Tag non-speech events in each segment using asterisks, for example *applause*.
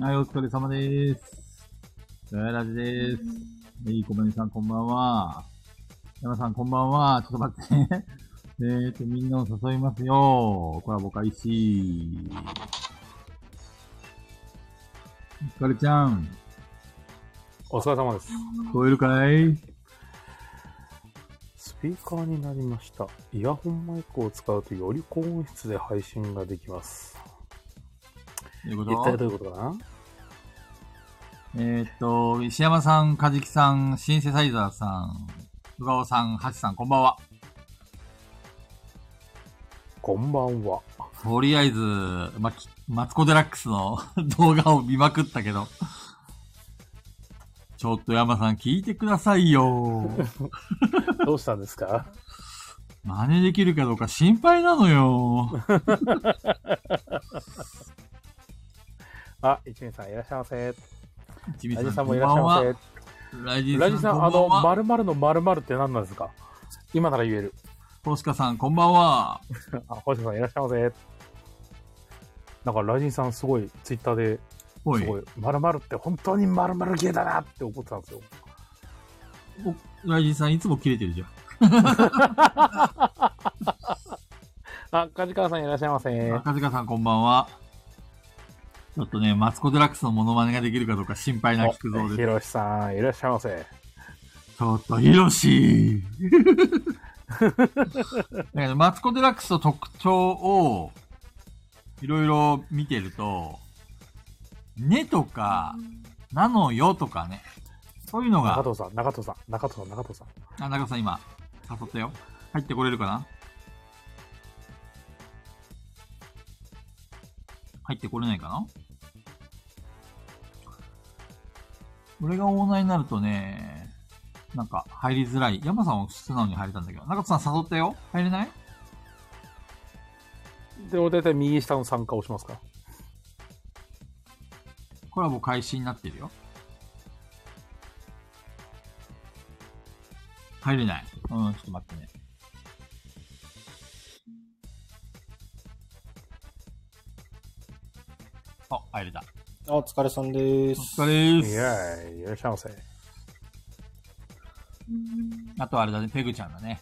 はい、お疲れ様です。ガヤラジです。いい子めさん、こんばんは。山さん、こんばんは。ちょっと待って。 *laughs* えーと、みんなを誘いますよ。コラボ開始。ひかるちゃん、お疲れ様です。聞こえるかいスピーカーになりました。イヤホンマイクを使うとより高音質で配信ができます。というこ一体とどういうことかなえーと、石山さん、かじきさん、シンセサイザーさん、小川さん、はしさん、こんばんは。こんばんは。とりあえず、ま、きマツコデラックスの *laughs* 動画を見まくったけど、ちょっと山さん聞いてください *laughs* よ。どうしたんですか真似できるかどうか心配なのよ。 *laughs* あ、一味さんいらっしゃいませ。ちびラジささんんこんもいばらっんしゃいまは。せ。ラジラジさん、あこの、ばは〇〇の〇〇って何なんですか今なら言える。トシカさん、こんばんは。あ、星さんいらっしゃいませ。なんかラジさんすごいツイッターでおすい、ごい〇〇って本当に〇〇ゲーだなって怒ってたんですよ。おラジさんいつも切れてるじゃん。あ、梶川さんいらっしゃいませ。赤塚さん、こんばんは。ちょっとね、マツコデラックスのモノマネができるかどうか心配な菊蔵おでひろしさんいらっしゃいませ。す。ちょっと、ヒロシだからねマツコデラックスの特徴を、いろいろ見てると、ねとか、なのよとかね。そういうのが中、藤さん、中藤さん、中藤さん、中藤さん。あ、中田さん今、誘ったよ。入ってこれるかな入ってこれないかな俺がオーナーになるとね、なんか入りづらい。山さんは素直に入れたんだけど、中田さん誘ったよ入れないで、俺大体右下の参加をしますか。コラボ開始になってるよ。入れない。うん、ちょっと待ってね。あ、入れた。あ、お疲れさんです。お疲れイです。ェーイ、いらっしゃいませ。あとあれだね、ペグちゃんだね。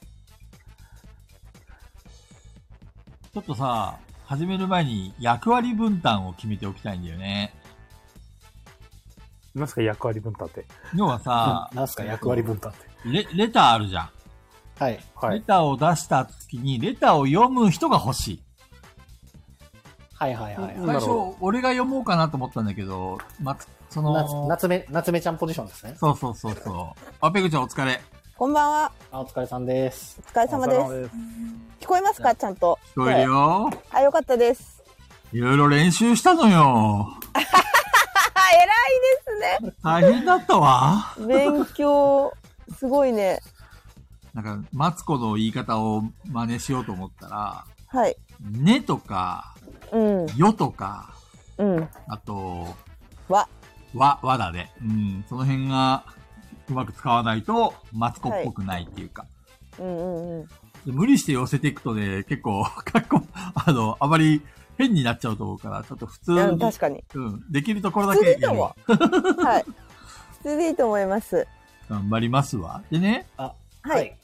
ちょっとさ、始める前に役割分担を決めておきたいんだよね。何すか役割分担って。要は *laughs* さ、なんすか、役割分担って。レレターあるじゃん。はい。はレい。ターを出した時に、レターを読む人が欲しい。はいはいはい、うん最なはる初ほど、俺が読もうかなと思ったんだけど、ま、そい。夏の、夏目、夏目ちゃんポジションですね。そうそうそうそう。あ、ペグちゃんお疲れ。こんばんは。あ、お疲れさんですお。疲れ様です。お疲れ様聞こえますかちゃんと。聞こえるよ。あ、よかったです。いろいろ練習したのよ。あ、 *laughs* 偉いで大変だったわ。すね。勉強、すごいね。なんか、マツコの言い方を真似しようと思ったら、はい。ねとか、うん、よとか、うん。あと、わ、わ、わだね。うん、その辺がうまく使わないと、マツコっぽくないっていうか。うんうんうん。で無理して寄せていくとね、結構、 *laughs* かっこ、あの、あまり変になっちゃうと思うから、ちょっと普通にうん、確かに。うん、できるところだ普通けでいいやとる思う。はい。普通でいいと思います。頑張りますわ。でね、あ、はい。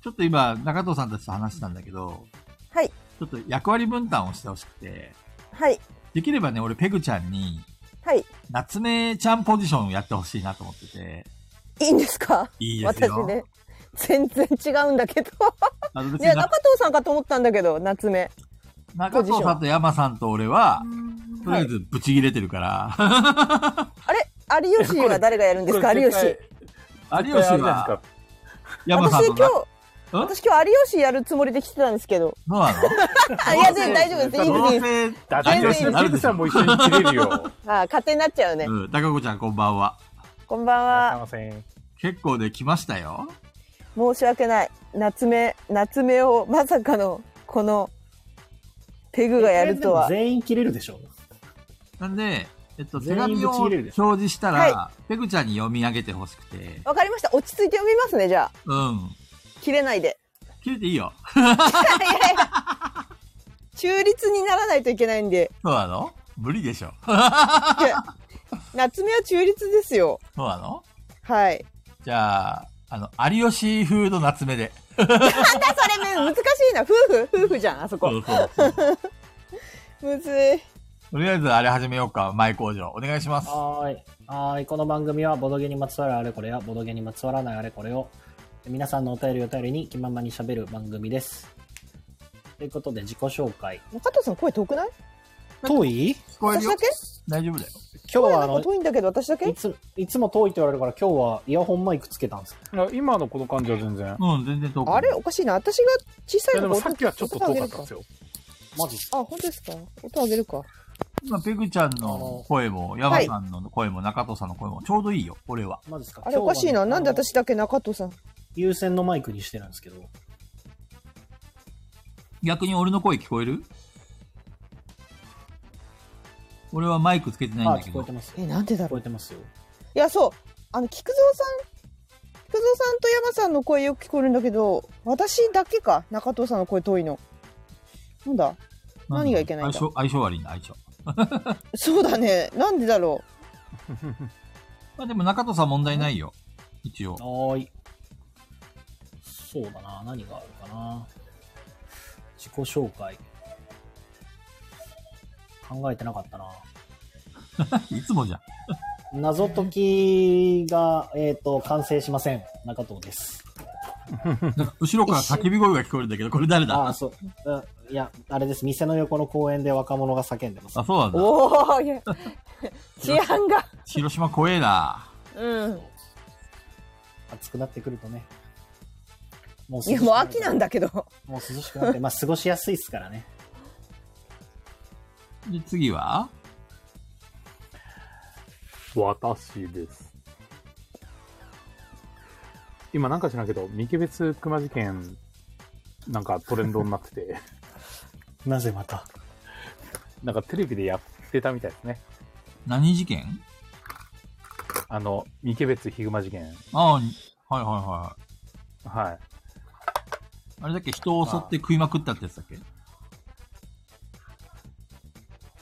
ちょっと今、中藤さんたちと話したんだけど、はい。ちょっと役割分担をしてほしくて、はい。できればね、俺、ペグちゃんに、はい。夏目ちゃんポジションをやってほしいなと思ってて、いいんですかいいです私よ。ね。全然違うんだ *laughs* けど。あの別いや、にな中藤さんかと思ったんだけど、夏目。中藤さんと山さんと俺は、とりあえずブチ切れてるから、あれ有吉は誰がやるんですか有吉。有吉は山さん私と今な日、私今日有吉やるつもりで来てたんですけど。そうなの *laughs* あ、いや、全然大丈夫です。いいですいいです。せ、だって、全吉然野哲さんも一緒に切れるよ。 *laughs* いらっしあ勝手になっちゃうね。うん、高子ちゃんこんばんは。こんばんゃいは。ませ。結構できましたよ。申し訳ない。夏目、夏目をまさかのこのペグがやるとは。全員切れるでしょ。なんで、えっと、手全員紙をぶち切れる表でし示したら、はペグちゃんに読み上げてほしくて、わかりました。落ち着いて読みますね。じゃあうん。切れな *laughs* いで。切れていいよ。いやいやいや中立にならないといけないんで。そうなの無理でしょ。いや夏目は中立ですよ。そうなのはい。じゃあ、あの、有吉風の夏目で。なんだそれめ難しいな。夫婦、夫婦じゃん、あそこ。うそうそう。むずい。とりあえずあれ始めようか、前工場。お願いします。はーい。はーい。この番組は、ボドゲにまつわるあれこれや、ボドゲにまつわらないあれこれを、皆さんのお便りを頼りに気ままに喋る番組です。ということで、自己紹介。加藤さん声遠くない遠い聞こえる私よだ。け大丈夫だよ。今日声は、なあんかの、遠いんだけど、私だけいつ、いつも遠いって言われるから、今日はイヤホンマイクつけたんです。いや今のこの感じは全然。うん、全然遠くない。あれおかしいな。私が小さいいやでのもさっきはちょっと遠かったんですよ。マジっすあ、本当ですか音上げるか。今、ペグちゃんの声も、ヤマさんの声も、中藤さんの声も、ちょうどいいよ、俺は。マジっすかあれおかしいな。なんで。私だけ中藤さん。今日はねあの有線のマイクにしてるんですけど、逆に俺の声聞こえる俺はマイクつけてないんあ、だけ聞こどえて。ます。え、聞なんでだろこう。えてますよ。いや、そう。あの、菊蔵さん。菊蔵さんと山さんの声よく聞こえるんだけど、私だけか。中藤さんの声遠いの。なんだなんだ何がいけないんだ相性、相性悪いんだ、相性。そうだね。なんでだろまあでも中藤さん問題ないよ。一応。はーい。そうだな、何があるかな。自己紹介。考えてなかったな。いつもじゃん。謎解きが、えっ、と、完成しません。中藤です。なんか後ろから叫び声が聞こえるんだけど、これ誰だああ、そう。うんいや、あれです。店の横の公園で若者が叫んでますあ、。そうなんう。だ。おお、いや。 *laughs* 治安が。広島怖えな。うん。暑くなってくるとね。もういや、もう秋なんだ。だけど。もう涼しくなって、まあ過ごしやすいですからね。で、次は私です。今なんか知らんけど、三毛別熊事件、なんかトレンドになってて、 *laughs* なぜまた。なんかテレビでやってたみたいですね。何事件あの、三毛別ヒグマ事件。ああ、はいはいははい。い。あれだっけ、人を襲って食いまくったってやつだっけ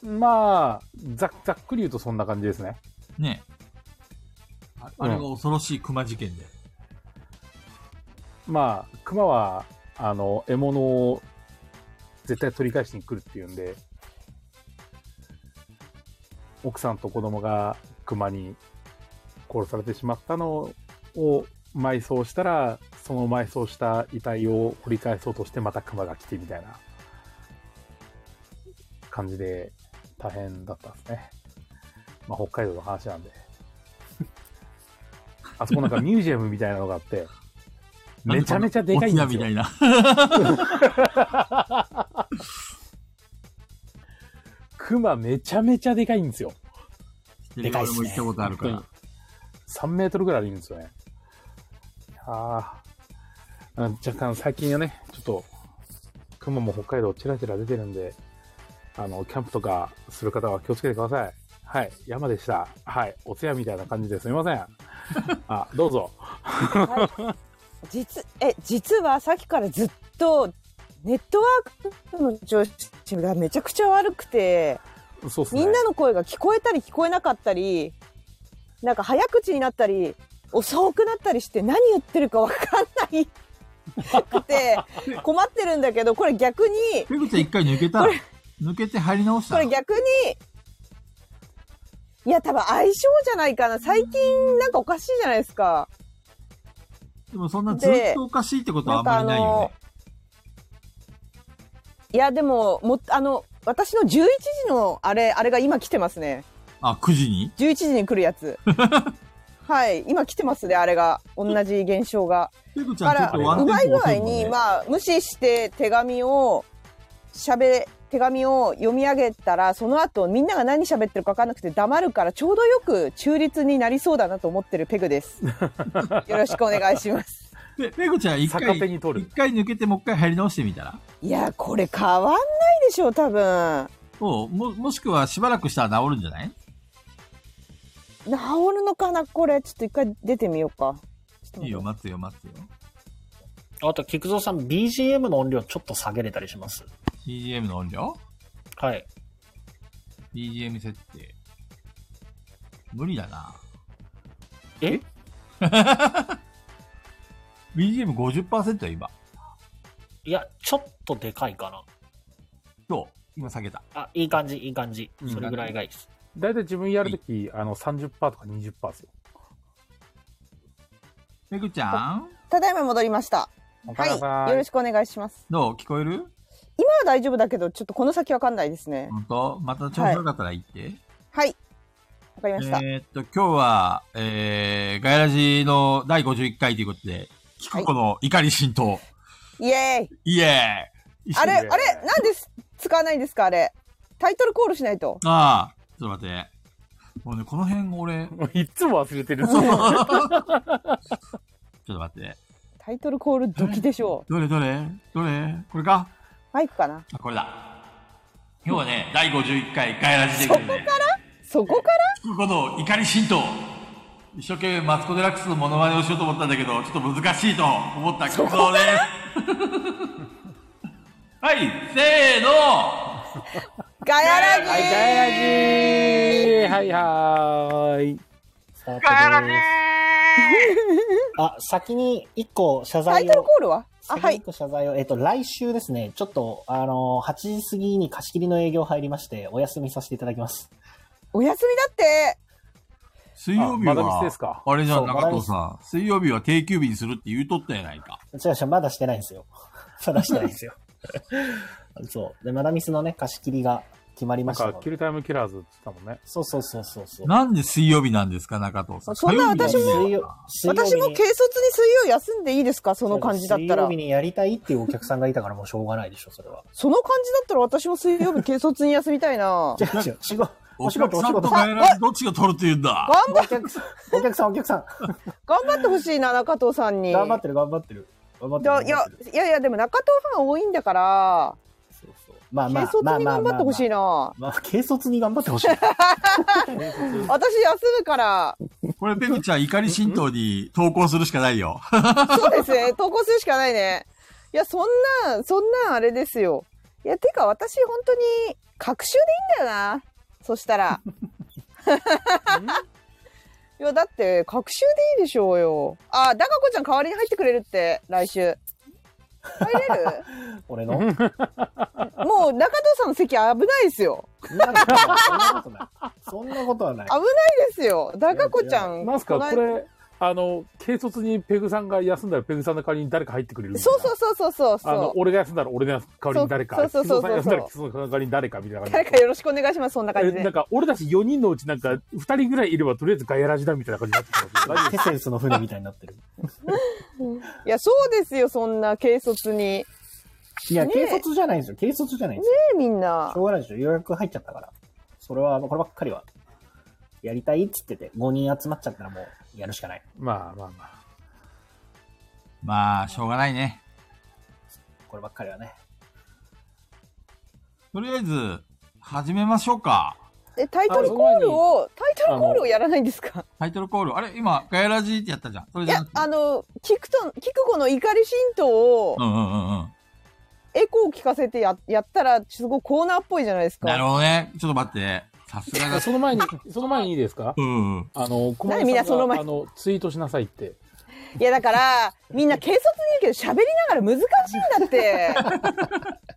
まあ、ざざっくり言うとそんな感じですね。ねえ。ああれが恐ろしい熊事件で。まあ、熊は、あの、獲物を絶対取り返しに来るっていうんで、奥さんと子供が熊に殺されてしまったのを埋葬したら、その埋葬した遺体を掘り返そうとしてまた熊が来てみたいな感じで大変だったんですね。まあ、北海道の話なんで。 *laughs* あそこなんかミュージアムみたいなのがあって、めちゃめちゃでかいんなでんすこよなお。つやみクマめちゃめちゃでかいんですよ。たいな。ででかいっ俺すねも行ったことあるから。 3メートルぐらいあるんですよね。あーあの若干最近はね、ちょっと、クマも北海道ちらちら出てるんで、あの、キャンプとかする方は気をつけてください。はい、山でした。はい、お通夜みたいな感じですみません。 *laughs* あ、どうぞ。実、え、実はさっきからずっと、ネットワークの調子がめちゃくちゃ悪くて、そうっすね。みんなの声が聞こえたり聞こえなかったり、なんか早口になったり、遅くなったりして何言ってるかわかんないくて困ってるんだけど、これ逆に、ペグちゃん一回抜けたら抜けて入り直しこたれの逆に、いや多分相性じゃないかな。最近なんかおかしいじゃないですか。でもそんなずっとおかしいってことはあんまりないよね。いやでも、も、あの、私の11時のあれ、あれが今来てますね。あ、9時に11時に来る *laughs* やつ。はい、今来てますね、あれが。同じ現象が。ペグちゃかんちょらっとワうンテンまいポ具遅合いもんに、ね。まあ無視して手紙を喋手紙を読み上げたらその後みんなが何喋ってるか分かんなくて黙るからちょうどよく中立になりそうだなと思ってるペグ *laughs* です。よろしくお願いします。でペグちゃん一回、逆手に取る一回抜けてもう一回入り直してみたらいやこれ変わんないでしょう多分。おうも、もしくはしばらくしたら治るんじゃない治るのかなこれちょっと一回出てみようか。ちょっと待っていいよ、待つよ、待つよ。あと、菊蔵さん、BGM の音量ちょっと下げれたりします BGM の音量はい。 ?BGM 設定。無理だな。え BGM50% よ、今。いや、ちょっとでかいかな。どう今下げた。あ、いい感じ、いい感じう。んそれぐらいがいいです。大体自分やるとき、あの、30%とか20%ですよ。ペグちゃんただいま戻りました。岡は田さん、い。よろしくお願いします。どう聞こえる今は大丈夫だけど、ちょっとこの先わかんないですね。本当また調子よかったら言って。はい。わかりました。えーっと、今日は、えー、ガイラジの第51回ということで、キクコの怒り浸透。イエーイ。イエーイあれ、あイエれーイ、なんです使わないんですかあれ。タイトルコールしないと。ああ、ちょっと待って。もうね、この辺俺、ちょも *laughs* ういっつも忘れ *laughs* てる。っと待って。タイトルコールドキでしょどれどれどれこれかう。マイクかなあ、これだ。今日はね、第51回ガイラジで、ね、そこか *laughs* らそこからキクコの怒り浸透。一生懸命マツコ・デラックスのモノマネをしようと思ったんだけど、ちょっと難しいと思ったキクコです。はい、せーのガヤラジはい、ガヤラジーはいはーい。スタートです。あ、先に一個謝タイ罪トルコを。ールはあ、は先に一い。個謝罪を。えっと、来週ですね、ちょっと、あの、8時過ぎに貸し切りの営業入りまして、お休みさせていただきます。お休みだって。水曜日あまだミスですはか、あれじゃそん、う中藤さん。水曜日は定休日にするって言うとったやないか。違う違う、まだしてないんですよ。 *laughs* まだしてないんですよ。 *laughs* そう。で、マダミスのね、貸し切りが決まりなまんしたかの、キで。ルタイムキラーズって言ってたもんね。そうそうそうそうそう。なんで水曜日なんですか、中藤さん。そんな私も火曜水日曜水曜日に私も軽率に水曜休んでいいですかその感じだった水ら曜日。にやりたいっていうお客さんがいたからもうしょうがないでしょ、それは。その感じだったら私も水曜日軽率に休みたいな *laughs* じ。ゃあ、違う、仕事、おお仕客事、おさ仕んと事。帰らずどっちが取るって言うんだ。頑お客さん、お客さん、お客さ頑張ってほしいな、中藤さんん。に。頑張ってる、頑張ってる。頑張ってじる。ゃあいや頑張ってるいやいや、でも中藤ファン多いんだから、そうそう。まあま軽あ率、まあにまあ頑張まっあてほしいな。まあ、軽率に頑張って *laughs* ほしい。私休むから、これ、ペグちゃん、怒り浸透に投稿するしかないよ。そうですね、投稿するしかないね。いや、そんな、そんなあれですよ。いや、てか私本当に、隔週でいいんだよな。そしたら。 *laughs* いや、だって、隔週でいいでしょうよ。あ、だかこちゃん代わりに入ってくれるって、来週。入れる俺の。なんかもう中藤さんの席危ないですよ。そんなことない。そんなことはない危。ないですよ。だかこちゃん。なんすかこの間これ、あの、軽率にペグさんが休んだらペグさんの代わりに誰か入ってくれるみたいそうなそうそうそうそうあのそ、う。俺が休んだら俺の代わりに誰か、そうそうそうそうキスノさん休んだらキスノさんの代わりに誰かみたいな感誰じかよろしくお願いします。そんな感じえでなん。か、俺たち4人のうちなんか、2人ぐらいいれば、とりあえずガヤラジだみたいな感じになってきますテセウスの船みたいになってる。いや、そうですよ。そんな軽率に。ねいや、ね軽え率じゃないんですよ。軽率じゃないんですよ。えみんなしょ。うがないでしょ。予約入っちゃったから。それは、もうこればっかりは。やりたいっつってて、5人集まっちゃったらもう、やるしかない。まあまあまあ。まあ、しょうがないね。こればっかりはね。とりあえず、始めましょうか。え、タイトルコールを、タイトルコールをやらないんですかタイトルコール。あれ今、ガヤラジってやったじゃん。それいじゃやなく、てあの、聞くと、聞くこの怒り浸透をう、んうんうんうん。エコーを聞かせてややったら、すごいコーナーっぽいじゃないですか。なるほどね。ちょっと待って。さすがだ。 *laughs* その前に、その前にいいですかうんうん。あの、小林さんがみんなその前あの、ツイートしなさいって。いや、だから、みんな軽率に言うけど、喋りながら難しいん *laughs* だって。軽率に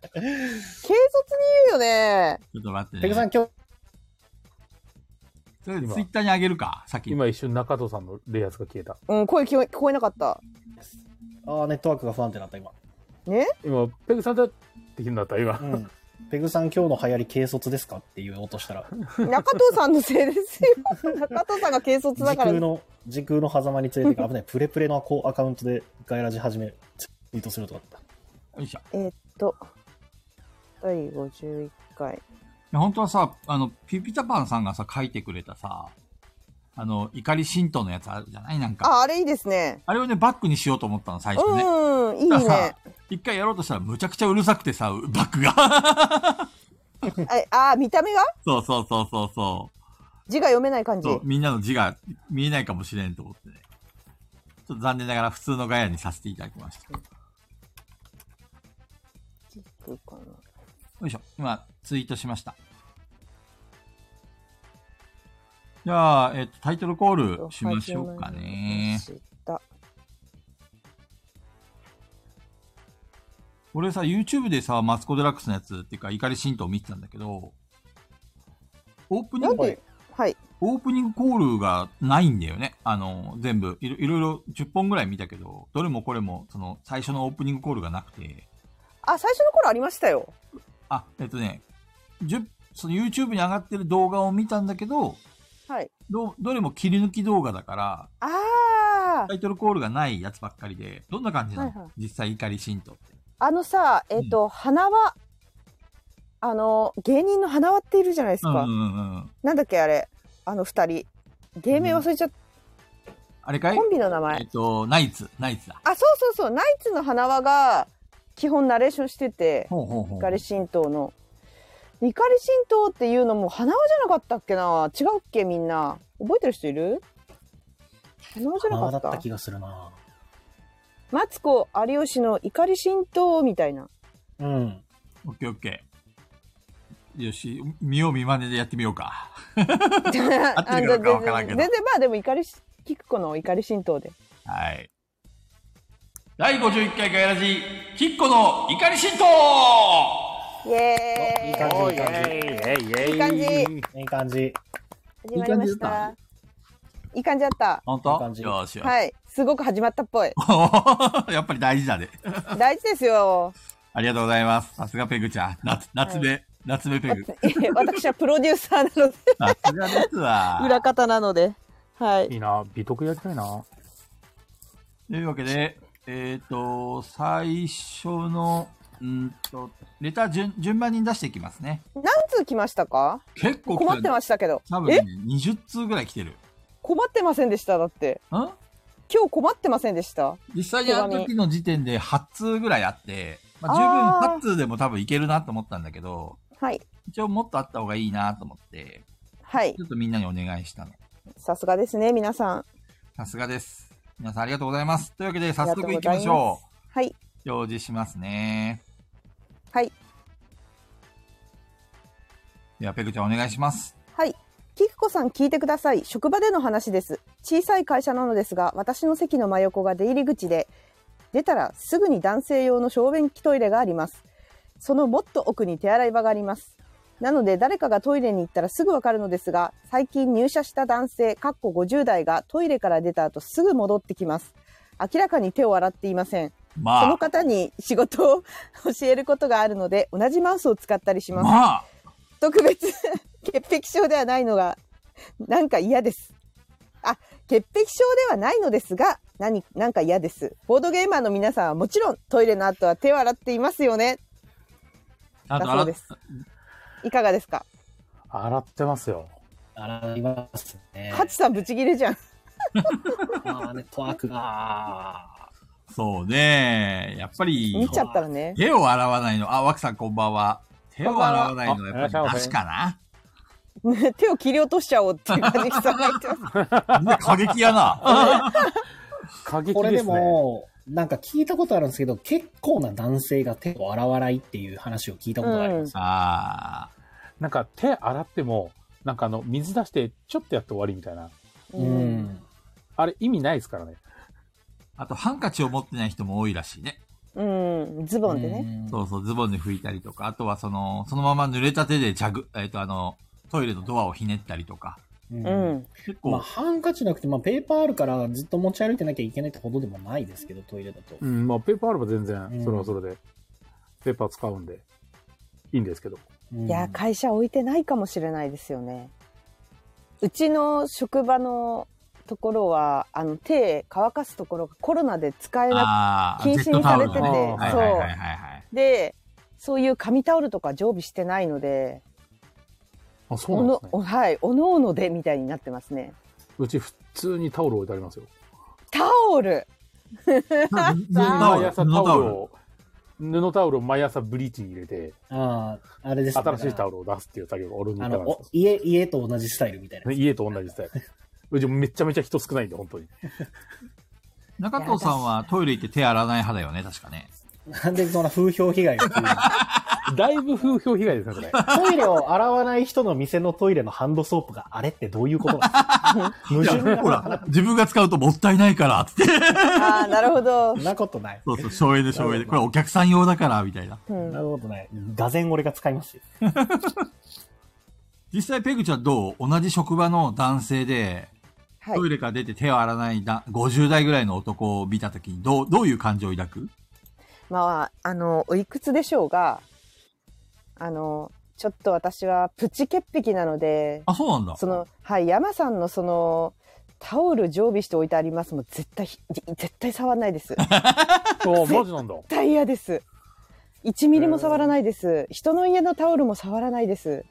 言うよね。ちょっと待って、ペグさね。ん、今日、とりあえずツイッターにあげるか、先に。今一瞬中藤さんのレイアスが消えた。うん、声聞こえ聞こえなかった。ああ、ネットワークが不安定になった、今。ね今、ペグさんだって言うんだった、今。うん。 *laughs* ペグさん、今日の流行り軽率ですかって言おうとしたら、中藤さんのせいです *laughs* よ。中藤さんが軽率だ時から空。の、時空の狭間に連れてく危ない。プレプレのアコアカウントでガイラジ始める。ツイートするとかだっよいしょ。えーっと、第51回。いや本当はさ、あの、ピピタパンさんがさ、書いてくれたさ、あの、怒り神道のやつあるじゃないなんか。ああ、あれいいですね。れをね、バックにしようと思ったの、最初ね。うん、いいただねさ。、一回やろうとしたらむちゃくちゃうるさくてさ、バックが。 *laughs* あ、あ見た目がそうそうそうそうそ字が読めない感う。じ。そう、みんなの字が見えないかもしれんと思ってね。ちょっと残念ながら普通のガヤにさせていただきました。よどうかないしょ。今、ツイートしました。じゃあ、えっと、タイトルコールしましょうかね。始まりました俺さ、YouTube でさ、マツコ・デラックスのやつっていうか、怒り神道見てたんだけど、オープニンなんグ、で、はい。オープニングコールがないんだよね。あの、全部。いろいろいろ10本ぐらい見たけど、どれもこれも、その、最初のオープニングコールがなくて、あ、最初の頃ありましたよ。あ、えっとね、10その YouTube に上がってる動画を見たんだけど、はい。どどれも切り抜き動画だから、ああタイトルコールがないやつばっかりで、どんな感じなの、はいはい実際怒り神道って。あのさ、えっ、と、花輪。あの、芸人の花輪っているじゃないですうんか。うんうんうん。なんだっけ、あれ。あの二人。芸名忘れちゃっあれかた。いコンビの名え前っ。と、ナイツ、ナイツだ。あ、そうそうそう。ナイツの花輪が、基本ナレーションしてて、ほうほうほう。怒り神道の。怒り神道っていうのも花輪じゃなかったっけな違うっけみんな。覚えてる人いる花輪じゃ縄だなったかった気。がするな。マツコ有吉の怒り神道みたいな。うん。オッケーオッケー。よし、見よう見まねでやってみようか。あってるかどうかわからんけど全然全然まあでも怒りし菊子の怒り神道ではい。第51回ガヤラジ、キッコの怒り神道イエーいイい感じおいい感じいいい感じイエイイエイいい感じ。始まりましたいい感じだった本いい感当じよしよし。はいすごく始まったっぽい *laughs* やっぱり大事だね。大事ですよありがとうございます。さすがペグちゃん。夏、夏目、夏目ペグ。私はプロデューサーなのでさすがですわ。裏方なのではいいいな美徳やりたいなというわけで、えっ、と、最初の、んーと、レター順順番に出していきますね。何通来ましたか結構来困ってまししたけど多分えね、20通ぐらい来てる。ん困ってませんでしただって今日困ってませんでした実際にあの時の時点で8通ぐらいあって、まああ、十ー分8通でも多分いけるなと思ったんだけど、はい一応もっとあった方がいいなと思って、はいちょっとみんなにお願いしたの。さすがですね皆さんさすがです。皆さんありがとうございます。というわけで早速あり行がきとうまございますしょう。はい表示しますね。はい。では、ペグちゃんお願いします。はい。キクコさん聞いてください。職場での話です。小さい会社なのですが、私の席の真横が出入り口で、出たらすぐに男性用の小便器トイレがあります。そのもっと奥に手洗い場があります。なので誰かがトイレに行ったらすぐわかるのですが、最近入社した男性、かっこ50代がトイレから出た後すぐ戻ってきます。明らかに手を洗っていません。そまのあ、方に仕事を教えることがあるので、同じマウスを使ったりします。まあ、特別 *laughs* 潔癖症ではないのがなんか嫌ですあ潔癖症ではないのですが何なんか嫌ですボードゲーマーの皆さんはもちろんトイレの後は手を洗っていますよねちゃんとだそう洗っですいかがですか洗ってますよ洗いますね。ハチさんブチギレじゃんあーネットワークが。そうね。やっぱり見、ちゃったらね *laughs* 手を洗わないの。あ、枠さんこんばんは。手を洗わないのはやっぱりなしかな。手を切り落としちゃおうって感じさんが言ってますみんな過激や *laughs* な。過激これでですねも、なんか聞いたことあるんですけど、結構な男性が手を洗わないっていう話を聞いたことがあります。あなんか手洗ってもなんかあの水出してちょっとやって終わりみたいなううんん。あれ意味ないですからねあ。あと、ハンカチを持ってない人も多いらしいね。うんズボンでねうんそうそう、ズボンで拭いたりとか、あとはその、そのまま濡れた手でジャグ、えっ、と、あの、トイレのドアをひねったりとか。うんうん結構、まあ、ハンカチなくて、まあ、ペーパーあるからずっと持ち歩いてなきゃいけないってほどでもないですけど、トイレだと。うんまあペーパーあれば全うん然それはそれで、ペーパー使うんでいいんですけどうんいや会社置いてないかもしれないですよねうちの職場のところはあの手乾かすところがコロナで使えなああ、禁止にされててジェットタオルねはいはいはいはい *laughs* はい。くてそういう紙タオルとか常備してないのであそうなおんでのすねおはいおのおのでみたいになってますねうち普通にタオル置いてありますよタオル布タオ毎ル、朝布タタオオルル。を布タオルを毎朝ブリーチに入れてああ、あれですね新しいタオルを出すっていう作業が俺のあ中のなんでお家、家と同じスタイルみたいすよ家と同じスタイルうちめちゃめちゃ人少ないんで本当に中藤さんはトイレ行って手洗わない派だよね、確かね。 *laughs* な。なんでそんな風評被害が来るのだいぶ風評被害ですね、これ。トイレを洗わない人の店のトイレのハンドソープがあれってどういうことなん *laughs* いですか矛盾や、がほら、自分が使うともったいないから、つって。ああ、なるほ *laughs* どそ。んなことない。そうそう、省エネ省エネ。これお客さん用だから、みたいな。うそんんなことない。がぜん俺が使いますよ。実際、ペグちゃんどう同じ職場の男性で、はいトイ。レから出て手を洗わないだ50代ぐらいの男を見たときに、どう、どういう感情を抱くまあ、あの、おいくつでしょうが、あの、ちょっと私はプチ潔癖なので、あ、そうなんだ。その、はい、山さんのその、タオル常備しておいてありますもん絶対ひ、絶対触らないです。絶 *laughs* そう、マジなんだ。対嫌です。1ミリも触らないです。人の家のタオルも触らないです。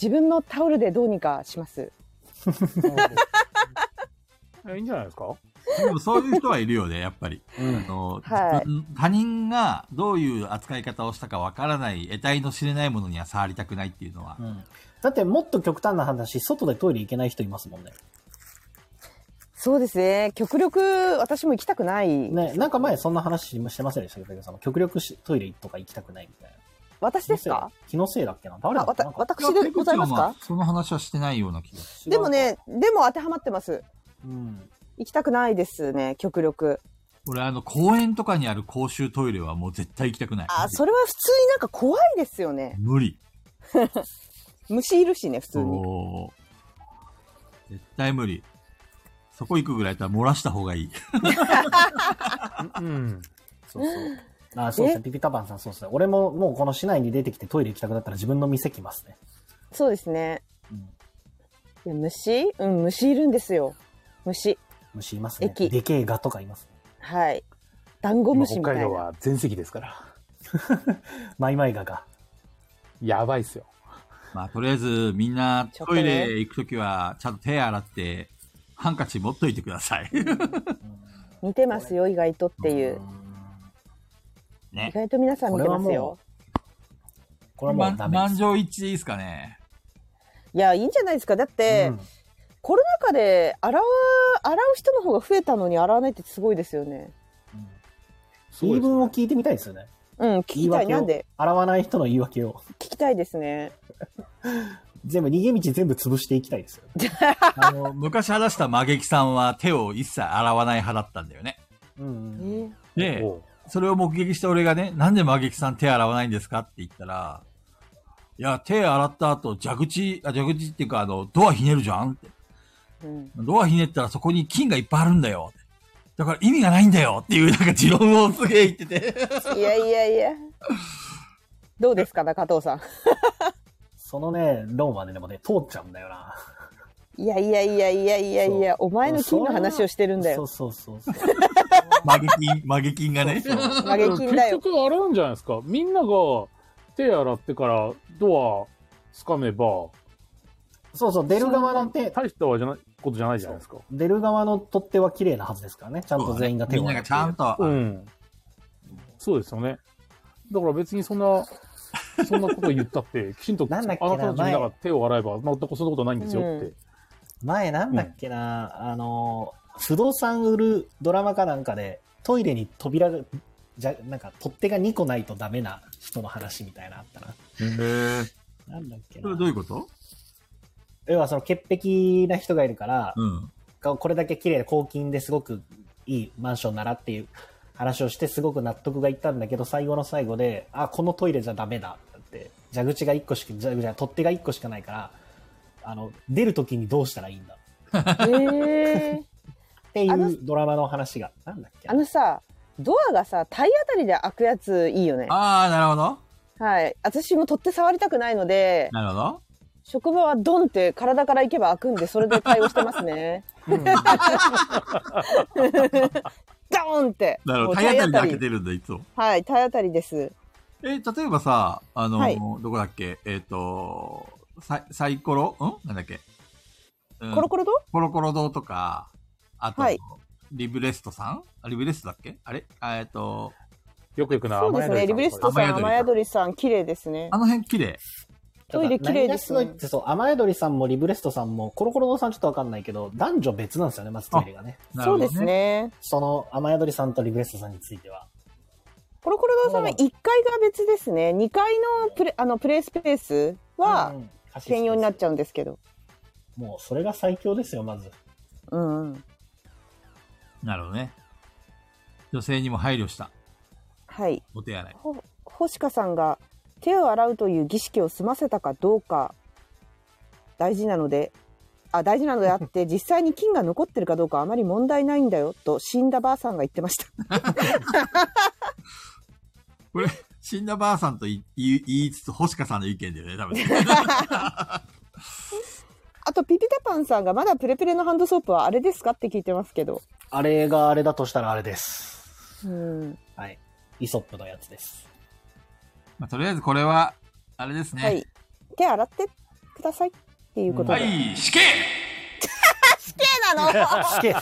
自分のタオルでどうにかします。えいいんじゃないですかでもそういう人はいるよ *laughs* ね、やっぱり。うんあ。の、はいうん他人がどういう扱い方をしたかわからない、得体の知れないものには触りたくないっていうのは。だってもっと極端な話、外でトイレ行けない人いますもんね。そうですね。極力、私も行きたくない。ね、なんか前そんな話してませんでしたけど、その極力しトイレとか行きたくないみたいな。私ですか気のせいだっけな誰だあっわけたななんか私でございますやペグちゃんはかその話はしてないような気がす違うでもね、でも当てはまってます。うん。行きたくないですね、極力。る。俺、あの、公園とかにある公衆トイレはもう絶対行きたくない。あ、それは普通になんか怖いですよね。無理。虫いるしね、普通に。そう絶対無理。そこ行くぐらいだったら漏らした方がいい。うん。そうそう。 *laughs* あ、そうですね。ピピタパンさんそうですね。俺ももうこの市内に出てきてトイレ行きたくなったら自分の店来ますね。そうですね。うん。いや虫うん、虫いるんですよ。虫。虫いますね。駅でけえガとかいますね。はい。ダンゴ今ムシ北みたい海な。道は全席ですから。マイマイガが。やばいっすよ。まあ、とりあえず、みんな、ちょっトとイねレ行くときは、ちゃんと手洗って、ハンカチ持っといてください。似てますよ、意外とっていう。意ね。外と皆さん似てこれはますもよ。これはもうダメで満す。場一致でいいですかね。いや、いいんじゃないですか。だって、うんコロナ禍で洗う、洗う人の方が増えたのに洗わないってすごいですよね。そう言ですいね分を聞いてみたいですよね。うん、聞きたい。言い訳をなんで洗わない人の言い訳を。聞きたいですね。全部、逃げ道全部潰していきたいですよ *laughs* ね。あの、昔話したマゲキさんは手を一切洗わない派だったんだよね。うんうん。ねで、おうそれを目撃した俺がね、なんでマゲキさん手洗わないんですかって言ったら、いや、手洗った後、蛇口、あ、蛇口っていうか、あの、ドアひねるじゃんって。うん、ドアひねったらそこに菌がいっぱいあるんだよ。だから意味がないんだよっていうなんか持論をすげえ言ってて。いやいやいや。どうですか、中藤さそのね、論はね、でもね、通っちゃうんだよな。ん。いやいやいやいやいやいや、お前の金の話をしてるんだそうよ。そうそうそう。マゲ *laughs* 菌、マゲ菌がね。マゲキンだよ結。局あれなんじゃないですかみんなが手洗ってからドア掴めばそうそう、出る側なんて、大したわじゃないことじゃないじゃないですか出る側の取っ手は綺麗なはずですからね。ちゃんと全員が手みをんなが洗っちゃんて。と、うんそうですよねだから別にそんなそんなこと言った *laughs* ってきちんとなんだっけあななたたちみんなが手を洗えば全くそんなことないんですよって、前なんだっけな、あの、不動産売るドラマかなんかで、トイレに扉が、じゃ、なんか取っ手が2個ないとダメな人の話みたいなのあったな。へえ。なんだっけそなれどういうこと要はその潔癖な人がいるから、うん。これだけ綺麗で高金ですごくいいマンションならっていう話をしてすごく納得がいったんだけど最後の最後であこのトイレじゃダメだって蛇口が1個しかじゃじゃ取っ手が1個しかないからあの出る時にどうしたらいいんだっええていあのうドラマの話がなんだっけあのさ、ドアがさ、体当たりで開くやついいよね。ああ、なるほど。はい。私も取って触りたくないので、なるほど。職場はドンって体から行けば開くんで、それで対応してますね。ドンって。なるもほうど。体当たりで開けてるんだ、いつも。はい、体当たりです。え、例えばさ、あの、はいどこだっけえっ、と、サイサイコロんなんだっけ、うんコロコロドコロコロ堂とか、あと、はいリブレストさんあリブレストだっけあれあえっと、よくよくなそうですね。リブレスト雨さ宿ん、り雨宿りさん、綺麗ですねあ。の辺綺麗。トイレ綺麗ですね何がごいってそう雨宿りさんもリブレストさんもコロコロ堂さんちょっとわかんないけど男女別なんですよねまずトイレがねなるそほうどですね。その雨宿りさんとリブレストさんについてはコロコロ堂さんは1階が別ですね。2階のプレあのプレイスペースはうん貸し専用になっちゃうんですけど。もうそれが最強ですよ、まず。うんうん。なるほどね。女性にも配慮した。はい。お手洗い。ほ、星香さんが手を洗うという儀式を済ませたかどうか大事なので、あ、大事なのであ *laughs* って、実際に菌が残ってるかどうかあまり問題ないんだよと死んだばあさんが言ってました。 *laughs* これ、死んだばあさんと言い言い言いつつ、星香さんの意見だよね、多分。 *laughs* あと、ピピタパンさんがまだプレプレのハンドソープはあれですかって聞いてますけど。あれがあれだとしたらあれです。うん。はい。イソップのやつです。まあ、とりあえずこれは、あれですね。はい。手洗ってくださいっていうことはで。い、死刑な *laughs* の死刑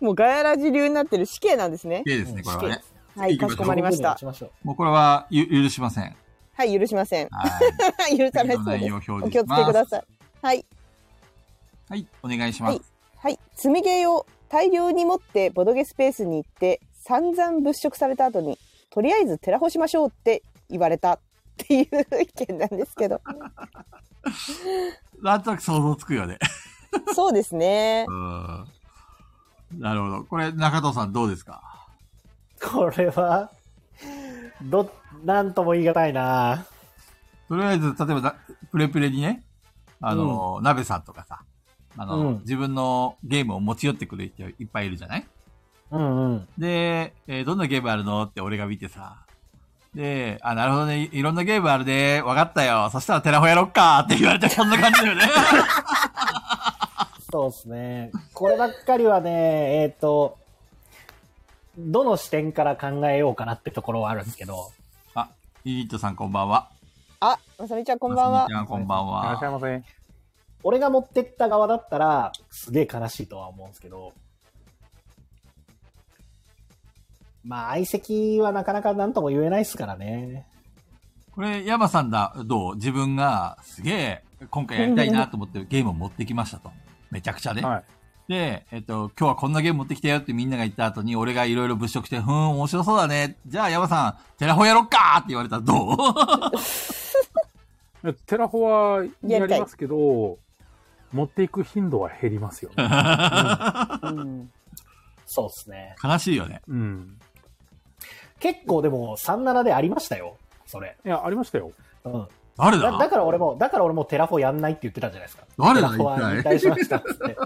もうガヤラジ流になってる死刑なんですね死。刑ですね、これはね。はい、かしこまりまし打たち。ましょうもうこれは、ゆ、許しません。はい、許しませ *laughs* ん。はい。許さない次のそう内で容を表示す。お気をしつますけください。はい、はい、お願いします。はいはい。積みゲーを大量に持ってボドゲスペースに行って、散々物色された後に、とりあえず寺干しましょうって言われたっていう意見なんです *laughs* けど。なんとなく想像つくよ *laughs* ね。そうですねう。ん。なるほど。これ、中藤さんどうですか *laughs* これは、ど、なんとも言い難いなとりあえず、例えばな、プレプレにね、あの、鍋さんとかさ、あの、うん自分のゲームを持ち寄ってくる人いっぱいいるじゃないうんうん。で、えーどんなゲームあるのって俺が見てさ。で、あ、なるほどね。いろんなゲームあるね。わかったよ。そしたらテラフォやろっかって言われてこんな感じ *laughs* だよね。そうですね。こればっかりはね、えっ、と、どの視点から考えようかなってところはあるんですけど、あ、ユニットさんこんばんは。あ、まさみちゃんこんばんまはさみち。ゃんこんばんいらっしゃいは。ませ。俺が持ってった側だったら、すげえ悲しいとは思うんですけど、まあ、相席はなかなか何とも言えないですからね。これ、ヤマさんだ、どう自分がすげえ、今回やりたいなと思ってゲームを持ってきましたと。めちゃくちゃね。はい。で、えっと、今日はこんなゲーム持ってきたよってみんなが言った後に、俺がいろいろ物色して、ふーん、面白そうだね。じゃあ、ヤマさん、テラフォやろっかって言われたらどう *laughs* テラフォはやりますけど、持っていく頻度は減りますよね。 *laughs* うんそうですね。悲しいよね。うん。結構でも、37でありましたよ。それ。いや、ありましたよ。うん。誰だだだから俺も、だから俺もテラフォやんないって言ってたじゃないですか。誰だテラフォは引一退しましたっつって。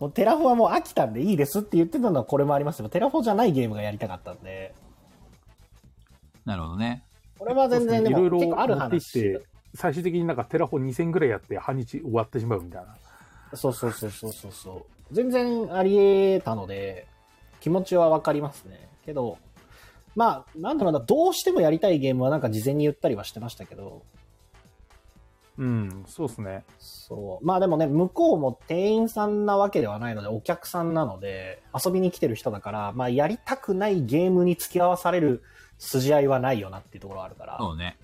もうテラフォはもう飽きたんでいいですって言ってたのはこれもありますけど、テラフォじゃないゲームがやりたかったんで、 *laughs* なるほどね。これは全然でもそうですね結いろ構あいろる持ってき話て。、最終的になんかテラフォ2000ぐらいやって半日終わってしまうみたいな。そうそうそうそうそうそう。全然あり得たので、気持ちはわかりますね。けど、まあ、なんだろうな、どうしてもやりたいゲームはなんか事前に言ったりはしてましたけど、うん、そうですね。そう。まあでもね、向こうも店員さんなわけではないので、お客さんなので、遊びに来てる人だから、まあやりたくないゲームに付き合わされる筋合いはないよなっていうところはあるから、そうね。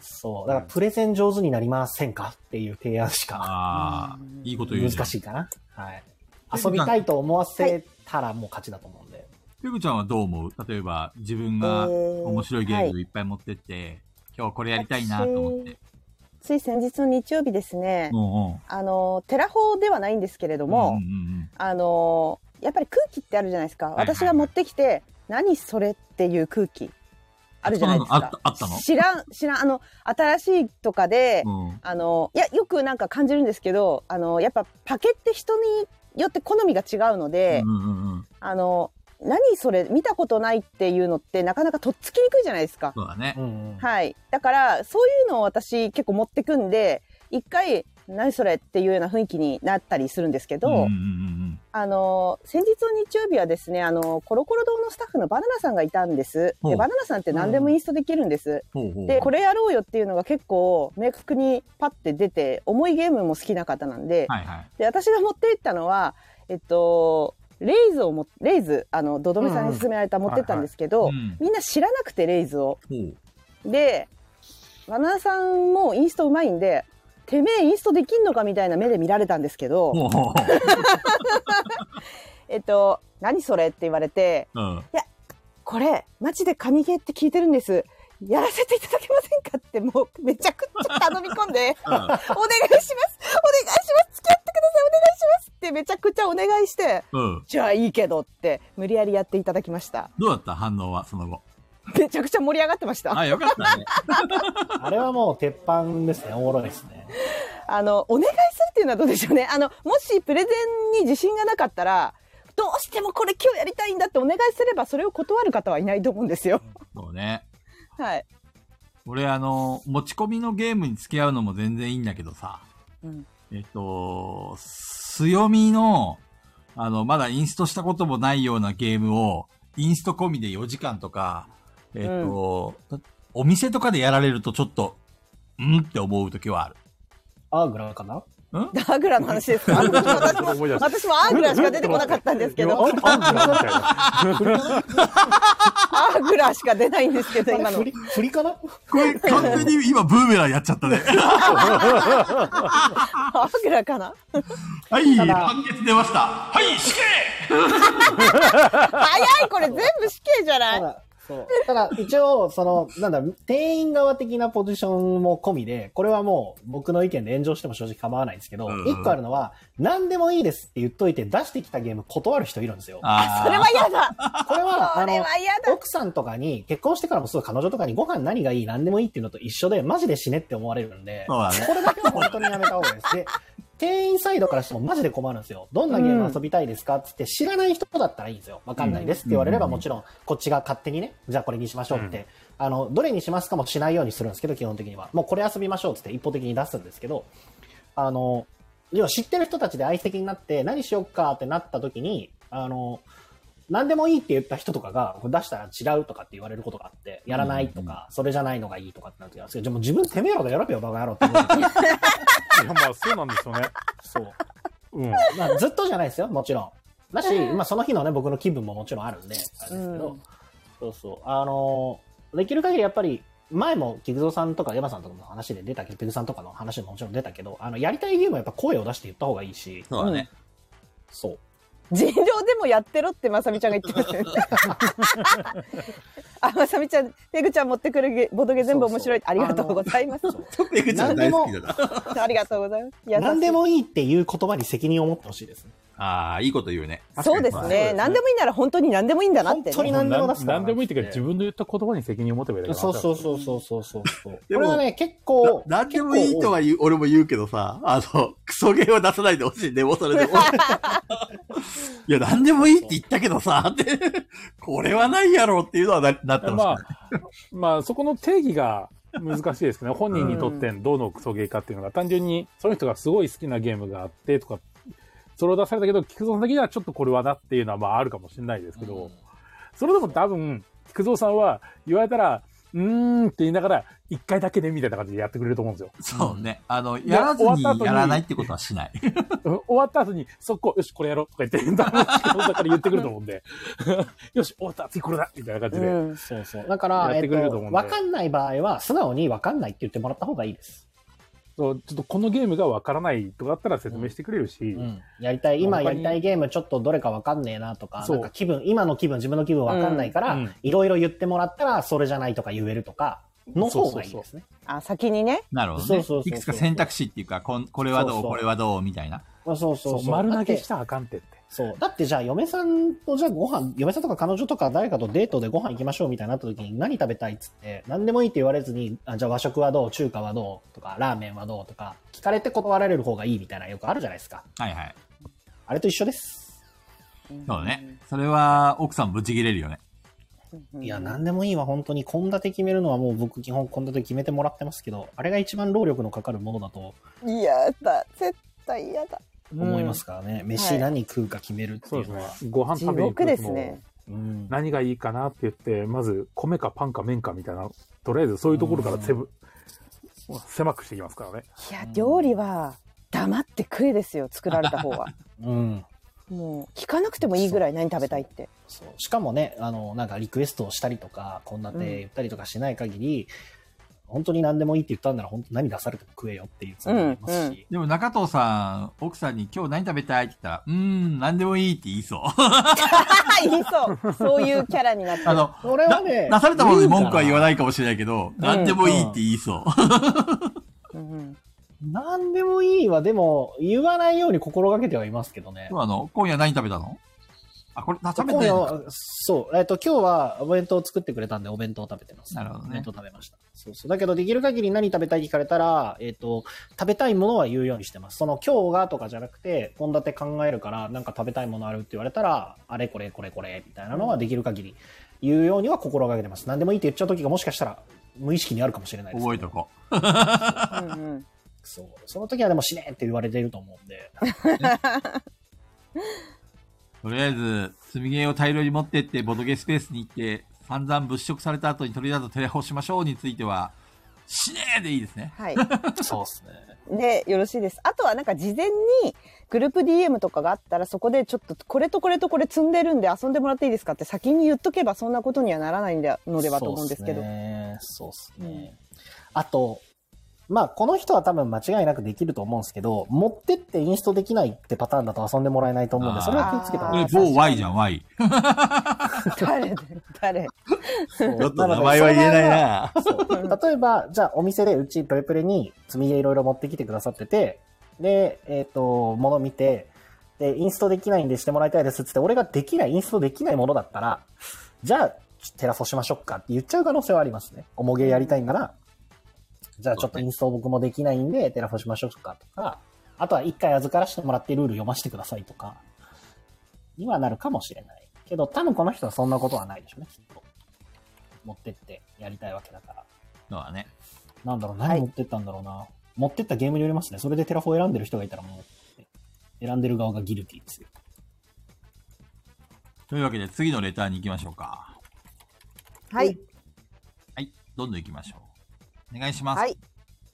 そう。だからプレゼン上手になりませんかっていう提案しかああ、いいこと言うね。難しいかな。はい。遊びたいと思わせたらもう勝ちだと思うんで。ペグちゃんはどう思う例えば、自分がえー面白いゲームをいっぱい持ってって、今日これやりたいなと思って。つい先日の日曜日ですね。もあの、テラフォではないんですけれどうん、も、うんうんあのーやっぱり空気ってあるじゃないですか。いはいはい私が持ってきて、何それっていう空気。あるじゃないですか。あったあったの知らん、知らん、あの、新しいとかで、うんうん。あの、いや、よくなんか感じるんですけど、あの、やっぱパケって人によって好みが違うので、うんうんうん。あの、何それ見たことないっていうのってなかなかとっつきにくいじゃないですか。そうだねう。んうん。はい。だから、そういうのを私結構持ってくんで、一回、何それっていうような雰囲気になったりするんですけど、うんうんうんうん。あの先日の日曜日はですねあのコロコロ堂のスタッフのバナナさんがいたんですほうでバナナさんって何でもインストできるんです、ほうほう。でこれやろうよっていうのが結構明確にパッて出て重いゲームも好きな方なんで,、はいはい。で私が持っていったのはえっとレイズをもレイズあのドドメさんに勧められた持ってったんですけど、うんみんな知らなくてレイズをほう。でバナナさんもインストうまいんでてめえインストできんのかみたいな目で見られたんですけど、ほうほうほえっと、何それって言われて、う。うん。これ、マジで神ゲーって聞いてるんです。やらせていただけませんかって、もう、めちゃくちゃ頼み込んで、お願いしますお願いします付き合ってくださいお願いしますって、めちゃくちゃお願いして、うん。じゃあいいけどって、無理やりやっていただきました。どうだった反応は、その後。めちゃくちゃ盛り上がってました。あ、よかったね。あれはもう鉄板ですね。おもろいですね。あの、お願いするっていうのはどうでしょうね。あの、もしプレゼンに自信がなかったら、どうしてもこれ今日やりたいんだってお願いすれば、それを断る方はいないと思うんですよ。そうね。はい。俺、あの、持ち込みのゲームに付き合うのも全然いいんだけどさ。うんえっと、強みの、あの、まだインストしたこともないようなゲームを、インスト込みで4時間とか、えっと、お店とかでやられるとちょっと、うんって思う時はあ *laughs* る。アーグラかなアーグラの話ですか *laughs* 私も思い出した私もアーグラしか出てこなかったんですけど、今ああんたみたいなアーグラしか出ないんですけど、今の振。り、振りかなこれ、完全に今、ブーメランやっちゃったね。アーグラかなはい、ただ判決出ました。はい、死刑早いこれ全部死刑じゃなたいだ、そう。ただ、一応、その、なんだ、店員側的なポジションも込みで、これはもう、僕の意見で炎上しても正直構わないんですけど、うん一、個あるのは、何でもいいですって言っといて、出してきたゲーム断る人いるんですよ。こあそれは嫌だれは、そあれのは、嫌だ奥さんとかに、結婚してからもそう、彼女とかにご飯何がいい、何でもいいっていうのと一緒で、マジで死ねって思われるんで、そうだねこれだけは本当にやめた方がいいです。で、店員サイドからしてもマジで困るんですよ。どんなゲーム遊びたいですかっつって、知らない人だったらいいんですよ。わかんないですって言われれば、もちろん、こっちが勝手にね、じゃあこれにしましょうって、あの、どれにしますかもしないようにするんですけど、基本的には。もうこれ遊びましょうっつって一方的に出すんですけど、あの、要は知ってる人たちで相席になって、何しよっかってなった時に、あの、何でもいいって言った人とかが、これ出したら違うとかって言われることがあって、やらないとか、それじゃないのがいいとかってなってきますけど、じゃあもう自分てめえらで選べよ、バカ野郎って思うんですよ *laughs* いやまあそうなんですよねそう。うんまあ、ずっとじゃないですよ、もちろん。だし、まあ、その日のね、僕の気分ももちろんあるんで、あれですけど、うんそうそう。あのーできる限りやっぱり、前も、菊蔵さんとか山さんとかの話で出たけど、ペグさんとかの話ももちろん出たけど、あの、やりたいゲームはやっぱ声を出して言った方がいいし、そうだね。 *laughs* そう。尋常でもやってろってまさみちゃんが言ってます *laughs* よねあ、まさみちゃん、ペグちゃん持ってくるゲボドゲ全部面白い。そうそうありがとうございます。そうペグちゃん大好きだな。ありがとうございます。優しい何でもいいっていう言葉に責任を持ってほしいですね。ああ、いいこと言うね。そうです確かにね。何でもいいなら本当に何でもいいんだなって、ね。本当に何でも出すから何でもいいっていうか自分の言った言葉に責任を持てばいいだけだかそらうそうそうそうそ *laughs* うそうそう。こでれもはね、結構、ななんでもいいとは言う、俺も言うけどさ、あの、クソゲーは出さないでほしいね、もうそれ *laughs* でも。いや、なんでもいいって言ったけどさ、って、これはないやろっていうのはななってままあす、まあそこの定義が難しいです *laughs* けどね本人にとってどうのクソゲーかっていうのが単純にその人がすごい好きなゲームがあってとかそれを出されたけど菊蔵さん的にはちょっとこれはなっていうのはまああるかもしれないですけど、それでも多分菊蔵さんは言われたらうーんって言いながら一回だけでみたいな感じでやってくれると思うんですよ。そうね。あの、ややらず終わった後ににやらないってことはしない。うん終わった後に、速攻、よし、これやろうとか言って、だから言ってくると思うん *laughs* で、よし、終わった、次これだみたいな感じで。うんそうそう。だから、やっえてくっと、れると思うんでわかんない場合は、素直にわかんないって言ってもらった方がいいです。そうちょっとこのゲームがわからないとかあったら説明してくれるし、うん。やりたい、今やりたいゲームちょっとどれかわかんねえなとか、そうなんか気分、今の気分、自分の気分わかんないかうらん、いろいろ言ってもらったら、それじゃないとか言えるとか、の方がいいそうそうですね。あ、先にね。なるほどね。そうそうそうそういくつか選択肢っていうか、こんこれはどそうう、そうこれはどう、みたいな。まあそうそそうそうう。丸投げだしってたらあかんってって。そう。だってじゃあ、嫁さんとじゃあご飯、嫁さんとか彼女とか誰かとデートでご飯行きましょうみたいになった時に何食べたいっつって、何でもいいって言われずに、あじゃあ和食はどう中華はどうとか、ラーメンはどうとか、聞かれて断られる方がいいみたいなよくあるじゃないですか。はいはい。あれと一緒です。そうね。それは、奥さんぶち切れるよね。いや、何でもいいわ、本当に。献立決めるのはもう僕基本献立決めてもらってますけど、あれが一番労力のかかるものだと嫌だ。絶対嫌だ。思いますからね。飯何食うか決めるってそいううですのねは。。ご飯地食べに行獄くで時すもね。うん。何がいいかなって言って、まず米かパンか麺かみたいな、とりあえずそういうところからせぶ狭くしていきますからね。いや、料理は黙って食えですよ。作られた方は。うん。もう、聞かなくてもいいぐらい何食べたいって。そうしかもねあのなんかリクエストをしたりとかこんな手言ったりとかしない限り、本当に何でもいいって言ったんなら、本当何出されても食えよっていうつもりもありますし、うんうんでも中藤さん、奥さんに今日何食べたいって言ったら、うーん、何でもいいって言いそう。 *laughs* 言いそう。そういうキャラになってある。の、それはね、出されたものに文句は言わい。ないかもしれないけど、何でもいいって言いそう。うんうん何でもいいは、でも、言わないように心がけてはいますけどね。今日あの、今夜何食べたのあ、これ、あ食べて今ない夜のかは、そう、えっ、と、今日はお弁当を作ってくれたんで、お弁当を食べてます。なるほどねお弁当食べました。そうそう。だけど、できる限り何食べたいって聞かれたら、えっ、と、食べたいものは言うようにしてます。その、今日がとかじゃなくて、献立考えるから、なんか食べたいものあるって言われたら、あれこれこれこれ、みたいなのはできる限り言うようには心がけてます。何でもいいって言っちゃう時がもしかしたら、無意識にあるかもしれないです、覚えとこうんうんそう。その時はでも死ねって言われていると思う *laughs* んで。う。とりあえず、積みゲーを大量に持ってって、ボドゲスペースに行って、散々物色された後にとりあえずテレホしましょうについては、死ねーでいいですね。はい。そうですね。で、よろしいです。あとはなんか事前にグループ DM とかがあったらそこでちょっとこれとこれとこれ積んでるんで遊んでもらっていいですかって先に言っとけばそんなことにはならないんだのではと思うんですけど。そうっすね。そうっすねあと、まあ、この人は多分間違いなくできると思うんですけど、持ってってインストできないってパターンだと遊んでもらえないと思うんで、それは気をつけたあこ方がいれ、い。某 Y じゃん、Y。誰だよ誰そ *laughs* うちょっとなの名で前は言えないな。そう例えば、じゃあお店でうちプレプレに積み毛いろいろ持ってきてくださってて、で、えっ、と、もの見て、で、インストできないんでしてもらいたいですっつって、俺ができない、インストできないものだったら、じゃあ、テラソしましょうかって言っちゃう可能性はありますね。おもげやりたいんなら、じゃあちょっとインスト僕もできないんで、テラフォしましょうかとか、あとは一回預からしてもらってルール読ませてくださいとか、にはなるかもしれない。けど、多分この人はそんなことはないでしょうね、きっと。持ってってやりたいわけだから。そうだね。なんだろう、は何い持ってったんだろうな。持ってったゲームによりますね。それでテラフォ選んでる人がいたらもう、選んでる側がギルティですよ。というわけで、次のレターに行きましょうか。はい。はい。どんどん行きましょう。お願いします。はい。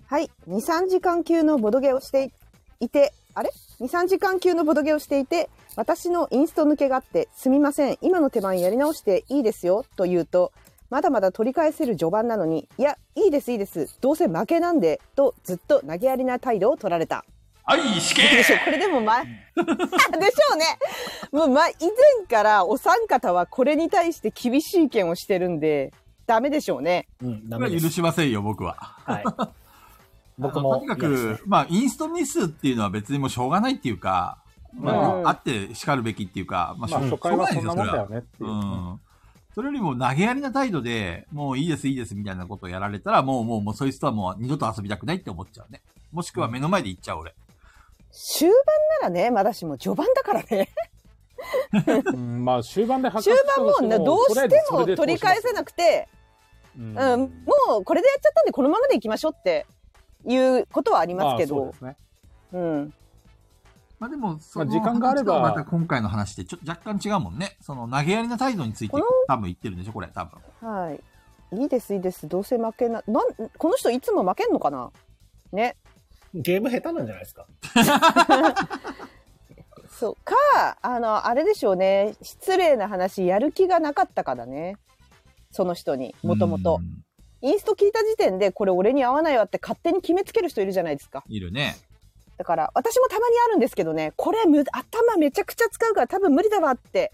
はい。2、3時間級のボドゲをしていて、あれ ?2、3時間級のボドゲをしていて、私のインスト抜けがあって、すみません、今の手番やり直していいですよ、と言うと、まだまだ取り返せる序盤なのに、いや、いいです、いいです、どうせ負けなんで、とずっと投げやりな態度を取られた。はい、死で刑しょ、これでも前、 *laughs* でしょうね。もう前、以前からお三方はこれに対して厳しい意見をしてるんで、ダメでしょうね。うん、ダこれメはで許す。しませんよ、僕は。はい。 *laughs* 僕あのもとに嫌かですね、く、まあ、インストミスっていうのは別にもうしょうがないっていうか、まあ、うんあって叱るべきっていうか、まあ、しまょあ、う初しょ回うがはないでそすよ、そんなもんれだよは。ねっていうう。ん。それよりも投げやりな態度で、もういいです、いいですみたいなことをやられたら、もう、もう、もう、そういう人はもう二度と遊びたくないって思っちゃうね。もしくは目の前で行っちゃう、俺。終盤ならね、まだしも序盤だからね。うんまあ、終盤で破終盤もうなどうしても取り返せなくくて、ううんん、もうこれでやっちゃったんでこのままでいきましょうっていうことはありますけまあそうどで、すね。うん、まあでも、そまあ時間があればまた今回の話ってちょっと若干違うもんね。その投げやりな態度についてこの多分言ってるんでしょ、これ、多分。はい。いいですいいです。どうせ負けな、なんこの人いつも負けんのかな。ね、ゲーム下手なんじゃないですか。そうか、あのあれでしょうね。失礼な話、やる気がなかったかだね。その人にもともとうん。インスト聞いた時点でこれ俺に合わないわって勝手に決めつける人いるじゃないですか。いるね。だから私もたまにあるんですけどねこれむ頭めちゃくちゃ使うから多分無理だわって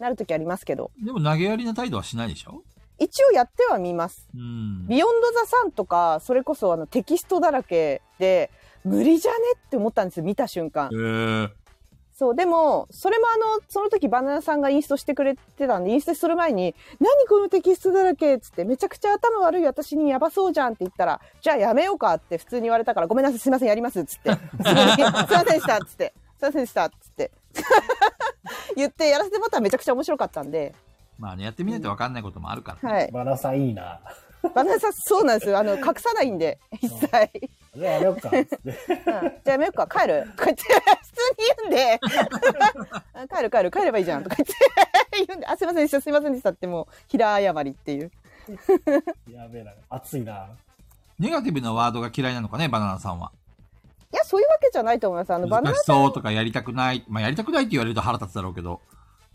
なる時ありますけどでも投げやりな態度はしないでしょ一応やってはみますうん「ビヨンド・ザ・サン」とかそれこそあのテキストだらけで無理じゃねって思ったんですよ見た瞬間えーそうでもそれもあのその時バナナさんがインストしてくれてたんでインストする前に「何このテキストだらけ」っつって「めちゃくちゃ頭悪い私にやばそうじゃん」って言ったら「じゃあやめようか」って普通に言われたから「ごめんなさいすいませんやります」っつって「すいませんすいませんでした」っつって「すいませんでした」っつって言ってやらせてもらったらめちゃくちゃ面白かったんで、まあね、やってみないと分かんないこともあるからね、はい、バナさんいいな。バナナさんそうなんですよあの隠さないんで一切、じゃあやめよ *laughs* うか。つってうん、じゃあやめようか帰るこうやって普通に言うんで *laughs* 帰る帰る帰ればいいじゃんとか言って *laughs* 言うんであすいませんでしたすいませんでしたってもう平謝りっていうやべえな。熱いな。ネガティブなワードが嫌いなのかね、バナナさんは。いやそういうわけじゃないと思いますあのバナ難ナしそうとかやりたくない。まあやりたくないって言われると腹立つだろうけど。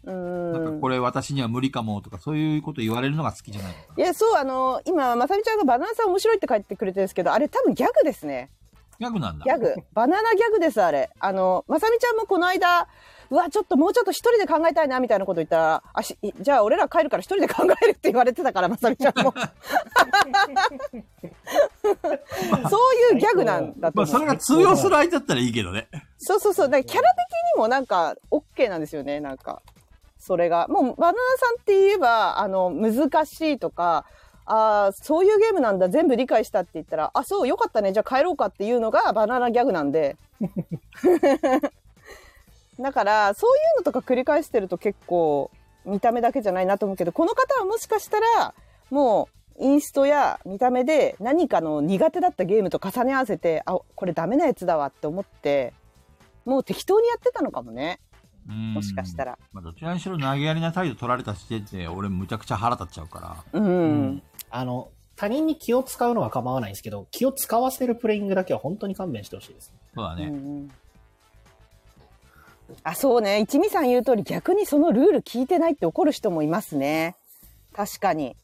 うなんかん。これ私には無理かもとか、そういうこと言われるのが好きじゃないのか。いや、そう、あの、今、まさみちゃんがバナナさん面白いって書いてくれてるんですけど、あれ多分ギャグですね。ギャグなんだ。ギャグ。バナナギャグです、あれ。あの、まさみちゃんもこの間、うわ、ちょっともうちょっと一人で考えたいな、みたいなこと言ったら、あし、いじゃあ俺ら帰るから一人で考えるって言われてたから、まさみちゃん *laughs* も。そういうギャグなんだとまあ思。そうれが通用する相手だったらいいけどね。そうそうそう。だからキャラ的にもなんか、OK なんですよね、なんか。それが。もう、バナナさんって言えば、あの、難しいとか、ああ、そういうゲームなんだ、全部理解したって言ったら、あ、そう、よかったね、じゃあ帰ろうかっていうのがバナナギャグなんで。 *laughs* だから、そういうのとか繰り返してると結構、見た目だけじゃないなと思うけど、この方はもしかしたら、もう、インストや見た目で何かの苦手だったゲームと重ね合わせて、あ、これダメなやつだわって思って、もう適当にやってたのかもね。ももしかした。ら。まあ、どちらにしろ投げやりな態度取られた時点で、俺むちゃくちゃ腹立っちゃうから。うん。うんあの、他人に気を使うのは構わないんですけど、気を使わせるプレイングだけは本当に勘弁してほしいです。そうだうんうね。んあ、そうね。一味さん言う通り逆にそのルール聞いてないって怒る人もいますね。確かに。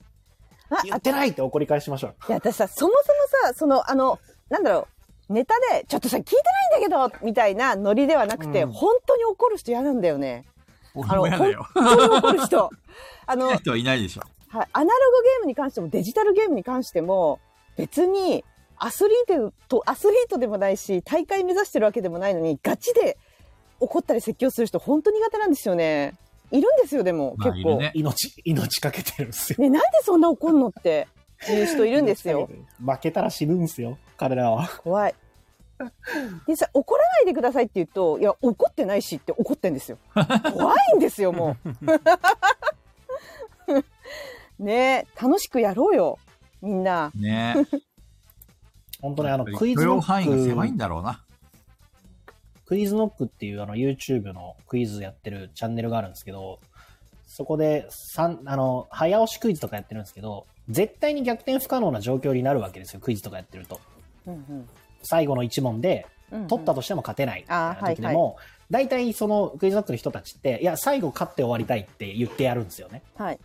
あ、言あっと、ていないって怒り返しましょう。や、私さ、そもそもさ、その、あの、なんだろう。ネタで、ちょっとさ、聞いてないんだけどみたいなノリではなくて、うん本当に怒る人嫌なんだよね。俺も嫌だよ。本当に怒る人。あの、 *laughs* 人はいないでしょ。はい、アナログゲームに関してもデジタルゲームに関しても別にアスリートとアスリートでもないし大会目指してるわけでもないのにガチで怒ったり説教する人本当苦手なんですよねいるんですよでもまあ、結い構、るね。 *laughs* 命、命かけてるんですよ。ねなんでそんな怒んのっていう *laughs* 人いるんですよ負けたら死ぬんですよ、彼らは。怖いでさ怒らないでくださいって言うといや怒ってないしって怒ってんですよ怖いんですよも *laughs* うねえ楽しくやろうよみんなね本当にあやの、っぱりクイズ許ノ容範囲がッ狭いクん、だろうな。クイズノックっていうあの YouTube のクイズやってるチャンネルがあるんですけど、そこで三あの、早押しクイズとかやってるんですけど、絶対に逆転不可能な状況になるわけですよ、クイズとかやってると。うん最後の1問で、うん取ったとしても勝てないみたいあーな時でも、大体そのクイズノックの人たちって、いや、最後勝って終わりたいって言ってやるんですよね。はい。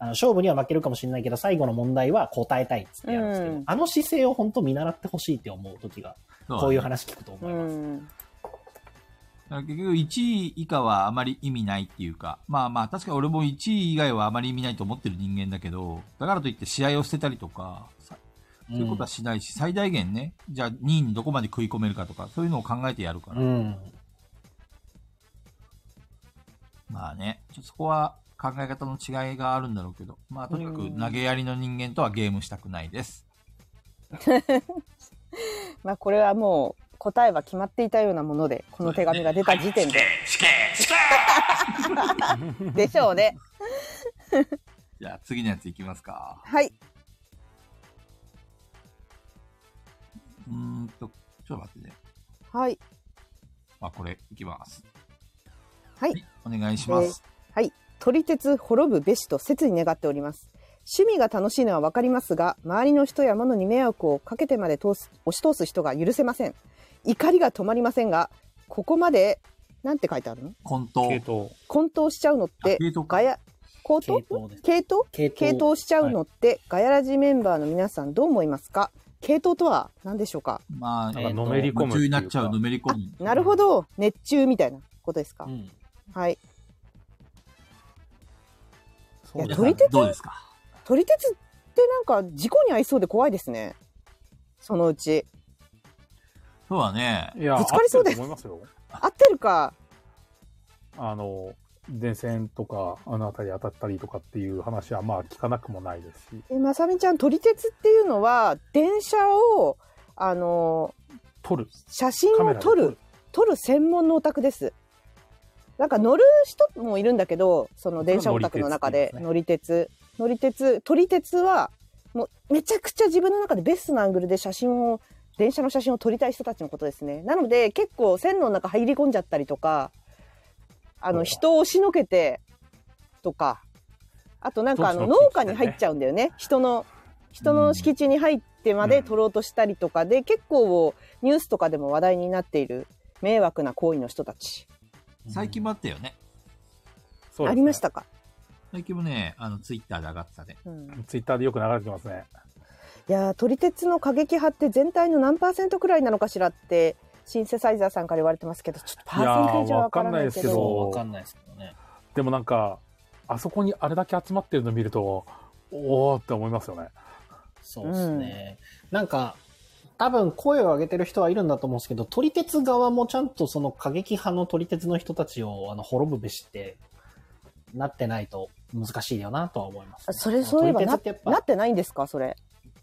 あの勝負には負けるかもしれないけど、最後の問題は答えたいっつってやるんですけど、うんあの姿勢を本当見習ってほしいって思う時が、そだねこういう話聞くと思ういます。ん。だから結局1位以下はあまり意味ないっていうか、まあまあ確かに俺も1位以外はあまり意味ないと思ってる人間だけど、だからといって試合を捨てたりとか、さそういうことはしないし、最大限ね、じゃあ2位にどこまで食い込めるかとか、そういうのを考えてやるから、うん。まあね、ちょっとそこは考え方の違いがあるんだろうけど、まあとにかく投げやりの人間とはゲームしたくないです。まあ、これはもう答えは決まっていたようなもので、この手紙が出た時点で。でしょうね。じゃあ次のやついきますか。はい。うーんと、ちょっと待ってね。はい。まあこれいきます。はいお願いします。撮り鉄滅ぶべしと切に願っております。趣味が楽しいのはわかりますが、周りの人や物に迷惑をかけてまで通す押し通す人が許せません。怒りが止まりませんが、ここまで、なんて書いてあるの混沌。系統。混沌しちゃうのってあ、系統かガヤ、コート系統です系統系系統しちゃうのって、ガヤラジメンバーの皆さんどう思いますか系統とは何でしょうかまあ、えなんかーのめり込む夢っ中にていうなか。っちゃう、のめり込む。なるほど熱中みたいなことですか、うんはいそういやです取り手どうですか撮り鉄ってなんか事故に遭いそうで怖いですねそのうちそうだね。いや、ぶつかりそうです合ってると思いますよ。合ってるかあの、電線とか、あの辺り当たったりとかっていう話は、まあ、聞かなくもないですし、えまさみちゃん撮り鉄っていうのは電車をあの撮る。写真カメをラで撮る。撮る専門のお宅ですなんか乗る人もいるんだけどその電車オタクの中で乗乗り鉄乗り鉄撮り鉄はもうめちゃくちゃ自分の中でベストなアングルで写真を電車の写真を撮りたい人たちのことですねなので結構線路の中入り込んじゃったりとかあそうのだ人を押しのけてとかあとなんかあどのっちの農地域家に入っちゃうんだよね人の人うのん敷地に入ってまうでん撮ろうとしたりとかで、結構ニュースとかでも話題になっている迷惑な行為の人たち最近もあったよね。そうですねありましたか、最近もね、あの、ツイッターで上がってたね。うん、ツイッターでよく流れてきますね。いやー撮り鉄の過激派って全体の何パーセントくらいなのかしらってシンセサイザーさんから言われてますけどちょっとパーセンテージは分からないけいやーどそう、わかんないですけどね。でもなんか、あそこにあれだけ集まってるの見ると、おーって思いますよね。そうですね。なんか、多分声を上げてる人はいるんだと思うんですけど、撮り鉄側もちゃんとその過激派の撮り鉄の人たちをあの滅ぶべしってなってないと難しいよなとは思います、ね。それそういえば撮りな鉄ってやっぱなってないんですかそれ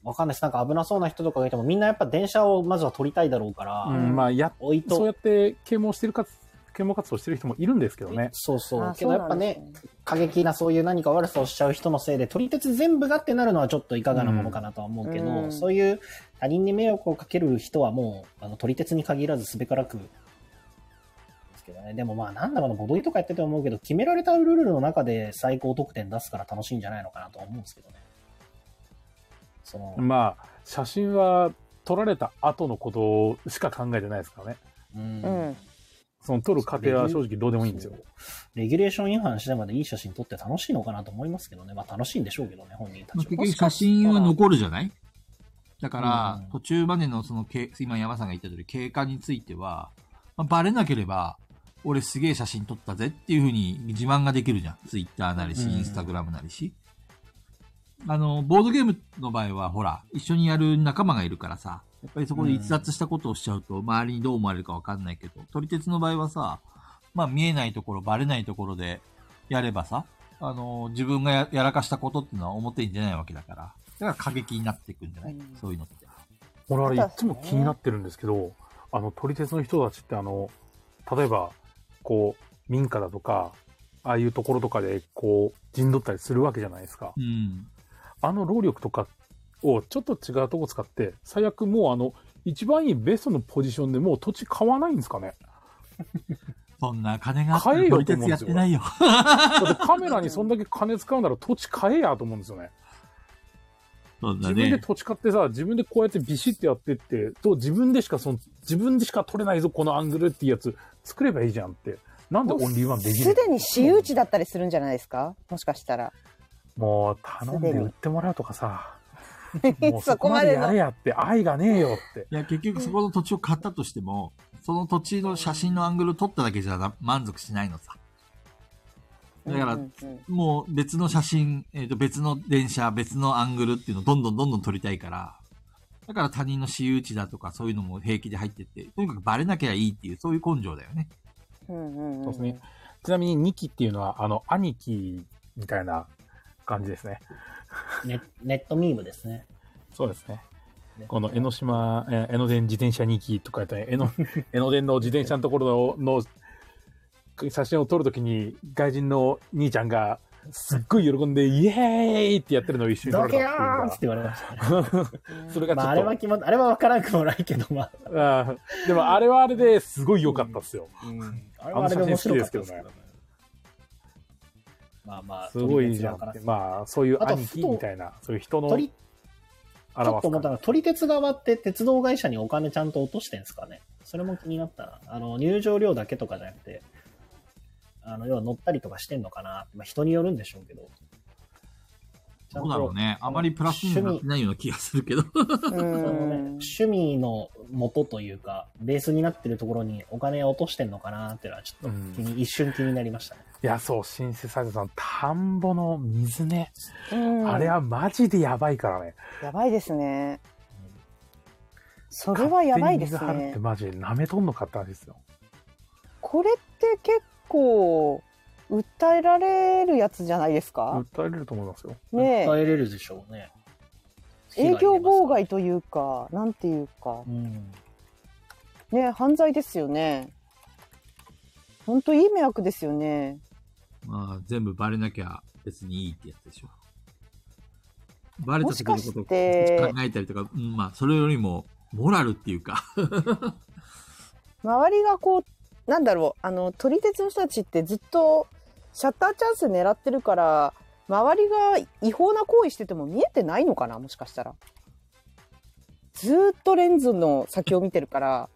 わかんないです。なんか危なそうな人とかがいても、みんなやっぱ電車をまずは撮りたいだろうから、うん、まあ、や、置いとそうやって啓蒙してるか、啓蒙活動してる人もいるんですけどね。そうそあう。けどやっぱね、過激なそういう何か悪さをしちゃう人のせいで、取り鉄全部がってなるのはちょっといかがなものかなとは思うけど、うんそういう他人に迷惑をかける人はもう、あの、取り鉄に限らずすべからく、ですけどね。でもまあなんだろうな、ボドイとかやってて思うけど、決められたルールの中で最高得点出すから楽しいんじゃないのかなとは思うんですけどね。その、まあ、写真は撮られた後のことしか考えてないですからね。うんうん、うんその撮る過程は正直どうでもいいんですよ。レギュレーション違反してまでいい写真撮って楽しいのかなと思いますけどね。まあ楽しいんでしょうけどね、本人たまちあも。結局写真は残るじゃないだから、うん途中までのそのけ、今山さんが言った通り経過については、まあ、バレなければ、俺すげえ写真撮ったぜっていうふうに自慢ができるじゃん。ツイッターなりし、うんインスタグラムなりし。あの、ボードゲームの場合は、ほら、一緒にやる仲間がいるからさ、やっぱりそこで逸脱したことをしちゃうと、周りにどう思われるかわかんないけど、撮り鉄の場合はさ、まあ見えないところ、バレないところでやればさ、あの、自分がややらかしたことっていうのは表に出ないわけだから、だから過激になっていくんじゃない、うんそういうのって。俺、あれ、いそうですつも気になってるんですけど、あの、撮り鉄の人たちって、あの、例えば、こう、民家だとか、ああいうところとかで、こう、陣取ったりするわけじゃないですかう。ん。あの労力とかをちょっと違うとこ使って、最悪もうあの、一番いいベストのポジションでもう土地買わないんですかね。そんな金があった買えらよ取りって思鉄うんでやっすよてないよ。だってカメラにそんだけ金使うんなら土地買えやと思うんですよね。そうだ自分でね。土地買ってさ、自分でこうやってビシッてやってって、と自分でしかその、自分でしか撮れないぞ、このアングルっていうやつ、作ればいいじゃんって。なんでオンリーワンできるすでに私有地だったりするんじゃないですかもしかしたらもう、頼んで売ってもらうとかさ、もうそそここままででやのれやって、愛がねえよって。いや、結局そこの土地を買ったとしても、その土地の写真のアングルを撮っただけじゃな満足しないのさ。だからうんうんうんもう別の写真、えっ、と、別の電車、別のアングルっていうのをどんどんどんどん撮りたいから、だから他人の私有地だとかそういうのも平気で入ってって、とにかくバレなきゃいいっていう、そういう根性だよね。うんうんうそんうですねちなみに二期っていうのは、あの、兄貴みたいな感じですね。ネネットミームですね。そうですね。この江ノ島、えー江ノ電自転車2期とかやったら、江ノ、江ノ電の自転車のところの、の写真を撮るときに、外人の兄ちゃんが、すっごい喜んで、イエーイってやってるのを一緒に撮どられけよたーっっててい言われ *laughs* ましたね。うのがそれがちょまあ、あっれと、は気持ち、あれは分からんくもないけど、まあ。あーでもあれはあれですごい良かったっすよ。あれははあれあれでで面面白白かかっっでたたですすけけどどね。まあまあ、すごいじゃん撮り鉄側からって。まあ、そういう兄貴みたいな、そういう人の鳥、ち表ょっと思ったすのは、撮り鉄側って鉄道会社にお金ちゃんと落としてんすかね。それも気になったな。あの、入場料だけとかじゃなくて、あの、要は乗ったりとかしてんのかな。まあ、人によるんでしょうけど。ちゃんそうとだろうね。あまりプラスになってないような気がするけ *laughs* ど。そのねうん趣味の元というか、ベースになってるところにお金を落としてんのかなっていうのは、ちょっと気に、一瞬気になりましたね。いや、そう、シンセサイザーさん、田んぼの水ね。うんあれはマジでやばいからね。やばいですねそれはやばいです勝手に水張るっねてマジで舐めとんのかって話ですよ。これって結構訴えられるやつじゃないですか訴えれると思います *laughs* よ。ね訴えれるでしょうね。え営業妨害というかなんていうかうん。ねえ犯罪ですよねほんといい迷惑ですよねまあ、全部バレなきゃ別にいいってやつでしょ。バレたも時しのかことをし考てえたりとか、うん、まあ、それよりも、モラルっていう *laughs* か。周りがこうなんだろうあの撮り鉄の人たちってずっとシャッターチャンス狙ってるから周りが違法な行為してても見えてないのかなもしかしたらずーっとレンズの先を見てるから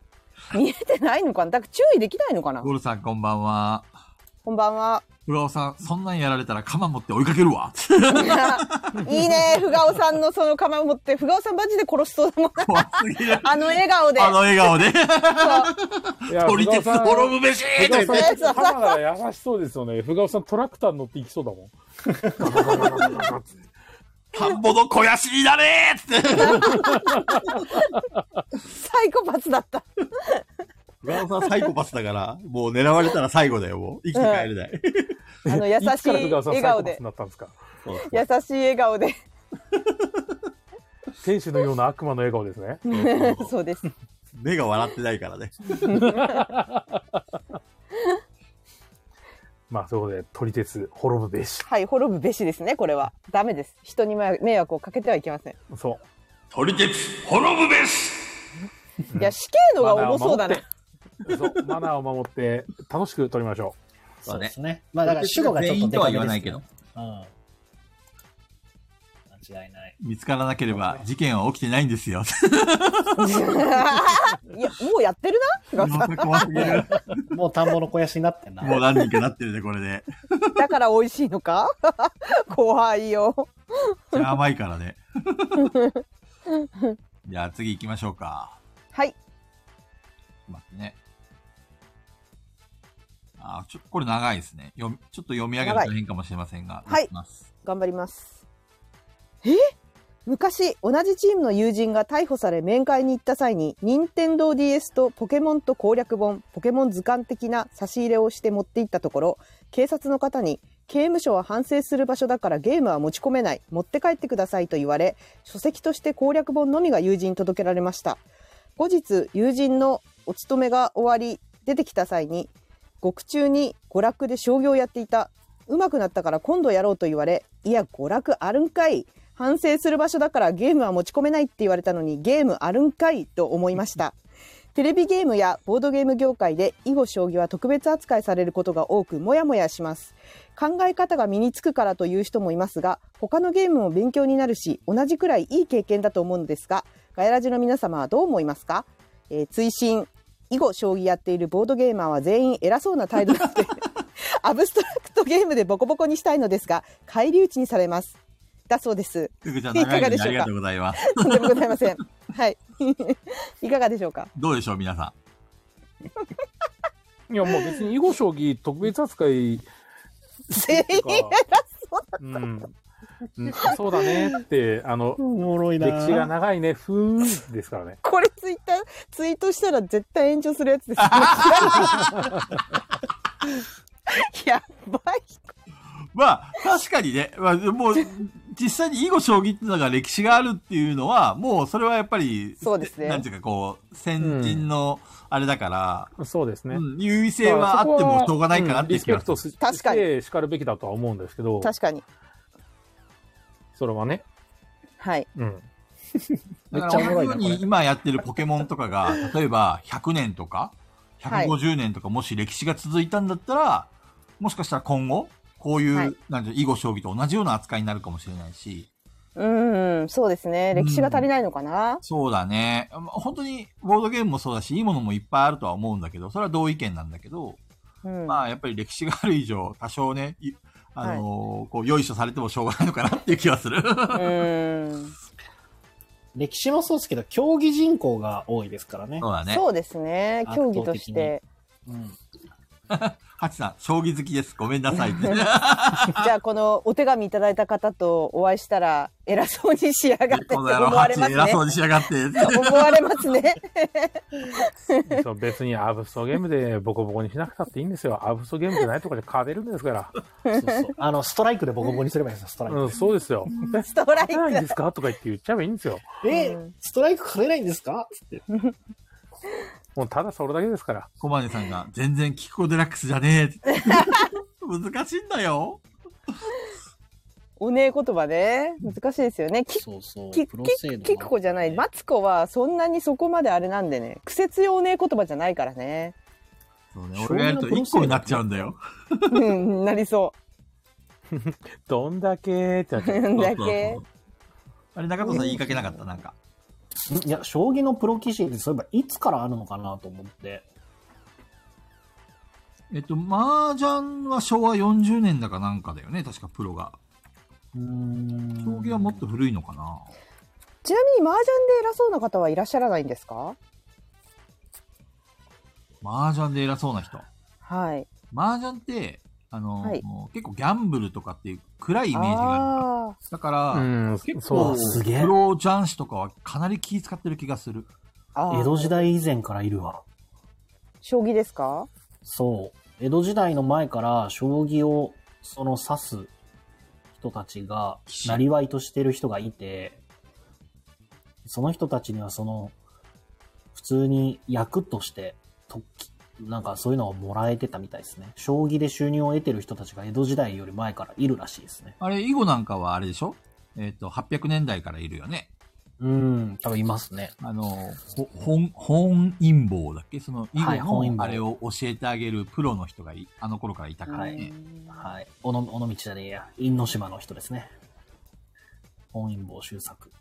見えてないのかなだから注意できないのかなゴールさん、こんばんは。こんばんは *laughs* ふがおさん、そんなんやられたら鎌持って追いかける *laughs* わ。いいね、ふがおさんのその構え持って、ふがおさんマジで殺しそ *laughs* うだもん。怖すぎる。あの笑顔で。あの笑 *laughs* 顔で、いや取り鉄滅ぶべしふとが *laughs* 言っおさて。ん、浜田が優しそうですよね。ふがおさん、トラクターに乗っていきそうだもん。田んぼの肥やしになれーって。サイコパスだった。ふがおさんサイコパスだから、もう狙われたら最後だよ、もう。生きて帰れない。あの優しいいつからふがおさん、サ笑イ顔コパスでに。なったんですか優しい笑顔で。天使のような悪魔の笑顔ですね。 *laughs* そうです。 *laughs* 目が笑ってないからね。まあ、そこで、取り鉄、滅ぶべし。はい、滅ぶべしですね、これは。ダメです。人に迷迷惑をかけてはいけません。そ取り鉄滅ぶべしいや、死刑う。のが重そうだな。そう、マナーを守って、楽しく取りましょそうですね。まあだから主語がちょっと全員とは言わないでけかど。めですねうん。間違いない。見つからなければ事件は起きてないん *laughs* ですよ。 *laughs* いや、もうやってるな *laughs* また怖すぎる。もう田んぼの肥やしになってんな。もう何人かなってるね、これで。だから美味しいのか *laughs* 怖いよ。じゃあ甘いから *laughs* ね。じゃあ次行きましょうか。はちい。ょっと待ってね。あー、ちょ、これ長いですね。読みちょっと読み上げると大変かもしれませんが。長いきます。頑張ります。え昔、同じチームの友人が逮捕され面会に行った際に、任天堂 d s とポケモンと攻略本、ポケモン図鑑的な差し入れをして持って行ったところ、警察の方に、刑務所は反省する場所だからゲームは持ち込めない、持って帰ってくださいと言われ、書籍として攻略本のみが友人に届けられました。後日、友人のお勤めが終わり、出てきた際に、獄中に娯楽で将棋をやっていた、うまくなったから今度やろうと言われ、いや、娯楽あるんかい。反省する場所だからゲームは持ち込めないって言われたのにゲームあるんかいと思いました。テレビゲームやボードゲーム業界で囲碁将棋は特別扱いされることが多くモヤモヤします。考え方が身につくからという人もいますが、他のゲームも勉強になるし、同じくらいいい経験だと思うのですが、ガヤラジの皆様はどう思いますか、えー追伸、囲碁将棋やっているボードゲーマーは全員偉そうな態度でアブストラクトゲームでボコボコにしたいのですが、返り討ちにされます。だそうです。ふぐちゃん長いいかがのでにしあょりうかがとうございます。とんでもございません。はい。 *laughs* いかがでしょうかどうでしょう、皆さう。いや、もう別に囲碁将棋特別扱い、全員偉そうだ。 *laughs* うん。うん、そうだねって、あのお、もろいな。歴史が長いね、ふーんですからね。これツイッター、ツイートしたら絶対炎上するやつ *laughs* です、ね。やばい。ん。まあ、確かにね、まあ、もう、実際に囲碁将棋っていうのが歴史があるっていうのは、もうそれはやっぱり、そうですねなんていうかこう、先人のあれだから、そうですね。うん、優位性はあってもしょうがないかなってリいうス気ペがクするトし確かにて叱るべきだとは思うんですけど、確かに。それはね。はい。うん。だかめっちゃおらもろい同なじように今やってるポケモンとかが、例えば100年とか、150年とか、もし歴史が続いたんだったら、もしかしたら今後、こういう、はいなんていうの囲碁将棋と同じような扱いになるかもしれないし、うんうん、そうですね。歴史が足りないのかな、そうだね。まあ本当に、ボードゲームもそうだし、いいものもいっぱいあるとは思うんだけど、それは同意見なんだけど、うん、まあ、やっぱり歴史がある以上、多少ね、いあのーこう、よいしょされてもしょうがないのかなっていう気は *laughs* する。うん。歴史もそうですけど、競技人口が多いですからね。そうだね。そうですね。競技として。うん。ハチさん、将棋好きです。ごめんな *laughs* さいって。じゃあこのお手紙いただいた方とお会いしたら偉そうにしやがってってこ思の野郎、わハれチますね偉。そうにしやがって。思われますね。そう別にアブストゲームでボコボコにしなくたっていいんですよ。アブストゲームじゃないとこで勝てるんですから。そ *laughs* うそう。あの、ストライクでボコボコにすればいいですよ、ストライク。うん、そうですよ。ス *laughs* トライ勝てないんク。ですかとか言って言っちゃえばいいんですよ。え、ストライク勝てないんですかつって。もうただそれだけですから。コマネさんが、全然キクコデラックスじゃねえ *laughs* って。難しいんだよ。おねえ言葉ね。難しいですよね。きそうそう。ききプロ制度がきくこじゃない。マツコはそんなにそこまであれなんでね。苦節用おねえ言葉じゃないから *laughs* ね。そうねしょ、う俺ががなやいると1個になっちゃうんだよ。うん、なりそどんだけーってなっちゃう。う。だ *laughs* そうそうけそう。あれ、中藤さん言いかけなかった、なんか。いや、将棋のプロ棋士ってそういえばいつからあるのかなと思って。えっと、麻雀は昭和40年だかなんかだよね、確かプロが。うん将棋はもっと古いのかな。ちなみに麻雀で偉そうな方はいらっしゃらないんですか麻雀で偉そうな人。はい。麻雀って、あの、はいもう結構ギャンブルとかっていう暗いイメージがある。ああだから、うん、結そ構、う。すげえプロ雀士とかはかなり気使ってる気がする。あー江戸時代以前からいるわ。将棋ですかそう。江戸時代の前から将棋をその指す人たちが、士なりわいとしてる人がいて、その人たちにはその、普通に役として、となんかそういうのをもらえてたみたいですね。将棋で収入を得てる人たちが江戸時代より前からいるらしいですね。あれ、囲碁なんかはあれでしょえっ、と、800年代からいるよね。うん、多分いますね。あの、ほ本、本陰謀だっけその、囲はい本碁因の坊あれを教えてあげるプロの人がい、あの頃からいたからはね。いうんはい。尾の尾道じゃねえや。因島の人ですね。本因坊周作。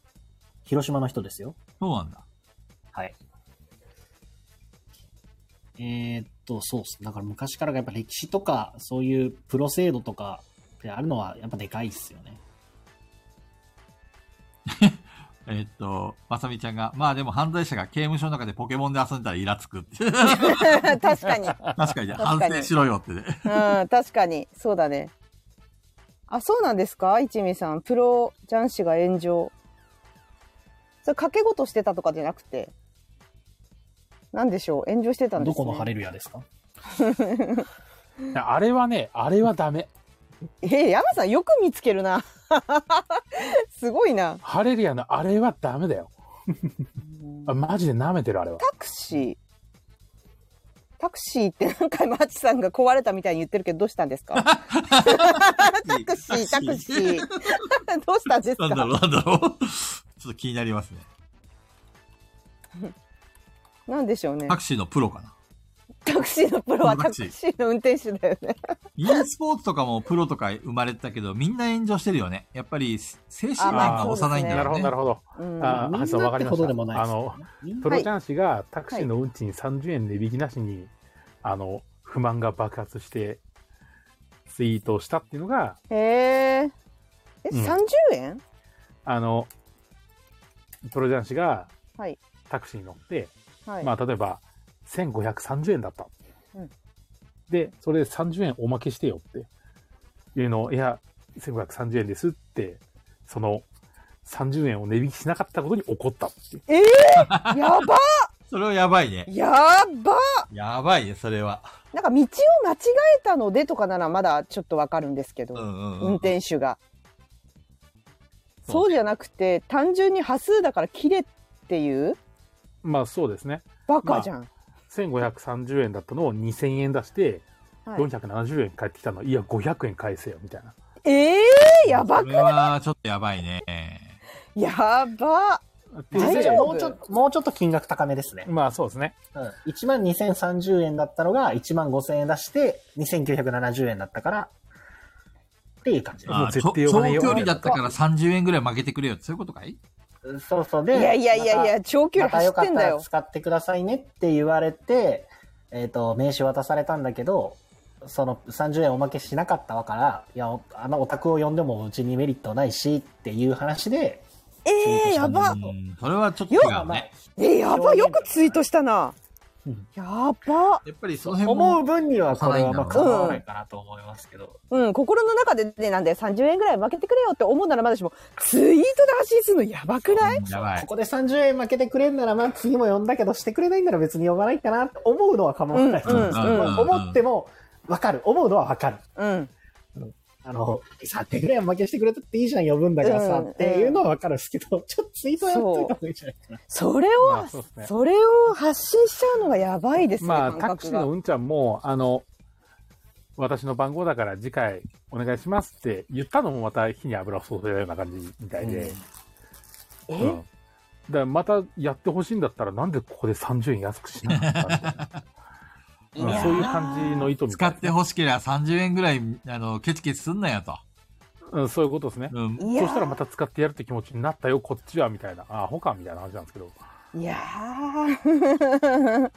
広島の人ですよ。そうなんだ。はい。えーっと、そうっす。だから昔からがやっぱ歴史とか、そういうプロ制度とかってあるのはやっぱでかいっすよね。えっ、と、まさみちゃんが、まあでも犯罪者が刑務所の中でポケモンで遊んでたらイラつくって。 *laughs* 確かに。確かにね、確か反に省しろよってね。うん、確かに。そうだね。あ、そうなんですか一味さん。プロ雀士が炎上。それ、掛け事してたとかじゃなくて。なんでしょう炎上してたんでどす、ね、このハレルヤですかあれはね、あれはダメ。えー、山さん、よく見つけるな。 *laughs* すごいな。ハレルヤのあれはダメだ *laughs* よ。あマジで舐めてる、あれは。タクシー。タクシーって何回マッチさんが壊れたみたいに言ってるけど、どうしたんで *laughs* すかタクシー、タクシー。 *laughs* どうしたんですなんだかろう、なんだろう。ちょっと気になりますね。なんでしょうねタ。クシーのプロかな。タクシーのプロはタタククシシーーの運転手だよね。 e スポーツとかもプロとか生まれてたけど、みんな炎上してるよね。やっぱり、精神面が幼いんだなるよほど、ね。なるほど。うんあーみんなあ、そう、わかりまってほどしでもないた。あですよねの、みんなプロ雀士がタクシーの運賃30円値引きなしに、あの、不満が爆発して、ツイートをしたっていうのが、へえ。え、うん30円あの、プロ雀士がはい。タクシーに乗って、はい。まあ、例えば、1530円だった。うんで、それで30円おまけしてよっていうのを、いや、1530円ですって、その、30円を値引きしなかったことに怒ったっていう。えー、やばそれはやばいね。やばやばいね、それは。なんか道を間違えたのでとかならまだちょっとわかるんですけど、うんうん、うん。運転手が。そうそうじゃなくて、単純に端数だから切れっていうまあ、そうですね。バカじゃん。 1530円だったのを2000円出して、はい、 470円返ってきたの、いや、500円返せよ、みたいな。えー、やばそれはちょっとやばいね。やば大丈夫もうちょっと、もうちょっと金額高めですね。まあ、そうですね。うん。12,030円だったのが12000円出して、2970円だったから、っていう感じであもうち絶ょ対長呼ばねえよ距離だったから30円ぐらい負けてくれよって、そういうことかいす。そうそう。いで、やいやいやいまたや、長距離また走よっかてっんただらよ。使ってくださいねって言われて、えっ、と、名刺渡されたんだけど、その30円おまけしなかったわから、いや、おあのお宅を呼んでもうちにメリットないしっていう話で、えー、やばう、そうんそれはちょっと違うまね。えー、やばよくツイートしたなうん。やばやっぱりそのあ辺も思う分にはこれはま幼あいんだろうな構わないかなと思いますけど、うん、心の中でね、なんだよ、30円ぐらい負けてくれよって思うならまだしも、ツイートで発信するのやばくないやばこい。こで30円負けてくれんならまあ次も呼んだけどしてくれないんなら別に呼ばないかなって思うのは構わないと思うんですけうんうど、んうんうん思ってもわかる。思うのはわかる。うん。あの、さてぐらい負けしてくれたっていいじゃん、呼ぶんだからさ、うんっていうのはわかるんですけど、 *laughs* ちょっとツイートやっといた方がいいんじゃないかな。それまをあ、そうですねそれを発信しちゃうのがやばいですね、まあ、感タクシ覚ーがの。うんちゃんも、あの、私の番号だから次回お願いしますって言ったのもまた火に油を注いだような感じみたいで。えうんだからまたやってほしいんだったらなんでここで30円安くしなかったんだうんそういう感じの意図み使たいっなてほしければ30円ぐらい、あの、ケチケチすんなよと。うん、そういうことですね。うん。いやそしたらまた使ってやるって気持ちになったよ、こっちは、みたいな。あ、ほか、みたいな話なんですけど。いやー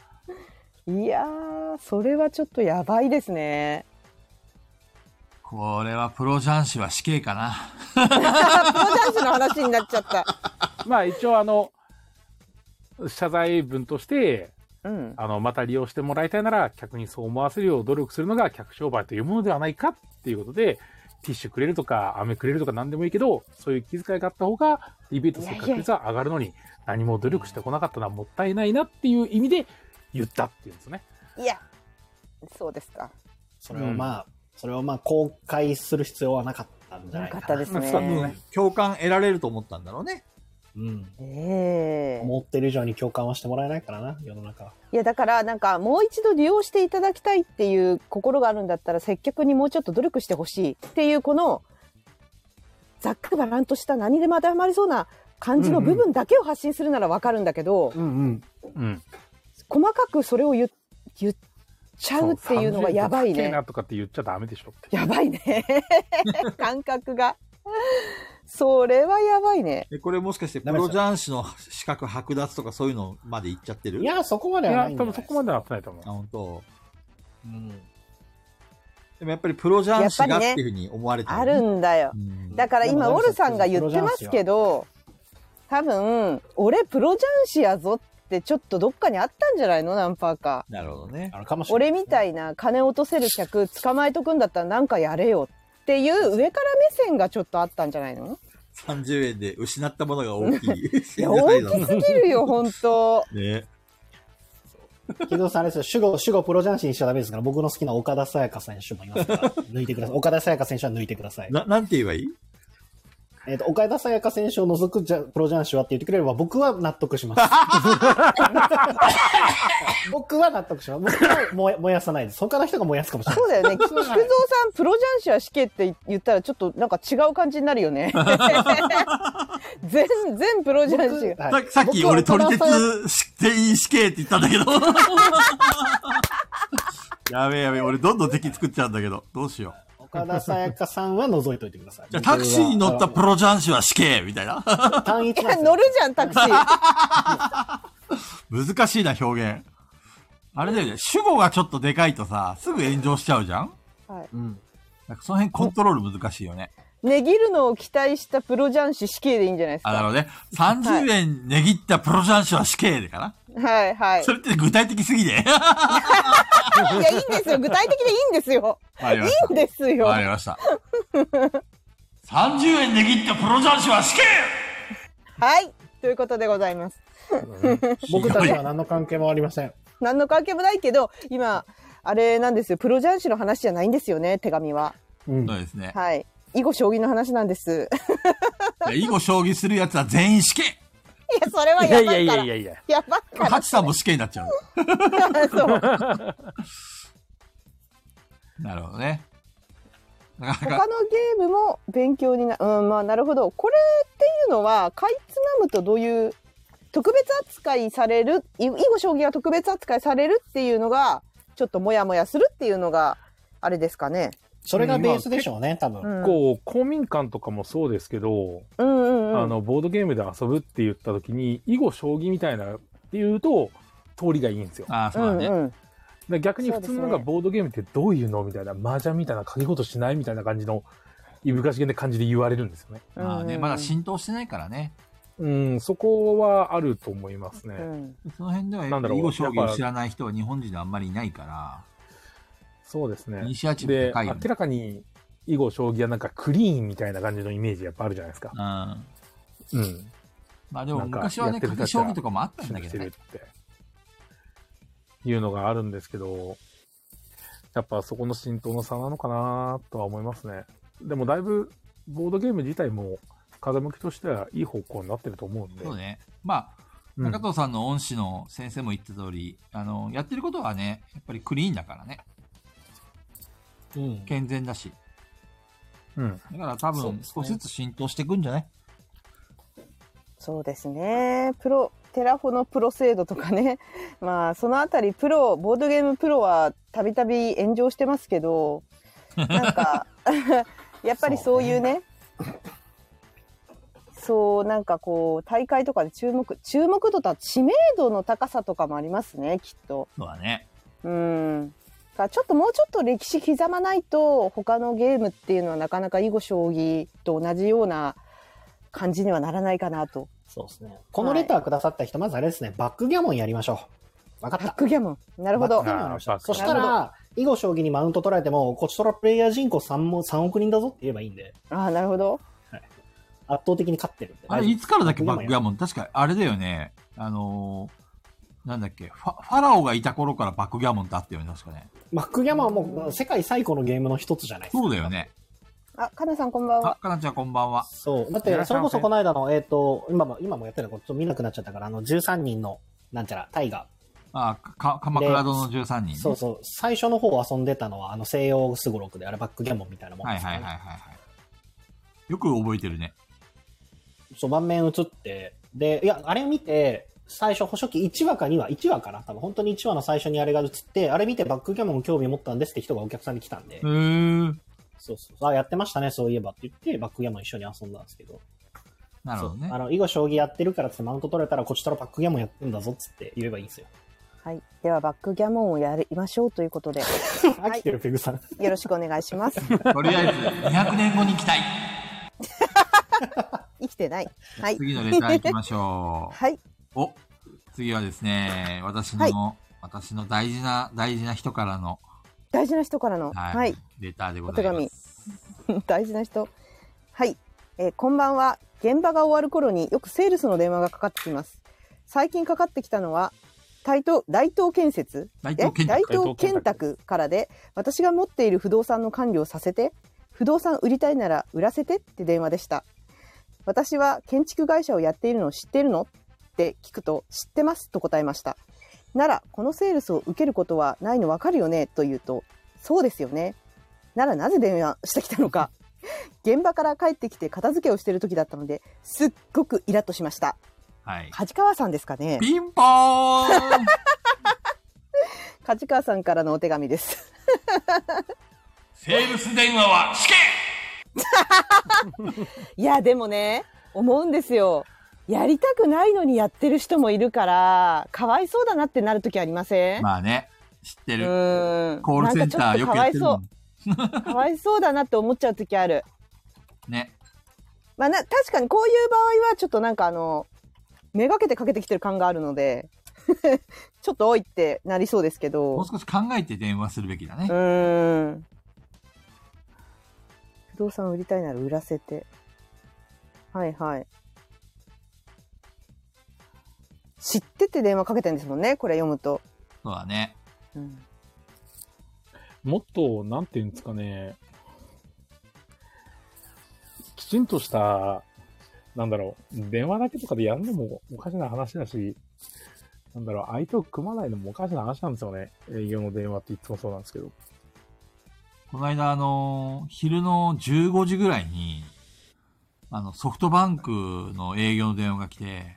*laughs* いやー、それはちょっとやばいですね。 *laughs* これはプロ雀士は死刑かな。あプロ雀士の話になっちゃった。まあ一応あの、謝罪文として、うん。あの、また利用してもらいたいなら、客にそう思わせるよう努力するのが客商売というものではないかっていうことで、ティッシュくれるとか、飴くれるとか何でもいいけど、そういう気遣いがあった方が、リピートする確率は上がるのに、何も努力してこなかったのはもったいないなっていう意味で言ったっていうんですね。いや、そうですか。それをまあ、それをまあ公開する必要はなかったんじゃなないかかな。ったですまあそうだね。ね共感得られると思ったんだろうね。うん。ええ思ってる以上に共感はしてもらえないからな、世の中は。いやだからなんかもう一度利用していただきたいっていう心があるんだったら接客にもうちょっと努力してほしいっていうこのざっくばらんとした何でも当てはまりそうな感じの部分だけを発信するならわかるんだけど、うんうん。うん。細かくそれを言っ言っちゃうっていうのがやばいそう30分高えね。なとかって言っちゃダメでしょって。やばいね。 *laughs* 感覚が。それはやばいね。え、これもしかしてプロ雀士の資格剥奪とかそういうのまで行っちゃってるいや、そこまでいはやない、んじ多ゃな分いそでこまではなってないと思うあ、。本当。うん。でもやっぱりプロ雀士がやっっぱてりねいうふうに思われてあるんだよ。うんだから今、でもオルさんが言ってますけど、多分、俺プロ雀士やぞってちょっとどっかにあったんじゃないの何パーか。なるほどね。あるかもしれない。俺みたいな金落とせる客捕まえとくんだったらなんかやれよっていう上から目線がちょっとあったんじゃないの30円で失ったものが大き *laughs* い。いや、大きすぎるよ、本当ね。木戸さんあれですよ、主語、主語プロ雀士にしちゃダメですから、僕の好きな岡田沙也加選手もいますから、 *laughs* 抜いてください。岡田沙也加選手は抜いてください。な、なんて言えばいいえっ、と、岡田沙也加選手を除くじゃプロ雀士はって言ってくれれば、僕は納得し *laughs* ます。僕は納得します。僕は燃や燃やさないです。他の人が燃やすかもしれないそう *laughs* だよね。菊蔵さん、プロ雀士は死刑って言ったら、ちょっとなんか違う感じになるよ *laughs* ね。全、全プロ雀士僕が。はいささっき僕は俺岡取田り沙也鉄していい死刑って言ったんだ *laughs* けど。やべえやべえ、俺どんどん敵作っちゃうんだけど。どうしよう。岡田沙也加さんは除いといてください。じゃあタクシーに乗ったプロ雀士は死刑みたいな。 *laughs* ロ。単一なん *laughs* ですよ *laughs* 乗るじゃん、タクシ *laughs* ー。難しいな、表現。あれだよね、主語がちょっとでかいとさ、すぐ炎上しちゃうじゃんうん。なんかその辺コントロール難しいよね。値切るのを期待したプロ雀士死刑でいいんじゃないですあ、なるか。ほどね。30円値切ったプロ雀士は死刑でかな。はい、はい。それって具体的すぎね。いや、いいんですよ。具体的でいいんですよ。わかりましたいいんです *laughs* よわ。かりました。30円値切ったプロ雀士は死刑はい。ということでございます。僕たちは何の関係もありません。何の関係もないけど、今、あれなんですよ。プロ雀士の話じゃないんですよね、手紙は。うん。そうですね。はい。囲碁将棋の話なんです。 *laughs* いや囲碁将棋するやつは全員死 *laughs* 刑いや、それはいややいばやいやいからい。やいや。やばいから。勝さんも死刑になっちゃう。 *laughs* そう。なるほどね。なかなか他のゲームも勉強にな、うん、まあなるほど。これっていうのは、かいつまむとどういう、特別扱いされる、い囲碁将棋が特別扱いされるっていうのが、ちょっとモヤモヤするっていうのが、あれですかね。それがベースでしょうね、多分。うん、うんこう、公民館とかもそうですけど、うんうん。あの、ボードゲームで遊ぶって言った時に、囲碁、将棋みたいなって言うと、通りがいいんですよ。だかああ、そうだね。うんうん。ら逆に普通のなんそうかですねボードゲームってどういうのみたいな、麻雀みたいな、掛け事しないみたいな感じの、いぶかしげな感じで言われるんですよね。まあね、まだ浸透してないからね。うん、そこはあると思いますね。うんその辺ではやなっんぱだりろう囲碁将棋を知らない人は日本人であんまりいないかそうですら、イねニ。シアチブで、高いよ明ね。らかに囲碁、将棋はなんかクリーンみたいな感じのイメージやっぱあるじゃないですかうん。。まうん。あでもなんか昔はやね、ってる人掛たけちは将棋とかもあったんだけしてどるね。っていうのがあるんですけど、やっぱそこの浸透の差なのかなとは思いますね。でもだいぶボードゲーム自体も風向きとしてはいい方向になってると思うんで。そうね。まあ、うん中藤さんの恩師の先生も言ってた通り、あの、やってることはね、やっぱりクリーンだからね。うん健全だし。うん。だから多そう分です少ねしずつ浸透していくんじゃないそうですね。プロ、テラフォのプロ制度とかね。 *laughs* まあ、そのあたり、プロ、ボードゲームプロはたびたび炎上してますけど、なんか、 *laughs* やっぱりそういうね、そう、なんかこう、大会とかで注目、注目度と知名度の高さとかもありますね、きっと。そうだね。うん。だからちょっともうちょっと歴史刻まないと他のゲームっていうのはなかなか囲碁将棋と同じような感じにはならないかなと。そうですね。このレターくださった人、まずあれですね、バックギャモンやりましょう。わかっバッた。クギャモン。なるほバッどクギ。ャモンやりましょあうーそしたなるほら、囲碁将棋にマウント取られても、こっちとらプレイヤー人口 3, も3億人だぞって言えばいいんで、ああ、なるほど。圧倒的に勝ってるんで。あれ、いつからだっけ、バックギャモン。確か、あれだよね。あのーなんだっけファ、ファラオがいた頃からバックギャモンってあったよね、確かね。バックギャモンはもう世界最古のゲームの一つじゃないですか。そうだよね。あ、かなさんこんばんあ、は。かなちゃんこんばんは。そう。だって、それこそこの間の、えっ、と、今も、今もやってるの、ちょっと見なくなっちゃったから、あの、13人の、なんちゃら、タイが、あ、か、鎌倉殿の13人、ね。そうそう、最初の方遊んでたのは、あの、西洋すごろくで、あれバックギャモンみたいなもんはいですはいからはいはいはい。よく覚えてるね。そう、盤面映って、で、いや、あれ見て、最初、初期1話か2話、1話かな多分本当に1話の最初にあれが映って、あれ見てバックギャモン興味持ったんですって人がお客さんに来たんへで、ー。そうそう、あ、やってましたね、そういえばって言って、バックギャモン一緒に遊んだんですけど、なるほどねそうあ。の、囲碁将棋やってるからっつってマウント取れたら、こっちとらバックギャモンやってんだぞっつって言えばいいんですよ。はい。では、バックギャモンをやりましょうということで、飽きてるペグさん。よろしくお願い *laughs* します。とりあえず、200年後に期待。生きてない。はい。次のレター行きましょ *laughs* はい。う。お、次はですね、私の、はい私の大事な、大事な人からの、大事な人からの。はい、はい。レターでございます。 *laughs* 大事な人。はい、えーこんばんは。現場が終わる頃によくセールスの電話がかかってきます。最近かかってきたのは、大東、大東建設大え東建大託。東建託からで、私が持っている不動産の管理をさせて、不動産売りたいなら売らせてって電話でした。私は建築会社をやっているのを知ってるのって聞くと、知ってますと答えました。なら、このセールスを受けることはないのわかるよねと言うと、そうですよね。ならなぜ電話してきたのか。現場から帰ってきて片付けをしている時だったので、すっごくイラッとしました。はい。梶川さんですかね。ピンポーン *laughs* 梶川さんからのお手紙です。セールス電話は死刑いや、でもね、思うんですよ。やりたくないのにやってる人もいるから、かわいそうだなってなるときありません、まあね、知ってうる。ーん。コールセンターよくやってるなもんかん。ちょっとかわいそう。かわいそうだなって思っちゃうときある。ね。まあな、確かにこういう場合は、ちょっとなんかあの、めがけてかけてきてる感があるので、 *laughs* ちょっと多いってなりそうですけもう少ど。し考えて電話するべきだねう。ーん。不動産売りたいなら売らせて。はいはい。知ってて電話かけてんですもんね、これ読むと。そうだね。うん、もっと、なんていうんですかね、きちんとした、なんだろう、電話だけとかでやるのもおかしな話だし、なんだろう、相手を組まないのもおかしな話なんですよね。営業の電話っていつもそうなんですけど。この間、あのー昼の15時ぐらいに、あの、ソフトバンクの営業の電話が来て、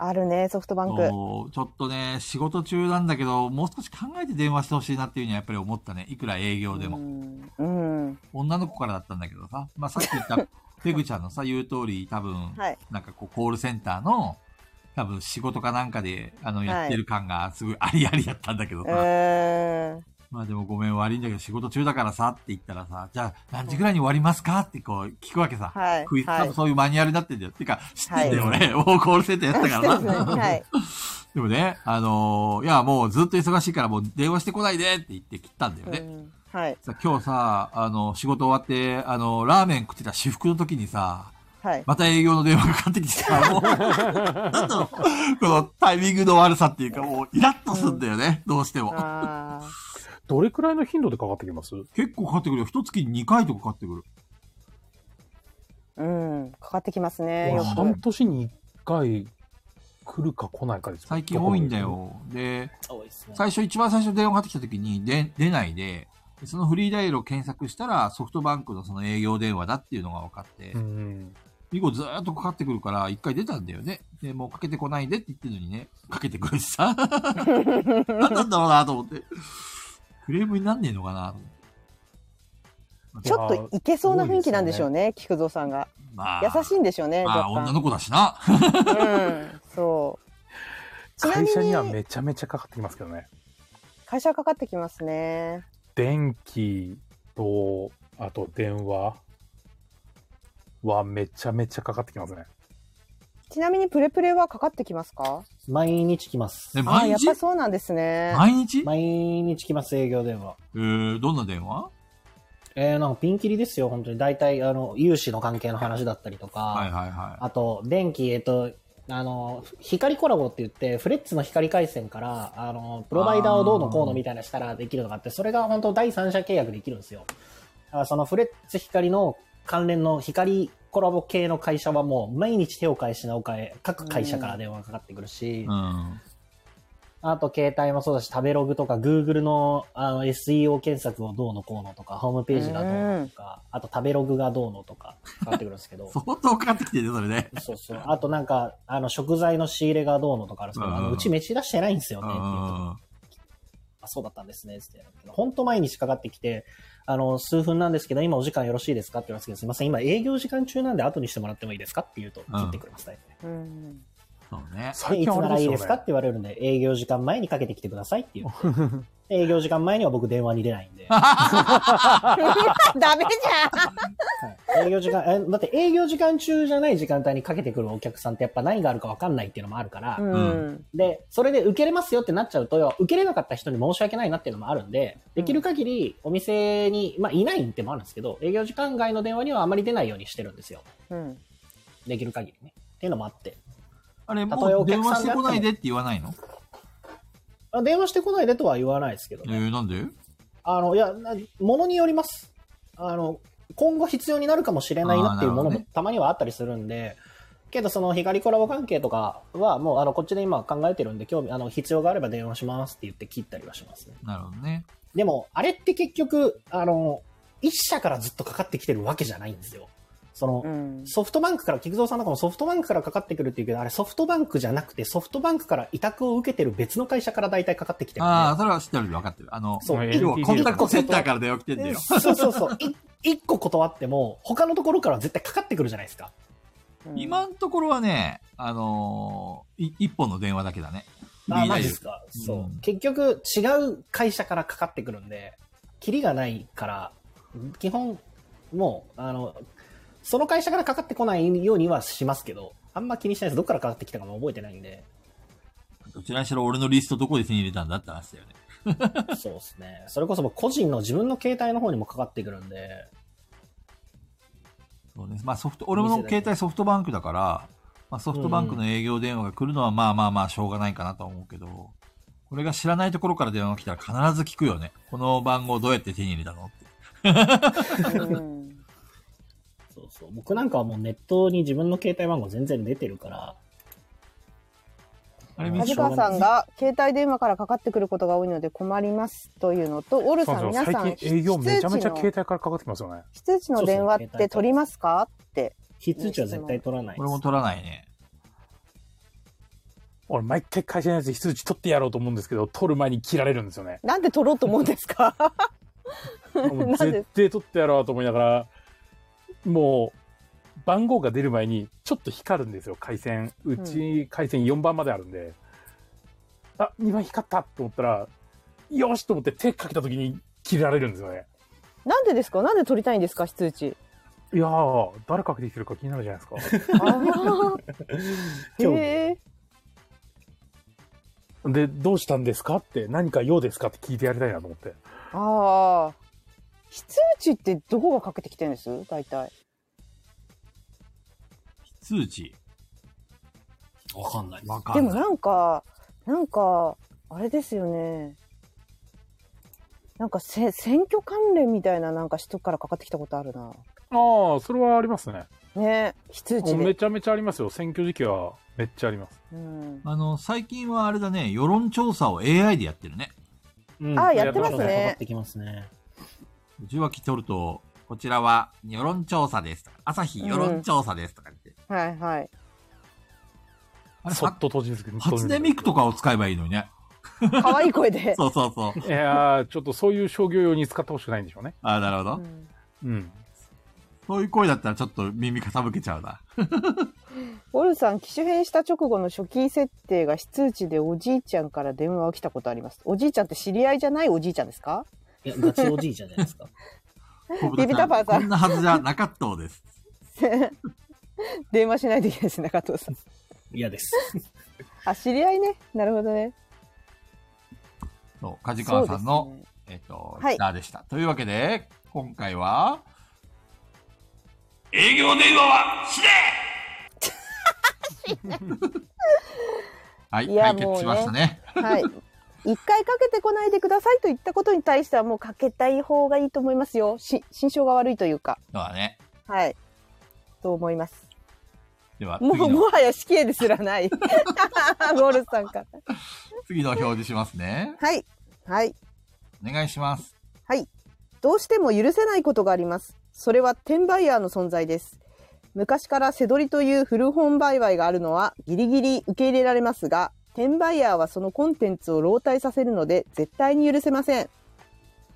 あるね、ソフトバンク。そうちょっとね、仕事中なんだけど、もう少し考えて電話してほしいなっていうにはやっぱり思ったね。いくら営業でも。うん。うん。女の子からだったんだけどさ、まあ、さっき言った *laughs* ペグちゃんのさ、言う通り、多分、はい。なんかこう、コールセンターの、多分仕事かなんかで、あの、やってる感がすごいありありだったんだけどうさ、ーん。まあでもごめん悪いんだけど仕事中だからさって言ったらさ、じゃあ何時ぐらいに終わりますかってこう聞くわけさ。はいクイズ、はい多分そういうマニュアルになってんだよ。てか、知ってんだよ、は俺。もうコールセンターやってた *laughs* から知ってますな。ねはい。でもね、あのーいや、もうずっと忙しいからもう電話してこないでって言って切ったんだよね。うんはい。さ、今日さ、あの、仕事終わって、あの、ラーメン食ってた私服の時にさ、はい。また営業の電話がかかってきてさ、もう、なんだろう、このタイミングの悪さっていうか、もうイラッとすんだよね、どうしても。ああ。どれくらいの頻度でかかってきます結構かかってくるよ。一月に2回とかかかってくる。うん。かかってきますね、俺よ半年に1回来るか来ないかですよ最近多いんだ。よ。で、多いですね。最初、一番最初電話がかかってきた時に、で、出ないで、そのフリーダイヤルを検索したら、ソフトバンクのその営業電話だっていうのが分かってう、ん。以後ずーっとかかってくるから、一回出たんだよね。で、もうかけてこないでって言ってるのにね、かけてくるしさ。何なんだろうなと思って。クレームになんねえのかなと思ってちょっといけそうな雰囲気なんでしょうね、菊蔵さんが。まあ、優しいんでしょうね、まあ、若女干。の子だしな。うん。そう。ちなみ会に社にはめちゃめちゃかかってきますけどね。会社かかってきますね。電気と、あと電話はめちゃめちゃかかってきますね。ちなみにプレプレはかかってきますか *laughs* 毎日来ますえ、。あ毎やっ日ぱそうなんですね。毎日毎日来ます、営業電話。えー、どんな電話えー、なんかピンキリですよ、本当に。大体、あの、融資の関係の話だったりとか、はいはいはあと、電気、えっと、あの、光コラボって言って、フレッツの光回線から、あの、プロバイダーをどうのこうのみたいなしたらできるのがあって、それが本当第三者契約できるんですよ。だからそのフレッツ光の関連の光コラボ系の会社はもう毎日手を変え品を変え、各会社から電話がかかってくるし、い。うん。あと携帯もそうだし、食べログとか Google のあの SEO 検索をどうのこうのとか、ホームページがどうのとか、あと食べログがどうのとか、かかってくるんですけ *laughs* ど。相当かかってきてるね、それね。そうそう。あとなんか、あの、食材の仕入れがどうのとかあるんですけど、うんあのうちめち出してないんですようね。んってう言うとんうん。あそうだったんですね。って本当毎日かかってきて、あの、数分なんですけど、今お時間よろしいですかって言われますけど、すいません、今営業時間中なんで後にしてもらってもいいですかって言うと、切ってくれますね。うん。 *laughs* そうね。最でいつ近あなれでらすいいよでね。すかって言われるんで、営業時間前にかけてきてくださいって言って。で営業時間前には僕電話に出ないんで。はダメじゃんい営業時間、えだって営業時間中じゃない時間帯にかけてくるお客さんってやっぱ何があるかわかんないっていうのもあるから、うん。で、それで受けれますよってなっちゃうと、受けれなかった人に申し訳ないなっていうのもあるんで、できる限りお店に、まあ、いないってもあるんですけど、営業時間外の電話にはあまり出ないようにしてるんですよ。うん。できる限りね。っていうのもあって。あれ、たとえもうお電客話さしんてであってこもないでって言わないのあ電話してこないでとは言わないですけどえね。ー、なんであの、いや、なものによります。あの、今後必要になるかもしれないなっていうもあーなるほのどもねたまにはあったりするんで、けどその光コラボ関係とかはもうあのこっちで今考えてるんで、興味、あの、必要があれば電話しますって言って切ったりはしますね。なるほどね。でも、あれって結局、あの、一社からずっとかかってきてるわけじゃないんですよ。その、うん。ソフトバンクから、菊蔵さんなんかもソフトバンクからかかってくるっていうけど、あれソフトバンクじゃなくて、ソフトバンクから委託を受けてる別の会社から大体かかってきてるんで。ああ、それは知ってる、分かってる。あの、そうもう要は NTT コンタクトセンターから電話来てんだでよ。そうそうそう。い一個断っても、他のところからは絶対かかってくるじゃないですか。うん今のところはね、あのーい一本の電話だけだね。ああ、見なマいジよですか。そうう。ん結局、違う会社からかかってくるんで、キリがないから、基本、もう、あの、その会社からかかってこないようにはしますけど、あんま気にしないです。どっからかかってきたかも覚えてない *laughs* んで、どちらにしろ俺のリストどこで手に入れたんだって話だよね。そうですね。それこそ僕個人の自分の携帯の方にもかかってくるんで、そうね。まあソフト、俺の携帯ソフトバンクだから、まあ、ソフトバンクの営業電話が来るのはまあまあまあしょうがないかなとは思うけど、これが知らないところから電話が来たら必ず聞くよね。この番号どうやって手に入れたのって。うんそうそう。僕なんかはもうネットに自分の携帯番号全然出てるから、あれうん見梶て川さんが携帯電話からかかってくることが多いので困りますというのと、オルそうさん、なん皆ですさよん、最近営業めちゃめちゃ携帯非からかかってきますよね。通知の電話って取りますかって。。非通知は絶対取らないで俺もす。取らないね。俺、毎回会社のやつ非通知取ってやろうと思うんですけど、取る前に切られるんですよねなんで取ろうと思うんですか *laughs* もうなんで絶対取ってやろうと思いながら、もう、番号が出る前に、ちょっと光るんですよ、回線。うち、回線4番まであるんで。あ、2番光ったと思ったら、よしと思って手かけた時に切られるんですよね。なんでですかなんで取りたいんですか非通知。いやー、誰かけてきてるか気になるじゃないです *laughs* か。へえ *laughs* で、どうしたんですかって、何か用ですかって聞いてやりたいなと思って。ああ。非通知ってどこがかけてきてるんです大体。通知。わかんないです。わかでんもない。なんか、なんか、あれですよね。なんかせ選挙関連みたいななんか人からかかってきたことあるな。ああ、それはありますね。ね非通もう知めで。ちゃめちゃありますよ。選挙時期はめっちゃあります。うん、あの、最近はあれだね、世論調査を AI でやってるね。うんあーやってますねかかってきますね。受話器取ると、こちらは世論調査ですとか、朝日世論調査ですとか言って。はいはい。あれそっと閉じる。初音ミクとかを使えばいいのにね。可愛い声で。 *laughs* そうそうそう。いやー、ちょっとそういう商業用に使ってほしくないんでしょうね。ああ、なるほど。うんうん。そういう声だったらちょっと耳傾けちゃうな。ウォルさん、機種変した直後の初期設定が非通知でおじいちゃんから電話が来たことあります。おじいちゃんって知り合いじゃないおじいちゃんですかいや、ガチおじいじゃないですか。小ビビタパーさんこんなはずじゃなかったです。 *laughs* 電話しないといけないですね、加藤 *laughs* さん。嫌 *laughs* です。あ、知り合いね。なるほどね。そう、梶川さんそうの、ですねえっと、はいギターでした。というわけで、今回は、営業電話はしねえはい、いや解決しましたね。 *laughs* はい。一回かけてこないでくださいと言ったことに対してはもうかけたい方がいいと思いますよ。し心象が悪いというか。そうだね。はい。と思います。では、も次のう、も、はや死刑ですらない。 *laughs* ゴルさんから。次の表示しますね。はい。はい。お願いします。どうしても許せないことがあります。それは転売ヤーの存在です。昔から背取りという古本売買があるのはギリギリ受け入れられますが、転売ヤーはそのコンテンツを老体させるので絶対に許せません。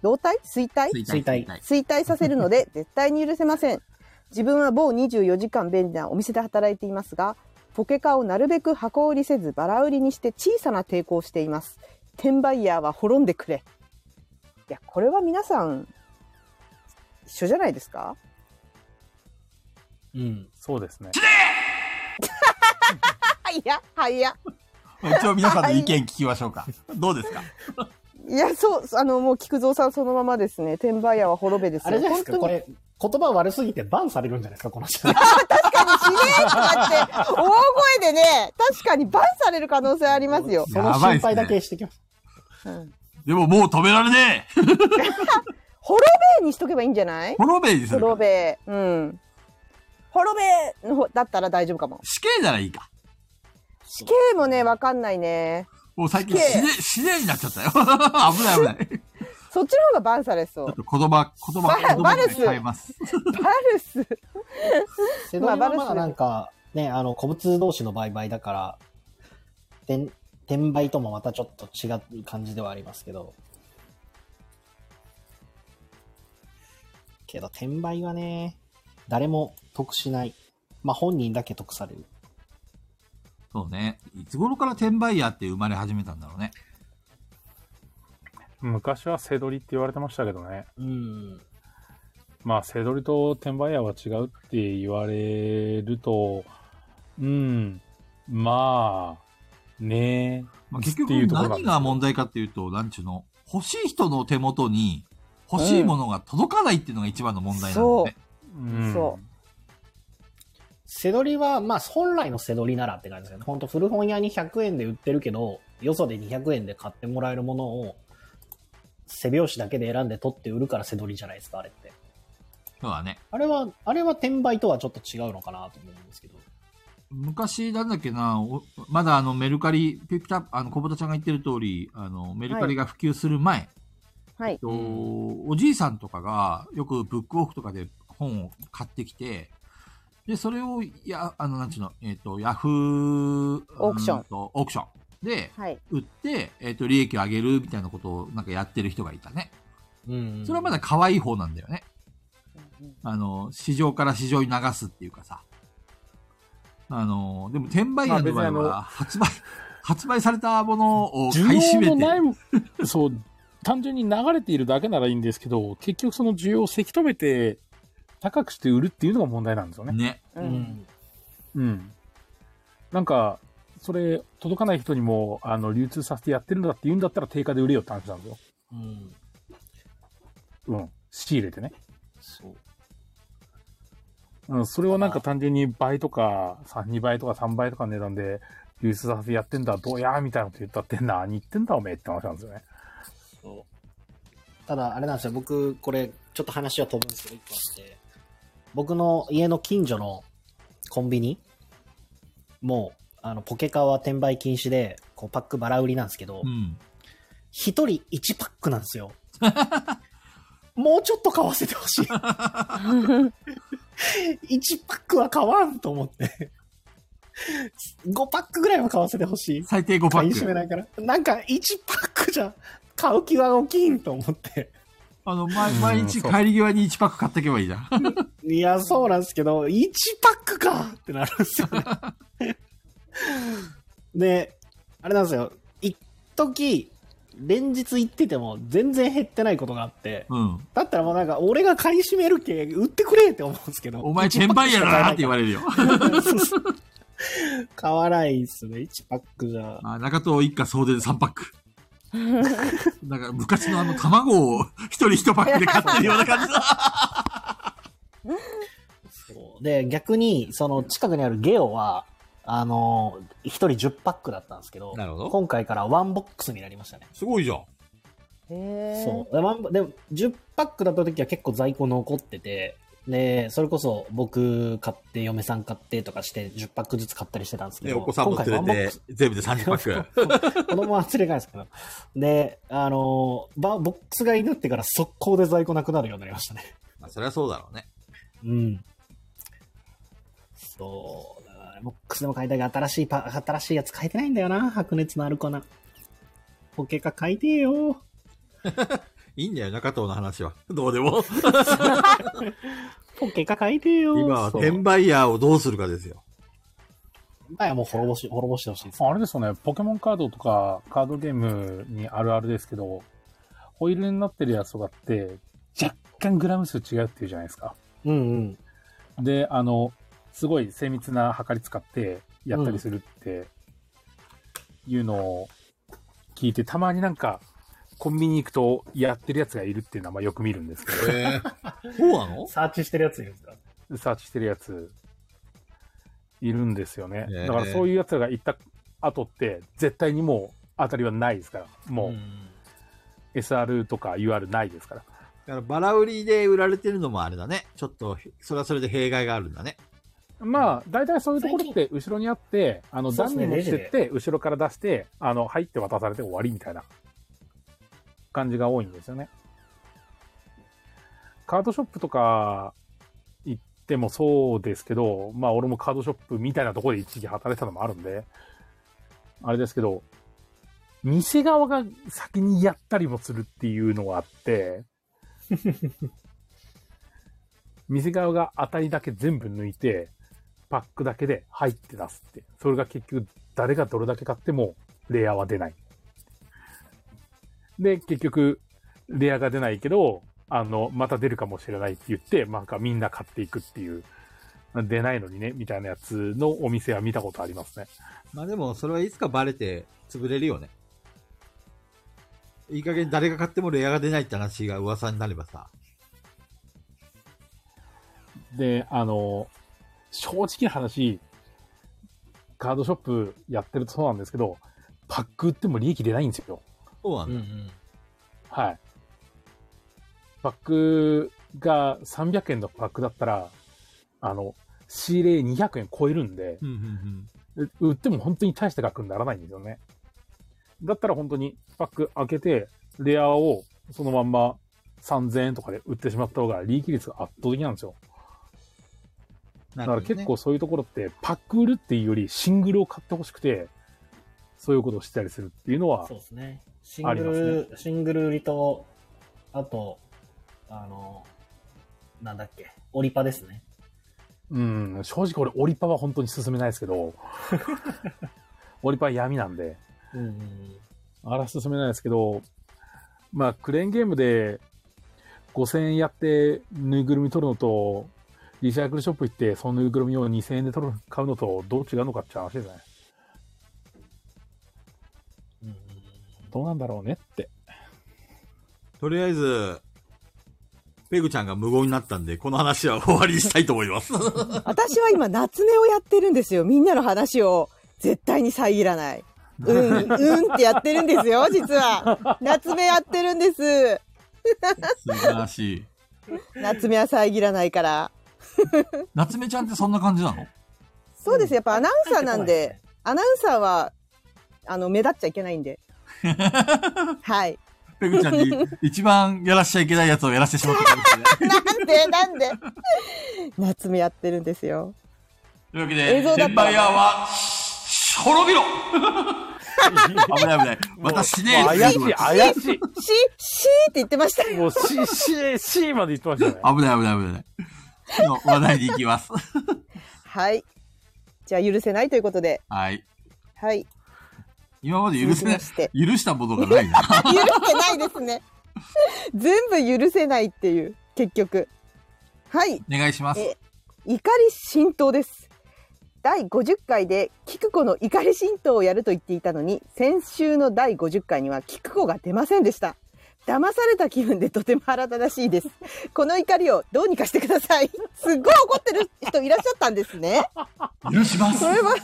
老体衰退衰退衰退させるので絶対に許せません自分は某24時間便利なお店で働いていますがポケカをなるべく箱売りせずバラ売りにして小さな抵抗をしています転売ヤーは滅んでくれいやこれは皆さん一緒じゃないですかうん。そうですね。はいやはいや一応皆さんの意見聞きましょうか。どうですかいやそうあのもう菊蔵さんそのままですね転売ヤーは滅べですよあれじゃないですか、本当こにれ、言葉悪すぎてバンされるんじゃないですか、この *laughs* 人。確かに死ねえとかって大声でね確かにバンされる可能性ありますよ、 *laughs* そのやばいっす心ね配だけしてきます。うんでももう止められねえ滅べにしとけばいいんじゃない滅べにするか滅。べ、うん。滅べの方だったら大丈夫かも。死刑ならいいか。死刑もね、わかんないね。もう最近死死刑ね、死ねになっちゃったよ。 *laughs* 危ない危ない。ちそっちの方がバンされそょっとう。言葉、言葉、バラ言葉バラス変えます。バルス。セドリはまあバルスまあなんか、ね、あの、古物同士の売買だから、転転売ともまたちょっと違う感じではありますけど。けど、転売はね、誰も得しない。まあ、本人だけ得される。そうね。いつ頃から転売ヤーって生まれ始めたんだろうね。昔は背取りって言われてましたけどね。うん。まあ、背取りと転売屋は違うって言われると、うん、まあ、ねまあ、結局っていうところなん何ですが問題かっていうと、なんちゅうの、欲しい人の手元に欲しいものが届かないっていうのが一番の問題なんだよね。え。うん、そセドリは、まあ、本来のセドリならって感じですよね。本当古本屋に100円で売ってるけど、よそで200円で買ってもらえるものを、背表紙だけで選んで取って売るからセドリじゃないですか、あれって。そうだね。あれは、あれは転売とはちょっと違うのかなと思うんですけど。昔、なんだっけな、おまだあのメルカリ、ピピタ、あの、小ボタちゃんが言ってる通り、あの、メルカリが普及する前、はい。とおじいさんとかがよくブックオフとかで本を買ってきて、で、それを、や、あの、なんちゅうの、えっ、と、ヤフー、オークションうんと。オークション。で、はい。売って、えっ、と、利益を上げるみたいなことをなんかやってる人がいたね。うんそれはまだ可愛い方なんだよね。あの、市場から市場に流すっていうかさ。あの、でも転売屋の場合まあ別にあのは、発売、発売されたものを買い占需め要のて。ないも、そう、単純に流れているだけならいいんですけど、結局その需要をせき止めて、高くして売るっていうのが問題なんですよね。ね。う。うんん。うん。なんか、それ、届かない人にも、あの、流通させてやってるんだって言うんだったら定価で売れよって話なんですよ。うん。うん。仕入れてね。そう。うん、それをなんか単純に倍とか、さ2倍とか3倍とかの値段で、流出させてやってんだ、どうやーみたいなこと言ったって、何言ってんだおめえって話なんですよね。そう。ただ、あれなんですよ。僕、これ、ちょっと話は飛ぶんですけど、一個あって。僕の家の近所のコンビニもう、あの、ポケカは転売禁止で、こう、パックバラ売りなんですけどう、ん。一、人一パックなんですよ。もうちょっと買わせて *laughs* ほしい。一パックは買わんと思って。5パックぐらいは買わせてほしい。最低5パ買いッ占めク。ないから。なんか1パックじゃ買う気は大きいんと思って。あの、毎毎日帰り際に1パック買ってけばいいじゃん。いや、そうなんですけど、1パックかってなるんですよね。 *laughs* で、あれなんですよ。一時連日行ってても全然減ってないことがあって、 *laughs* うん。だったらもうなんか、俺が買い占めるけ、売ってくれって思うんですけど。お前、チェンバイヤーだなって言れわれるよ。 *laughs* 買わないっすね、1パックじゃ。あ中藤一家総出で3パック。 *laughs* なんか昔のあの卵を一人一パックで買ってるような感じだ。そうで、逆に、その近くにあるゲオは、あのー、1人10パックだったんですけど、なるほど今回からワンボックスになりましたね。すごいじゃん。へえ。そう。でワンボでも、10パックだった時は結構在庫残ってて、で、それこそ僕買って、嫁さん買ってとかして、10パックずつ買ったりしてたんですけで、ど、お子さんも連今回ワンボッれクてス、全部で30パック。 *laughs* 子供は連れ帰るんですけど。で、あのーば、ボックスがいるってから速攻で在庫なくなるようになりましたね。 *laughs* まあ、そりゃそうだろうね。うん。そうだな。ボックスでも買いたいけど、新しいパ、新しいやつ買えてないんだよな。白熱のアルコナ。ポケカ買いてえよ。いいんだよ、中藤の話は。どうでも。ポケカ買いてえよ。今は、そう転売ヤーをどうするかですよ。前はもう滅ぼし、滅ぼしてほしいです。あれですよね、ポケモンカードとかカードゲームにあるあるですけど、ホイールになってるやつとかって、若干グラム数違うっていうじゃないですか。うんうん。で、あの、すごい精密な測り使ってやったりするっていうのを聞いて、たまになんか、コンビニ行くとやってるやつがいるっていうのはまあよく見るんですけえそうなのサーチしてるやついるんですかど、サーチしてるやつ、いるんですよね。ねえだからそういうやつが行った後って、絶対にもう当たりはないですから。もう、ん。 SR とか UR ないですから。だからバラ売りで売られてるのもあれだね。ちょっと、それはそれで弊害があるんだね。まあ、大体そういうところって、後ろにあって、あの、そうっ段すにね持ってって、後ろから出して、あの、入って渡されて終わりみたいな感じが多いんですよね。カードショップとか行ってもそうですけど、まあ、俺もカードショップみたいなところで一時期働いてたのもあるんで、あれですけど、西側が先にやったりもするっていうのがあ *laughs* って、店側が当たりだけ全部抜いて、パックだけで入って出すって。それが結局、誰がどれだけ買っても、レアは出ない。で、結局、レアが出ないけど、あの、また出るかもしれないって言って、なんかみんな買っていくっていう、出ないのにね、みたいなやつのお店は見たことありますね。まあでも、それはいつかバレて潰れるよね。いい加減誰が買ってもレアが出ないって話が噂になればさ。で、あの、正直な話、カードショップやってるとそうなんですけど、パック売っても利益出ないんですよ。そうなんうんうだ。ん。はい。パックが300円のパックだったら、あの、仕入れ200円超えるんで、うん、うん、う売っても本当に大した額にならないんですよね。だったら本当にパック開けて、レアをそのまんま3000円とかで売ってしまった方が利益率が圧倒的なんですよ。うん。だだから結構そういうところって、パック売るっていうよりシングルを買ってほしくて、そういうことをしたりするっていうのはそう、ですね。シンあグりますル、シングル売りと、あと、あの、なんだっけ、オリパですね。うん、正直俺、オリパは本当に進めないです *laughs* けど、オリパは闇なんで、うんうんうん。あら進めないですけど、まあ、クレーンゲームで5000円やってぬいぐるみ取るのと、リサイクルショップ行って、そのぬいぐるみを2000円で取る買うのと、どう違うのかって話ですね。うんうんどうなんだろうねって。とりあえず、ペグちゃんが無言になったんで、この話は終わりにしたいと思い *laughs* ます。私は今夏音をやってるんですよみんなの話を絶対に遮らないうんうんってやってるんですよ実は夏目やってるんです素晴らしい。夏目は遮らないから夏目ちゃんってそんな感じなのそうですやっぱアナウンサーなんで、アナウンサーはあの目立っちゃいけないんではいペグちゃんに一番やらしちゃいけないやつをやらせてしまったんですね。 *laughs* なんでなんで夏目やってるんですよというわけで、映像だ *laughs* 先ったら輩ヤーは、し滅びろ危ない危ない。もう私もねう怪しい、怪しし、しーって言ってましたい。よ。もう C、C、C まで言ってましたね。危ない危ない危ない。の話題に行きます。はい。じゃあ許せないということで。はい。はい。今まで許せない続きまして、許したものがないな。許せないですね。全部許せないっていう、結局。はい。お願いします。え怒り浸透です第50回でキクコの怒り浸透をやると言っていたのに先週の第50回にはキクコが出ませんでした騙された気分でとても腹立たしいですこの怒りをどうにかしてくださいすっごい怒ってる人いらっしゃったんですね許しますそ。れは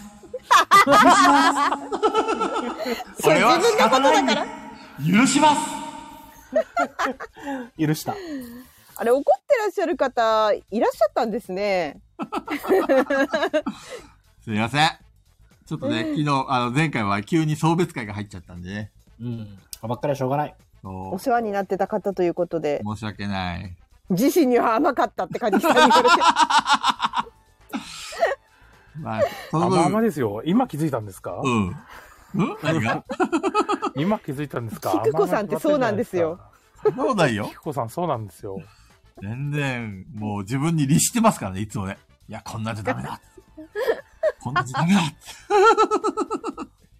そこれれ自は分仕のこ方とないだんでから許します。許した。あれ怒ってらっしゃる方いらっしゃったんですねすいません。ちょっとね、昨日、あの、前回は急に送別会が入っちゃったんでね。うん。ばっかりはしょうがない。そお世話になってた方ということでう。申し訳ない。自身には甘かったって感じさんに言われてまあ、そのあまあま分、ですよ。今気づいたんですかうん。うん何が今気づいたんですか菊子さんってそうなんですよ。そんなことないよキ。クコさんそうなんですよ。全然、もう自分に律してますからね、いつもね。いや、こんなんじゃダメだ。こんなんじゃダメだ。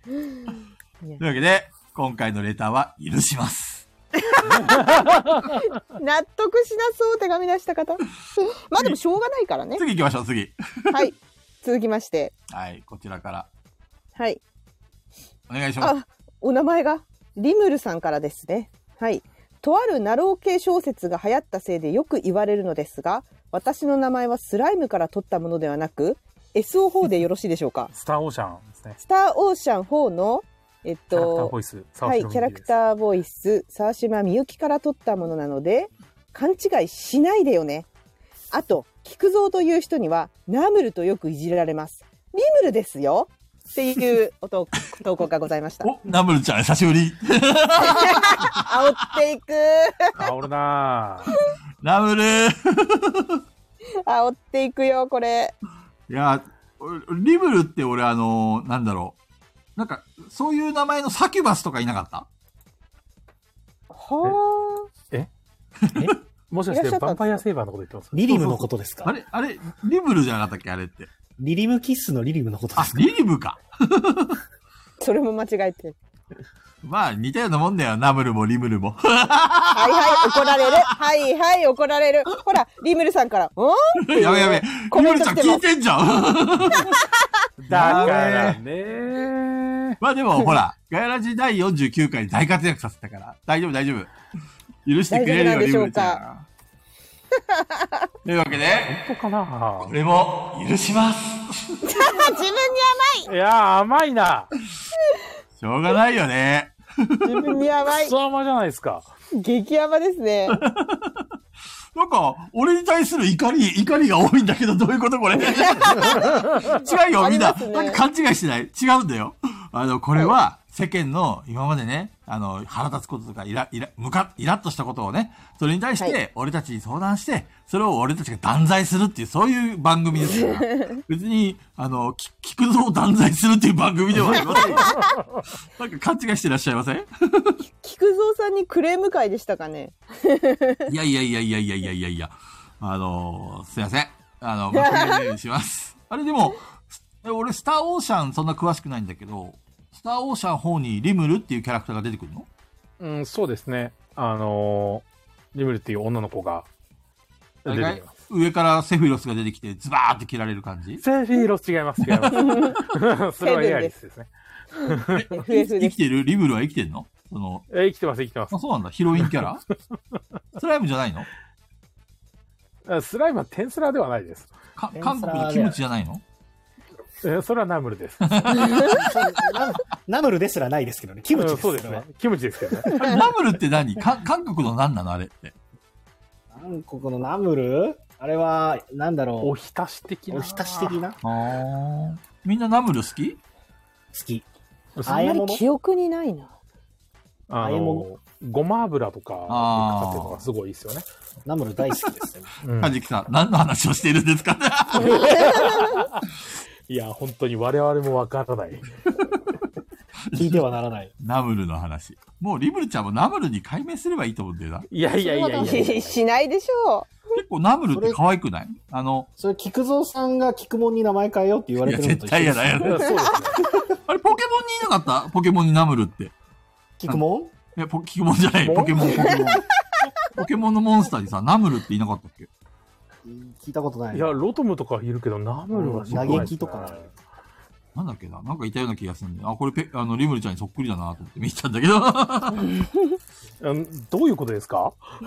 というわけで、今回のレターは許します。納得しなそう手紙出した方まあでもしょうがないからね次行きましょう、次。はい続きましてはい、こちらから。はいお願いします。あお名前がリムルさんからですねはいとあるナロー系小説が流行ったせいでよく言われるのですが私の名前はスライムから取ったものではなく SO4 でよろしいでしょうかスターオーシャンですね。スターオーシャン4のえっキャラクターボとイス。はいキャラクターボイス沢島みゆきから取ったものなので勘違いしないでよねあと菊蔵という人にはナムルとよくいじられますリムルですよっていうおと投稿がございましたお、ナムルちゃん、久しぶり。 *laughs* 煽っていくー。あ、俺なぁ。ナムル煽っていくよこれいや、俺リムルって俺あの、なんだろう。なんか、そういう名前のサキュバスとかいなかったはもしかし、いらっしてゃったバンパイアセイバーのこと言ってますリリムのことですあかれあれリムルじゃなかったっけあれって。リリムキッスのリリムのことであす、かリリムか。ーそれも間違えてるまあ、似たようなもんだよ。ナムルもリムルも。はいはい怒られるはいはい怒られるほらリムルさんから「うん?」ってやべやべ。コリメムンルトちゃ来んて聞いまてすんじゃん *laughs* だからねまあでも、ほら、ガヤラジ第49回で大活躍させたから。大丈夫、大丈夫。許してくれるよ、大リ丈ムルち夫なんでしょうかゃ *laughs* ん。というわけで、本当かな俺も許します。 *laughs* 自分いにやー、甘いな。しょうがないよね。甘い自分に甘クいソ甘じゃないですか。激甘ですねなんか、俺に対する怒り、怒りが多いんだけど、どういうこと *laughs* これ。違うよ、みんな。ありますねなんか勘違いしてない。違うんだよ。あの、これは、世間の今までね、あの、腹立つこととか、イラ、イラ、むか、イラっとしたことをね、それに対しはて、俺たちに相談して、それを俺たちが断罪するっていう、そういう番組です *laughs* から。別に、あの、き聞くぞを断罪するっていう番組ではあり *laughs* ませんよ。なんか勘違いしてらっしゃいません菊蔵さんにクレーム会でしたかねいやいやいやいやいやいやいやいや。あのーすいません。あの、まとめるようにし *laughs* ます。あれでも、す俺、スターオーシャンそんな詳しくないんだけど、スターオーシャン方にリムルっていうキャラクターが出てくるのうん、そうですね。あのー、リムルっていう女の子が出てきます。上からセフィロスが出てきて、ズバーって切られる感じセフィロス違います、違い *laughs* ます。それはエアリスですね。 FF 生できてるリムルは生きてんのその、えー生きてます、生きてますあ、そうなんだ。ヒロインキャラスライムじゃないのあ。スライムはテンスラーではないです。か天才韓国のキムチじゃないのえ *laughs* ーそれはナムルです。 *laughs* ナナムルですらないですけどね。キムうチでんすそうですそれはね。キムチですけどね。あれナムルって何か韓国の何なのあれって。韓国のナムルあれは、なんだおろひたし的う。な。おひたし的な好みんなナムル好きき。そんなああえんま物り記憶にないなああえ物の、ごま油とかをあー使ってるのがすごいいいですよね。ナムル大好きですね。うんカジキさん、何の話をしているんですかいや、本当に我々もわからない。聞いてはなら *laughs* ない。ナムルの話。もうリムルちゃんもナムルに解明すればいいと思うんだよな。いやいやいやいやいやししないでしょ結構ナムルって可愛くないあの、それ、菊蔵さんが菊門に名前変えようって言わいれやてるのと絶一緒対でやすだ。やだ。そうですね。あれポケモンにいなかったポケモンにナムルって。い菊 *laughs* 門や、ポケモンじゃない。モンポケモン、ポケモン。ポケモンのモンスターにさ、ナムルっていなかったっけ聞いたことない。いや、ロトムとかいるけど、ナムルは知らない嘆きとかなのなんだっけななんかいたような気がするんで。あ、これペ、あの、リムルちゃんにそっくりだなと思って見てたんだけど。うんどういうことですか *laughs*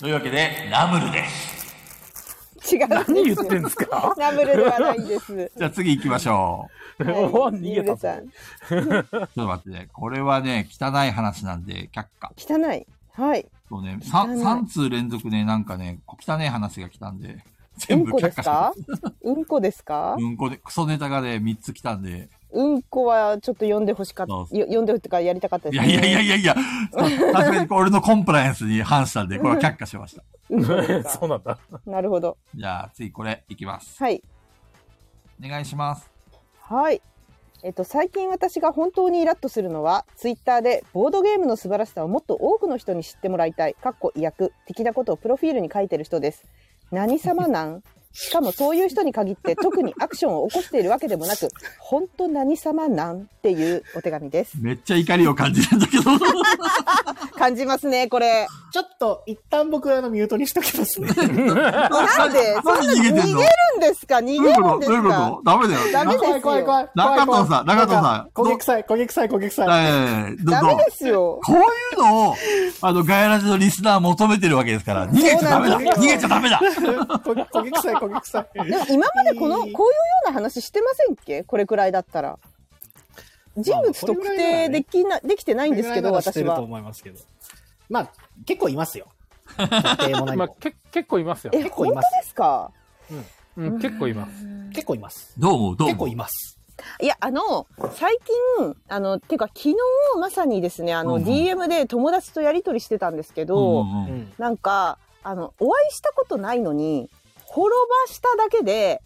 というわけで、ナムルです。違う何言ってんですかナムルではないです、じゃあ次行きましょう。おは逃い、リムげルたさぞん。ちょっと待ってね。これはね、汚い話なんで、却下。汚いはいそうね、汚三い三通連続ね、なんかね、汚い話が来たんで、う全ん部こで却す下しまかうんこですかす。うんこで、クソネタがね、3つ来たんで、うんこはちょっと読んでほしかったどうぞよ読んでほしいからやりたかったいですやねいやいやいやいや、ささすがにこれ俺のコンプライアンスに反したん *laughs* で、これは却下しました。うんこですか *laughs* そうなんだ。なるほどじゃあ次これいきます。はいお願いします。はい。えっと、最近私が本当にイラッとするのは、ツイッターでボードゲームの素晴らしさをもっと多くの人に知ってもらいたい、かっこ意訳的なことをプロフィールに書いてる人です。何 *laughs* 様なんしかもそういう人に限って特にアクションを起こしているわけでもなく、本当何様なんっていうお手紙です。めっちゃ怒りを感じるんだけど、*laughs* 感じますね、これ。ちょっと、一旦僕はあのミュートにしときますね。 *laughs* なんで、そ *laughs* ん何な逃げ逃げてるんのんですかどう逃いげうこるとどうんでいすうこかとダメだよ。ダメですよ怖い怖い怖い。中藤さん怖中い怖い藤さん怖い焦げ臭い、焦げ臭い、焦げ臭い。ええどダどうメですよ。こういうのを、あの、ガヤラジのリスナー求めてるわけですから、逃げちゃダメだそう逃なんですよげちゃダメだ焦げ焦げ臭い、焦げ臭い。でも今までこの、こういうような話してませんっけこれくらいだったら。人物特定できな、できてないんですけど、これぐらいならして私るとは。思いますけど。まあ、結構い *laughs* ますよ。特定も何まあ、もけ結構いますよ。え、結構本い当ますですかうん、結構います。結構います。どう思うどう結思構ういます。いや、あの、最近、あの、てか昨日まさにですね、あうの、んうん DM で友達とやりとりしてたんですけど、うんうんうんん。なんか、あの、お会いしたことないのに、滅ばしただけで、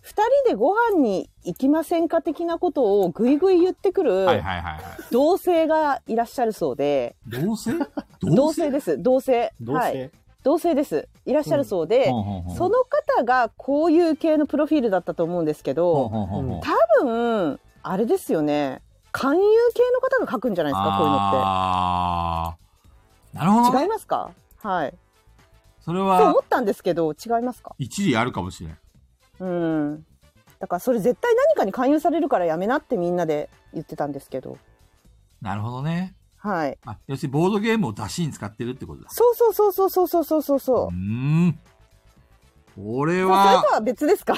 二人でご飯に行きませんか的なことをぐいぐい言ってくるはいはいはいはい。同性がいらっしゃるそうで、同棲同性です、同性。どうはいせ。同性ですいらっしゃるそうで、そその方がこういう系のプロフィールだったと思うんですけど、の多分あれですよね勧誘系の方が書くんじゃないですかこういうああ。なるほのっどて違ね。いますかはいそれとは思、ったんですけど違いますか一理あるかもしれん。うんだからそれ絶対何かに勧誘されるからやめなってみんなで言ってたんですけどなるほどね。はいあ、要するにボードゲームを出しに使ってるってことだ。そうそうそうそうそうそうそうそうそううーん。これそれとは、は別ですか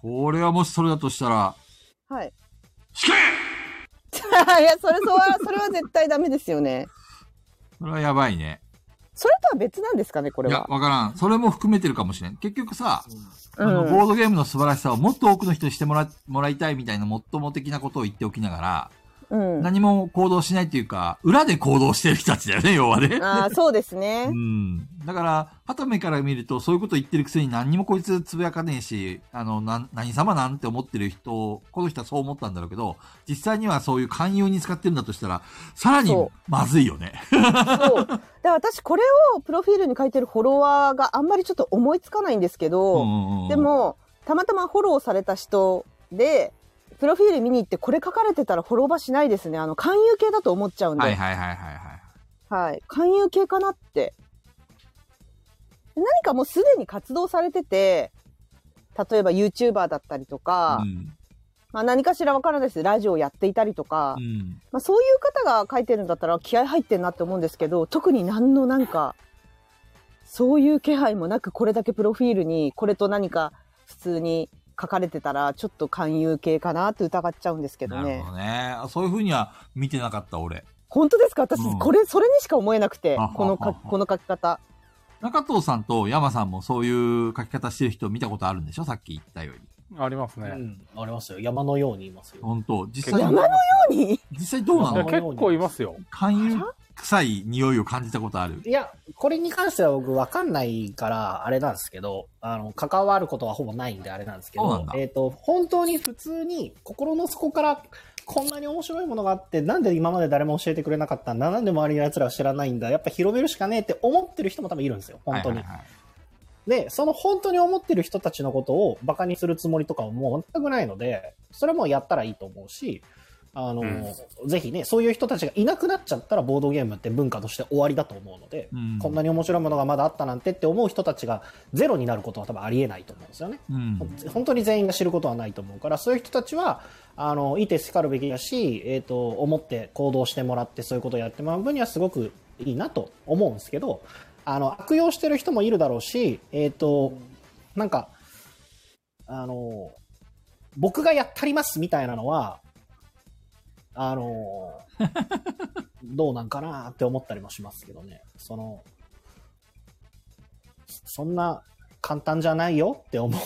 これはもしそれだとしたら、はい死刑 *laughs* いやそれそれはそれは絶対ダメですよねそれはやばいね。それとは別なんですかねこいれやは、わからん。それも含めてるかもしれん。結局さ、あのうんボードゲームの素晴らしさをもっと多くの人にしてもらもらいたいみたいなもっとも的なことを言っておきながら、うん何も行動しないっていうか、裏で行動してる人たちだよね、要はね。ああそうですねうん。だから、は目から見ると、そういうこと言ってるくせに何にもこいつつぶやかねえし、あの、なん、何様なんて思ってる人、この人はそう思ったんだろうけど、実際にはそういう勧誘に使ってるんだとしたら、さらにそまずいよね。そう。だから私これをプロフィールに書いてるフォロワーがあんまりちょっと思いつかないんですけうんど、うんうんで、もたまたまフォローされた人でプロフィール見に行ってこれ書かれてたらフォローバーしないですねあの勧誘系だと思っちゃうんで、ははいいはいはいはいはい。勧誘系かなって何かもうすでに活動されてて例えば YouTuber だったりとか、うんまあ、何かしらわからないですラジオやっていたりとか、うん。まあ、そういう方が書いてるんだったら気合入ってんなって思うんですけど特に何のなんかそういう気配もなくこれだけプロフィールにこれと何か普通に書かれてたらちょっと勧誘系かなって疑っちゃうんですけどなるねほどね。あそういうふうには見てなかった、俺。本当ですか私うんこれ、それにしか思えなくてあははこのかこの書き方中藤さんと山さんもそういう書き方してる人見たことあるんでしょさっき言ったように。ありますうね。ん。ありますよ。山のようにいますよ。本当実結構際い山まのように実際どうなすいやの結構いますよ。勧誘臭い匂いを感じたことあるいや、これに関しては僕わかんないから、あれなんですけど、あの、関わることはほぼないんであれなんですけそうなんどだ、えっ、と、本当に普通に心の底からこんなに面白いものがあって、なんで今まで誰も教えてくれなかったんだ、なんで周りの奴らは知らないんだ、やっぱ広めるしかねえって思ってる人も多分いるんですよ、本当に。はいはいはいで、その本当に思ってる人たちのことをバカにするつもりとかももう全くないので、それはもうやったらいいと思うし、あの、ぜひね、そういう人たちがいなくなっちゃったらボードゲームって文化として終わりだと思うので、うんこんなに面白いものがまだあったなんてって思う人たちがゼロになることは多分ありえないと思うんですよね。うん本当に全員が知ることはないと思うから、そういう人たちは、あの、いてしかるべきだし、えっ、と、思って行動してもらって、そういうことをやってもらう分にはすごくいいなと思うんですけど、あの、悪用してる人もいるだろうし、えっ、と、なんか、あの、僕がやったりますみたいなのは、あ *laughs* の、どうなんかなって思ったりもしますけどね。その、そんな簡単じゃないよって思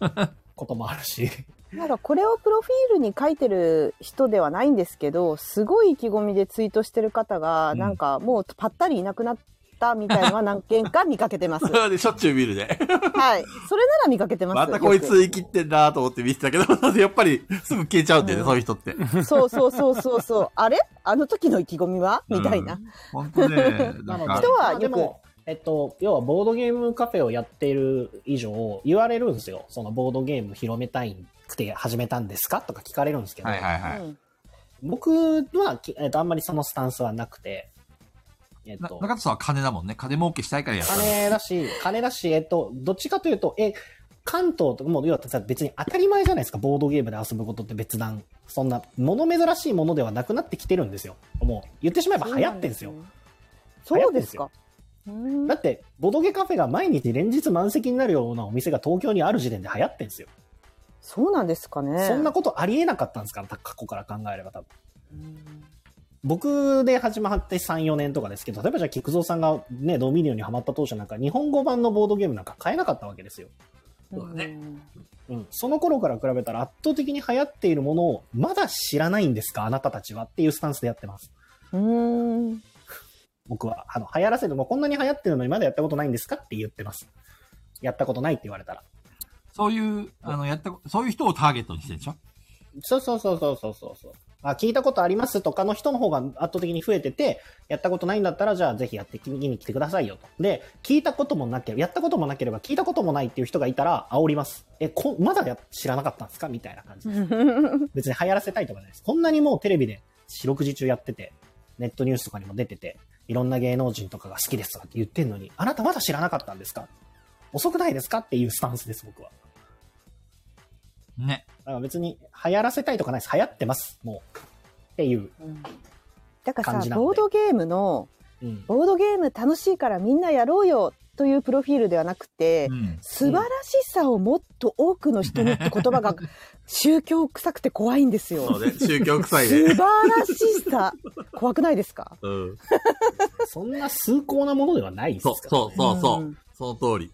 うこともあるし。 *laughs* なんかこれをプロフィールに書いてる人ではないんですけどすごい意気込みでツイートしてる方が、うんなんかもうぱったりいなくなったみたいなのは何件か見かけて *laughs* ますは *laughs* で、しょっちゅう見るね。いそれなら見かけてますまたこいよつ生きてんなと思って見てたけど、やっぱりすぐ消えちゃうんだよね、うんそういう人って。くそうそうそうそうそうあれあの時の意気込みはみたい *laughs* な、本当ね、ななんのかで、、人はまあでも、えっと、要はボードゲームカフェをやっている以上、言われるんですよ。そのボードゲーム広めたいくて始めたんですかとか聞かれるんですけど、はいはいはい。うん僕は、きえっと、あんまりそのスタンスはなくて、えっなと、中田さんは金だもんね。金儲けしたいからやった。金だし、金だし、えっと、どっちかというと、え、関東とかもう要はさ別に当たり前じゃないですか、ボードゲームで遊ぶことって別段。そんな、物珍しいものではなくなってきてるんですよ。もう、言ってしまえば流行ってんですよ。そうですかうんだって、ボドゲカフェが毎日連日満席になるようなお店が東京にある時点で流行ってんですよ。そうなんですかねそんなことありえなかったんですから、過去から考えれば多分。うん僕で始まって3、4年とかですけど、例えばじゃあ、菊蔵さんがね、ドミニオンにハマった当初なんか、日本語版のボードゲームなんか買えなかったわけですよ。そうだねうん。その頃から比べたら圧倒的に流行っているものを、まだ知らないんですかあなたたちはっていうスタンスでやってます。うんうん僕は。あの、流行らせるもうこんなに流行ってるのにまだやったことないんですかって言ってます。やったことないって言われたら。そういう、あの、やった、そういう人をターゲットにしてるでしょそうそうそうそうそうそうそう。あ、聞いたことありますとかの人の方が圧倒的に増えてて、やったことないんだったら、じゃあぜひやってき見に来てくださいよと。で、聞いたこともなければ、やったこともなければ、聞いたこともないっていう人がいたら、煽ります。え、こ、まだや知らなかったんですかみたいな感じです。別に流行らせたいとかじゃないです。こんなにもうテレビで四六時中やってて、ネットニュースとかにも出てて、いろんな芸能人とかが好きですとかって言ってんのに、あなたまだ知らなかったんですか遅くないですかっていうスタンスです、僕は。ね。だから別に流行らせたいとかないです。流行ってます、もう。っていう。だから感じなさんでボードゲームのうん。ボードゲーム楽しいからみんなやろうよというプロフィールではなくて、うん。素晴らしさをもっと多くの人にって言葉が宗教臭くて怖いんでそすよ。 *laughs* うね。宗教臭い素ね。晴らしさ怖くないですか。うん。そんな崇高なものではないですかそうら、そうそうね。そううんその通り。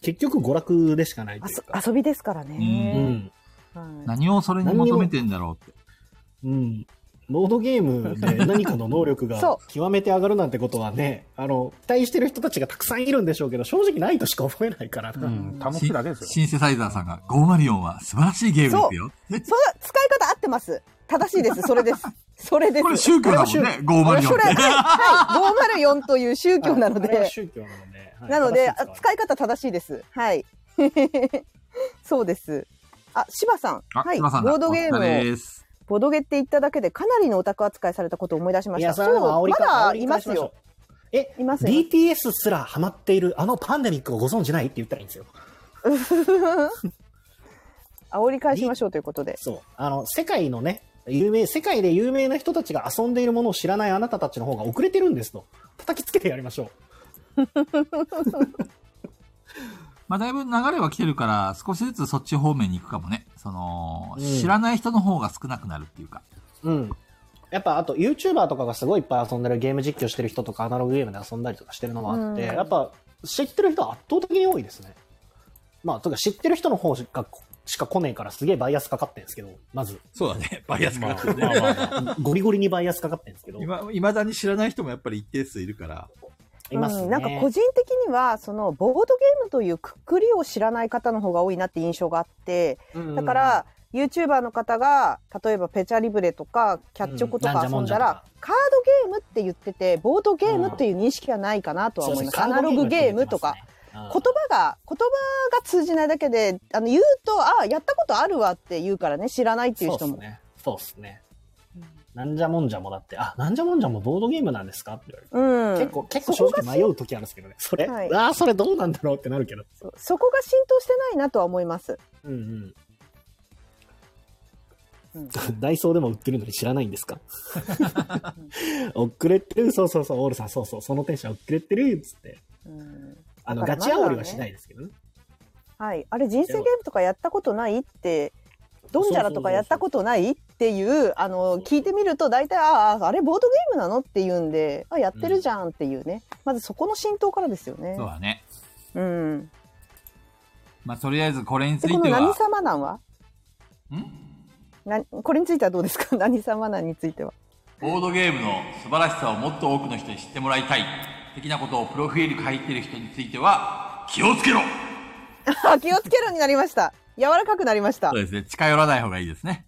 結局娯楽でしかないあといそうか。遊びですからうね。ん。はい何をそれに求めてんだろうって。うん。ボードゲームで何かの能力がそ極めて上がるなんてことはね、あの、期待してる人たちがたくさんいるんでしょうけど、正直ないとしか思えないからうな。ん、楽しいだけですよ。シンセサイザーさんが、ゴーマリオンは素晴らしいゲームですよ。その使い方合ってます。正しいです。それです。それです。これ宗教だもんね、ゴーマリオンそっれ、てはい、。はい。504という宗教なのあれはで、宗教なので。はいなので、正しいあです使い方正しいです。はい。 *laughs* そうです。あ、柴さん。あ、はい。ボ妻さんだードゲームおを疲れです。ボドゲって言っただけでかなりのオタク扱いされたことを思い出しまいした。や、それはもうそう、煽りまかだ煽りい返ましすましょよう。。え、いますよ。 BTS すらハマっているあのパンデミックをご存じないって言ったらいいんですよ。煽り返しましょうということで。そう。あの、世界のね、有名、世界で有名な人たちが遊んでいるものを知らないあなたたちの方が遅れてるんですと。叩きつけてやりましょまあ、だいぶ流れは来てるから、少しずつそっち方面に行くかもね。その、うん知らない人の方が少なくなるっていうか。う。うん。やっぱ、あと、YouTuber とかがすごいいっぱい遊んでるゲーム実況してる人とか、アナログゲームで遊んだりとかしてるのもあって、うんやっぱ、知ってる人は圧倒的に多いですね。まあ、というか、知ってる人の方がしか来ねえからすげえバイアスかかってんですけど、まず、そうだ *laughs* ね。バイアスかまかあってるね。まあまあまあ *laughs* ゴリゴリにバイアスかかってんですけど、いいまだに知らない人もやっぱり一定数いるから。ますね。うん、なんか個人的にはそのボードゲームというくくりを知らない方の方が多いなって印象があってだから、YouTuber の方が例えばペチャリブレとかキャッチョコとうんなかんじゃ遊もんんじゃだとらかカードゲームって言っててボードゲームっていう認識がないかなとはそう思いでますす、ねアナログゲームとカか、ードゲームは言葉が言葉が通じないだけであの言うとああやったことあるわって言うからね知らないっていう人そうっもすね。そうっすね。なんじゃもんじゃもだって、あ、なんじゃもんじゃもボードゲームなんですかって言われる。うん結構、結構正直迷う時あるんですけどね。それ、はいああ、それどうなんだろうってなるけど。そうそこが浸透してないなとは思います、うんうん。 *laughs* うん、ダイソーでも売ってるのに知らないんですか *laughs* 遅れてる、そうそうそう、オールさん、そうそう、そのテンション遅れてる、つって。うんあの、だかガらチ煽りはしないですけどね。はい、あれ人生ゲームとかやったことないってドンジャラとかやったことないっていうあの聞いてみると大体あああれボードゲームなのっていうんであやってるじゃんっていうね、まずそこの浸透からですよねそう。だね。うん、まあ、とりあえずこれにつでこいての何は、様なんはなこれについてはどうですか *laughs* 何様なんについては。 *laughs* ボードゲームの素晴らしさをもっと多くの人に知ってもらいたい。的なことをプロフィール書いてる人については、気をつけろあ気をつけるになりました柔らかくなりましたそう。ですね。近寄らない方がいいですね。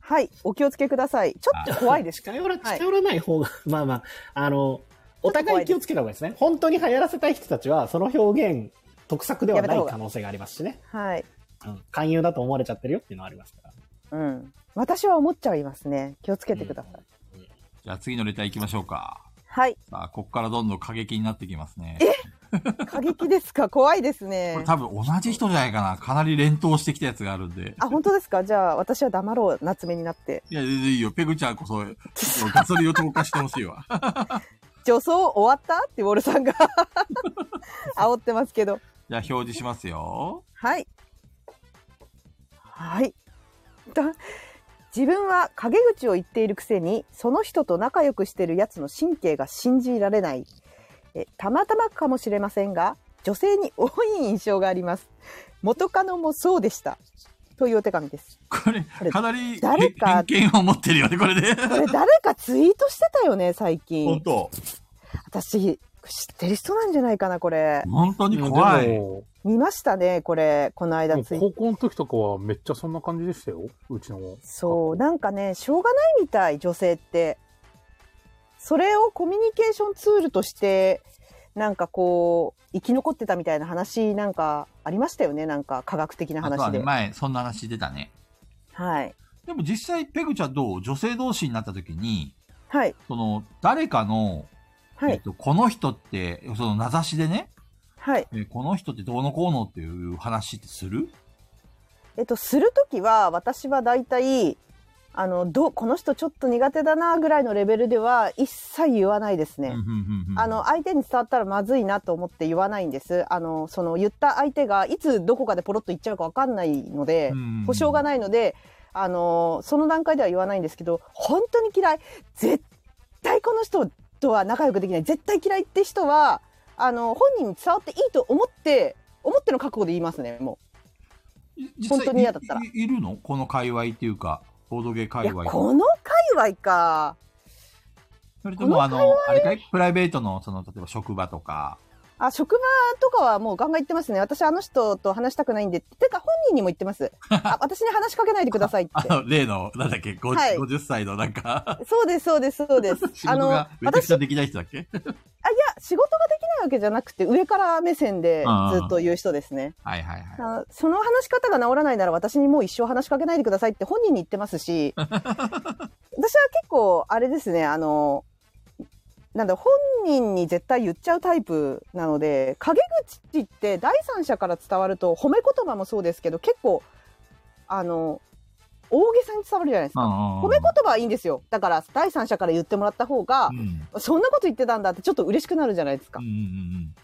はいお気をつけくださいちょっと怖いです。近寄ら、はい近寄らない方が、 *laughs* まあまあ、あの、お互い気をつけた方がいいですね。本当に流行らせたい人たちは、その表現、得策ではなやめたい方が可能性がありますしね。はい、うん、勧誘だと思われちゃってるよっていうのはありますから。うん、私は思っちゃいますね気をつけてください。じゃあ次のレター行きましょうか。はいさあ、ここからどんどん過激になってきますね。過激ですか *laughs* 怖いですねこれ。多分同じ人じゃないかな。かなり連投してきたやつがあるんで。あ、本当ですかじゃあ、私は黙ろう、夏目になって。いや、全然いいよ。ペグちゃんこ *laughs* そ、ガソリンを投下してほしいわ。女装終わったってウォルさんが。煽ってますけど。じゃあ表示しますよ。はい。はい。だ自分は陰口を言っているくせに、その人と仲良くしてるやつの神経が信じられない。えたまたまかもしれませんが、女性に多い印象があります。元カノもそうでした。というお手紙です。これ、れかなり誰か偏見を持ってるよね、これね。これ誰かツイートしてたよね、最本近。当。私、知ってる人なんじゃないかな、これ。本当にうん怖でい。も見ましたねこれこので間もツイ高校の時とかはめっちゃそんな感じでしたよ。うちの。そうなんかねしょうがないみたい女性ってそれをコミュニケーションツールとしてなんかこう生き残ってたみたいな話なんかありましたよねなんか科学的なあとは話ね、で前、そんな話出たね。はいでも実際、ペグちゃんどう女性同士になった時に、はいその、誰かの、はえっいと、この人って、その名指しでね、はいえこの人ってどうのこうのっていう話ってするえっとする時は私は大体あのどうこの人ちょっと苦手だなぐらいのレベルでは一切言わないですうね、んうんうんうんあの相手に伝わったらまずいなと思って言わないんですあのその言った相手がいつどこかでポロッと言っちゃうかわかんないのでうん保証がないのであのその段階では言わないんですけど本当に嫌い絶対この人とは仲良くできない絶対嫌いって人はあの本人に伝わっていいと思って思っての覚悟で言いますねもう。実際本当に嫌だったらいいいるのこの界隈っていうかボードゲーい界や隈この界隈かそれともあのあれかいプライベートのその例えば職場とかあ職場とかはもうガンガン言ってますね私あの人と話したくないんでてか本人にも言ってます *laughs* あ私に話しかけないでくださいってあ *laughs* の例のなんだっけ 50,、はい50歳のなんかそうですそうですそうです *laughs* 仕あ事のがめちゃく私ちあゃいできない人だっけや仕事ができないわけじゃなくて上から目線であーずっと言う人ですねはいはいはいあその話し方が治らないなら私にもう一生話しかけないでくださいって本人に言ってますし私は結構あれですねあのなんだ本人に絶対言っちゃうタイプなので陰口って第三者から伝わると褒め言葉もそうですけど結構あの大げさに伝わるじゃないですか。褒褒め言葉はいいんですよだから第三者から言ってもらった方がう、んそんなこと言ってたんだってちょっと嬉しくなるじゃないですかうん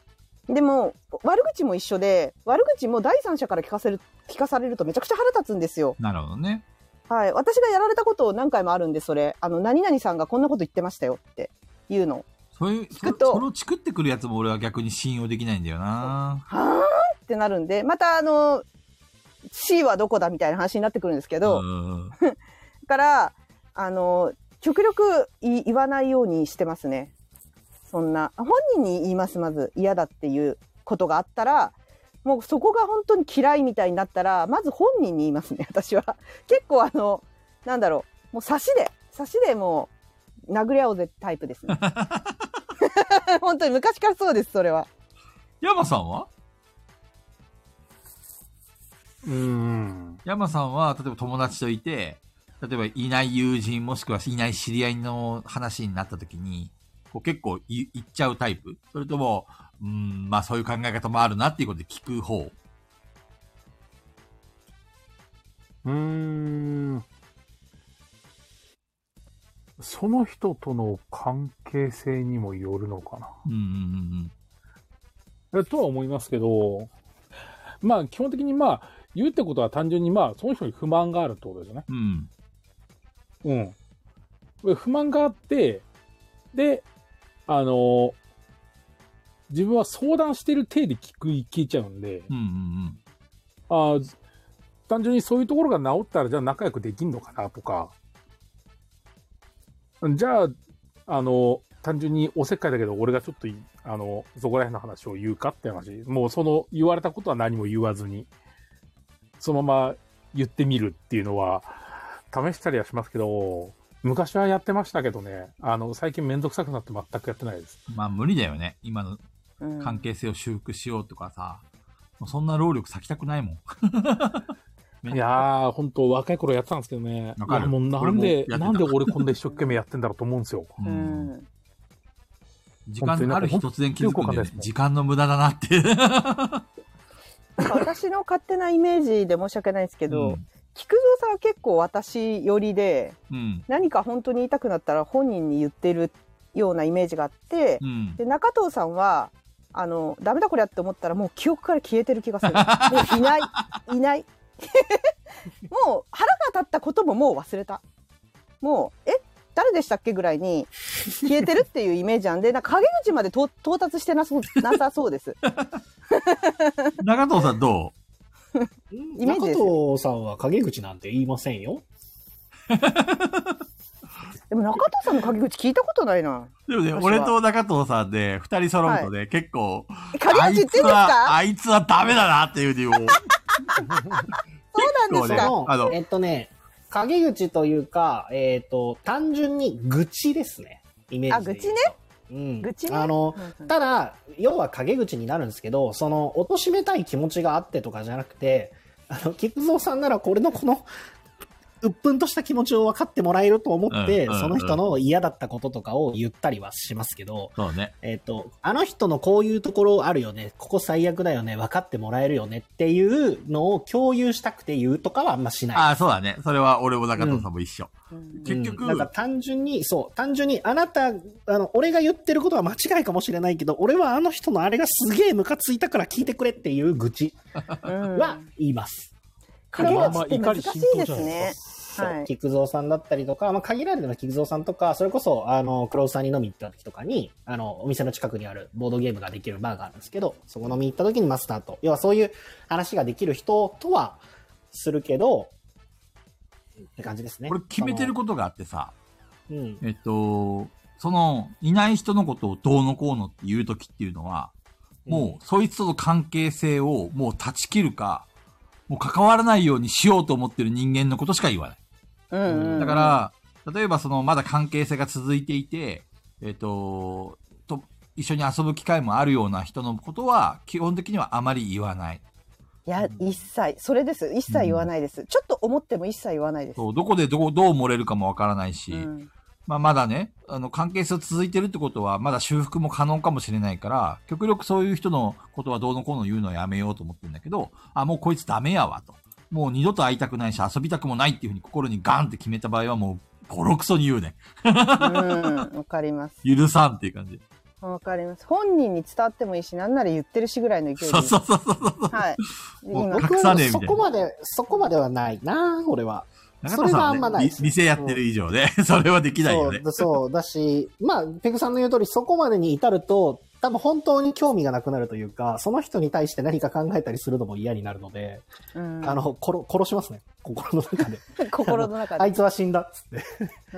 う。んでも悪口も一緒で悪口も第三者から聞かせる聞かされるとめちゃくちゃ腹立つんですよ。うんなるほどねはい、私がやられたことを何回もあるんでそれあの何々さんがこんなこと言ってましたよっていうのそういうそ聞くとそれをチクってくるやつも俺は逆に信用できないんだよなはあってなるんでまたあの C はどこだみたいな話になってくるんですけど、うんだから、あの、極力い言わないようにしてますね。そんな。本人に言います、まず。嫌だっていうことがあったら、もうそこが本当に嫌いみたいになったら、まず本人に言いますね、私は。結構あの、なんだろう。もう差しで、差しでもう、殴り合おうぜタイプです *laughs* ね。本当に昔からそうです、それは。山さんはうん。山さんは、例えば友達といて、例えばいない友人もしくはいない知り合いの話になった時に、こう結構い言っちゃうタイプそれとも、うん、まあそういう考え方もあるなっていうことで聞く方うーん。その人との関係性にもよるのかな。うんうんうんえとは思いますけど、まあ基本的にまあ言うってことは単純にまあその人に不満があるってことですよね。うん。うん。うんで。不満があって、で、あの、自分は相談してる体で聞く、聞いちゃうんで、うんうんあー単純にそういうところが治ったらじゃあ仲良くできんのかなとか、じゃあ、あの、単純におせっかいだけど俺がちょっとい、あの、そこら辺の話を言うかって話。もうその言われたことは何も言わずに、そのまま言ってみるっていうのは、試したりはしますけど、昔はやってましたけどね、あの、最近めんどくさくなって全くやってないです。うん。まあ無理だよね。今のうん関係性を修復しようとかさ。もうそんな労力割きたくないもん。いやー、本当若い頃やってたんですけどね。わかるいやもうな俺んもやっでて、たなんで俺こんな一生懸命やってんだろうと思うんですよ。ううんん。時間ある日突然気づくんだよね本当によくわかんないですもん時間の無駄だなって。なんか私の勝手なイメージで申し訳ないですけど、うん菊蔵さんは結構私寄りで、うん。何か本当に言いたくなったら本人に言ってるようなイメージがあって、うん。で中藤さんはあのダメだこりゃって思ったらもう記憶から消えてる気 *laughs* がするもういないいない *laughs* もう腹が立ったことももう忘れたもうえ誰でしたっけぐらいに消えてるっていうイメージなんでなんか陰口まで到到達してなそうなさそうです長藤さんどイメージ中です藤さんは陰口なんて言いませんよ。でも中藤さんの陰口聞いたことないなうでもね、私は俺と中藤さんで、二人揃うとね、結構、え陰口言ってんですあかいつは、あいつはダメだなっていう理由を。そうなんです結構か、ねあのえっとね、陰口というか、えっ、と、単純に愚痴ですね。イメージで言うと。うん。愚痴ねあの、うんただ、要は陰口になるんですけど、その、貶めたい気持ちがあってとかじゃなくて、あの、菊蔵さんならこれのこの、鬱憤とした気持ちを分かってもらえると思って、うんうんうんその人の嫌だったこととかを言ったりはしますけ *laughs* ど、そうね。えっ、と、あの人のこういうところあるよね、ここ最悪だよね、分かってもらえるよねっていうのを共有したくて言うとかはあんましない。ああ、そうだね。それは俺も中藤さんも一緒。うん結局うんなんか単純に、そう、単純に、あなた、あの、俺が言ってることは間違いかもしれないけど、俺はあの人のあれがすげえムカついたから聞いてくれっていう愚痴うんは言います。陰口って難しいですねそうはい菊蔵さんだったりとか、まあ、限られてる菊蔵さんとか、それこそ、あの、黒尾さんに飲み行った時とかに、あの、お店の近くにあるボードゲームができるバーがあるんですけど、そこ飲み行った時にマスターと、要はそういう話ができる人とはするけど、って感じですね。俺決めてることがあってさ、そのうん。えっと、その、いない人のことをどうのこうのっていう時っていうのは、もう、そいつとの関係性をもう断ち切るか、もう関わらないようにしようと思ってる人間のことしか言わない。うんうんだから、例えばその、まだ関係性が続いていて、えっと、と、一緒に遊ぶ機会もあるような人のことは、基本的にはあまり言わない。いや、一切、それです。一切言わないです。ちょっと思っても一切言わないです。そうどこでどう、どう漏れるかもわからないし、 *laughs* うんまあまだね、あの、関係性続いてるってことは、まだ修復も可能かもしれないから、極力そういう人のことはどうのこうの言うのはやめようと思ってるんだけど、あ、もうこいつダメやわと。もう二度と会いたくないし、遊びたくもないっていうふうに心にガンって決めた場合は、もう、ボロクソに言うね。うんわ、かります。許さんっていう感じ。わかります。本人に伝わってもいいし、なんなら言ってるしぐらいの勢いそでうそうそうそう。はい。もう今、隠さねえみたそいなこまで、そこまではないな、俺は。中そ田れがさあんんまはないねで、すみ店やってる以上 *laughs* ね、それはできないよね。そう、そうだし、まあ、ペグさんの言う通り、そこまでに至ると、多分本当に興味がなくなるというか、その人に対して何か考えたりするのも嫌になるので、うんあの、殺殺しますね。心の中で。心の中であいつは死んだっつって。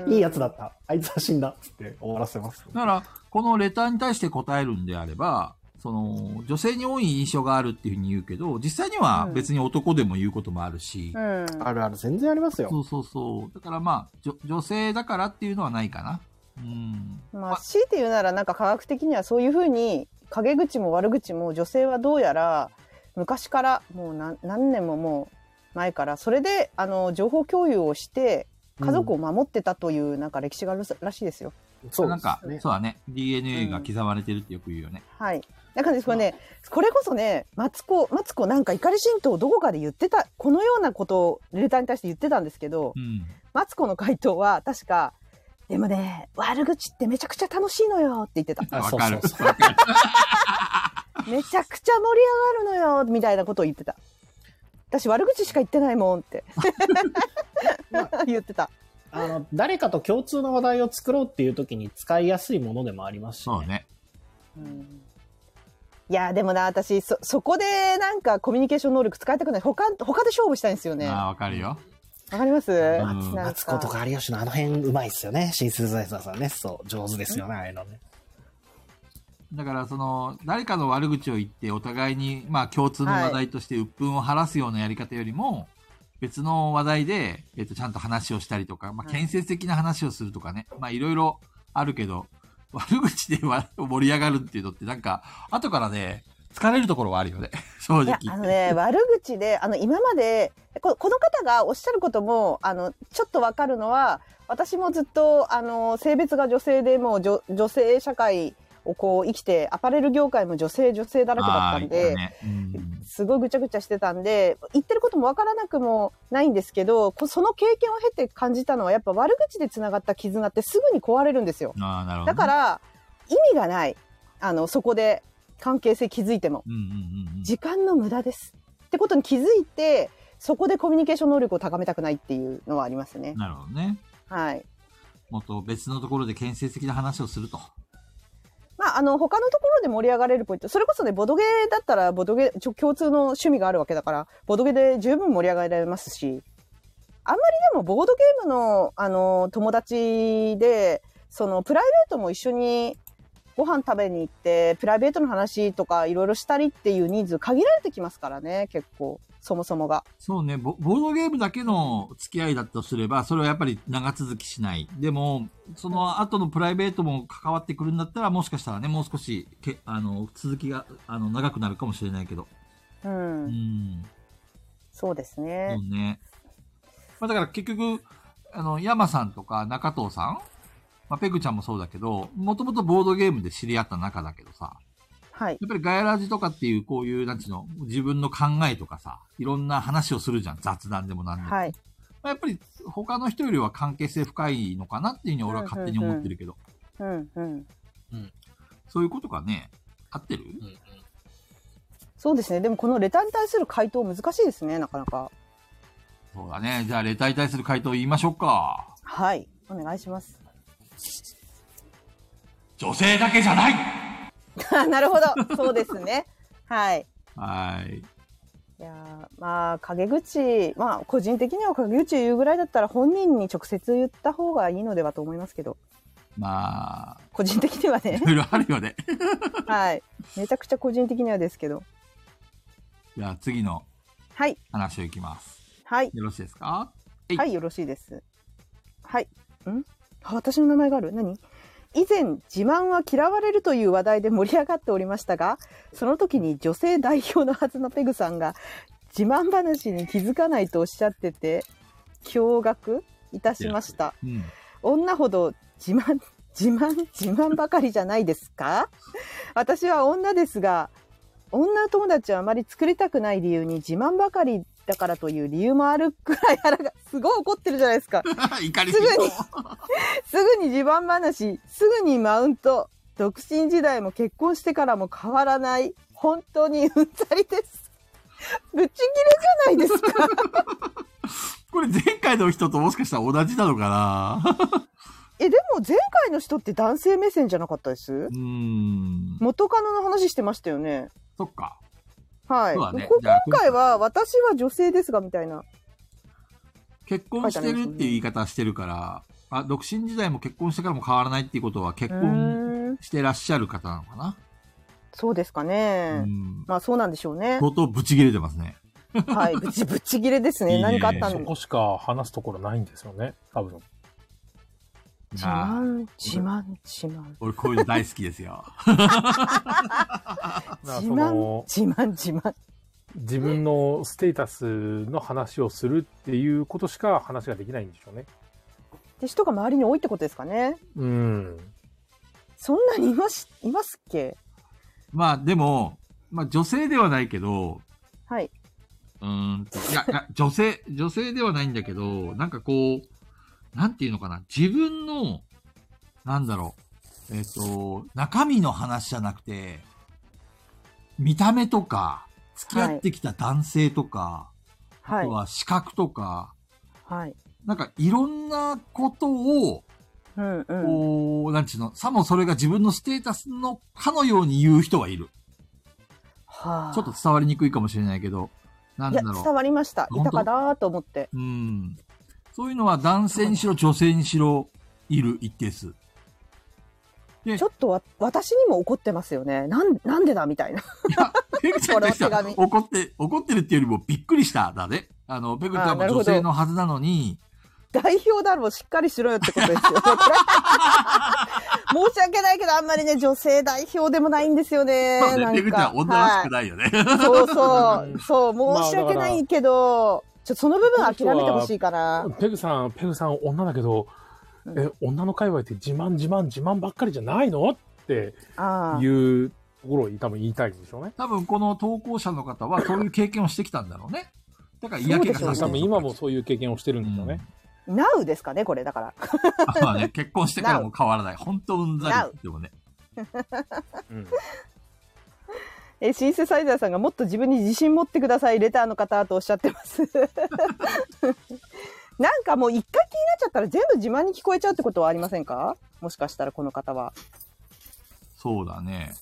うんいいやつだった。あいつは死んだっつって終わらせます。だから、このレターに対して答えるんであれば、その、女性に多い印象があるっていうふうに言うけど、実際には別に男でも言うこともあるし、うんあるある、全然ありますそよ。うそうそう。だからまあ、じょ女性だからっていうのはないかな。うん。まあ、強いて言うならなんか科学的にはそういうふうに陰口も悪口も女性はどうやら昔からもう何何年ももう前からそれであの情報共有をして家族を守ってたというなんか歴史があるらしいですよ。そうなんか、ですねそうだね。DNA が刻まれてるってよく言うよね。はい。だからですね、これこそね、マツコ、マツコなんか怒り神道をどこかで言ってた、このようなことをレターに対して言ってたんですけど、うん。マツコの回答は確か、でもね、悪口ってめちゃくちゃ楽しいのよって言ってた。あわそうかそるう。そわかるめちゃくちゃ盛り上がるのよみたいなことを言ってた私悪口しか言ってないもんって *laughs* 言ってたあの、誰かと共通の話題を作ろうっていう時に使いやすいものでもありますし、そうね。いやでもな私そそこでなんかコミュニケーション能力使いたくない他他で勝負したいんですよねああ、わわかるよ。かりますんなんマツコとか有吉のあの辺うまいっすよね。シンセサイザーさんね。そう、上手ですよね、ああいうのね。だから、その、誰かの悪口を言って、お互いに、まあ、共通の話題として、鬱憤を晴らすようなやり方よりも、別の話題で、えっと、ちゃんと話をしたりとか、まあ、はい建設的な話をするとかね、まあ、いろいろあるけど、悪口で *laughs* わ盛り上がるっていうのって、なんか、後からね、疲れるところはあるよね。 *laughs* 正い直や。あのね悪口であの今までここの方がおっしゃることもあのちょっとわかるのは私もずっとあの性別が女性でもう女女性社会をこう生きてアパレル業界も女性女性だらけだったんあーで、言ってたねうんすごいぐちゃぐちゃしてたんで言ってることもわからなくもないんですけどこその経験を経て感じたのはやっぱ悪口でつながった絆ってすぐに壊れるんですよ。ああ、なるほどね。だから意味がないあのそこで関係性築いても。うんうんうんうん、時間の無駄ですってことに気づいてそこでコミュニケーション能力を高めたくないっていうのはありますね。なるほどね。はい。もっと別のところで建設的な話をすると。まあ、あの、他のところで盛り上がれるポイント。それこそね、ボドゲだったら、ボドゲ、ちょ共通の趣味があるわけだから、ボドゲで十分盛り上がれますし、あんまりでもボードゲームの、あの、友達で、その、プライベートも一緒にご飯食べに行って、プライベートの話とかいろいろしたりっていう人数限られてきますからね、結構、そもそもが。そうねボ、ボードゲームだけの付き合いだとすれば、それはやっぱり長続きしない。でも、その後のプライベートも関わってくるんだったら、もしかしたらね、もう少しけ、あの、続きが、あの、長くなるかもしれないけど。う、うんん。そうですね。そうね。まあ、だから結局、あの、山さんとか中藤さん、まあ、ペグちゃんもそうだけど、もともとボードゲームで知り合った仲だけどさ、はい。やっぱりガヤラジとかっていう、こういう、なんちゅうの、自分の考えとかさ、いろんな話をするじゃん。雑談でもなんでも。はい。まあ、やっぱり、他の人よりは関係性深いのかなっていうふうに俺は勝手に思ってるけど。うんうん。そういうことかね。合ってるうんうんそうですね。でもこのレターに対する回答難しいですね、なかなか。そうだね。じゃあ、レターに対する回答言いましょうか。はい。お願いします。 *laughs* 女性だけじゃないなるほど。そうですね。はい。はい。いやーまあ、陰口、まあ、個人的には陰口言うぐらいだったら本人に直接言った方がいいのではと思いますけど、まあ、個人的には *laughs* ねい。ろいろあるよね。はい。めちゃくちゃ個人的にはですけど。じゃあ、次のはい。話をいきます。はい。よろしいですかいはい、よろしいです。はい。んあ私の名前がある何以前、自慢は嫌われるという話題で盛り上がっておりましたが、その時に女性代表のはずのペグさんが、自慢話に気づかないとおっしゃってて、驚愕いたしました。うん。女ほど自慢、 *laughs* 自慢、自慢ばかりじゃないですか私は女ですが、女友達はあまり作りたくない理由に自慢ばかりだからという理由もあるくらい腹が、すごい怒ってるじゃないですか。 *laughs* 怒りすすぎぐに、すぐに自慢話、すぐにマウント。独身時代も結婚してからも変わらない。本当にうんざりです。ぶっちぎれじゃないですか。これ前回の人ともしかしたら同じなのかな *laughs* え、でも前回の人って男性目線じゃなかったですうーん。元カノの話してましたよね。そっか。はい。そうだねこじゃあ今回は私は女性ですがみたいな。結婚してるっていう言い方してるから、あ、独身時代も結婚してからも変わらないっていうことは結う婚ーん。してらっしゃる方なのかな。そうですかうね。ん。まあそうなんでしょうね。相当ブチ切れてますね。はい。ぶち *laughs* ぶち切れですいいね。ね何かあったそんこしか話すところないんですよね、多分。自ああ慢、自慢、自慢。俺こういうの大好きですよ。 *laughs* まあ自そ慢の、自慢、自慢。自分のステータスの話をするっていうことしか話ができないんでしょうね。って人が周りに多いってことですかね。うん。そんなにいます、いますっけまあでも、まあ女性ではないけど、はい。うーんと、いや、いや、女性、女性ではないんだけど、なんかこう、なんていうのかな、自分の、なんだろう、えっ、と、中身の話じゃなくて、見た目とか、付き合ってきた男性とか、はあいと。は資格とか、はい。なんかいろんなことを、うんうん。こう、なんちゅうの、さもそれが自分のステータスのかのように言う人がいる。はあ。ちょっと伝わりにくいかもしれないけど、なんいだや、ろう伝。わりました。い本当たかだーと思って。うん。そういうのは男性にしろ女性にしろいる一定 *laughs* 数。ちょっとわ私にも怒ってますよね。なん、なんでだみたいな。いや、ペグちゃんでしこれは手紙怒って、怒ってるっていうよりもびっくりしただね。あの、ペグちゃんあもなる女ほど性のはずなのに、代表だろ、しっかりしろよって *laughs* ことですよ。申し訳ないけど、あんまりね、女性代表でもないんですよね。そうねなペんグちゃかん。女らしくはないよね。い。そうそう。そう、申し訳ないけど、ちょっとその部分諦めてほしいかな。ペグさん、ペグさん女だけど、うんえ、女の界隈って自慢自慢自慢ばっかりじゃないのってああい。うところを多分言いたいんでしょうね。 *laughs* 多分この投稿者の方はそういう経験をしてきたんだろうね。だから嫌そう気でがしょさうしねて多る分今もそういう経験をしてるんでしょうね。 Now ですかね、これだから。あそうだね。結婚してからも変わらない。本当うんざり。でもね。うんえ、シンセサイザーさんがもっと自分に自信持ってください、レターの方とおっしゃってます。 *laughs* なんかもう一回気になっちゃったら全部自慢に聞こえちゃうってことはありませんかもしかしたらこの方は。そうだね。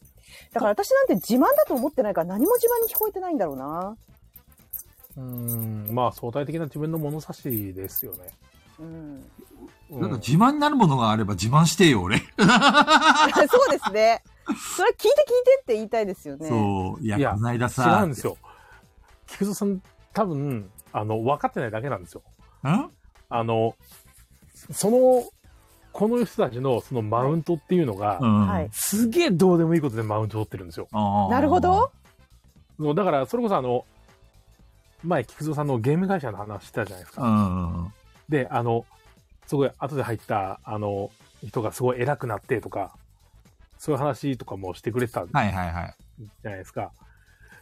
だから私なんて自慢だと思ってないから何も自慢に聞こえてないんだろうな。うん、まあ相対的な自分の物差しですよね。うん。 *laughs* うんなんか自慢になるものがあれば自慢してよ、俺。そうですね。それ聞いて聞いてって言いたいですよ *laughs* ね。そう。いや、いやこないだ違うさん。ですよ。菊蔵さん、多分、あの、分かってないだけなんですよ。んあの、その、この人たちのそのマウントっていうのが、うんはい。すげえどうでもいいことでマウント取ってるんですよ。あーなるほど。そうだから、それこそあの、前、菊蔵さんのゲーム会社の話してたじゃないですうか。ん。で、あの、すごい、後で入った、あの、人がすごい偉くなってとか、そういう話とかもしてくれてたんじはいはいはい。ゃないですか。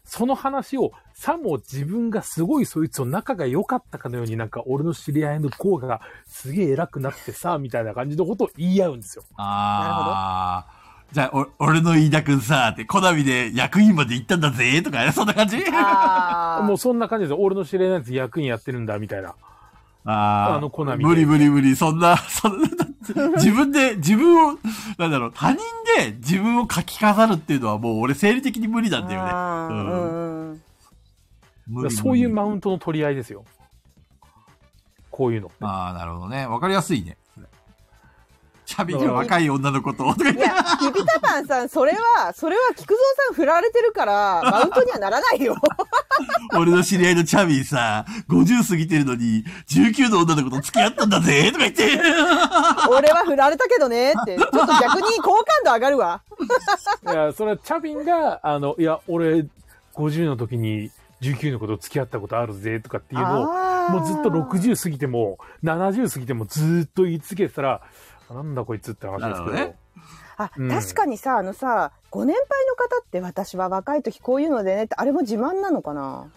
その話を、さも自分がすごいそいつと仲が良かったかのように、なんか俺の知り合いの子がすげえ偉くなってさ、みたいな感じのことを言い合うんですよ。ああ。じゃあ、お俺の飯田くんさ、って、コナミで役員まで行ったんだぜ、とか、そんな *laughs* 感じあ *laughs* あ。もうそんな感じですよ。俺の知り合いのやつ役員やってるんだ、みたいな。あーあのコナミで無理無理無理、そんな、そんな、自分で、自分を、なんだろう、他人で自分を書き飾るっていうのはもう俺生理的に無理なんだよね。あーうんうんうん無理無理そういうマウントの取り合いですよ。こういうの。ああ、なるほどね。わかりやすいね。それチャビが若い女の子と、とか言っいてや、ピピタパンさん、それは、それは菊蔵さん振られて *laughs* るから、マウントにはならないよ。 *laughs* 俺の知り合いのチャビーさ、50過ぎてるのに、19の女の子と付き合ったんだぜとか言って。俺は振られたけどねって。ちょっと逆に好感度上がるわ。いや、それはチャビンが、あの、いや、俺、50の時に19の子と付き合ったことあるぜ、とかっていうのを、あーもうずっと。60過ぎても、70過ぎてもずーっと言い続けてたら、なんだこいつって話ですけど。なるほどねあ、うん確かにさ、あのさ、ご年配の方って私は若い時こういうのでねって、あれも自慢なのかな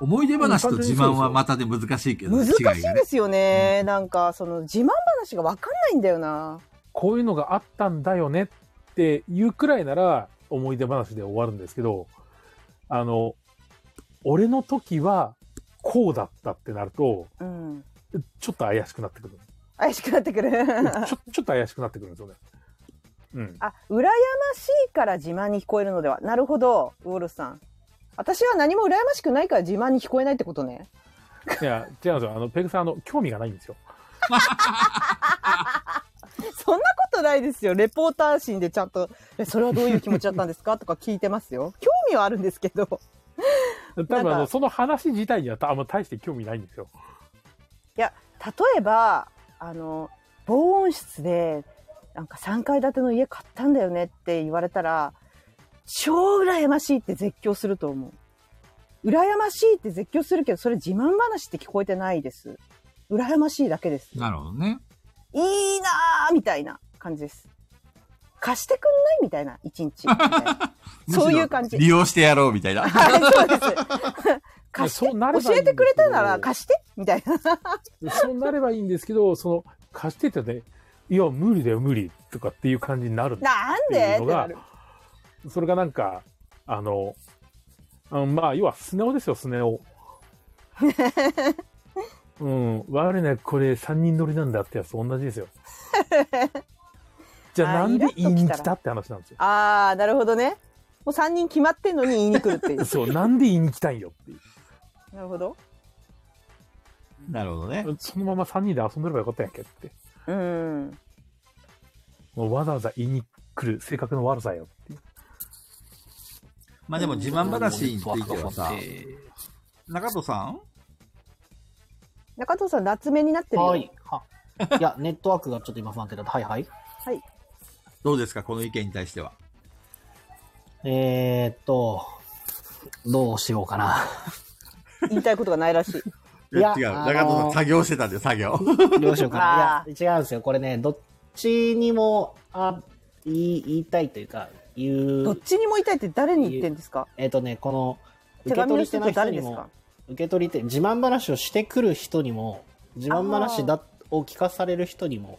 思い出話と自慢はまたで難しいけど、難しい違いがねで。すよね。なんか、その自慢話がわかんないんだよな。こういうのがあったんだよねっていうくらいなら、思い出話で終わるんですけど、あの、俺の時は、こうだったってなると、うん。ちょっと怪しくなってくる。怪しくなってく *laughs* る。ちょちょっと怪しくなってくるんですよね。うん。あ、羨ましいから自慢に聞こえるのでは。なるほど、ウォルフさん。私は何も羨ましくないから自慢に聞こえないってことね。 *laughs* いや、違うんですよ。あの、ペグさん、あの、興味がないんですよ。そんなことないですよ。レポーター心でちゃんと、えそれはどういう気持ちだったんですかとか聞いてますよ。興味はあるんですけど。多分あなんの、かその話自体にはたあんま大して興味ないんですよ。いや、例えば、あの、防音室で、なんか3階建ての家買ったんだよねって言われたら、超羨ましいって絶叫すると思う。羨ましいって絶叫するけど、それ自慢話って聞こえてないです。羨ましいだけです。なるほどね。いいなーみたいな感じです。貸してくんないみたいな、一日。みたいなそういう感じむしろ利用してやろうみたいな。はい、 *laughs* そうです。貸してそうなればいいんです教けえどてくれたなら貸してみたいな。そうなればいいんですけど、その、貸しててね、いや、無理だよ、無理とかっていう感じになるんでなんでっていっうのてがなる。す。それがなんか、あの、うん、まあ、要は、スネ夫ですよ、スネ *laughs* 夫。うん、我なくこれ3人乗りなんだってやつと同じです *laughs* よ。じゃあなあんでイ言ラいッときに来たらたって話なんですよ。。あー、なるほどね。もう3人決まってんのに言いに来るってい *laughs* うそう、なんで言いに来たんよっていう。なるほど。 *laughs* なるほどね。そのまま3人で遊んでればよかったんやんけって。うん。もうわざわざ言いに来る性格の悪さよっていう。まあでも自慢話については *laughs* さ、中戸さん中藤さん、夏目になってるよ。はい。はいや、ネットワークがちょっと今不安定だった。はいはい。はい。どうですかこの意見に対しては。えー、っと、どうしようかな。言いたいことがない *laughs* らしい。いや、違いう。やあのー中戸さん作業してたんで、作業。どうしようかあな。*laughs* いや、違うんですよ。これね、どっちにも、あ、言い言いたいというか、言どっう、ちにも言いたいって誰に言ってんですかえっ、とね、この、受手け紙取のり手人のと人誰にですもか、受け取り手、自慢話をしてくる人にも、自慢話だを聞かされる人にも、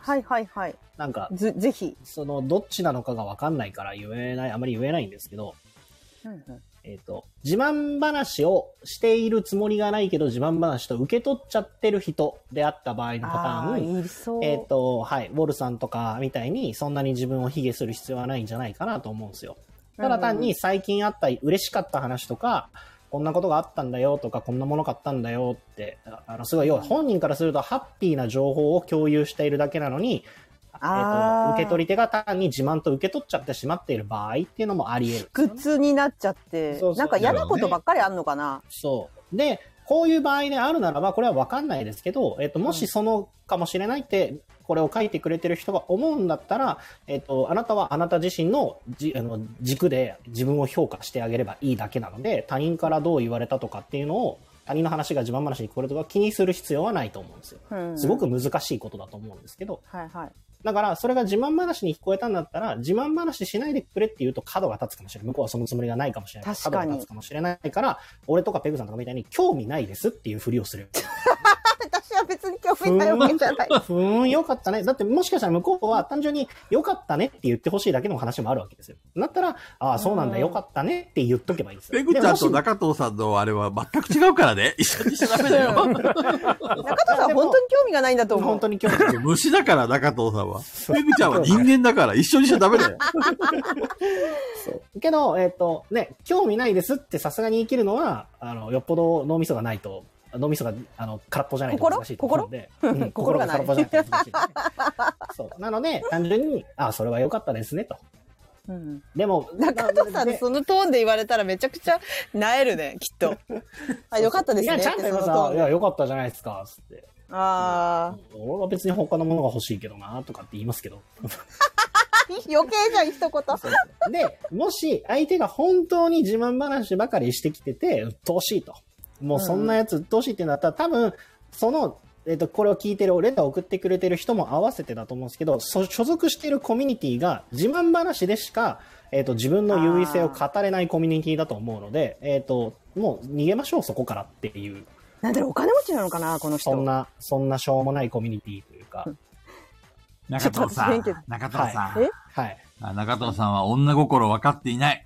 はいはいはい。なんか、ぜ、ぜひ。その、どっちなのかがわかんないから言えない、あまり言えないんですけど、うんうんえっ、と、自慢話をしているつもりがないけど、自慢話と受け取っちゃってる人であった場合のパタあーン、ー、いそう。えっ、と、はい、ウォルさんとかみたいに、そんなに自分を卑下する必要はないんじゃないかなと思うんですよ。ただ単に最近あった嬉しかった話とか、こんなことがあったんだよとか、こんなもの買ったんだよって、ああの、すごい、要は本人からするとハッピーな情報を共有しているだけなのに、えっあーと受け取り手が単に自慢と受け取っちゃってしまっている場合っていうのもあり得る。グッズになっちゃってそうそうなんか嫌なことばっかりあんのかなそう。で、こういう場合であるならば、これは分かんないですけど、えっと、もしそのかもしれないって、これを書いてくれてる人が思うんだったら、えっと、あなたはあなた自身のじあの軸で自分を評価してあげればいいだけなので、他人からどう言われたとかっていうのを、他人の話が自慢話に聞こえるとか気にする必要はないと思うんですよ。うんすごく難しいことだと思うんですけど、はいはいだから、それが自慢話に聞こえたんだったら、自慢話しないでくれって言うと角が立つかもしれない。向こうはそのつもりがないかもしれない。確かに角が立つかもしれないから、俺とかペグさんとかみたいに興味ないですっていうふりをする。私は別に興味ないわけじゃ *laughs* ないふーん、よかったね。だってもしかしたら向こうは単純によかったねって言ってほしいだけの話もあるわけですよ。だったら、ああ、そうなんだ、うんよかったねって言っとけばいいんですよ。ペグちゃんとでもし中藤さんのあれは全く違うからね。 *laughs* 一緒にしちゃダメだ *laughs* よ。中田さん本当に興味がないんだと思本う当に興味ない。虫だから、中藤さんは。ペグちゃんは人間だから、一緒にしちゃダメだよ。そう。けど、えっ、と、ね、興味ないですってさすがに生きるのは、あの、よっぽど脳みそがないと、脳みそが、あの、空っぽじゃないと難しいと思うので、うん *laughs* 心心ががな空いっぽじゃないと難しいので。そう。なので、単純に、あ、それは良かったですね、と。うんでも、中田さんでそのトーンで言われたらめちゃくちゃなえるねきっとあよかったですねいや、ちゃんとって言えそばのさト、ーいンでや、良かったじゃないですか、つって。あ俺は別に他のものが欲しいけどな、とかって言いますけど。ー余計じゃん一言 *laughs* で、もし相手が本当に自慢話ばかりしてきてて、鬱陶しいと。もうそんなやつ鬱陶しいってなったら、多分、その、えっと、これを聞いてる、レターを送ってくれてる人も合わせてだと思うんですけど、そ所属しているコミュニティが自慢話でしか、えっと、自分の優位性を語れないコミュニティだと思うので、えっと、もう逃げましょう、そこからっていう、なんだろうお金持ちなのかなこの人そんな、そんなしょうもないコミュニティというか、中藤さちょんっと待って。中藤さはいえんはい。あ。中藤さんは女心分かっていない。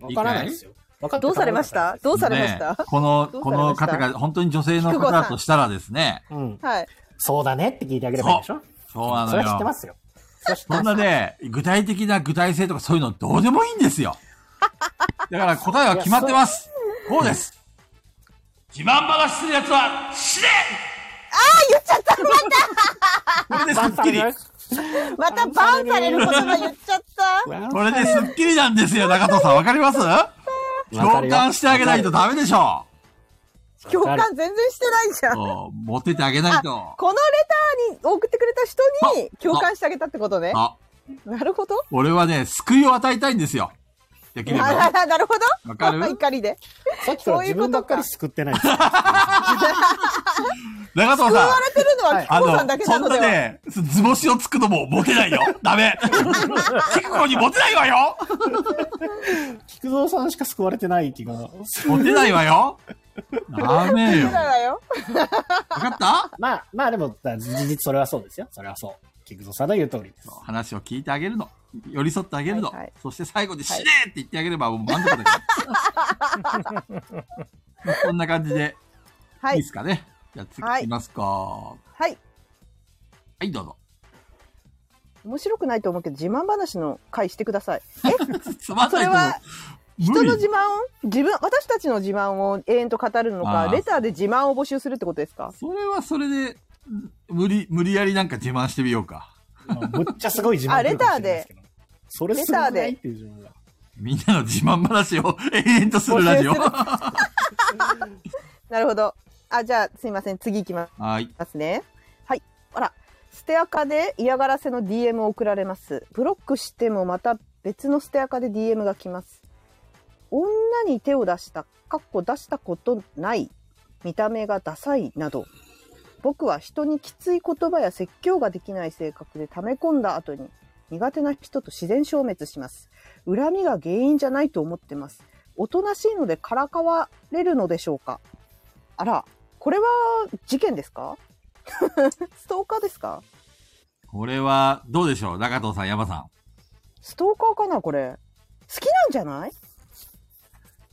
わからないですよ。わかってどうされましたどうされましたね、この、どうこされまのした方が本当に女性の方だとしたらですね、うん。はいそうだねって聞いてあげればいいでしょそうなそのれは知ってまよ。すよ。それは知ってそんまなね、具体的な具体性とかそういうのどうでもいいんですよ。だから答えは決まってます。こうです。自慢話する奴は死ねああ、言っちゃった、またこれでスッキリ。またバンされる言葉言っちゃ *laughs* った。これでスッキリなんですよ、中藤さん。わかりますかるよ共感してあげないとダメでしょす。共わか感る全然してないじゃん。そう持ってってあげないと。このレターに送ってくれた人に共感してあげたってことね。あ、なるほど。俺はね、救いを与えたいんですよ。できれば。あなるほど。わかる *laughs* 怒りで。さっきからそうい自うこ分とかばっかり救ってない *laughs* んですよ。中藤救さんわ。れてるのはキあコさんだの、けそなんのでなは。ね、図星をつくのもモテないよ。ダ *laughs* メ。キクコにモテないわよ。菊蔵さんしか救われてない気が。モテないわよ。ダメ *laughs* よ。そうわだよ。かったまあ、まあでも、だ事実それはそうですよ。それはそう。菊蔵さんの言う通りです。話を聞いてあげるの。寄り添ってあげるの。はいはいそして最後に死ねって言ってあげればもう満足だ *laughs* から。こんな感じではいいいですかね。じゃあ次はい行きますか。ははい。い、どうぞ。面白くないと思うけど自慢話の回してください。つまんそないと思れうは。無人理の自慢を自分私たちの自慢を永遠と語るのあかーレターで自慢を募集するってことですか。それはそれで、ん無理、無理やりなんか自慢してみようか。まあむっちゃすごい自慢あレターで来るかもしれないすけど。それすごくないっていう自分が。みんなの自慢話を *laughs* 延々とするラジオ。募集なるほど。あじゃあすいません次行きまはい。すね。はい。あらステアカで嫌がらせの DM を送られます。ブロックしてもまた別のステアカで DM が来ます。女に手を出した、かっこ出したことない、見た目がダサいなど、僕は人にきつい言葉や説教ができない性格で溜め込んだ後に、苦手な人と自然消滅します。恨みが原因じゃないと思ってます。おとなしいのでからかわれるのでしょうかあら、これは事件ですかストーカーですかこれは、どうでしょう中藤さん、山さん。 *laughs* ストーカーかなこれ。好きなんじゃない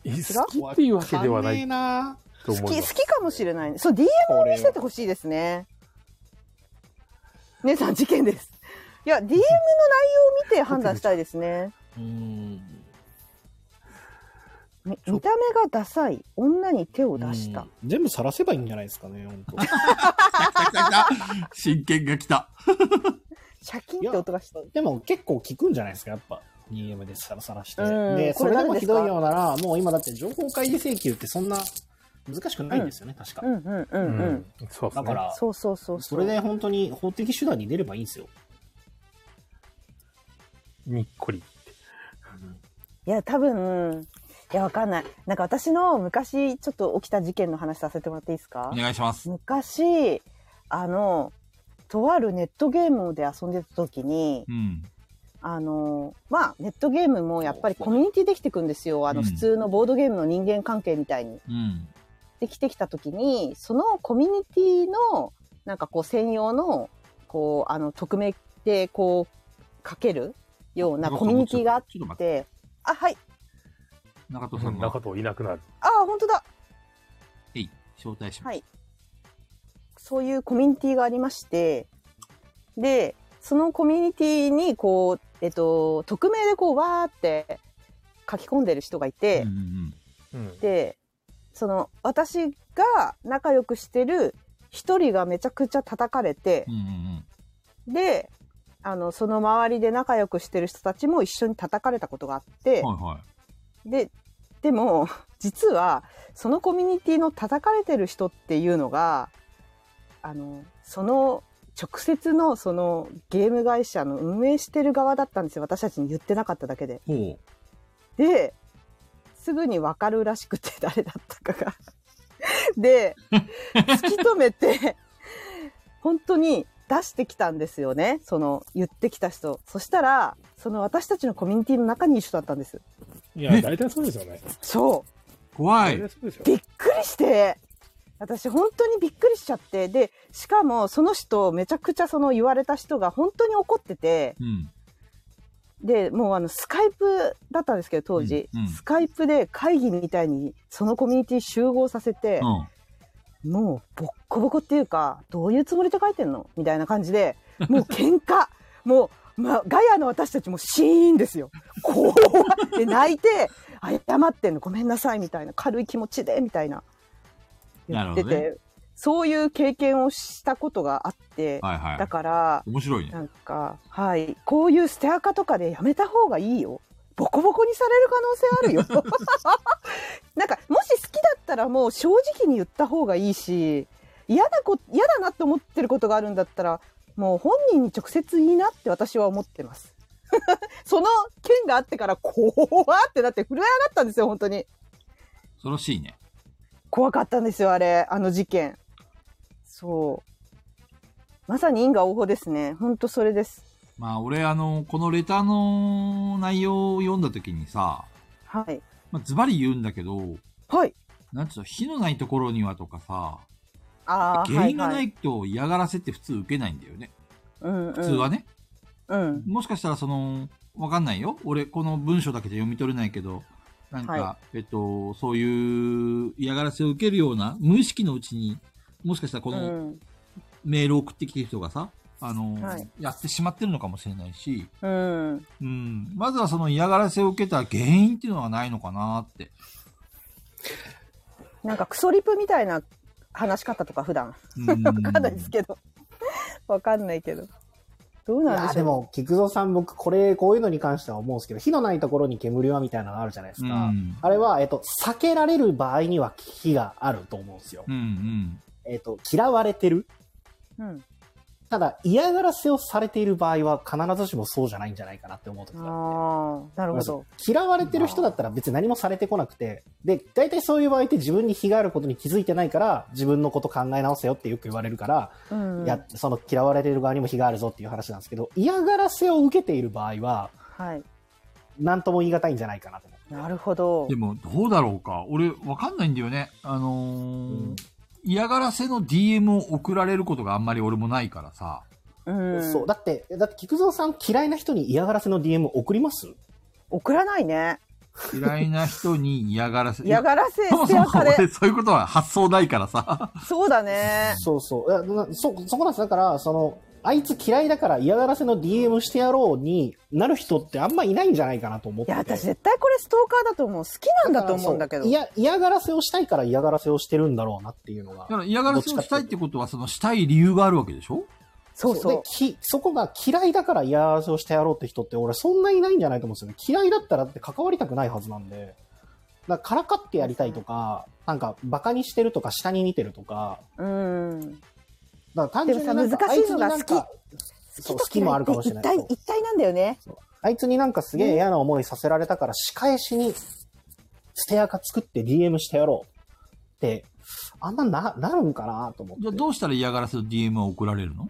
え違う好きっていうわけではないなと思好いまき好す。きかもしれない、ね、そう DM これ見せては。ほしいですね姉さん事件ですいや DM の内容を見て判断したいですねうん。み見た目がダサい女に手を出した、うん全部晒せばいいんじゃないですかね、本当。来た来た来た真剣が来た。シャキンって音がした *laughs* でも結構聞くんじゃないですか、やっぱ。DM でさらさらして。うんで、こそれれで何もですひかどいようなら、もう今だって情報開示請求ってそんな難しくないんですよね、確かう。んうんううんうん、ん、そうですだね。から、そそうそうそううれで本当に法的手段に出ればいいんですよ。にっこり。いや多分いやわかんないなんか私の昔ちょっと起きた事件の話させてもらっていいですかお願いします。昔あのとあるネットゲームで遊んでた時にうん。あのまあネットゲームもやっぱりコミュニティできてくんですよあのうん普通のボードゲームの人間関係みたいに。うん。できてきた時にそのコミュニティのなんかこう専用のこうあの匿名でこうかけるようなコミュニティがあっちょっと待ってあはいて。中藤さんが中、藤いなくなる。あ本当だえい、招待しまはいそういうコミュニティがありましてでそのコミュニティにこうえっと匿名でこうわーって書き込んでる人がいて、す。うんうんうん。でその私が仲良くしてる一人がめちゃくちゃ叩かれてうん。うんうんであのその周りで仲良くしてる人たちも一緒に叩かれたことがあって、うん。はいはででも実はそのコミュニティの叩かれてる人っていうのがあのその直接のそのゲーム会社の運営してる側だったんですよ私たちに言ってなかっただけで。い。ほですぐに分かるらしくて *laughs* 誰だったかが。で突き止めて本当に出してきたんですよねその言ってきた人そしたらその私たちのコミュニティの中に一緒だったんですいえ。や、大体そうですよね。そう怖大い体。そうですよ。びっくりして私本当にびっくりしちゃってでしかもその人めちゃくちゃその言われた人が本当に怒っててうん。でもうあのスカイプだったんですけど当時、うんうんスカイプで会議みたいにそのコミュニティ集合させて、うん。もうボッコボコっていうかどういうつもりで書いてんのみたいな感じでもう喧嘩 *laughs* もう、まあ、ガヤの私たちもシーンですよ怖って泣いて謝ってんのごめんなさいみたいな軽い気持ちでみたいななるほ言ってどて、ねそういう経験をしたことがあって、はいはいだから面白いねなんかはいこういう捨てアカとかでやめた方がいいよボコボコにされる可能性あるよ *laughs* なんかもし好きだったらもう正直に言った方がいいし嫌だこ嫌だなって思ってることがあるんだったらもう本人に直接いいなって私は思ってます *laughs* その件があってから怖ってなって震え上がったんですよ本当に恐ろしいね怖かったんですよあれあの事件そうまさに因果応報ですね本当それですまあ俺あのこのレターの内容を読んだ時にさ、はいまあ、ズバリ言うんだけどはいなんつうの火のないところにはとかさあー原因がなはいいと嫌がらせって普通受けないんだよね、はい、普普通はね、うんもしかしたらその、わかんないよ。俺、この文章だけじゃ読み取れないけど、なんか、はえっと、そういう嫌がらせを受けるような、無意識のうちに、もしかしたらこうのんメールを送ってきてる人がさ、あの、はいやってしまってるのかもしれないし、うんうん、まずはその嫌がらせを受けた原因っていうのはないのかなって。なんかクソリプみたいな話し方とか普段わわかんないですけど *laughs* わかんないけどどういなんやでしでょうも、菊蔵さん、僕、これ、こういうのに関しては思うんですけど、火のないところに煙はみたいなのがあるじゃないですうか。ん。あれは、えっと、避けられる場合には火があると思うんですようんう。ん。えっと、嫌われてる。うんただ、嫌がらせをされている場合は、必ずしもそうじゃないんじゃないかなって思うときがあって。ああなるほど嫌われてる人だったら別に何もされてこなくて、で、大体そういう場合って自分に非があることに気づいてないから、自分のこと考え直せよってよく言われるから、うんいや、その嫌われてる側にも非があるぞっていう話なんですけど、嫌がらせを受けている場合は、はい何とも言い難いんじゃないかなと思う。なるほどでも、どうだろうか。俺、わかんないんだよね。あのーうん嫌がらせの DM を送られることがあんまり俺もないからさ。うんそう。だって、だって、菊蔵さん嫌いな人に嫌がらせの DM 送ります送らないね嫌いな人に嫌がらせ。嫌がらせそもそ捨てもアカで俺、 *laughs* そういうことは発想ないからさ。そうだねそうそう。いやなそ、そこなんです。だから、その、あいつ嫌いだから嫌がらせの DM してやろうになる人ってあんまいないんじゃないかなと思っいて。や私絶対これストーカーだと思う好きなんだと思うんだけどいや、嫌がらせをしたいから嫌がらせをしてるんだろうなっていうのがだ。から嫌がらせをしたいってことは、そのしたい理由があるわけでしょそうでそきそこが嫌いだから嫌がらせをしてやろうって人って俺そんないないんじゃないと思うんですよね嫌いだったらだって関わりたくないはずなんでだからからかってやりたいとかなんかバカにしてるとか下に見てるとかううんだから単純になんかでもさあ難しいいつのにがなんかそう好きもあるかもしれない一体一体なんだよねあいつになんかすげえ嫌な思いさせられたから仕返しに捨てアカ作って DM してやろうってあんなななるんかなと思ってじゃあどうしたら嫌がらせの DM を送られるの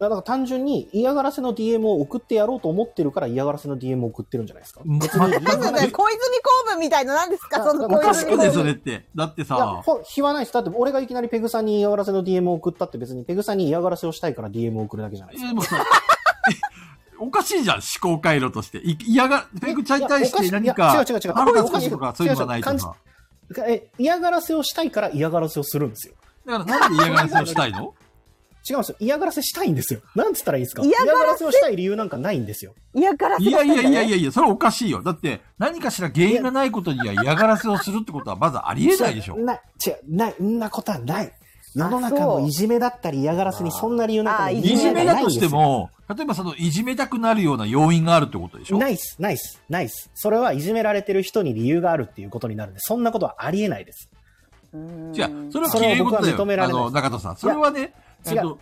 だから単純に嫌がらせの DM を送ってやろうと思ってるから嫌がらせの DM を送ってるんじゃないですか別に。なんだよ小泉公文みたいな何ですかあそのお小かしく泉ね、公そ文れって。だっていや、さ、ほ非はないです。だって、俺がいきなりペグさんに嫌がらせの DM を送ったって別に、ペグさんに嫌がらせをしたいから DM を送るだけじゃないえですか。でもさ、 *laughs* おかしいじゃん、思考回路として。い嫌が、ペグちゃんに対して何いやか違う違う違う腹立つとか、そういうのがない違とう違うか。え、嫌がらせをしたいから嫌がらせをするんですよ。だからなんで嫌がらせをしたいの違うんですよ。嫌がらせしたいんですよ。なんつったらいいですか嫌がらせせをしたい理由なんかないんですよ。嫌からいやいやいやいややいや、それはおかしいよ。だって、何かしら原因がないことには嫌がらせをするってことはまずありえないでしょ違う。ない、違う、ない、んなことはない。世の中あそのういじめだったり嫌がらせにそんな理由なんかない。あーいじめだとしてないんでも、例えばその、いじめたくなるような要因があるってことでしすよ。ょないっす、ないっす、ないっす。それはいじめられてる人に理由があるっていうことになるんで、そんなことはありえないです。違う、それはそれは綺麗事だ僕は認めよ。らあれないの、中田さん。それはね、違えっと、う違う違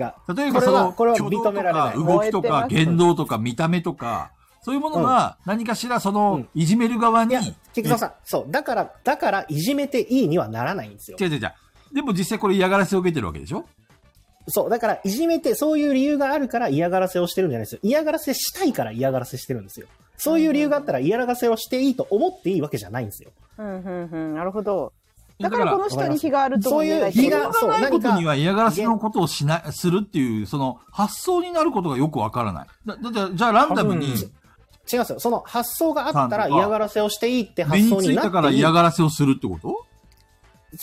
う。例えばその、これは、こ挙れ動は認められない。とか動きとか、燃えてます言動とか、見た目とか、そういうものが、何かしらその、いじめる側に、いや、菊蔵さん、そう、だから、だから、いじめていいにはならないんですよ違。う違う違う。でも実際これ嫌がらせを受けてるわけでしょそう、だから、いじめて、そういう理由があるから嫌がらせをしてるんじゃないですよ。嫌がらせしたいから嫌がらせしてるんですよ。そういう理由があったら嫌がらせをしていいと思っていいわけじゃないんですよ。うんうんうんなるほどだだかかららこの人に非があるとも言えないってそういう非こと嫌がらないことにはがそう何か嫌がらせのことをしない、するっていう、その、発想になることがよくわからない。だ、だって、じゃあランダムに、違うんですよ。その発想があったさんらとか嫌がらせをしていいって目発に想つにいなってたからいい嫌がらせをするってこと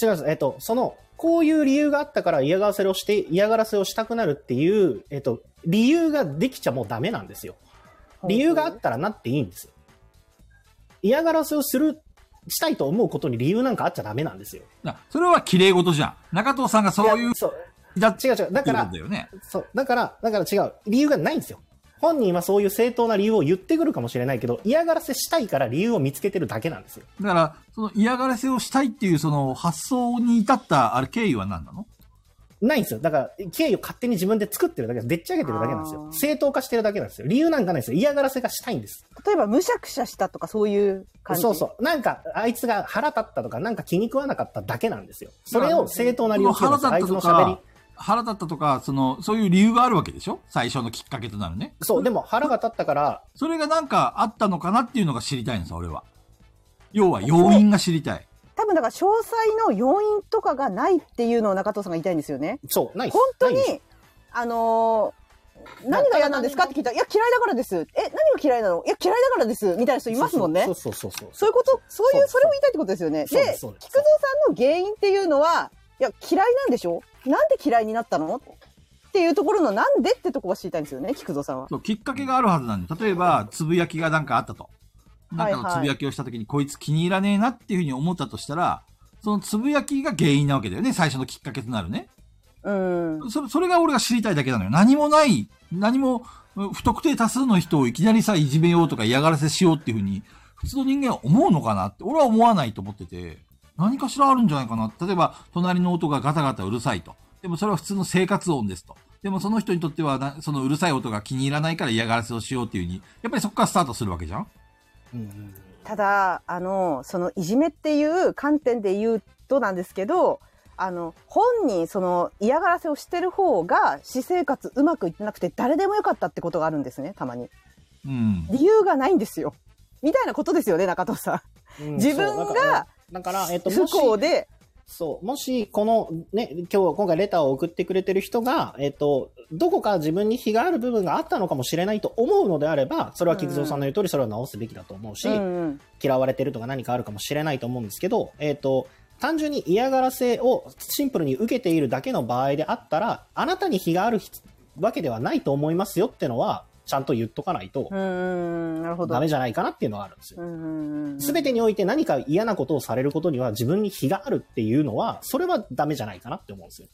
違うんです。えっと、その、こういう理由があったから嫌がらせをして、嫌がらせをしたくなるっていう、えっと、理由ができちゃもうダメなんですよ。理由があったらなっていいんですよ。嫌がらせをする、したいと思うことに理由なんかあっちゃダメなんですよ。なそれは綺麗事じゃん。中藤さんがそういうや、そう。だっ違う違う。だてかいうこらとだ、よね。そう。だから、だから違う。理由がないんですよ。本人はそういう正当な理由を言ってくるかもしれないけど、嫌がらせしたいから理由を見つけてるだけなんですよ。だから、その嫌がらせをしたいっていうその発想に至ったあれ経緯は何なのないんですよ。だから、経緯を勝手に自分で作ってるだけです。でっち上げてるだけなんですあよー。正当化してるだけなんですよ。理由なんかないんですよ。嫌がらせがしたいんです。例えばむしゃくしゃしたとかそういう感じそうそう。なんか、あいつが腹立ったとか、なんか気に食わなかっただけなんですよ。それを正当な理由をつけるんですよ腹あい立つったとの喋りか。、腹立ったとか、その、そういう理由があるわけでしょ最初のきっかけとなるね。そう、でも腹が立ったから、それがなんかあったのかなっていうのが知りたいんです、俺は。要は要因が知りたい。多分だから詳細の要因とかがないっていうのを中藤さんが言いたいんですよねそう、ないです本当ないですにあのー何が嫌なんですかって聞いたら「いや嫌いだからです」「え何が嫌いなの?」「いや嫌いだからです」みたいな人いますもんねそうそうそうそう。そういうことそういうそそうれを言いたいってことですよねでそうで菊すそう蔵ですさんの原因っていうのはいや嫌いなんでしょなんで嫌いになったのっていうところのなんでってとこが知りたいんですよね菊蔵さんはそう、きっかけがあるはずなんで、例えば、つぶやきがなんかあったと。なんかはいはのいつぶやきをしたときに、こいつ気に入らねえなっていうふうに思ったとしたら、そのつぶやきが原因なわけだよね、最初のきっかけとなるね。うんそれ、それが俺が知りたいだけなのよ。何もない、何も、うん不特定多数の人をいきなりさ、いじめようとか嫌がらせしようっていうふうに、普通の人間は思うのかなって、俺は思わないと思ってて、何かしらあるんじゃないかな。例えば、隣の音がガタガタうるさいと。でもそれは普通の生活音ですと。でもその人にとってはな、そのうるさい音が気に入らないから嫌がらせをしようっていうふうに、やっぱりそこからスタートするわけじゃんうんうんうんただあのそのいじめっていう観点で言うとなんですけどあの本人その嫌がらせをしてる方が私生活うまくいってなくて誰でもよかったってことがあるんですねたまにうん。理由がないんですよみたいなことですよね中藤さうん自分そうだかがらだから、ん、えっと、不もし、幸でそう、もし、この、ね、今日、今回レターを送ってくれてる人が、えっと、どこか自分に非がある部分があったのかもしれないと思うのであれば、それは菊蔵さんの言う通り、それは直すべきだと思うし、うんうん嫌われてるとか何かあるかもしれないと思うんですけど、えっ、と、単純に嫌がらせをシンプルに受けているだけの場合であったら、あなたに非があるひわけではないと思いますよってのは、ちゃんと言っとかないとう、んなるほどダメじゃないかなっていうのはあるんですよ。すべててにおいて何か嫌なことをされることには自分に非があるっていうのは、それはダメじゃないかなって思うんですよ。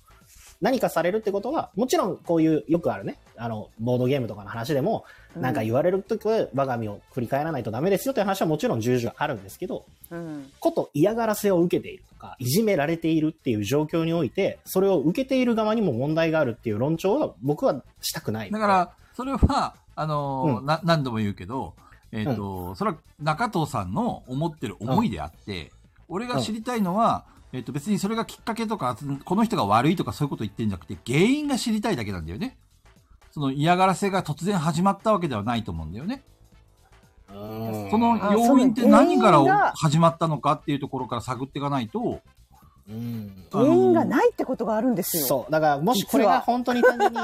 何かされるってことは、もちろんこういうよくあるね、あの、ボードゲームとかの話でも、なんか言われるときは我が身を振り返らないとダメですよという話はもちろん重々あるんですけど、うんこと嫌がらせを受けているとか、いじめられているっていう状況において、それを受けている側にも問題があるっていう論調は僕はしたくない。だか、ら、それは、あのーうな、何度も言うけど、えっ、と、それは中藤さんの思ってる思いであって、俺が知りたいのは、えっ、と、別にそれがきっかけとか、この人が悪いとかそういうこと言ってんじゃなくて、原因が知りたいだけなんだよね。その嫌がらせが突然始まったわけではないと思うんだよね。そそのあ要因ってその原何因かがら始まったのかっていうところから探っていかないと、うん、あのー原因がないってことがあるんですよそう。だから、もしこれ実がは本当に単 *laughs* 純に、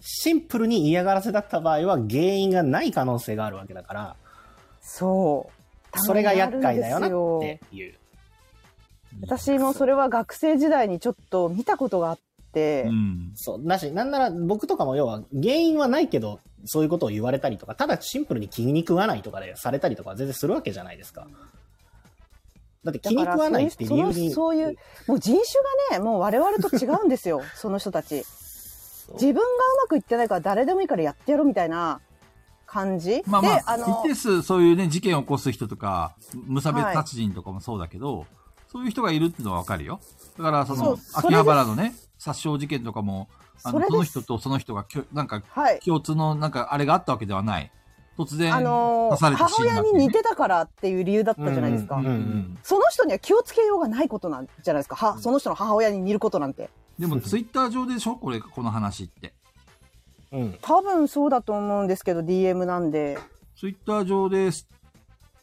シンプルに嫌がらせだった場合は原因がない可能性があるわけだから、そうそれが厄介だよなたまにあるんですよっていう。私もそれは学生時代にちょっと見たことがあって、うん。そう、だし、なんなら僕とかも要は原因はないけど、そういうことを言われたりとか、ただシンプルに気に食わないとかでされたりとかは全然するわけじゃないですか。だって気に食わないって理由に。だからそういうそのそういうもう人種がねもう我々と違うん *laughs* ですよその人たちそう自分がうまくいってないから誰でもいいからやってやろうみたいな感じ、まあまでああ、の一定数そういうね、事件を起こす人とか、無差別殺人とかもそうだけど、そういう人がいるっていうのはわかるよ。だから、その、そうそ秋れで葉原のね、殺傷事件とかも、あその、れそので人とその人がきょ、なんか、はい共通の、なんか、あれがあったわけではない。突然、あの刺されて死母んだ親ってにいうね似てたからっていう理由だったじゃないですか、うんうんうんその人には気をつけようがないことなんじゃないですかはその人の母親に似ることなんてでも、ツイッター上でしょこれ、この話って。うん。多分そうだと思うんですけど DM なんでツイッター上で、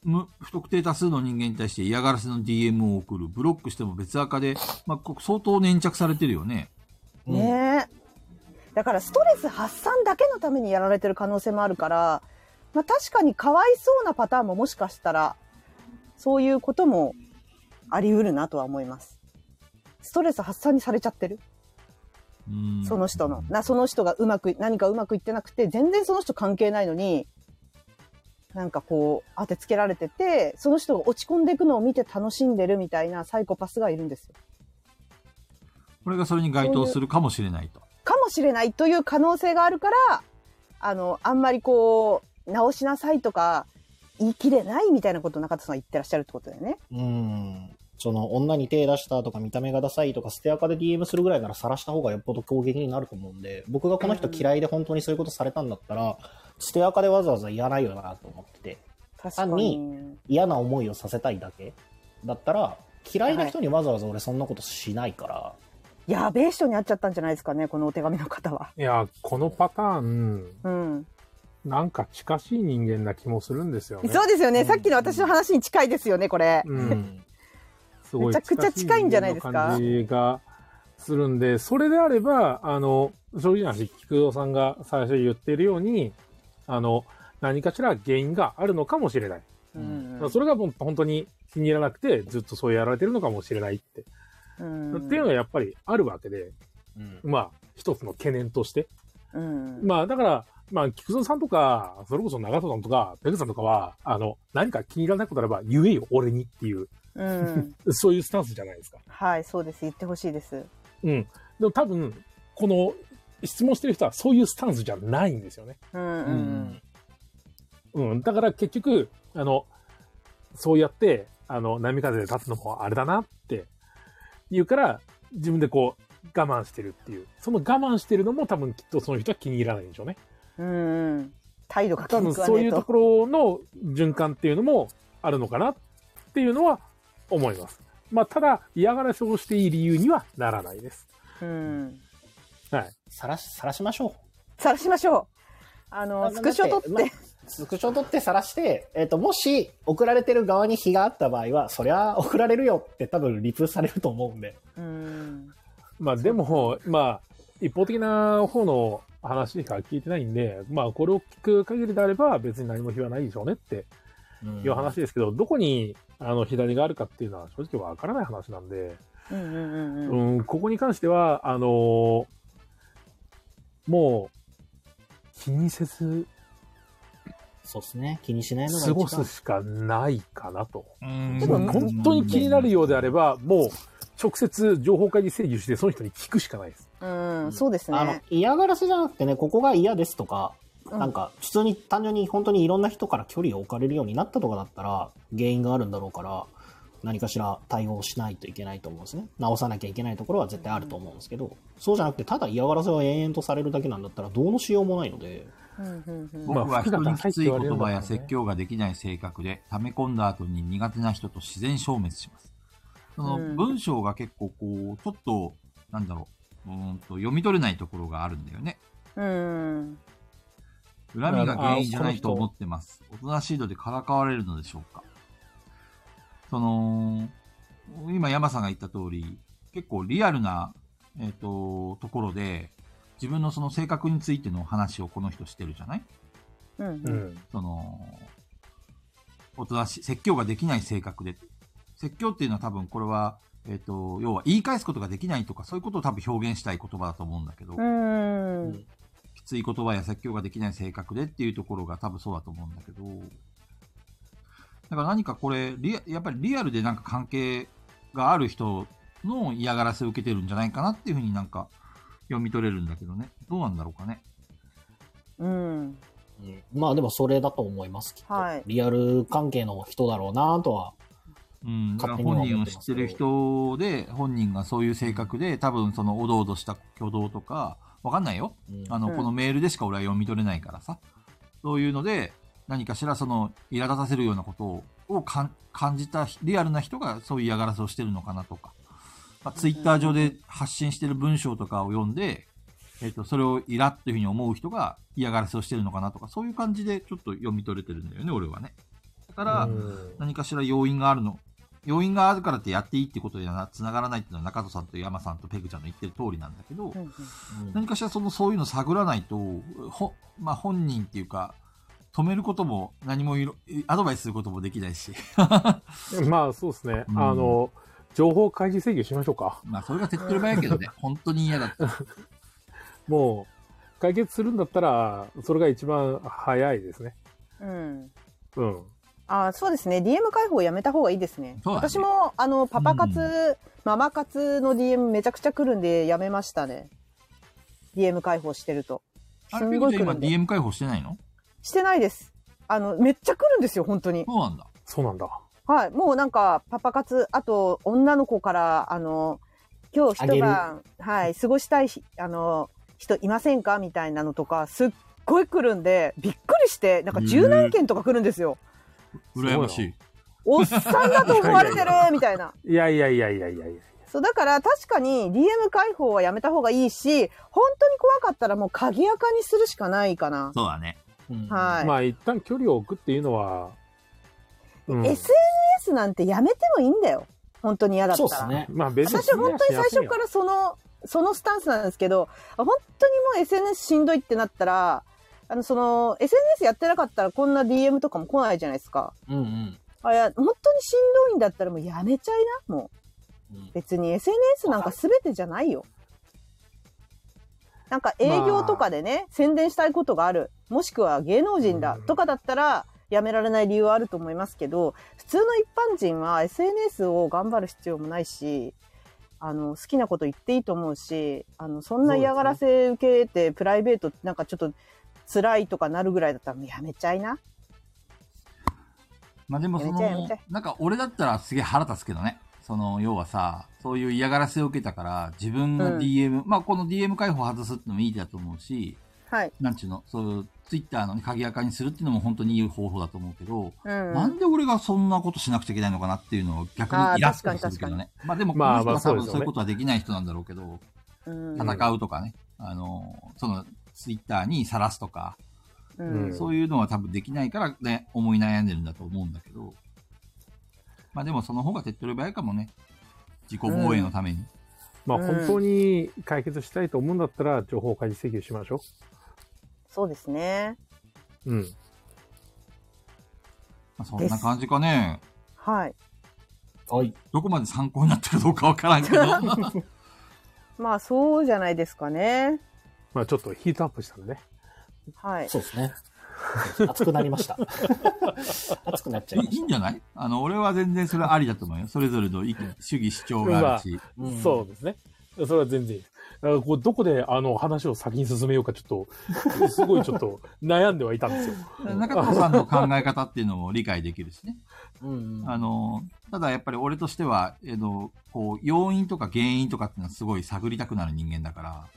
む不特定多数の人間に対して嫌がらせの DM を送る。ブロックしても別垢で、まあ、こ相当粘着されてるよね。うんねえだからストレス発散だけのためにやられてる可能性もあるから、まあ、確かにかわいそうなパターンももしかしたらそういうこともあり得るなとは思いますストレス発散にされちゃってるうんその人のなその人がうまく何かうまくいってなくて全然その人関係ないのになんかこう当てつけられててその人が落ち込んでいくのを見て楽しんでるみたいなサイコパスがいるんですよ。これがそれに該当するかもしれないと。かもしれないという可能性があるからあのあんまりこう直しなさいとか言い切れないみたいなことを中田さんは言ってらっしゃるってことだよね。うん。その、女に手出したとか、見た目がダサいとか、ステアカで DM するぐらいなら晒した方がよっぽど攻撃になると思うんで、僕がこの人嫌いで本当にそういうことされたんだったら、ステアカでわざわざ言わないよなと思ってて、確単に嫌な思いをさせたいだけだったら、嫌いな人にわざわざ俺そんなことしないから、やべえ人に会っちゃったんじゃないですかねこのお手紙の方は。いや、このパターン、うん、なんか近しい人間な気もするんですよね。そうですよね、うんさっきの私の話に近いですよねこれ。うん。すめちゃくちゃ近いんじゃないですか近い人間の感じがするんで、それであれば、あの、正直な話、菊蔵さんが最初言っているように、あの、何かしら原因があるのかもしれない。うんそれがもう本当に気に入らなくて、ずっとそうやられてるのかもしれないって。うんっていうのはやっぱりあるわけで、まあ、一つの懸念として。うんまあ、だから、まあ、菊蔵さんとか、それこそ長藤さんとか、ペグさんとかは、あの、何か気に入らないことあれば、言えよ、俺にっていう、うん、そういうスタンスじゃないですか。はいそうです言ってほしいです。うん。でも多分、この質問してる人はそういうスタンスじゃないんですよね。うんうんうん。だから結局、あの、そうやって、あの、波風で立つのもあれだなって言うから、自分でこう、我慢してるっていう。その我慢してるのも多分きっとその人は気に入らないんでしょうね。うんうん、態度が気多分に食わそうねいえうとと。ころの循環っていうのもあるのかなっていうのは思います。まあ、ただ、嫌がらせをしていい理由にはならないです。うんはい。晒し、晒しましょう。さらしましょう。あの、スクショ撮っまあて。スクショ撮って晒して、えっ、と、もし送られてる側に非があった場合は、そりゃ送られるよって多分リプされると思うんで。うん。まあでも、まあ、一方的な方の話しか聞いてないんで、まあこれを聞く限りであれば別に何も非はないでしょうねっていう話ですけど、どこにあの左があるかっていうのは正直わからない話なんで、うんうんうんうん。うん、ここに関しては、あのーもう気にせずそうですね。気にしないのが過一番ごすしかないかなと。うんでまもあ本当に気になるようであれば、もう直接情報会に請求してその人に聞くしかないです。うん、そうですあのね。、嫌がらせじゃなくてね、ここが嫌ですとか、うんなんか、普通に単純に本当にいろんな人から距離を置かれるようになったとかだったら、原因があるんだろうから、何かしら対応しないといけないと思うんですね。直さなきゃいけないところは絶対あると思うんですけど、そうじゃなくて、ただ嫌がらせを延々とされるだけなんだったら、どうのしようもないので、うんうんうん僕は人にきつい言葉まあや説教ができない性格で、溜め込んだ後に苦手な人と自然消滅します。そのうん文章が結構こう、ちょっと、なんだろう、うーんと読み取れないところがあるんだよね。うん。恨みが原因じゃないと思ってます。おとなしいのでからかわれるのでしょうか。その、今山さんが言った通り、結構リアルな、えっ、と、ところで、自分のその性格についての話をこの人してるじゃないうんううんん。その、おとなしい、説教ができない性格で。説教っていうのは多分これは、えっ、と、要は言い返すことができないとか、そういうことを多分表現したい言葉だと思うんだけど、うん。うんきつい言葉や説教ができない性格でっていうところが多分そうだと思うんだけど、だから何かこれ、リアやっぱりリアルでなんか関係がある人の嫌がらせを受けてるんじゃないかなっていうふうになんか読み取れるんだけどね。どうなんだろうかね。うん。うんまあでもそれだと思います、きっとはいリアル関係の人だろうなとは。うん、だから勝手に本は思って人をます知ってる人で、本人がそういう性格で、多分そのおどおどした挙動とか、わかんないよ。うんあの、うんこのメールでしか俺は読み取れないからさ。そういうので、何かしらその、苛立たせるようなことををかん感じたリアルな人がそういう嫌がらせをしてるのかなとか。まあ、ツイッター上で発信してる文章とかを読んで、えっ、と、それをイラッというふうに思う人が嫌がらせをしてるのかなとか、そういう感じでちょっと読み取れてるんだよね、俺はね。だから、うん何かしら要因があるの。要因があるからってやっていいってことにはつながらないっていうのは中戸さんと山さんとペグちゃんの言ってる通りなんだけど、うん何かしらそのそういうの探らないと、ほまあ、本人っていうか、止めることも何もいろ、アドバイスすることもできないし。まあそうですね、うんあの情報開示請求しましょうか。 *laughs* まあ、それが手っ取り早いけどね、 *laughs* 本当に嫌だった。もう、解決するんだったら、それが一番早いですね。うん。うん。あーそうですね DM 開放やめた方がいいですねそうだね私もあのパパ活、ママ活の DM めちゃくちゃ来るんでやめましたね DM 開放してるとアすルんピごコいちゃ来ん今るんで DM 開放してないのしてないですあのめっちゃ来るんですよ本当にそうなんだ。そうなんだ。はいもうなんかパパ活あと女の子からあの今日あげ一る晩はい過ごしたいひあの人いませんかみたいなのとかすっごい来るんでびっくりしてなんか十何件とか来るんですよ、羨ましい。おっさんだと思われてるみたいないやいやいやいやいやいや。そう、だから確かに DM 開放はやめた方がいいし、本当に怖かったらもう鍵垢にするしかないかな。そうだね。うんはい。まあ一旦距離を置くっていうのは、うん SNS なんてやめてもいいんだよ。本当に嫌だったそうら。ですね。まあ別に私は本当に最初からその、そのスタンスなんですけど、本当にもう SNS しんどいってなったら、あの、その、SNS やってなかったらこんな DM とかも来ないじゃないですか。うんうん。あ、いや、本当にしんどいんだったらもうやめちゃいな、もう。うん別に SNS なんか全てじゃないよ。なんか営業とかでね、宣伝したいことがある。もしくは芸能人だうんとかだったら、やめられない理由はあると思いますけど、普通の一般人は SNS を頑張る必要もないし、あの、好きなこと言っていいと思うし、あの、そんな嫌がらせ受けて、プライベートなんかちょっと辛いとかなるぐらいだったらもうやめちゃいな。まあでもそやめちゃえやめのちゃえ、なんか俺だったらすげえ腹立つけどね。その、要はさ、そういう嫌がらせを受けたから、自分うのん DM、まあこの DM 開放外すってのもいいだと思うし、はい。なんちゅうの、そう、ツイッターの鍵垢にするっていうのも本当にいい方法だと思うけど、うん。なんで俺がそんなことしなくちゃいけないのかなっていうのを逆にあーイラッとするけどね。まあでも、こまのあ人まあは多分そうですよねそういうことはできない人なんだろうけど、うん戦うとかね、あの、その、ツイッターに晒すとか、ううんんそういうのは多分できないからね、思い悩んでるんだと思うんだけど。まあでもその方が手っ取り早いかもね。自己防衛のために。まあうん本当に解決したいと思うんだったら情報開示請求しましょそうですね。う。うん。まあ、そんな感じかね。はい。はい。どこまで参考になってるどうかわからん *laughs* けど。まあそうじゃないですかね。まあちょっとヒートアップしたんでね。はい。そうですね。熱くなりま *laughs* した。熱くなっちゃいまいいしんじゃないあの、俺は全然それはありだと思うよ。それぞれの意見主義主張があるし。た。んそうですね。それは全然いいです。だからこうどこであの話を先に進めようかちょっと、すごいちょっと悩んではいたんですよ。中田さんの考え方っていうのも理解できるしね。うんうんあの、ただやっぱり俺としては、えの、こう、要因とか原因とかっていうのはすごい探りたくなる人間だから。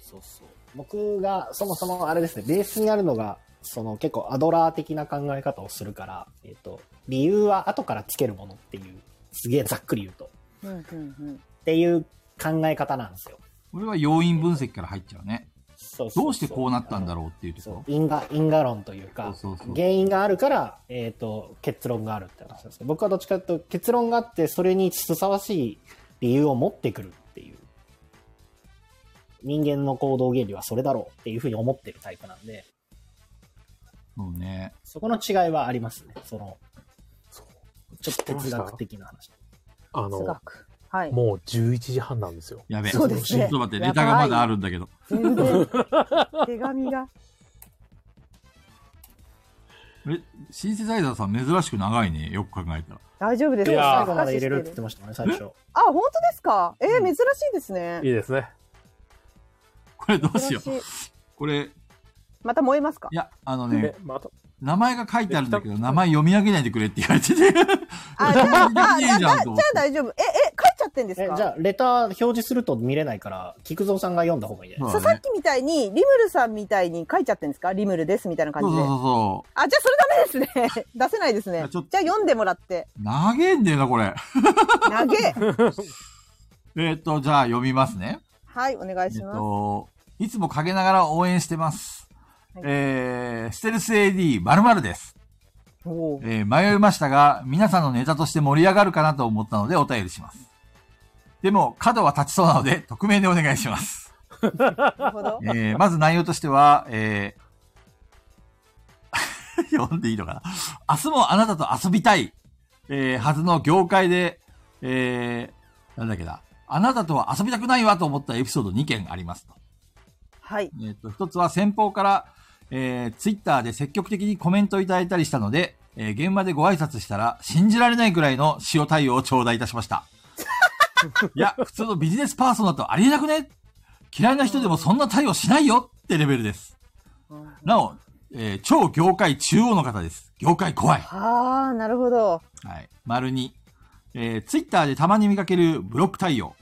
そうそう。僕が、そもそもあれですね、ベースにあるのが、その結構アドラー的な考え方をするから、えっ、と、理由は後からつけるものっていう、すげえざっくり言うと、うんうんっていう考え方なんですよ。俺は要因分析から入っちゃうね。そうそうどうしてこうなったんだろうっていうとこそうろ。因果因果論というかそうそうそう原因があるから、えー、と結論があるって話なんですけど僕はどっちかというと結論があってそれにふさわしい理由を持ってくるっていう人間の行動原理はそれだろうっていうふうに思ってるタイプなんでそうね。そこの違いはありますねそのそうちょっと哲学的な話あうん。数の、学。はい。もう11時半なんですよ。やべえ。そうですねちょっと待って、やネばいタがまだあるんだけど。全然。手紙が。え、シンセサイザーさん珍しく長いね。よく考えたら。大丈夫ですいよ。やー最後まで入れるって言ってあ、ましたもんね最初本当ですかえー、珍しいですいね。いですね。これどうしよう。珍しいこれ、いまた燃えますかや、あのでね、、まあ、あと名前が書いてあるんだけど、で名前読み上げないでくれって言われてて。あ、じゃあ、あじゃあ、いじいじゃゃあんと思って大丈夫。え、え、書いちゃってんですえかじゃあレター表示すると見れないから菊蔵さんが読んだ方がいいねそうそうさだっねきみたいに、リムルさんみたいに書いちゃってんですかリムルですみたいなそ感うじそでう。そあ、じゃあそれダメですね。 *laughs* 出せないですいね。やじちょゃっあと読んでもらって。う。長えんだよな、これ。 *laughs* 投げ。えっと、じゃあ読みますね。はい、お願いしえっます。と、いつも陰ながら応援してます。はいえー、ステルス AD 〇〇です。おーえー迷いましたが、皆さんのネタとして盛り上がるかなと思ったのでお便りします。でも、角は立ちそうなので、匿名でお願いします。なるほど。えーまず内容としては、えー *laughs* 読んでいいのかな明日もあなたと遊びたい、えーはずの業界で、えーなんだっけな。あなたとは遊びたくないわと思ったエピソード2件ありますと。はい。えっ、と、一つは先方から、えー、ツイッターで積極的にコメントいただいたりしたので、えー現場でご挨拶したら、信じられないくらいの塩対応を頂戴いたしました。いや、普通のビジネスパーソンだとありえなくね嫌いな人でもそんな対応しないよってレベルです。なお、えー超業界中央の方です。業界怖い。はあ、なるほど。はい。丸2。えー、ツイッターでたまに見かけるブロック対応。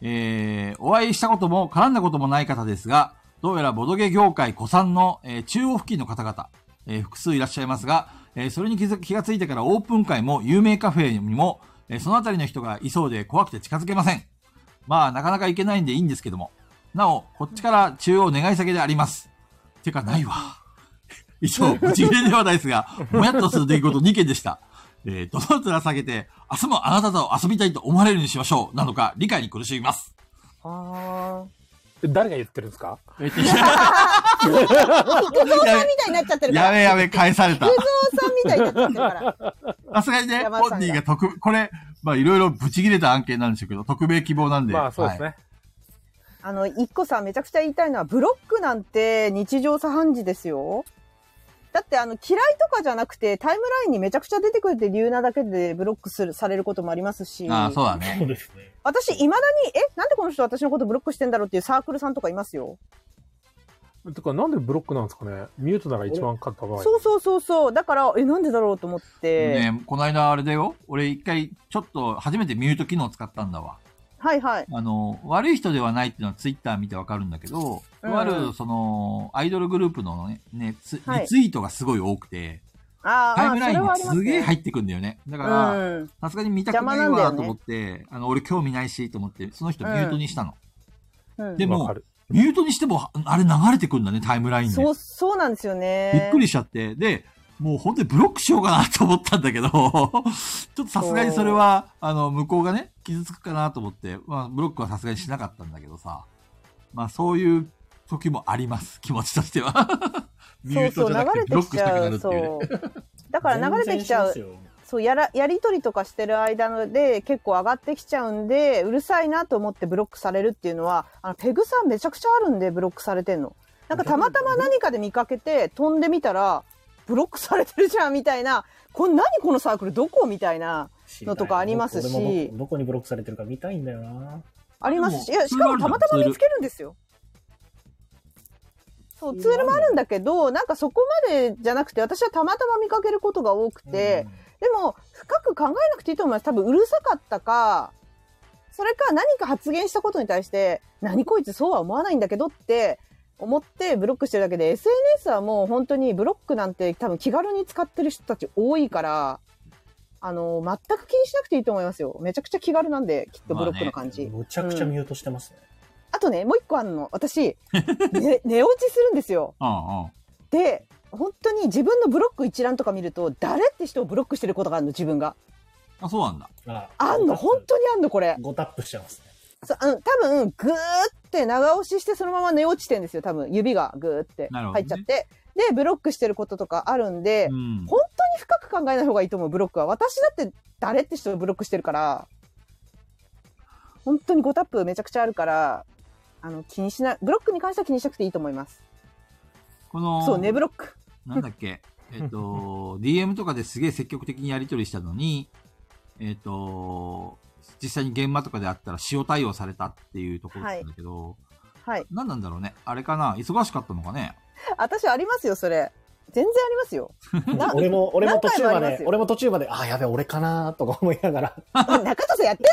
えー、お会いしたことも絡んだこともない方ですが、どうやらボドゲ業界古参の、えー中央付近の方々、えー複数いらっしゃいますが、えーそれに気づ気がついてからオープン会も有名カフェにも、えーそのあたりの人がいそうで怖くて近づけません。まあ、なかなか行けないんでいいんですけども。なお、こっちから中央願い下げであります。てか、ないわ。 *laughs* 以上、ブチ切れではないですが、もやっとする出来事2件でした。えー、どの面下げて、明日もあなたと遊びたいと思われるようにしましょう。なのか、理解に苦しみます。ああ。誰が言ってるんですかえーや菊蔵さんみたいになっちゃっべてるから。やべやべ、返された *laughs* 菊。蔵さんみたいになっちゃってるから。さすがにね、山本さんが人が特、これ、まあいろいろブチ切れた案件なんでしょうけど、特命希望なんで。まあそうですね。はいあの、一個さ、めちゃくちゃ言いたいのは、ブロックなんて日常茶飯事ですよ。だって、あの、嫌いとかじゃなくて、タイムラインにめちゃくちゃ出てくるって理由なだけでブロックする、されることもありますし。ああ、そうだね。そうですね。私、未だに、え、なんでこの人私のことブロックしてんだろうっていうサークルさんとかいますよ。てか、なんでブロックなんですかねミュートなら一番かっこいい。そうそうそうそう。だから、え、なんでだろうと思って。ねこの間あれだよ。俺一回、ちょっと初めてミュート機能使ったんだわ。はいはい。あの、悪い人ではないっていうのはツイッター見てわかるんだけど、うんとある、その、アイドルグループのね、ねツはいリツイートがすごい多くて、あータイムライあー、それンはがありますすげえね。入ってくんだよね。だから、うん。さすがに見たくない邪魔なわんとだよ思ねって、あの、俺興味ないしと思って、その人ミュートにしたの。うんでわかも、る。ミュートにしても、あれ流れてくんだね、タイムラインで。そう、そうなんですよね。びっくりしちゃって、で、もう本当にブロックしようかなと思ったんだけど、ち *laughs* ょっとさすがにそれは、あの、向こうがね、傷つくかなと思って、まあ、ブロックはさすがにしなかったんだけどさ、まあ、そういう時もあります、気持ちとしては。ミュートじゃなくてブロックしたくなるっていうね。そう。だから流れてきちゃう。全然しますよそうやらやり取りとかしてる間ので結構上がってきちゃうんでうるさいなと思ってブロックされるっていうのはあのペグさんめちゃくちゃあるんでブロックされてんのなんかたまたま何かで見かけて飛んでみたらブロックされてるじゃんみたいなこれ何このサークルどこみたいな知りたいのとかありますし俺もどどこにブロックされてるか見たいんだよな。ありますしいでもやしかもツールあたるまんだたま見つけるんですよそうツールもあるんだけどなんかそこまでじゃなくて私はたまたま見かけることが多くて、でも、深く考えなくていいと思います。多分、うるさかったか、それか何か発言したことに対して、何こいつそうは思わないんだけどって思ってブロックしてるだけで、SNS はもう本当にブロックなんて多分気軽に使ってる人たち多いから、あの、全く気にしなくていいと思いますよ。めちゃくちゃ気軽なんで、きっとブロックの感うじ。んむちゃくちゃミュートしてますね。あとね、もう一個あるの。私、ね *laughs* 寝落ちするんですよ。うんうん。で、本当に自分のブロック一覧とか見ると、誰って人をブロックしてることがあるの、自分が。あ、そうなんだ。ああんの本当にあんのこれ。 5タップしちゃいますね。そうあの多分ぐーって長押ししてそのまま寝落ちてんですよ多分指がぐーってなるほど入ねっちゃって、でブロックしてることとかあるんで、うん。本当に深く考えない方がいいと思うブロックは私だって誰って人をブロックしてるから本当に5タップめちゃくちゃあるからあの気にしないブロックに関しては気にしなくていいと思いますこの、そう寝ブロックなんだっけ、えっ、 *laughs* と、DM とかですげえ積極的にやり取りしたのに、えっ、と、実際に現場とかであったら塩対応されたっていうところなんだけど、はい何なんだろうね。あれかな忙しかったのかね私ありますよそれ全然ありま *laughs* すよな俺も、俺も途中ま何回もありま、ですよ俺も途中まで、あ、やべ、俺かなとか思いながら。中田さんやって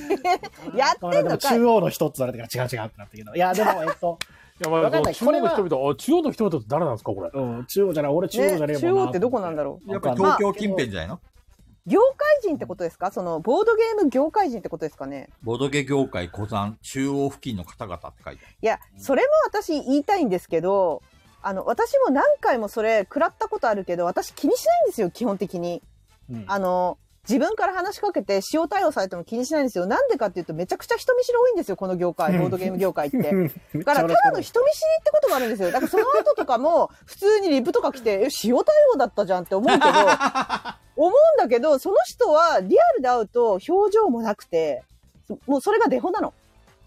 んのか *laughs* いやってんでものかい中央の人って言われてから違う違うってなったけど。いや、で *laughs* も、えっと、やばわい、かんない中央のこ人々、あ中央の人々って誰なんですかこれ。うん、中央じゃない、俺中央じゃねえもんなね、中央ってどこなんだろうやっぱりまあ東京近辺じゃないの、業界人ってことですかそのボードゲーム業界人ってことですかねボドゲ業界古山中央付近の方々って書いてある。いやそれも私言いたいんですけどあの私も何回もそれ食らったことあるけど私気にしないんですよ基本的にうんあの自分から話しかけて塩対応されても気にしないんですよなんでかっていうとめちゃくちゃ人見知り多いんですよこの業界ボードゲーム業 *laughs* 界ってめっちだゃか笑らっただの人見知りってこともあるんですよだからその後とかも普通にリプとか来てえ塩対応だったじゃんって思う *laughs* けど *laughs* 思うんだけどその人はリアルで会うと表情もなくてもうそれがデフォなの。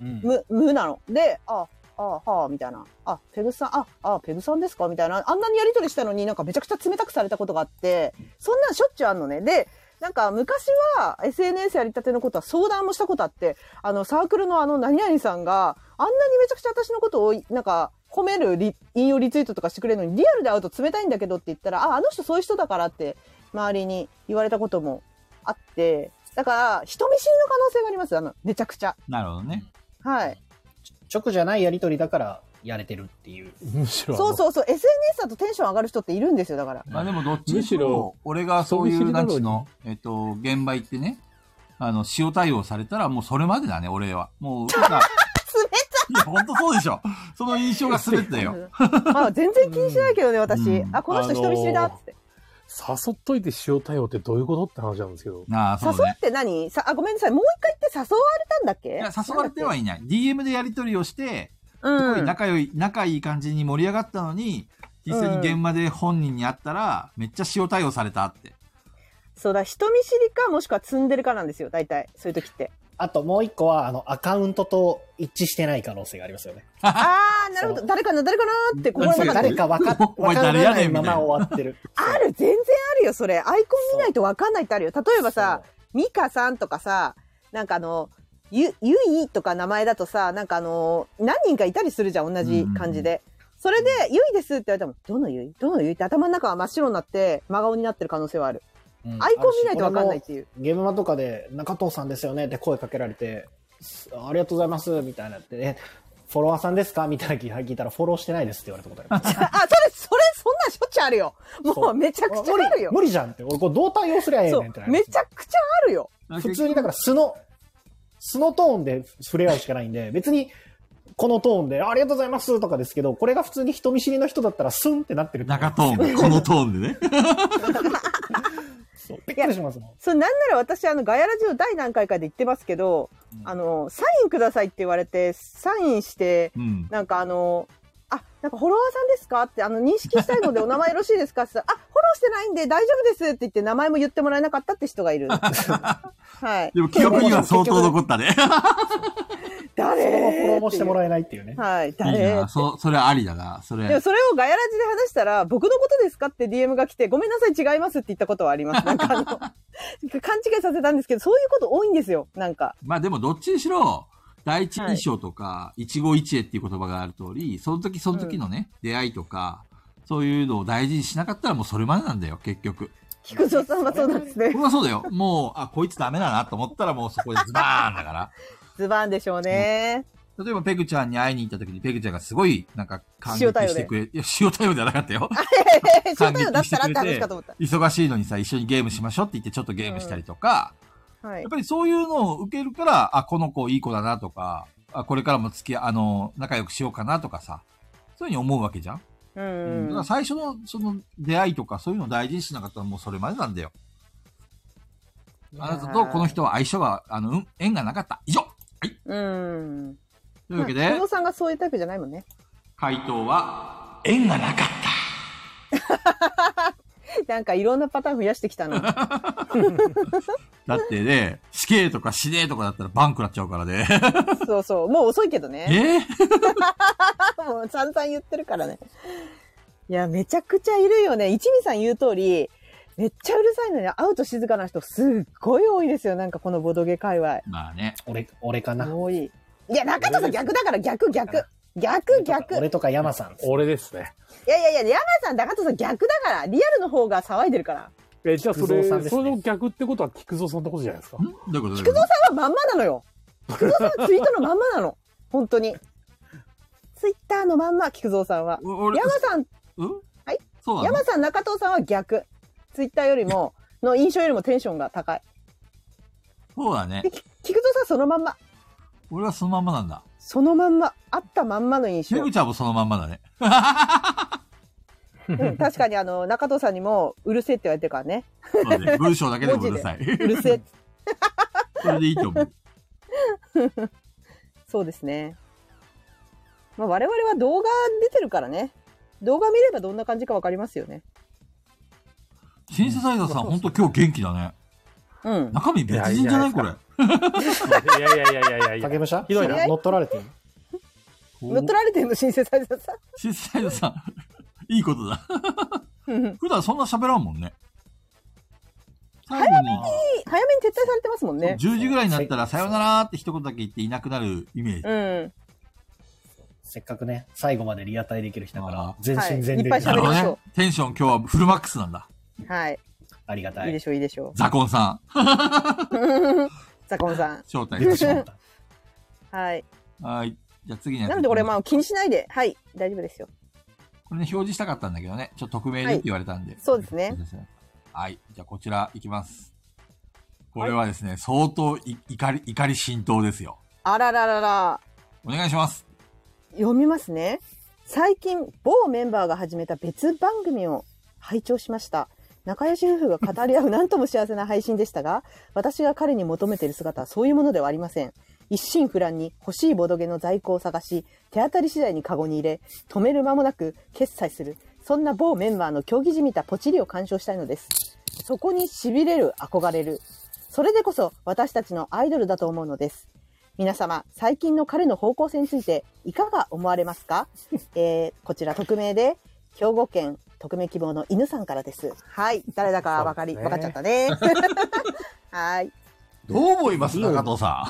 うん無無なの。で、あ、あ、はあ、みたいな。あ、ペグさん、あ、あ、ペグさんですかみたいな。あんなにやりとりしたのになんかめちゃくちゃ冷たくされたことがあって、そんなんしょっちゅうあんのね。で、なんか昔は SNS やりたてのことは相談もしたことあって、あのサークルのあの何々さんがあんなにめちゃくちゃ私のことをなんか褒めるリ引用リツイートとかしてくれるのにリアルで会うと冷たいんだけどって言ったら、あ、あの人そういう人だからって周りに言われたこともあって、だから人見知りの可能性があります。あの、めちゃくちゃ。なるほどね。はい。直じゃないやりとりだからやれてるっていう。むしろあのそうそうそう、SNS だとテンション上がる人っているんですよ、だから。まあでもどっちむにししろろ、俺がそうい人見知う、りななのんにちゅうの、えっと、現場行ってね、あの、塩対応されたら、もうそれまでだね、俺は。もう、なんか、いや、ほんとそうでしょ。その印象が全てだよ。まあ、全然気にしないけどね、*laughs* 私う。んあ、この人人見知りだっつって。誘っといて塩対応ってどういうことって話なんですけど。なあ、そう誘うねっ。て何さあ、ごめんなさい。もう一回言って誘われたんだっけいや、誘われてはいない。DM でやり取りをして、すごういん。仲良い、仲いい感じに盛り上がったのに、実際に現場で本人に会ったら、めっちゃ塩対応されたって。そうだ、人見知りか、もしくは積んでるかなんですよ、大体。そういう *laughs* 時って。あともう一個は、あの、アカウントと一致してない可能性がありますよね。あー、なるほそど。誰かな、誰かなーって心のそれ中誰で。か分かっ *laughs* お前分から誰やなねいんみたまいなま終わってる。ある、全然あるよ、それ。アイコン見ないとわかんないってあるよ。例えばさ、ミカさんとかさ、なんかあの、ゆ、ゆいとか名前だとさ、なんかあの、何人かいたりするじゃん、同じ感じで。それで、ゆいですって言われても、どのゆいどのゆいって頭の中が真っ白になって、真顔になってる可能性はある。そう、アイコン見ないとわかんないっあるしていう。俺もゲームマとかで、中藤さんですよねって声かけられて、すありがとうございます、みたいなって、え、フォロワーさんですかみたいな聞いたら、フォローしてないですって言われたことあります。 *laughs* あ、それ、それ、そんなんしょっちゅうあるよ。そもううめちゃくちゃあるよ無。理無理じゃんって。俺、こう、どう対応すりゃええそねんってなう、りまめすちゃくちゃあるよ。普通にだから素の、素のトーンで触れ合うしかないんで、別に、このトーンで、ありがとうございますとかですけど、これが普通に人見知りの人だったら、スンってなってると思中トーン、このトーンでね。そうびっくりしますもん。そう、なんなら私、あの、ガヤラジオ第何回かで言ってますけど、あの、サインくださいって言われて、サインして、うん。なんかあの、あ、なんかフォロワーさんですかって、あの、認識したいのでお名前よろしいですかって言ったら、あ、フォローしてないんで大丈夫ですって言って名前も言ってもらえなかったって人がいる。 *laughs* はい。でも記憶には相当残ったね。誰そのままフォローもしてもらえないっていうね。はいい、い誰な。そ、それありだな。そでもれ。それをガヤラジで話したら、僕のことですかって DM が来て、ごめんなさい、違いますって言ったことはあり *laughs* ます。なんかあの、勘違いさせたんですけど、そういうこと多いんですよ、なんか。まあでもどっちにしろ、第一印象とか、一期一会っていう言葉がある通り、その時その時のね、出会いとか、そういうのを大事にしなかったらもうそれまでなんだよ、結局。菊蔵さんはそうなんですね。僕はそうだよ。もう、あ、こいつダメだなと思ったらもうそこでズバーンだから。ズバンでしょうね。例えばペグちゃんに会いに行った時にペグちゃんがすごい、なんか、感激してくれ、いや、塩対応ではなかった *laughs* よ。え、初対応だったらって話かと思っ忙しいのにさ、一緒にゲームしましょうって言ってちょっとゲームしたりとか、た。はいやっ。ぱりそういうのを受けるから、あ、この子いい子だなとか、あ、これからも付き合い、あの、仲良くしようかなとかさ、そういうふうに思うわけじゃん。うだからん。最初の、その出会いとかそういうのを大事にしなかったらもうそれまでなんだよ。あなたとこの人は相性が、あの、うん縁がなかった。以上うん。というわけまあで菊、蔵さんがそういうタイプじゃないもんね。回答は、縁がなかった。なんかいろんなパターン増やしてきたな。だってね、死刑とか死ねえとかだったらバン食らっちゃうからね。そうそう。もう遅いけどね。えもう散々言ってるからね。いや、めちゃくちゃいるよね。一味さん言う通り、めっちゃうるさいのに会うと静かな人すっごい多いですよ。なんかこのボドゲ界隈。まあね。俺、俺かな。多い。いや、中田さん逆だから逆逆。逆逆。い俺とか山さん。俺ですね。やいやいや、山さん、中田さん逆だから。リアルの方が騒いでるから。え、じゃあそ菊れ、蔵さんですそねれの逆ってことは菊蔵さんってことじゃないですかん。どういうことどういう菊こと蔵さんはまんまなのよ。菊蔵さんはツイートのまんまなの。本当に。ツイッターのまんま、菊蔵さんは。お俺、山さん、うんはいそうなの山さん、中藤さんは逆。ツイッターよりも、の印象よりもテンションが高い。そうだねで。菊蔵さんそのまんま。俺はそのまんまなんだ。そのまんま。あったまんまの印ペ象グ。ちゃんもそのまんまだ *laughs* ね。うん確かにあの、中藤さんにも、うるせえって言われてるからね。そうだね文章だけでもうるさい。うるせえ。それでいいと思う。そうですね。まあ、我々は動画出てるからね。動画見ればどんな感じかわかりますよね。シンセサイザーさん、ほんと今日元気だね。うん。中身別人じゃないこれ。いやいやいやいやいやいや。竹武者ひどいな。な乗っ取られてる。乗っ取られてんの、シンセサイザーさん。シスタイドさん、 *laughs* いいことだ。普段そんな喋らんもんね。最後に、早めに撤退されてますもんね。 10時ぐらいになったら、さよならって一言だけ言っていなくなるイメージ。うん。せっかくね、最後までリアタイできる日だかあーら、全身全霊はいいっぱないるほ喋りどましょうね。テンション今日はフルマックスなんだ。はい。ありがたいいでい。しょう、いいでしょう。ザコンさん、 *laughs* ザコンさん。招待出てし *laughs* まった。はい。はい。じゃあ次にやっていきますなんで俺、まあ気にしないで。はい。大丈夫ですよ。これね、表示したかったんだけどね。ちょっと匿名でって言われたんで。そうですね。はい。じゃあ、こちら、いきます。これはですね、相当い怒り、怒り浸透ですよ。あらららら。お願いします。読みますね。最近、某メンバーが始めた別番組を拝聴しました。仲良し夫婦が語り合うなんとも幸せな配信でしたが、私が彼に求めている姿はそういうものではありません。一心不乱に欲しいボドゲの在庫を探し、手当たり次第にカゴに入れ、止める間もなく決済する。そんな某メンバーの競技じみたポチリを鑑賞したいのです。そこに痺れる、憧れる。それでこそ私たちのアイドルだと思うのです。皆様、最近の彼の方向性についていかが思われますか、えー、こちら匿名で、兵庫県匿名希望の犬さんからです。はい。誰だかわかり、そうわ、ですねかっちゃったね。 *laughs* はい。どう思います中藤さ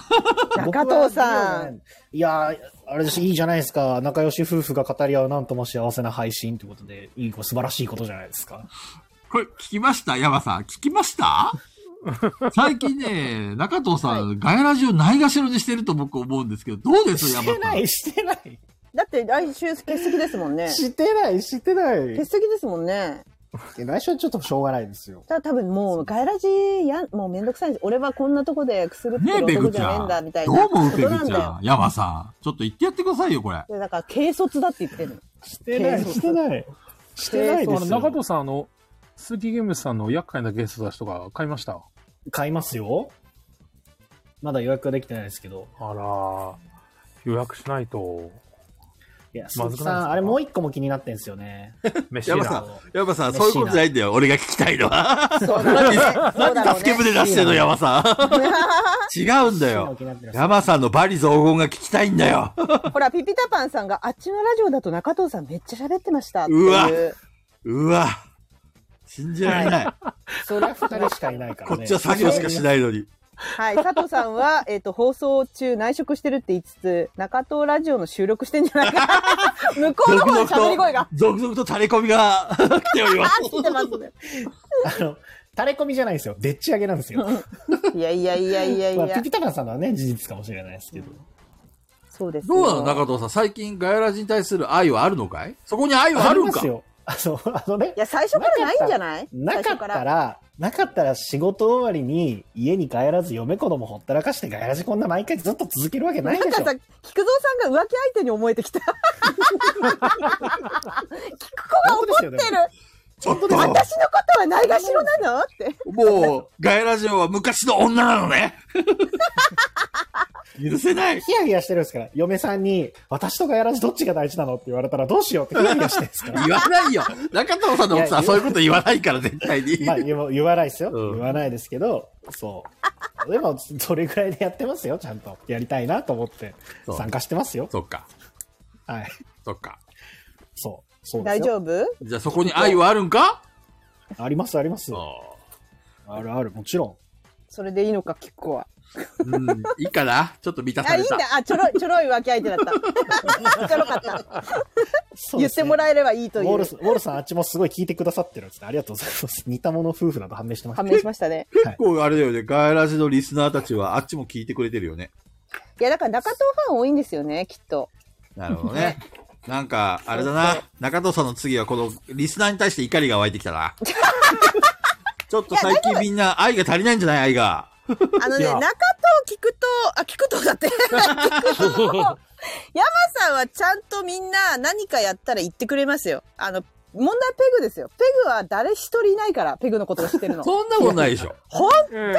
ん。中藤さん。いやー、あれです、いいじゃないですか。仲良し夫婦が語り合うなんとも幸せな配信ということで、いい子、素晴らしいことじゃないですか。これ、聞きました山さん。聞きました *laughs* 最近ね、中藤さん、ガヤラジオないがしろにしてると僕思うんですけど、どうですし山てさ。なんい、してない。だって来週欠席ですもんね。してない、してない欠。席ですもんね。来週はちょっとしょうがないですよ。ただ多分もう、ガイラジやん、もうめんどくさいんです。俺はこんなとこでくすぐってねえ、るペ男グじちゃねゃえんん。だ、みたいどなうこ思うペとなグんちだゃよん。。山さん。ちょっと言ってやってくださいよ、これ。でだから、軽率だって言ってるの。してない、してない。してないあでのす中よ。藤さん、あの、鈴木ゲームズさんの厄介なゲスト出しとか買いました。買いますよ。まだ予約ができてないですけど。あら、予約しないと、いや、鈴まず木くないですかさん、あれもう一個も気になってんですよね。飯やばな。さん、やばさん、そういうことじゃないんだよ。俺が聞きたいのは。そうだね。そう *laughs* だ何ろう助けね。舟出してんの、山さん。違うんだもよう気。になってるんですよ山さんのバリ雑言が聞きたいんだよ。ほら、ピピタパンさんが、あっちのラジオだと中藤さんめっちゃ喋ってましたっていう。うわうわ。信じられない。それ二人しかいないから *laughs* こね。っちは作業しかしないのに。はい、佐藤さんは、えっ、と、放送中内職してるって言いつつ、中東ラジオの収録してんじゃない *laughs* か。向こうの方の喋り声 *laughs* が。続々と垂れ込みが *laughs* 来ております。来てますね。あの、垂れ込みじゃないんですよ。でっち上げなんですよ。いやいやいやいやいまあ、やピ。ピタカンさんのはね、事実かもしれないですけど。そうですよ。どうなの中藤さん、最近ガヤラジに対する愛はあるのかいそこに愛はあるんりまかすよ。あの、あのねい、や、最初からないんじゃないなかっ最初たら、なかったら仕事終わりに家に帰らず嫁子供ほったらかしてガヤラジこんな毎回ずっと続けるわけないなでんかしさょ。、菊蔵さんが浮気相手に思え *laughs* てきた。本当ですよ、でってるも。ちょっと、私のことはないがしろなのって。もう、ガヤラジオは昔の女なのね。許せない。ヒヤヒヤしてるんですから、嫁さんに、私とガヤラジどっちが大事なのって言われたらどうしようってヒヤヒヤしてるんですから。言わないよ。中藤さんの奥さんはいやそういうこと言わないから、絶対に。まあ言わ言わないですよ、うん言わないですけど、そう。でも、それぐらいでやってますよ、ちゃんと。やりたいなと思って、そう参加してますよ。そっか、はい。そっか。そう。そうです大よ。丈夫じゃあそこに愛はあるんかあります、あります。そあるある、もちろん。それでいいのか、菊子は。う。うん、いいかなちょっと満たあ、さいいれんた。だ。あ、ちょろい、ちょろい浮気相手だ *laughs* った。ちょろかっそた。う言でっすねてもらえればいいとウいォールう。スウォールさん、あっちもすごい聞いてくださってるんですね。ありがとうございます。似たもの夫婦だと判明してます判。明しましたね。結構あれだよね、ガヤラジのリスナーたちはあっちも聞いてくれてるよね。いや、だから中東ファン多いんですよね、きっと。なるほど *laughs* ね。なんか、あれだな。中藤さんの次はこのリスナーに対して怒りが湧いてきた *laughs* な。ちょっと最近みんな愛が足りないんじゃない愛が。あのね、いや中東聞くと、あ、聞くとだって。山さんはちゃんとみんな何かやったら言ってくれますよ。あの、問題はペグですよ。ペグは誰一人いないから、ペグのことを知ってる *laughs* の。そんなことないでしょ。本え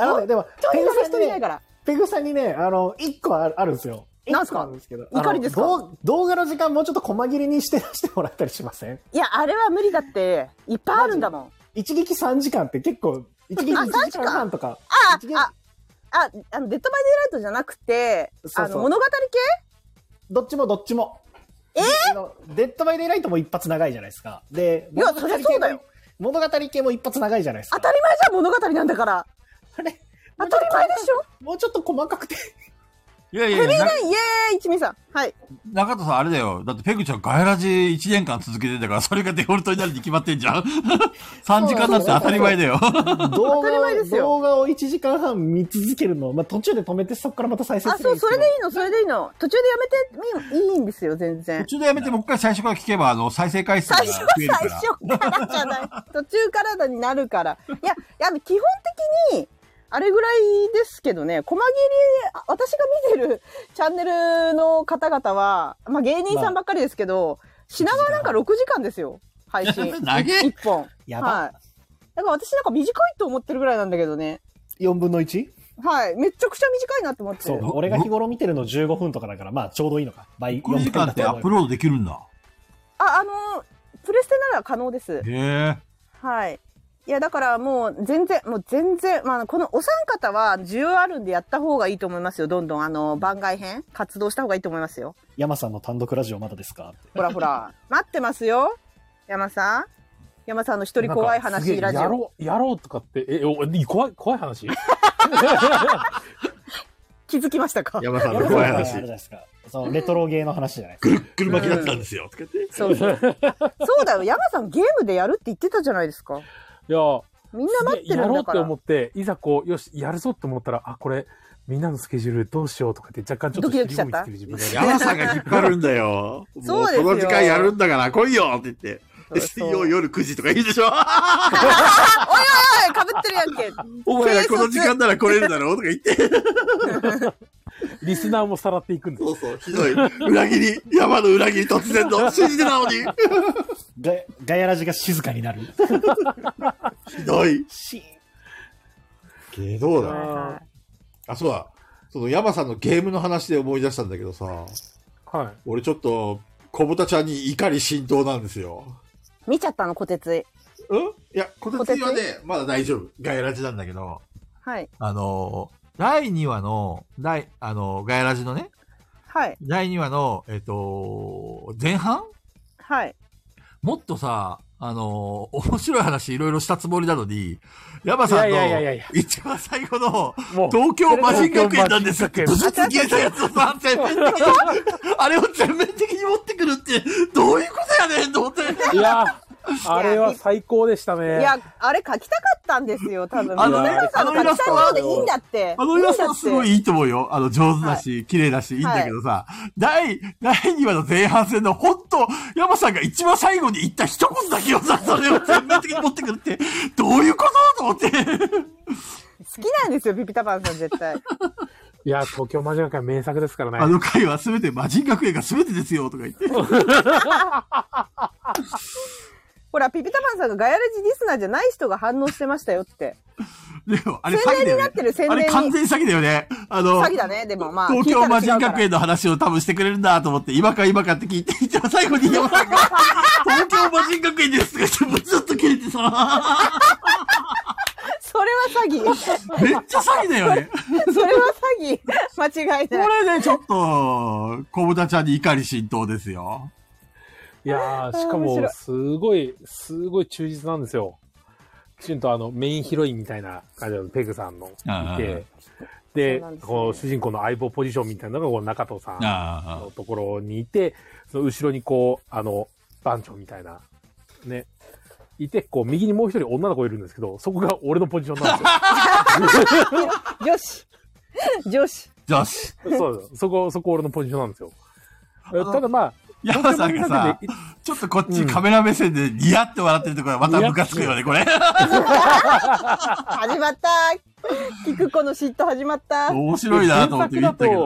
あのね、でも、当ペにグ誰さ一ん人にいないねか、ら。ペグさんにね、あの、一個あるあるんですよ。なんす一か個あるんですけど。怒りですかあの動動画の時間もうちょっと細切りにして出 *laughs* してもらったりしませんいや、あれは無理だって、いっぱいあるんだもん。一撃3時間って結構、一撃あ1時三時間間半とか。あ一撃あ、あ、あの、デッドバイデイライトじゃなくて、そうそうあの、物語どっちもどっちも。えデッドバイデイライトも一発長いじゃないですか。で、いや物語系もそりゃそうだよ。物語系も一発長いじゃないです系当か。たり前じゃん、物語なんだから。あれ当たり前でしょもうちょっと細か *laughs* くて。いやいヘやビーなライン、イエーイ、一味さん。はい。中田さんあれだよ。だってペグちゃんガヤラジ1年間続けてたから、それがデフォルトになるに決まってんじ *laughs* ゃん ?3 時間だって当たり前だよ。動当たり画前を、ですよ動画を1時間半見続けるのを、まあ、途中で止めてそこからまた再生あ、するそう、それでいいいの、それでいいの。途中でやめていいいいんですよ、全然途。中でやめてもう一回最初から聞けば、あの、再生回数が最増初えるか最ら。初からじゃない途中からになるからいやあの基本的にあれぐらいですけどね細切りあ私が見てるチャンネルの方々は、まあ、芸人さんばっかりですけど、品川なんか6時間ですよ配信 *laughs* 長え1本やばはい、だから私なんか短いと思ってるぐらいなんだけどね4分の 1? はいめちゃくちゃ短いなって思ってそうる。俺が日頃見てるの15分とかだから、まあ、ちょうどいいのか。倍この時4分間だっとてアッ思プう。ロードできるんだ。ああのプレステなら可能でへすえ。はい。いや、だからもう全然、もう全然、まあ、このお三方は需要あるんでやった方がいいと思いますよ。どんどん、あの、番外編、活動した方がいいと思いますよ。山さんの単独ラジオまだですかほらほら、待ってますよ。山さん。山さんの一人怖い話ラジやオ。ろう、やろうとかって、え、お、い怖い、怖い話 *laughs* 気づきましたか山さ山んのさんの怖いあれじゃ話ない。ですか。そのレトロゲーの話じゃないですか。車きだったんですよ。そうそう。そうだよ。山さんゲームでやるって言ってたじゃないですいか。や、みんな待ってやるんろうだっかてら。思って、いざこう、よし、やるぞって思ったら、あ、これ、みんなのスケジュールどうしようとかって若干ちょっとドキドキしちゃった尻込みつける自分がい山るさんが引っ張るんだよ。そうですよもこの時間やるんだから来いよって言って。で水そう曜そう夜9時とか言うでしょはい、かぶってるやんけ。お前らこの時間なら来れるだろうとか言って。リスナーもさらっていくんですそうそう、ひどい。裏切り。山の裏切り突然の。 *laughs* 信じてたのに。ガガヤラジが静かになる。ひどい。シーンけどはいだ。はあ、そうだ。その山さんのゲームの話で思い出したんだけどさ、は俺ちょっと、小豚ちゃんに怒り浸透なんですよ。い見ちゃったの、こてつい。うんいや、こてついはこてね、まだ大丈夫。ガヤラジなんだけど、はい。あの、第2話の、第、あの、ガヤラジのね、はい。第2話の、えっ、と、前半はい。もっとさ、あのー面白い話いろいろしたつもりなのに、ヤマさんいのやいやいやいや一番最後のい。もう、東京マジン学園なんですって、ブスつ消えたやつをさ、全面的に、あれを全面的に持ってくるって、どういうことやねんと思って。いやー、あれは最高でしたね。いや、あれ書きたかったんですよ、多分。あのね皆さんの書きたいものでいいんだって。あのイラストすごいいいんだって。いいと思うよ。あの、上手だし、綺麗だし、いいんだけどさ、第、第2話の前半戦のほんと、ヤマさんが一番最後に言った一言だけをさ、それを全面的に持ってくるって、どういうことと思って。好きなんですよ、ピピタパンさん絶対。いや、東京マジン学園名作ですからあね。の回は全て、魔人学園が全てですよ、とか言って。ほら、ピピタパンさんがガヤラジリスナーじゃない人が反応してましたよって。でも、あれ詐宣欺伝だによなねってる、宣あ伝れに。完全に詐欺だよね。あの、詐欺だね、でもまあ。東京魔人学聞い園の話を多分してくれるんだと思って、今か今かって聞いて、一番最後に山 *laughs* さんが、東京魔人学園ですとか言って、ずっと切れてさ、たら *laughs* 違うからそれめっはちゃ詐欺だよね。詐欺。それは詐欺。間違いこない。れね、ちょっと、小豚ちゃんに怒り浸透ですよ。いやー、しか面白も、いすごい、すごい忠実なんですよ。きちんとあの、メインヒロインみたいな感じのペグさんのうんうんいて、そうでなんですねこう、主人公の相棒ポジションみたいなのが、こう、中藤さんあのところにいて、その後ろにこう、あの、番長みたいな、ね、いて、こう、右にもう一人女の子いるんですけど、そこが俺のポジションなんですよ。女子。女子。あ。よし。 *laughs* そうです。そこ、そこ俺のポジションなんですよ。えただまあ、山さんがさ東京マジン学園で、ちょっとこっちカメラ目線でニヤって笑ってるところがまたムカつくよね、これ。始まった。聞く子の嫉妬始まった。 *laughs* 面白いなと思って見たけど。原作だ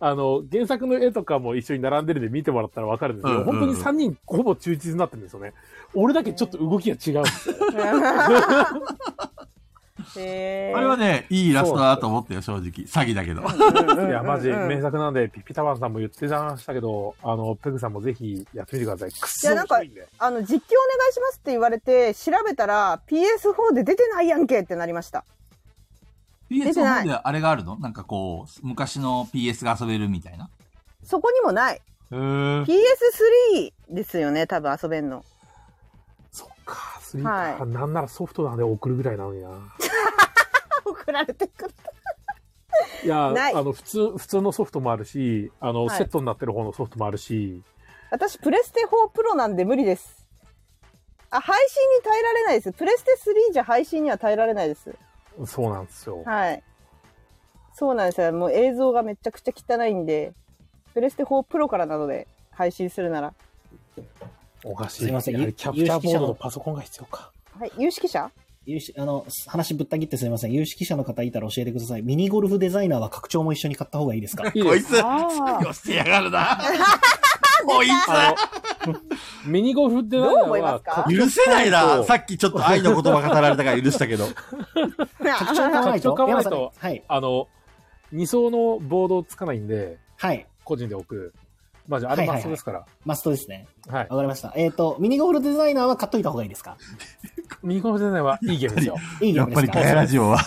とあの、原作の絵とかも一緒に並んでるんで見てもらったらわかるんですけど、うんうんうん本当に3人ほぼ忠実になってるんですよね。俺だけちょっと動きが違うんですよ。えーあれはね、いいイラストだなと思ったよ、正直。詐欺だけど。いや、マジ、うんうん名作なんで、ピピタワンさんも言ってましたけど、あの、ペグさんもぜひやってみてください。くっそ面白いんで。あの、実況お願いしますって言われて、調べたら PS4 で出てないやんけってなりました。 PS てのない方であれがあるのなんかこう、昔の PS が遊べるみたいな。そこにもない。へー PS3 ですよね、多分遊べんの。そっか、3か、なんならソフトなんで送るぐらいなのにな。送られてくる。いや、ないあの、普通、普通のソフトもあるし、あの、はいセットになってる方のソフトもあるし、私、プレステ4プロなんで無理です。あ、配信に耐えられないです。プレステ3じゃ配信には耐えられないです。そうなんですよ。はい。そうなんですよ。もう映像がめちゃくちゃ汚いんで、プレステ4プロからなどで配信するなら。おかしい。すいませんやはり有キャプチャーボード有識者とのパソコンが必要か。はい、有識者有識あの、話ぶった切ってすみません。有識者の方いたら教えてください。ミニゴルフデザイナーは拡張も一緒に買った方がいいです *laughs* かいいこでいす。つ、あー作業してやがるな。こいあつ、の、ミニゴルフってなどう思いますは、か拡許せないそな。うさっきちょっと愛の言葉語られたから許したけど。拡張買わないと。拡張買わないと山さんはい。あの、2層のボードつかないんで、はい。個人で送る。まあ、じゃあ、あれマはいはいはいストですから。マストですね。はい。わかりました。えっ、と、ミニゴルフデザイナーは買っといた方がいいですかミニゴルフデザインはいいゲー *laughs* ムですよ。いいゲやーっムぱでりすかガヤラジオは、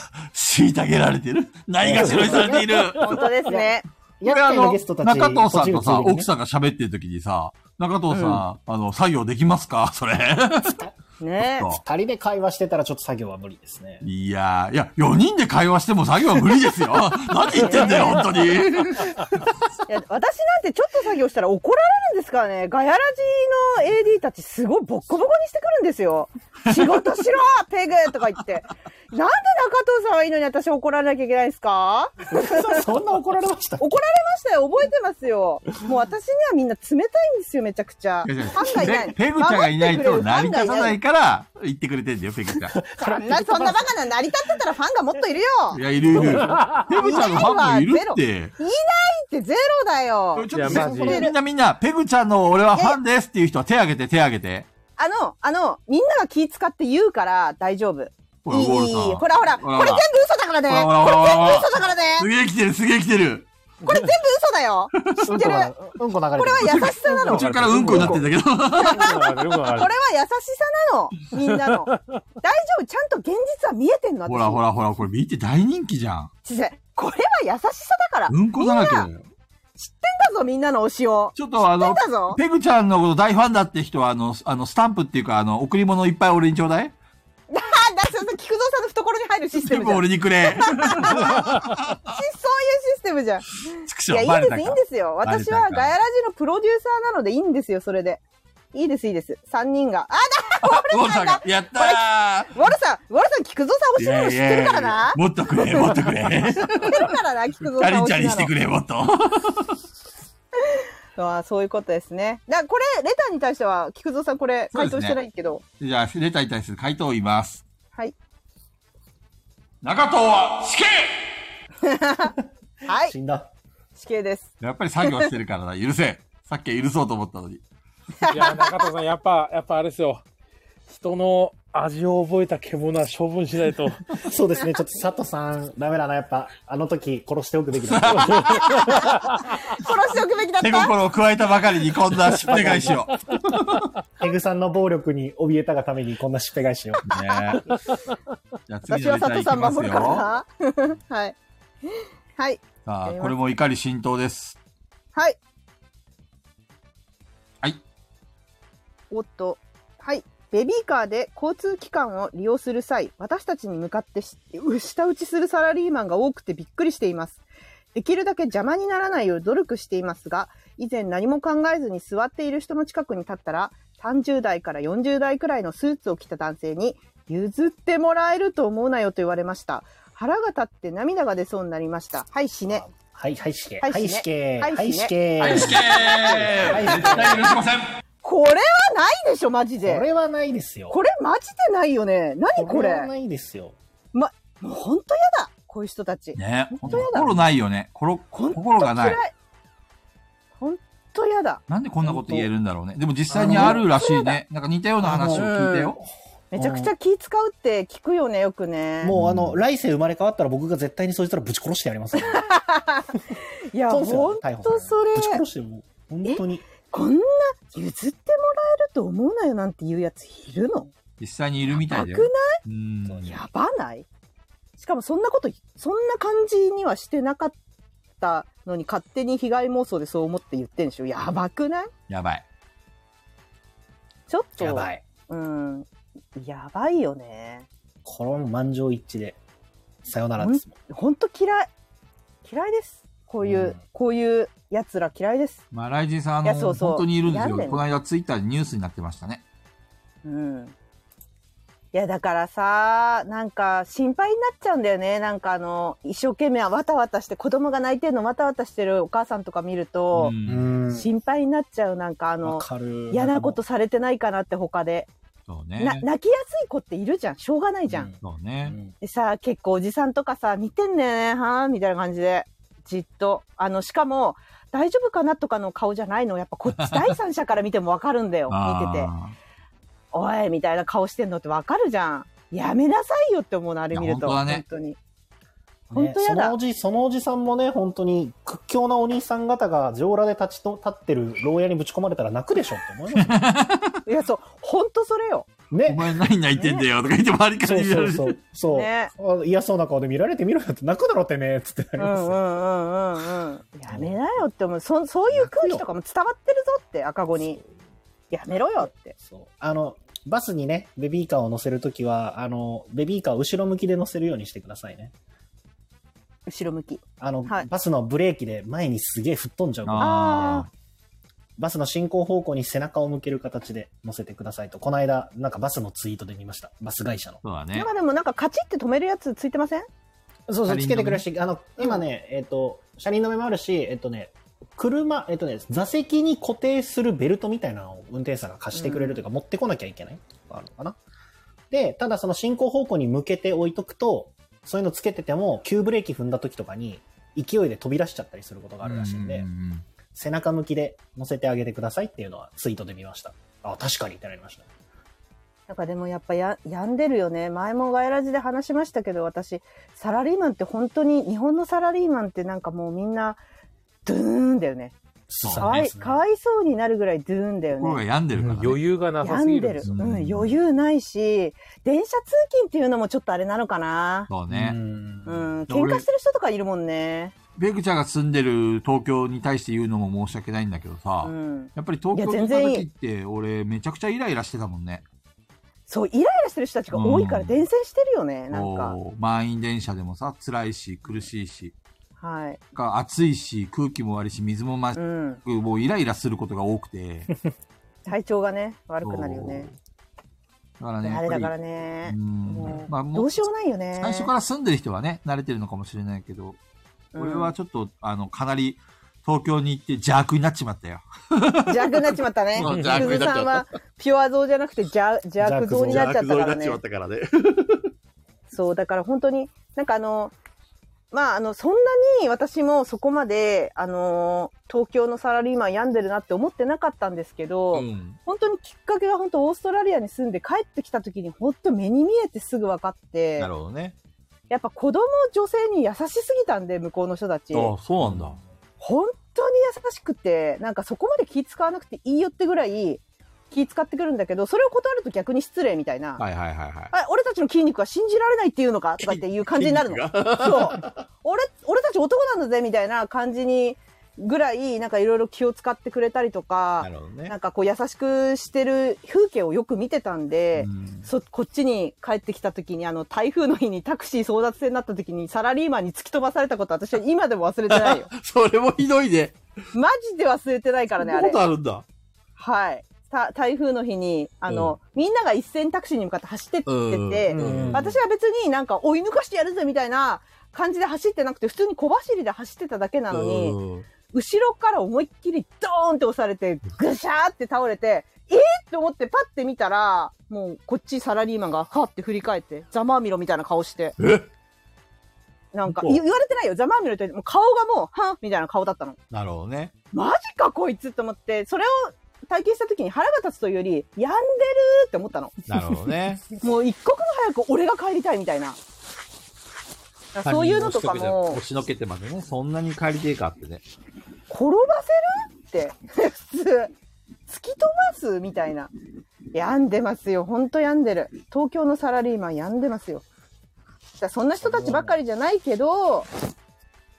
虐げられてる。ないがしろにされている。 *laughs* 本当ですね。やっあぱりの、のゲストたち中藤さんとさ、途中で奥さんが喋ってる時にさ、中藤さん、あの、作業できますかそれ。ねそう二人で会話してたらちょっと作業は無理です *laughs* ね。いやー、いや、4人で会話しても作業は無理ですよ。 *laughs* 何言ってんだよ、本当に。いや私なんてちょっと作業したら怒られるんですからねガヤラジの AD たちすごいボッコボコにしてくるんですよ仕事しろペグとか言ってなんで中藤さんはいいのに私怒られなきゃいけないんですかそんな怒られました怒られましたよ覚えてますよもう私にはみんな冷たいんですよめちゃくちゃフいやいやァンがいないペペグちゃんがいないと成り立たファンがないいから、言ってくれてんだよ、ペグちゃん。そんなそんなバカな成り立ってたらファンがもっといるよいや、いるいる。ペグちゃんのファンもいるって。いないってゼロだよちょっいとやねマジみんなみんな、ペグちゃんの俺はファンですっていう人は手挙げて、手挙げて。あの、あの、みんなが気使って言うから大丈夫。ほらいい、いいゴールさんほらほら、こほられ全部嘘だからね。ほこられほらほら全ほ部ら嘘だからね。すげえ来てる、すげえ来てる。これ全部嘘だよ。知ってる。うんこ流れてる。これは優し *laughs* さなの。途こ中からうんこになってんだけど。よくわかれるは優しさなの。みんなの。大丈夫、ちゃんと現実は見えてんの。私 *laughs* ほらほらほら、これ見て大人気じゃん。先生これは優しさだから。うんこだらけだよ。だぞ、みんなの推しを。ちょっとあ知っのてんだぞ、ペグちゃんのこと大ファンだって人は、あの、あの、スタンプっていうか、あの、贈り物いっぱい俺にちょうだい。あ、だ、その菊蔵さんの懐に入るシステ全部ムじゃん。俺にく *laughs* れ。しそういうシステムじゃん。ちくいしょや、いいバレでたす、かいいんですよ。バレ私たかはガヤラジのプロデューサーなのでいいんですよ、それで。いいです、いいです。3人が。あ、ウォルさんが、やったーウォルさん、ウォルさん、菊蔵さん推しなの知ってるいやからいやな。もっとくれ、もっとく *laughs* れ。チ知ってるからな、菊蔵ャさんリ推しチなャの。リしてくれ、もっと。ああそういうことですね。だからこれ、レターに対しては、菊蔵さんこれ、そうで回すね答してないけど。じゃあ、レターに対する回答を言います。はい。中藤は死刑はい死、んだ。死刑です。やっぱり作業してるからな、許せん。さっきは許そうと思ったのに。いや、中田さん、やっぱ、やっぱあれですよ。人の味を覚えた獣は処分しないと。そうですね。ちょっと佐藤さん、ダメだな。やっぱ、あの時殺しておくべきだった。 *laughs* 殺しておくべきだっ手た。心を加えたばかりにこんなしっぺ返しを。ペグさんの暴力に怯えたがためにこんなしっぺ返しを。ねえじゃあ次私のはレター佐い藤きさんます守るからよ。な。 *laughs* はい。はい。さあ、これも怒り浸透です。はい。はい。おっと。はい。ベビーカーで交通機関を利用する際、私たちに向かってし舌打ちするサラリーマンが多くてびっくりしています。できるだけ邪魔にならないよう努力していますが、以前何も考えずに座っている人の近くに立ったら、30代から40代くらいのスーツを着た男性に、譲ってもらえると思うなよと言われました。腹が立って涙が出そうになりました。はい、死ね。はい、はい、死刑。はいはい、死刑。ははいい、死死刑刑。刑絶対許しませんこれはないでしょ、マジで。これはないですよ。これマジでないよね。何これ。はないですよ。もう本当やだ。こういう人たち。ね本当やだ心ないよね。心、本当心がない。嫌い。本当やだ。なんでこんなこと言えるんだろうね。でも実際にあるらしいね。なんか似たような話を聞いたよ。めちゃくちゃ気使うって聞くよね、よくね。もうあの、来世生まれ変わったら僕が絶対にそいつらぶち殺してやりますよ。いや、そうですよ本逮捕当さそれるれぶち殺してもう、本当に。こんな譲ってもらえると思うなよなんて言うやついるの実際にいるみたなたいくだないよ。うん。やばないしかもそんなこと、そんな感じにはしてなかったのに、勝手に被害妄想でそう思って言ってんでしょ。やばくないやばい。ちょっと。やばい。うん。やばいよね。これはもう満場一致で、さよならですもん。ほんと嫌い。嫌いです。こういう、うんこういう奴ら嫌いです。まあ、ライジンさん、あいの、やそうそう本当にいるんです嫌よ。だよこの間、ツイッターでニュースになってましたね。うん。いや、だからさ、なんか心配になっちゃうんだよね。なんかあの、一生懸命わたわたして、子供が泣いてるのわたわたしてるお母さんとか見るとう、うんん。心配になっちゃう。なんかあわの、かる。嫌なことされてないかなって他で。そうな、ね。泣きやすい子っているじゃん。しょうがないじゃん。そううね。ん。でさ、結構おじさんとかさ、見てんだよね、はぁみたいな感じで。じっと。あの、しかも、大丈夫かなとかの顔じゃないの。やっぱこっち第三者から見てもわかるんだよ。見てて。あおいみたいな顔してんのってわかるじゃん。やめなさいよって思うの、あれ見ると。いや本当だね当に。ね本当やだそのおじ、そのおじさんもね、本当に屈強なお兄さん方が上裸で立ちと立ってる牢屋にぶち込まれたら泣くでしょって思い *laughs* ますよいや、そう、本当それよ。ーおね。前何泣いてんだよとか言って周りかそらう言わそれうる。そう。そうねあ嫌そうな顔で見られてみろよって泣くだろってね、つってうんなうりんまうすんようんうん。やめなよって思う。そ、そういう空気とかも伝わってるぞって、赤子に。やめろよって。そう。あの、バスにね、ベビーカーを乗せるときは、あの、ベビーカーを後ろ向きで乗せるようにしてくださいね。後ろ向き。あの、はいバスのブレーキで前にすげえ吹っ飛んじゃうから、あバスの進行方向に背中を向ける形で乗せてくださいと、この間、なんかバスのツイートで見ました。バス会社のー。そうだなねん。かでもなんかカチって止めるやつついてませんそうそ車輪止う、めつけてくれるし、あの、今ね、えっ、と、車輪止めもあるし、えっ、とね、車、えっ、とね、座席に固定するベルトみたいなのを運転手さんが貸してくれるというか、持ってこなきゃいけないとかあるのかな。で、ただその進行方向に向けて置いとくと、そういうのつけてても、急ブレーキ踏んだ時とかに、勢いで飛び出しちゃったりすることがあるらしいんで、うんうんうん背中向きで乗せてあげてくださいっていうのはツイートで見ました。あ、確かにってなりました。なんかでもやっぱや病んでるよね。前もガイラジで話しましたけど、私、サラリーマンって本当に、日本のサラリーマンってなんかもうみんな、ドゥーンだよね。そうかわねい、かわいそうになるぐらいドゥーンだよ心がね。病んでるからね。余裕がなさす病ぎるんんででる。すうよ。ん、うん余裕ないし、電車通勤っていうのもちょっとあれなのかな。そううね。んうん、喧嘩してる人とかいるもんね。ベグちゃんが住んでる東京に対して言うのも申し訳ないんだけどさ、うん。やっぱり東京いにや行全った然いい時って、俺めちゃくちゃイライラしてたもんね。そう、イライラしてる人たちが多いからうん伝染してるよね、なんか。こう満員電車でもさ、辛いし、苦しいし、はい。か暑いし、空気も悪いし、水もましう、ん。もうイライラすることが多くて。体調がね、悪くなるよね。そう。だからね、あれだからね。ねう。もんうまあ、もどううしようもないよね。最初から住んでる人はね、慣れてるのかもしれないけど、うん俺はちょっと、あの、かなり東京に行って邪悪になっちまったよ。邪悪になっちまったね。そう邪悪鈴になっちゃったさんはピュア像じゃなくて邪邪悪像になっちゃったからね。たからね。そう、だから本当に、なんかあの、まあ、あの、そんなに私もそこまで、あの、東京のサラリーマン病んでるなって思ってなかったんですけど、ん。本当にきっかけが本当オーストラリアに住んで帰ってきた時に本当目に見えてすぐ分かってな、るほどね。やっぱ子供女性に優しすぎたんで、向こうの人たち。あ、そうなんだ。本当に優しくてなんかそこまで気使わなくていいよってぐらい気使ってくるんだけどそれを断ると逆に失礼みたいな、はいはいはいはい。あ俺たちの筋肉は信じられないっていうのかとかっていう感じになるのそう俺俺たち男なんだぜみたいな感じにぐらいなんかいろいろ気を使ってくれたりとかなるほどな,、ね。んかこう優しくしてる風景をよく見てたんで、うんそこっちに帰ってきた時にあの台風の日にタクシー争奪戦になった時にサラリーマンに突き飛ばされたこと私は今でも忘れてないよそれもひどいね。マジで忘れてないからね、あそんなれこと。あるんだ。はい。た台風の日に、あの、みんなが一斉にタクシーに向かって走ってってて、うん私は別になんか追い抜かしてやるぜみたいな感じで走ってなくて、普通に小走りで走ってただけなのに、うん後ろから思いっきりドーンって押されて、ぐしゃーって倒れて、えー、って思ってパッて見たら、もうこっちサラリーマンがカーって振り返って、ざまあみろみたいな顔して。えなんか、本い当言われてないよ。ざまあみろって言って、もう顔がもう、はんみたいな顔だったの。なるほどね。マジかこいつと思って、それを体験した時に腹が立つというより、病んでるって思ったの。なるほどね。もう一刻も早く俺が帰りたいみたいな。 *laughs* そういうのとかも押、しのけてまでね、そんなに帰りてえかってね。転ばせるって、 *laughs* 普通、突き飛ばすみたいな。病んでますよ。ほんと病んでる。東京のサラリーマン病んでますよ。からそんな人たちばかりじゃないけど、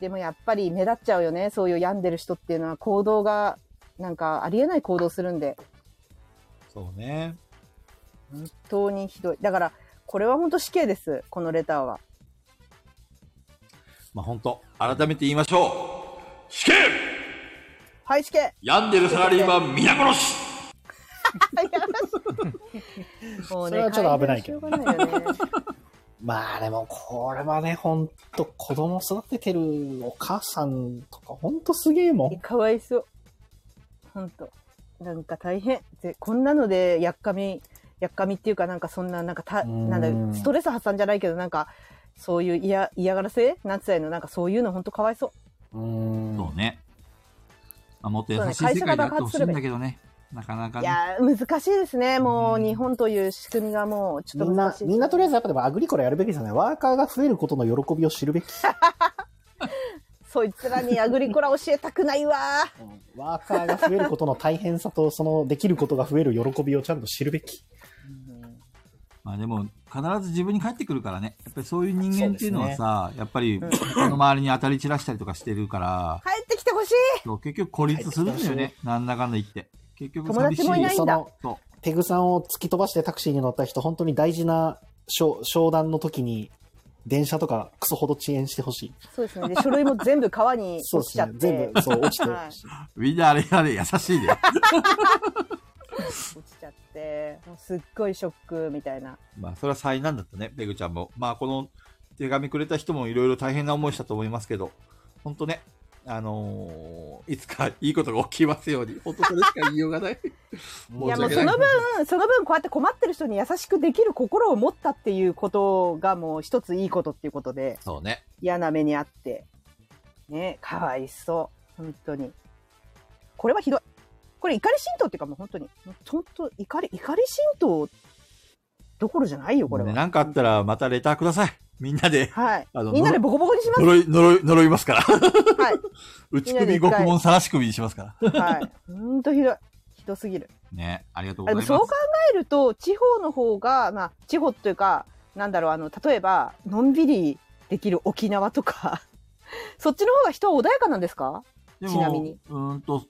でもやっぱり目立っちゃうよね。そういう病んでる人っていうのは行動が、なんかありえない行動するんで、そうね。本当にひどい。だから、これは本当死刑です。このレターは。まあ、本当改めて言いましょう。死刑はい、死刑病んでるサラリーマン皆殺し *laughs* もそれはちょっと危ないけど改善しようがないよねまあでも、これはね、ほんと、子供育ててるお母さんとか、ほんとすげえもん。 *laughs* かわいそう。ほんと。なんか大変。でこんなので、やっかみ、やっかみっていうか、なんかそんな、なんかた、うーんなんだ、ストレス発散じゃないけど、なんか、そういう嫌、嫌がらせなんつったらいいのなんかそういうのほんとかわいそう。うーん。そうね。まあ、もっと優しいそうね世界であってほしいんだけどね。なかなかいね。やー、難しいですね。もう、日本という仕組みがもう、ちょみっとん難なし、い。みんなとりあえずやっぱでもアグリコラやるべきですよね。ワーカーが増えることの喜びを知るべき。そいつらにアグリコラ教えたくないわー。ワーカーが増えることの大変さと、そのできることが増える喜びをちゃんと知るべき。まあでも、必ず自分に返ってくるからね。やっぱりそういう人間っていうのはさ、やっぱり、ん他の周りに当たり散らしたりとかしてるから、帰ってきてほしいそう結局孤立するんだよはいね。なんだかんだ言って。結局友寂し達もいないい。そのそペグさんを突き飛ばしてタクシーに乗った人、本当に大事な商商談の時に、電車とかクソほど遅延してほしい。そうですね。で書類も全部川 *laughs* にそう落ですちちゃっね。て。全部、そう、落ちてはいほしい。う。みんなあれあれ優しいで。落ちちゃって、もうすっごいショックみたいな。まあ、それは災難だったね、ペグちゃんも。まあ、この手紙くれた人もいろいろ大変な思いしたと思いますけど、ほんとね、あのーいつかいいことが起きますように、ほんとそれしか言いようがない。 *laughs* いやもう申しそ訳なの分、その分こうやって困ってる人に優しくできる心を持ったっていうことがもう一ついいことっていうことで、そうね。嫌な目にあって。ね、かわいそう。本当に。これはひどい。これ怒り神道っていうかもう本当に、本当怒り、怒り神道どころじゃないよ、これは。ねなんかあったらまたレターください。みんなではいあの。みんなでボコボコにしま呪い、呪い、呪います *laughs* から。す。はい。内首獄門さらし首にしますから。はい。ほんとひどい。ひどすぎる。ね、ありがとうあごでざもいまそう考す。えると、地方の方が、まあ、地方というか、なんだろう、あの、例えば、のんびりできる沖縄とか、 *laughs* そっちの方が人は穏やかなんですかでちなみにうーんと、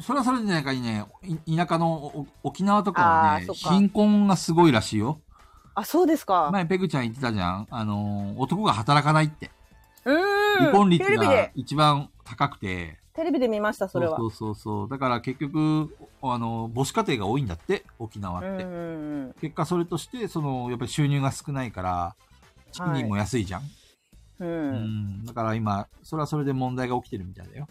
それはそれでなんかね、い田舎のお沖縄とかはねあーそっ、か貧困がすごいらしいよ。あ、そうですか。前ペグちゃん言ってたじゃん。あのー、男が働かないって。うーん。離婚率テレビがで、一番高くて。テレビで見ました、それは。そううそうそう。だから結局、あのー、母子家庭が多いんだって、沖縄んって。うんうん結果それとして、その、やっぱり収入が少ないから、賃金も安いじゃん。うう。んん。だから今、それはそれで問題が起きてるみたいだよ。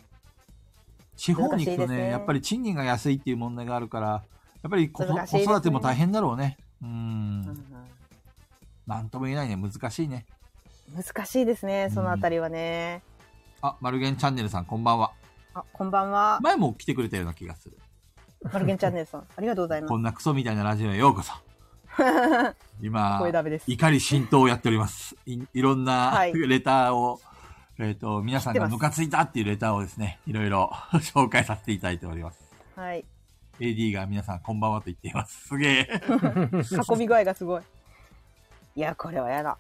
地方に行くと難しいですね、ねやっぱり賃金が安いっていう問題があるから、やっぱり子難しい子ですね育ても大変だろうね。ううんん。なんとも言えないね。難しいね。難しいですね、そのあたりはね。あ、マルゲンチャンネルさん、こんばんは。あ、こんばんは。前も来てくれたような気がする。マルゲンチャンネルさん。ありがとうございまこす。んなクソみたいなラジオへよう *laughs* こそ。今声、ダメです。怒り浸透をやっております。いいろんなはいレターを、えっ、と、皆さん知がってますムカついたっていうレターをですね、いろいろ *laughs* 紹介させていただいております。はい。 AD が皆さんこんばんはと言っています。すげえ。運び具合がすごい。いや、これはやだ。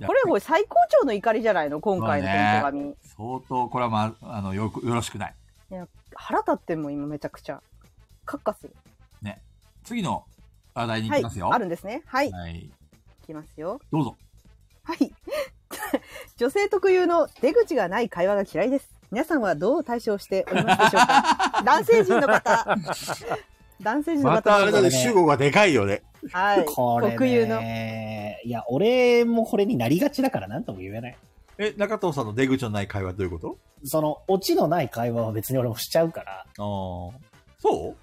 いや *laughs* これこれ最高潮の怒りじゃないの今回のこの手紙、相当、これはまあ、あの、よく、よろしくない。いや腹立ってんもん今めちゃくちゃカッカする次の話題に行はきいますよ。あるんですねはい、い、はい。きますよどうぞ。はい *laughs* 女性特有の出口がない会話が嫌いです皆さんはどう対処しておりますでしょ *laughs* うか男性陣の方男性陣の方だね語がでかいよね。はいこれ、ね、特有のいや、俺もこれになりがちだからなんとも言えない。え、中藤さんの出口のない会話どういうこその、オチのない会話は別に俺もしちゃうから、とああ。そう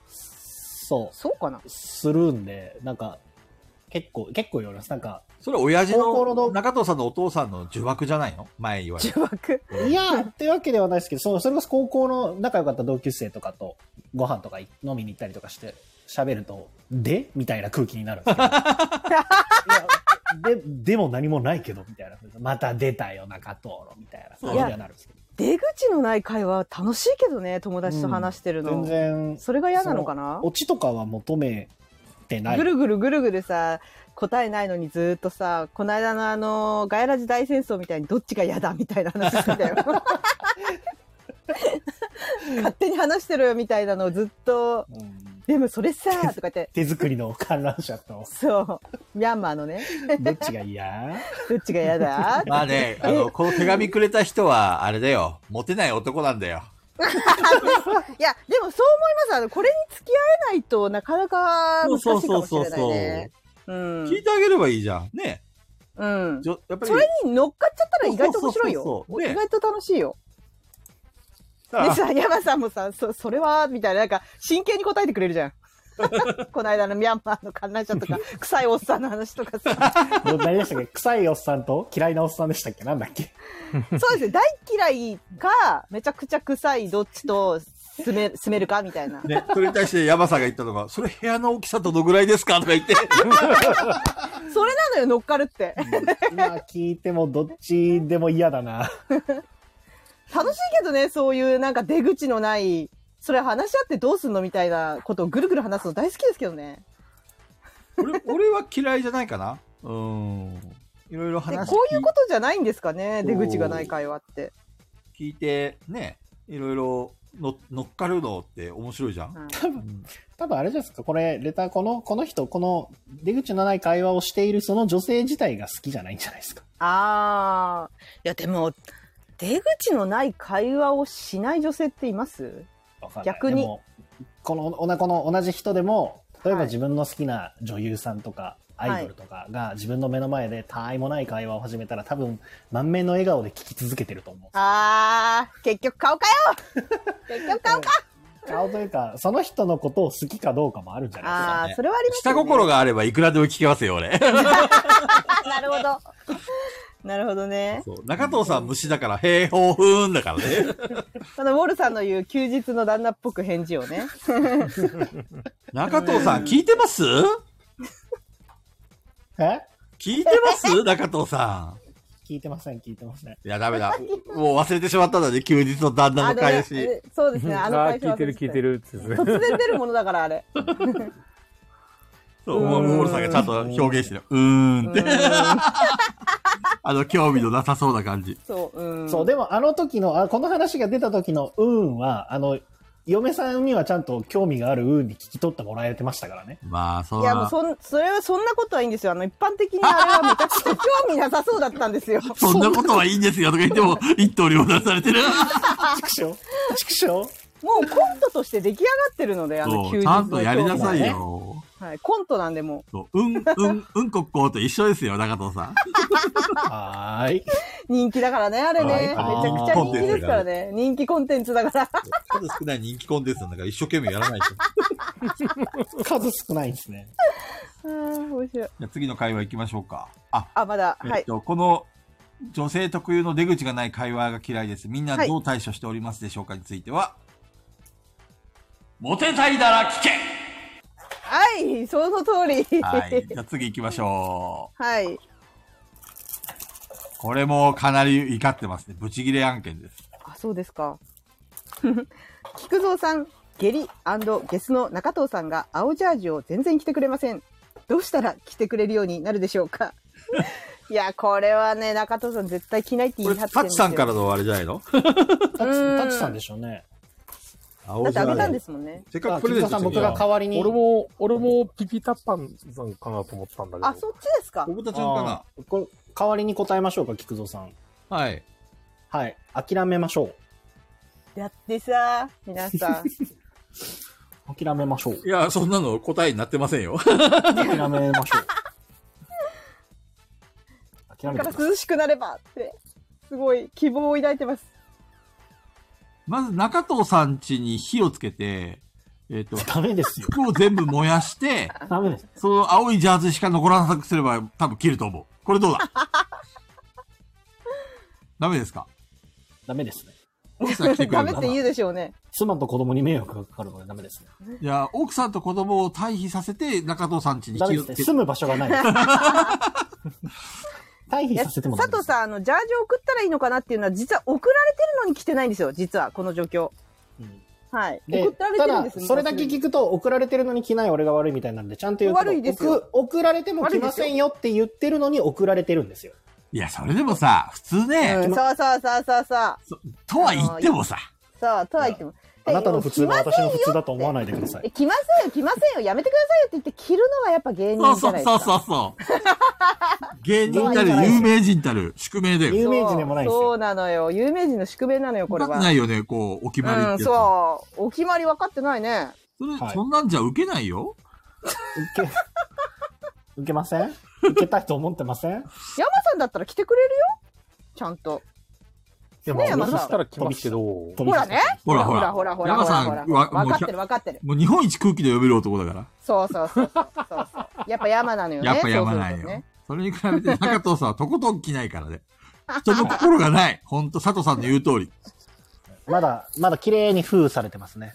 そそうかなう、するんで、なんか、結構、結構言われます。なんか、それ親父高校の、の中藤さんのお父さんの呪縛じゃないの前言われた。呪縛いや、ってわけではないですけど、そうそれこそ高校の仲良かった同級生とかとご飯とかい飲みに行ったりとかして喋ると、でみたいな空気になるん *laughs* ですけどいやで、でも何もないけど、みたいな。また出たよ、中藤の、みたいな。そういう風にはなるんですけど。出口のない会話楽しいけどね友達と話してるの、全然、それが嫌なのかなオチとかは求めてない。ぐるぐるぐるぐるさ答えないのにずーっとさ、この間のあの、ガヤラジ大戦争みたいにどっちが嫌だみたいな話してたよ。勝手に話してるよみたいなのをずっと、でもそれさ、とか言って、手作りの観覧車と、 *laughs* そう、ミャンマーのね、どっちが嫌どっちが *laughs* 嫌だまあね、あの、この手紙くれた人は、あれだよ。モテない男なんだよ。いや、でもそう思います。あの、これに付き合えないとなかなか難しいかもしれないね。うん。聞いてあげればいいじゃん。ね。うん。じょやっぱりそ、れに乗っかっちゃったら意外と面白そいようそうそうそう。ね意外と楽しいよ。さでさ、山さんもさ、そ、それは、みたいな、なんか、真剣に答えてくれるじゃん。この間のミャンマーの観覧車とか、臭いおっさんの話とかさ、ど何でしたっけ臭いおっさんと嫌いなおっさんでしたっけなんだっけそうですね、大嫌いか、めちゃくちゃ臭い、どっちと住め、住めるか、みたいな。ね、それに対して山さんが言ったのが、それ部屋の大きさどのぐらいですかとか言って、 *laughs* それなのよ、乗っかるって。今聞いてもどっちでも嫌だな。楽しいけどね、そういうなんか出口のない、それ話し合ってどうすんのみたいなことをぐるぐる話すの大好きですけどね。俺俺は嫌いじゃないかな。うん。いろいろで、話聞こういうことじゃないんですかね、おー出口がない会話って。聞いて、ね、いろいろの乗っかるのって面白いじゃん。多分あれじゃないですか、これ、レター、この、この人、この出口のない会話をしているその女性自体が好きじゃないんじゃないですか。ああ。いや、でも、出口のない会話をしない女性っていますわかんない逆にでもこのおなこの同じ人でも例えばはい自分の好きな女優さんとかアイドルとかが自分の目の前でたあいもない会話を始めたら多分満面の笑顔で聞き続けてると思ああ、結局顔か *laughs* よ結局顔かう顔というかその人のことを好きかどうかもあるんじゃないあそうだねあ、それはあります下よね。心があればいくらでも聞けますよ、 *laughs* 俺。あなるほど。 *laughs* なるほどね。そう中藤さん虫だから、へーほーふーんだからね。そのウォルさんの言う休日の旦那っぽく返事をね。中藤さん、聞いてますですかえ聞いてます中藤さん。聞いてません聞いてませんいや、ダメだ。もう忘れてしまったんだね、休日の旦那の返あでもし。ねそうですね、あのあー会社聞いてる聞いてる。るってね突然出るものだから、あれ。そう、もう、モールさんがちゃんと表現してる。うーんって。あの、興味のなさそうな感じ。そう、うん。そうでもあの時のあこの話が出た時の「うーん」はあの嫁さんにはちゃんと興味がある「うーん」に聞き取ってもらえてましたからねまあ、そいうや、もうな。そん、それは、そんなことはいいんですよ。あの、一般的にあれはめちゃくちゃ興味なさそうだったんですよ。そんなことはいいんですよとか言っても、一刀両断されてる。畜生 *laughs* 畜生もうコントとして出来上がってるので、あの、そ休う、日ちのゃんとやりなさい興味はね。よ。はい、コントなんでもそう、うん、うん、うんこっこうと一緒ですよ、中藤さん。はーい。う人気だからね、あれはね。めいちゃくちゃ人気ですからね。人気コンテンツだ *laughs* から。ちょっと少ない人気コンテンツなんだから一生懸命やらないと。数少ないんですね。あー面白い。じゃあ次の会話行きましょうか。あ、あ、まだ、はえっい。と、この女性特有の出口がない会話が嫌いです。みんなどう対処しておりますでしょうかについては、モテたいなら聞けはい、その通り。はい。じゃあ次行きましょ *laughs* はい。う。これもかなり怒ってますね。ブチギレ案件です。あ、そうですか。 *laughs* 菊蔵さん、下痢ゲスの中藤さんが青ジャージを全然着てくれません。どうしたら着てくれるようになるでしょうか *laughs* いや、これはね、中藤さん絶対着ないっこて言れ、い張ってタるッんでチすよ。さんからのあれじゃないのタチタチさんでしょうね。青だってあげたんですもんね。せっかあくプレ菊ゼ田ントさん、してるじ僕ゃがん代わりに。俺も、俺もピピタッパンさんかなと思ったんだけど。あ、そっちですか小。豚ちゃんあかーこれ代わりに答えましょうか、菊蔵さん。なはい。はい。諦めましょう。だってさ、皆 *laughs* さん。諦めま *laughs* しょう。いや、そんなの答えになってませんよ。諦めましょう。諦めだてくだからさい涼しくなればって、すごい希望を抱いてます。 *laughs* まず中藤さん家に火をつけて、えっ、と、ダメですよ。服を全部燃やして、ダメです。その青いジャージしか残らなくすれば多分切ると思う。これ *laughs* どうだダメですかダメですね。奥さん来てく *laughs* ダれメるっのて言うでしょうね。妻と子供に迷惑がかかるのでダメですね。いや、奥さんと子供を退避させて中藤さん家にダメ火をですつね。け住む場所がない *laughs* です。退い避さや佐せてもダメで藤す。さんあのジャージを送ったらいいのかなっていうのは実は送られてるのに着てないんですよ実はこの状況うんはい。で送ってられてたるんだです、ねそれだけ聞くと、送られてるのに着ない俺が悪いみたいなんで、ちゃんと言うと、悪いですよ送送られても着ませんよって言ってるのに送られてるんですよ。いや、それでもさ、普通ね、うん、そうそうそうそうそう。とは言ってもさ、そう、とは言っても。あなたの普通はで私の普通だと思わないでくださえい。来ませんよ、来ませんよ、やめてくださいよって言って、着るのはやっぱ芸そう人じそゃないうですそか。うそうそう。芸人たる有名人たる宿命だよ。有名人でもないですそうよ。なのよ。有名人の宿命なのよ、これ分かは。んないよね、こう、お決まりってうやん、つ。そう。お決まり分かってないね。それ、はいそんなんじゃ受けないよ。受け、受けません受けたいと思ってません山さんだったら来てくれるよ。ちゃんと。いや、ねえまあ、山そ田さんしたら来ますけど、飛び火ほらね。ほらほらほらほら山ほらさんほわら。もう分かってる分かってる。もう日本一空気で呼べる男だから。そうそうそうそうそうそう。やっぱ山なのよね。やっぱやまないそうよ。そうそうねそれに比べて中藤さんはとことん着ないからね。人の心がない。ほんと、佐藤さんの言う通り。まだ、まだ綺麗に封されてます *laughs* ね。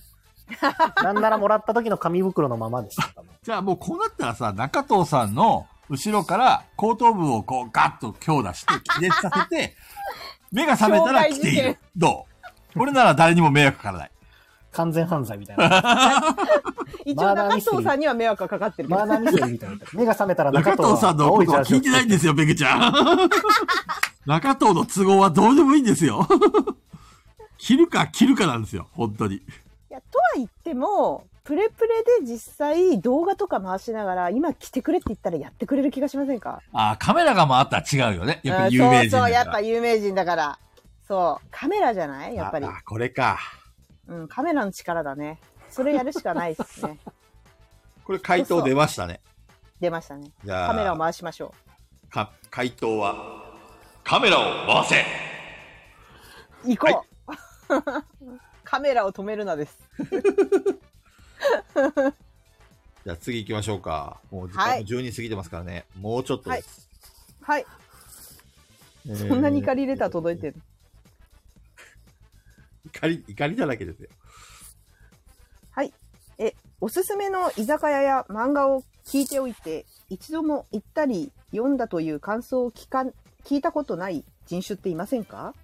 なんならもらった時の紙袋のままです。多分じゃあもうこうなったらさ、中藤さんの後ろから後頭部をこうガッと強打して気絶させ *laughs* て、目が覚めたら来てい傷害事る件。どう俺なら誰にも迷惑かからない。完全犯罪みたい *laughs* な。一マ応ーダー中ミステリー藤さんには迷惑がかかってるけマーど。ナーミステリーみたいな。目が覚めたら中中藤藤さんの青こいとジャーはジを聞いてないんですよ、ペグちゃん。 *laughs* 中藤の都合はどうでもいいんですよ。 *laughs* 切るか切るかなんですよ、本当に。いや、とは言っても、プレプレで実際動画とか回しながら、今来てくれって言ったらやってくれる気がしませんかああ、カメラが回ったら違うよね。やっぱり有うん名人だそうかそう、ら。やっぱ有名人だから。そう。カメラじゃないやっぱりあ。あ、これか。うん、カメラの力だね。それやるしかないですね。これ回答出ましたね。出ましたね。じゃあカメラを回しましょか回答は、カメラを回せう。行こう、 *laughs* カメラを止めるなです。じゃあ次行きましょうか。もう時は間い12過ぎてますからね。もうちょっとです。はい。そんなに怒りレター届いてる。怒り、怒りだらけです *laughs* よ。はい。え、おすすめの居酒屋や漫画を聞いておいて、一度も行ったり読んだという感想を聞かん、聞いたことない人種っていませんか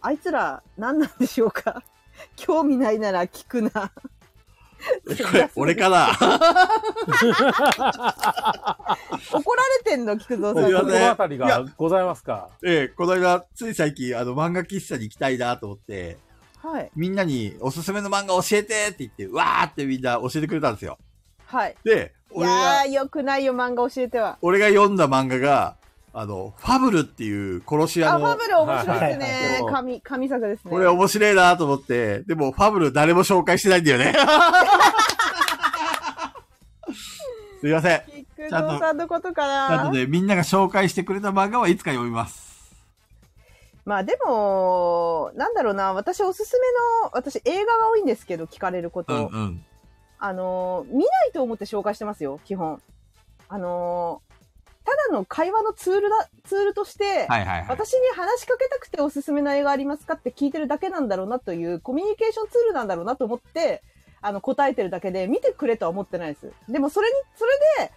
あいつら何なんでしょうか *laughs* 興味ないなら *laughs* 聞くな。これ、俺かな怒られてんの、菊蔵さすいまんせんに。心当たりいがやございますかええ、この間、つい最近、あの、漫画喫茶に行きたいなと思って、はい。みんなにおすすめの漫画教えてって言って、わーってみんな教えてくれたんですよ。はい。で、い俺やがー、、よくないよ、漫画教えては。俺が読んだ漫画が、あの、ファブルっていう殺し屋あ、フの、ァブル面白いですはいはいねは。い神、神作ですね。これ面白いなと思って、でもファブル誰も紹介してないんだよ *laughs* ね。すいません。菊蔵さんのことかななので、みんなが紹介してくれた漫画はいつか読みます。まあでも、なんだろうな、私おすすめの、私映画が多いんですけど、聞かれるこうと。んうん。あのー、見ないと思って紹介してますよ、基本。あのー、ただの会話のツールだ、ツールとして、はいはいはい。私に話しかけたくておすすめの映画ありますかって聞いてるだけなんだろうなというコミュニケーションツールなんだろうなと思って、あの、答えてるだけで、見てくれとは思ってないです。でもそれに、それで、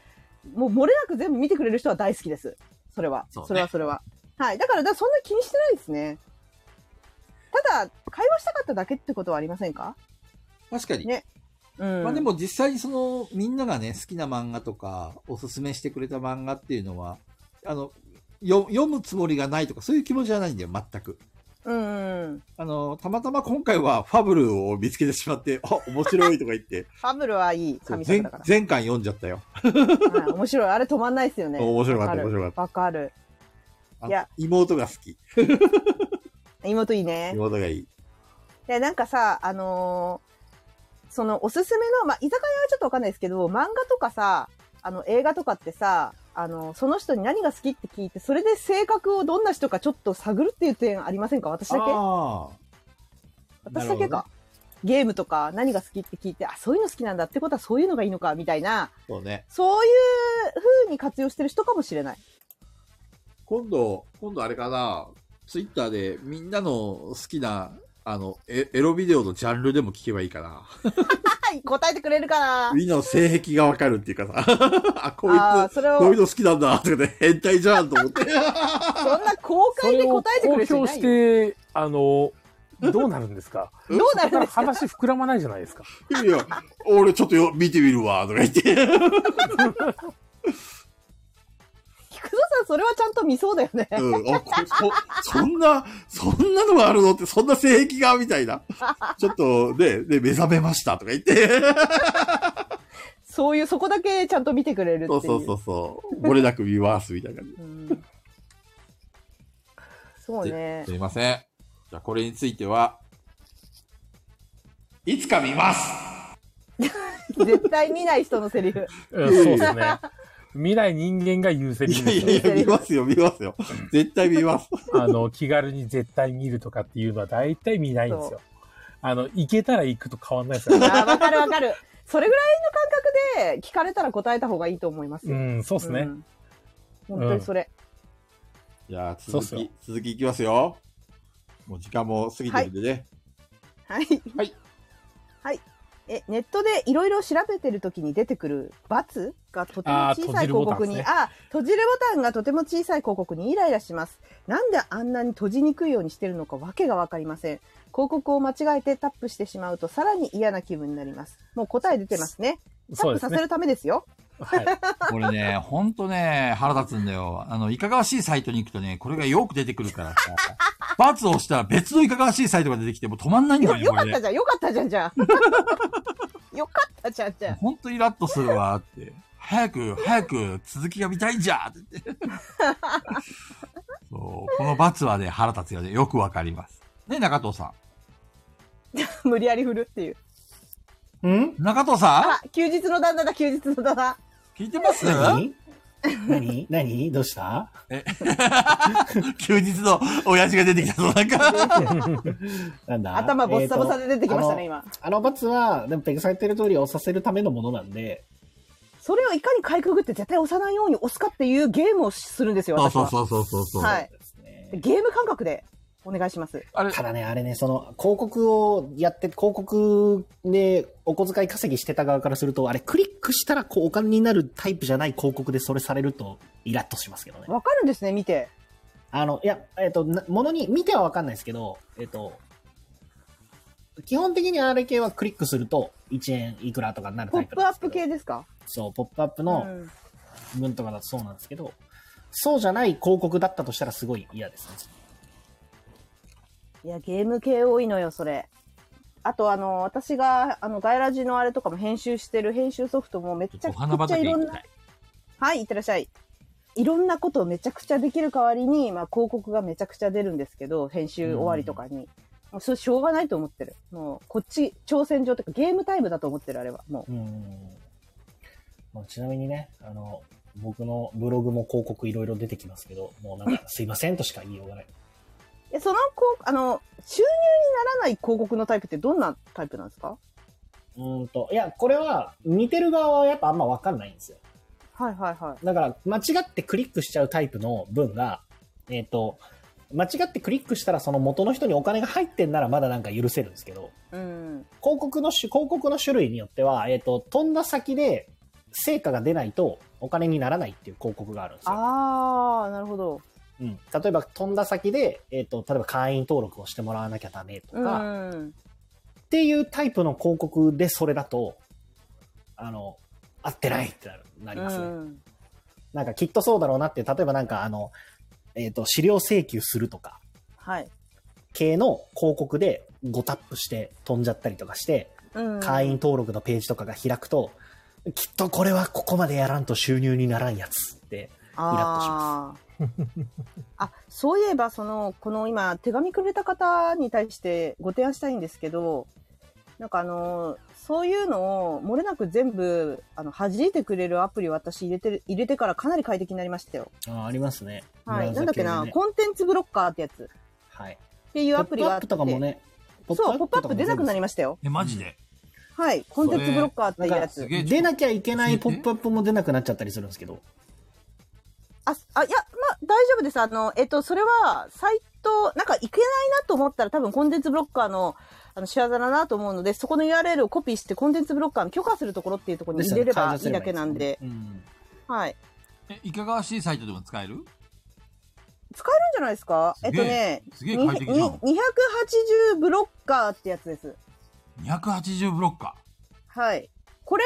もう漏れなく全部見てくれる人は大好きです。それは。そうそねれはそれは。はい。だから、だからそんな気にしてないですね。ただ、会話したかっただけってことはありませんか確かにねうん。まあでも実際にその、みんながね、好きな漫画とか、おすすめしてくれた漫画っていうのは、あの、よ読むつもりがないとか、そういう気持ちじゃないんだよ、全く。うんうん。あの、たまたま今回はファブルを見つけてしまって、あ、面白いとか言って、ファブルはいいそう *laughs* 神全作だから。全巻読んじゃったよ。はい面白い。あれ止まんないです *laughs* よね。面白かったわる面白かったわかる。あいや妹が好き。妹いいね。妹がいい。で、なんかさ、あのーそのおすすめの、まあ、居酒屋はちょっとわかんないですけど、漫画とかさ、あの、映画とかってさ、あの、その人に何が好きって聞いて、それで性格をどんな人かちょっと探るっていう点ありませんか私だけああ。私だけなるか。ゲームとか何が好きって聞いて、あ、そういうの好きなんだってことはそういうのがいいのか、みたいな、そうね。そういう風に活用してる人かもしれない。今度、今度あれかな、ツイッターでみんなの好きな、あの、エエロビデオのジャンルでも聞けばいいかな。はい、答えてくれるかなみんなの性癖がわかるっていうかさ、 *laughs* あ、こいあーつ、それをこういうの好きなんだ、とかで変態じゃんと思って。そんな公そ開れでを答えて公くれ表る人いないしよて、あの、どうなるんですか *laughs* どうなるんですか話膨らまないじゃないですか。いやいや、俺ちょっとよ見てみるわ、とか言 *laughs* って。菊蔵さん、それはちゃんと見そうだよね。うん、あここそんな、そんなのがあるのって、そんな性癖がみたいな。ちょっと、ね、で、目覚めましたとか言って。そういう、そこだけちゃんと見てくれるっていそうう。そうそうそう。漏れなく見ます、みたいな感じ。うんそうね。すいません。じゃあ、これについては、いつか見ます絶対見ない人のセリフ。うんそうですね。 *laughs* 未来人間が優先いですやよいやいや、見ますよ、見ますよ。絶対見ます。あの、気軽に絶対見るとかっていうのは大体見ないんですそよ。あの、行けたら行くと変わんないですよね。あーわかるわかる。それぐらいの感覚で聞かれたら答えた方がいいと思いますうよ。ん、そうですね。うん本当にそれ。じゃあ、そうっ続すよき、続きいきますよ。もう時間も過ぎてるんでね。はい。はい。はい。え、ネットでいろいろ調べてるときに出てくる×がとてもあー小さ閉じいるボ広タン告に、ですねあー、閉じるボタンがとても小さい広告にイライラします。なんであんなに閉じにくいようにしてるのかわけがわかりません。広告を間違えてタップしてしまうとさらに嫌な気分になります。もう答え出てますね。タそッうでプすさせね。るためですよ。 *laughs* はい。これね、ほんとね、腹立つんだよ。あの、いかがわしいサイトに行くとね、これがよく出てくるからさ。罰を押したら別のいかがわしいサイトが出てきて、もう止まんないんだよよね、よこかれったね。じゃん、よかったじゃん、じゃあ。 *laughs* よかったじゃん、じゃあ。ほんとイラッとするわって。早く、早く、続きが見たいんじゃって言って。 *laughs* そう、この罰はね、腹立つよね。よくわかります。ね、中藤さ無理やり振るっていう。んん。中藤さあ、休日の旦那だ、休日の旦那。ん聞いてます何何何どうした休日の親父が出てきたぞ、なんか。なんだ頭ボッサボサえーで出てきましたね、今。とあの罰は、でもペグさん言ってる通り押させるためのものなんで、それをいかにかいくぐって絶対押さないように押すかっていうゲームをするんですよ、そう私そうは。そうそうそうそう。はい。ですねゲーム感覚でお願いします。あれ、ただね、あれね、その、広告をやって、広告でお小遣い稼ぎしてた側からすると、あれ、クリックしたらこうお金になるタイプじゃない広告でそれされると、イラッとしますけどね。わかるんですね、見て。あの、いや、えっ、と、なものに、見てはわかんないですけど、えっ、と、基本的にあれ系はクリックすると、1円いくらとかになるポタイッププなアんでッすけプど。系ですかそう、ポップアップうのん。文とかだとそうなんですけど、そうじゃない広告だったとしたらすごい嫌ですね。いや、ゲーム系多いのよ、それ。あと、あの、私が、あの、ガイラジのあれとかも編集してる編集ソフトもめっちゃおく花ちゃ畑いろ行んきなたい。はい、いってらっしゃい。いろんなことをめちゃくちゃできる代わりに、まあ、広告がめちゃくちゃ出るんですけど、編集終わりとかに。もうそれしょうがないと思ってる。もう、こっち、挑戦状というか、ゲームタイムだと思ってる、あれは。もう。うん。まあ、ちなみにね、あの、僕のブログも広告いろいろ出てきますけど、もうなんかすいませんとしか言いようがない。え、その広告、あの、収入にならない広告のタイプってどんなタイプなんですかうーんと、いや、これは見てる側はやっぱあんまわかんないんですよ。はいはいはい。だから間違ってクリックしちゃうタイプの分が、えっ、と、間違ってクリックしたらその元の人にお金が入ってんならまだなんか許せるんですけど、うん。広告の種、広告の種類によっては、えっ、と、飛んだ先で成果が出ないとお金にならないっていう広告があるんですよ。あー、なるほど。うん、例えば飛んだ先で、えっと例えば会員登録をしてもらわなきゃダメとうか、っん。ていうタイプの広告でそれだとあの合ってないってなるなりますね、うんなんかきっとそうだろうなって例えばなんかあの、えっと資料請求するとかはい。系の広告で5タップして飛んじゃったりとかして、うん。会員登録のページとかが開くときっとこれはここまでやらんと収入にならんやつってッとしまあーあそういえばそのこの今手紙くれた方に対してご提案したいんですけどなんかあのそういうのを漏れなく全部あの弾いてくれるアプリを私入れてる入れてからかなり快適になりましたよ。あーありますね。はい、裏なんだっ付けでな、ねコンテンツブロッカーってやつっはい。ていうアプリがあってポップアップとかもね、そうポップアップ出なくなりまましたよ。え、マジではい、コンテンツブロッカーっていうやすつ。げえ。出なきゃいけないポップアップも出なくなっちゃったりするんですけど。あ、あ、いや、まあ、大丈夫です。あの、えっと、それは、サイト、なんかいけないなと思ったら、多分コンテンツブロッカーの、あの、仕業だなと思うので、そこの URL をコピーして、コンテンツブロッカーの許可するところっていうところに入れればいいだけなんで、うん。はい。えいかがわしいサイトでも使える使えるんじゃないですかえすっげとね、すげえに快適じゃにん。 280ブロッカーってやつです。 280ブロッカはい。これ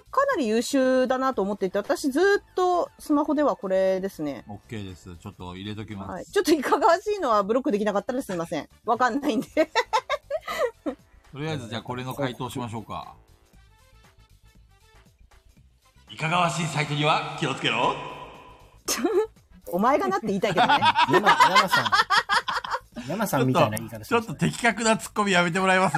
がかなり優秀だなと思っていて、私ずっとスマホではこれですね。ー。OK です。ちょっと入れときます。はい。ちょっといかがわしいのはブロックできなかったらすいません。わかんないんで。とりあえずじゃあこれの回答しましょうか。いかがわしいサイトには気をつけろ。お前がなって言いたいけどね。山山さん、山さんみたいな言い方しちょまっしとた。的確なツッコミやめてもらえます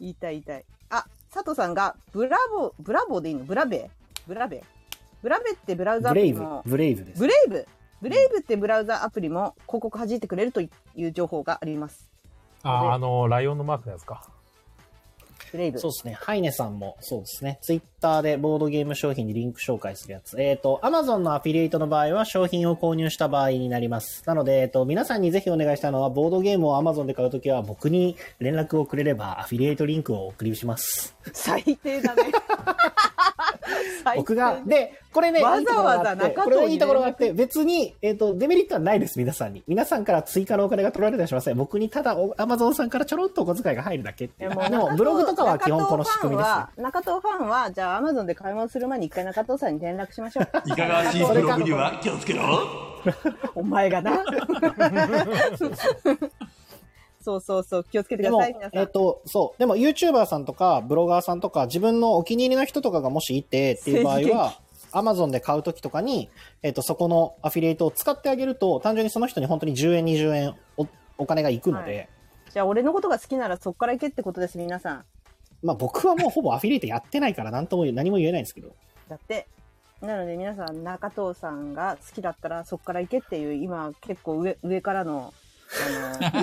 言いたい言いたい。あ、佐藤さんが、ブラボ、ブラボでいいのブラベブラベブラベってブラウザアブプレリイブも、、ブレイブですブ。レイブブレイブってブラウザアプリも広告弾いてくれるという情報があります。あー、あのー、ライオンのマークのやつか。ブレイブ。そうですね。ハイネさんも、そうですね。ツイッターでボードゲーム商品にリンク紹介するやつ。えっ、と、アマゾンのアフィリエイトの場合は商品を購入した場合になります。なので、えっ、と、皆さんにぜひお願いしたいのは、ボードゲームをアマゾンで買うときは、僕に連絡をくれれば、アフィリエイトリンクをお送りします。最低だ *laughs* ね。最低僕が、で、これね、わざわざいいところがあってこれ中藤にはいいところがあって、別に、えっ、と、デメリットはないです、皆さんに。皆さんから追加のお金が取られたりしません。僕にただお、アマゾンさんからちょろっとお小遣いが入るだけっていう。でも、ブログとかは基本この仕組みです、ね。中藤ファンは中藤ファンは、じゃあアマゾンで買い物する前に一回中藤さんに連絡しましょう。いかがわしいブログに *laughs* は気をつけろ。お前がな。 *laughs* そうそうそう、気をつけてくでだもさい、皆、さえっん。と、そう。でも、YouTuber さんとか、ブロガーさんとか、自分のお気に入りの人とかがもしいて、っていう場合政は、Amazon で買うときとかに、えっと、そこのアフィリエイトを使ってあげると、単純にその人に本当に10円、20円お、お金がいくので、はじゃあ、俺のことが好きならそっから行けってことです、皆さん。まあ僕はもうほぼアフィリエイトやってないから、なんとも言う何も言えないんですけど。だって。なので皆さん、中藤さんが好きだったらそっから行けっていう、今結構上上からの、あ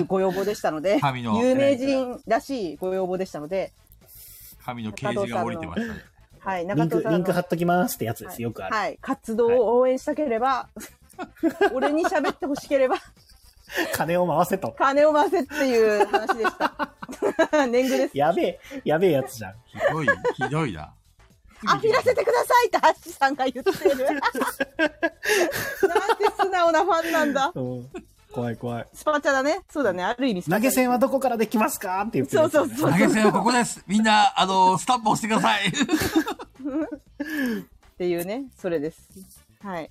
*laughs* の、ご要望でしたので神、の有名人らしいご要望でしたので、神のケージが降りてま *laughs* したね。はい、リ中ンク、藤さんの。リンク貼っときますってやつではす。いよくある。はい、活動を応援したければ、俺に喋ってほしければ、金を回せと。金を回せっていう話 *laughs* でした。年貢です。やべえ、やべえやつじゃん。ひどい、ひどいな。あきらせてくださいってハッシーさんが言ってる。なんて素直なファンなんだ。うん。怖い怖い。スパチャだね。そうだね。ある意味ス投パチャげ銭はどこからできますかって言ってるそやうつね、そうそ投う。げ銭はここです。みんな、あの、スタンプ押してください。っていうね。それです。はい。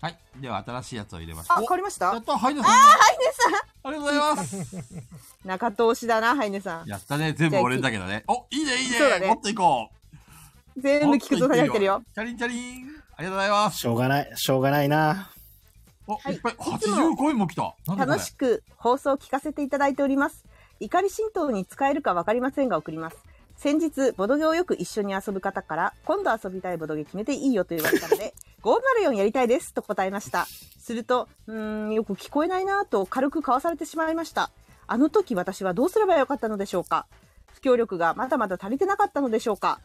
はい。では、新しいやつを入れましあ、た。変わりましやたった、ハイネさん。ありがとうございます。中投資だな、ハイネさん。 *laughs* やったね、全部俺だけどね。お、いいね、いいそうだね。ねもっといこう。全部菊蔵さんやってるよ。チャリンチャリン。ありがとうございます。しょうがない、しょうがないな。お、いっぱい、つも85円も来た。なんだこれ楽しく放送を聞かせていただいております。怒り神道に使えるかわかりませんが送ります。先日、ボドゲをよく一緒に遊ぶ方から、今度遊びたいボドゲ決めていいよと言われたので、504やりたいですと答えました。すると、うーん、よく聞こえないなぁと軽くかわされてしまいました。あの時私はどうすればよかったのでしょうか不協力がまだまだ足りてなかったのでしょうか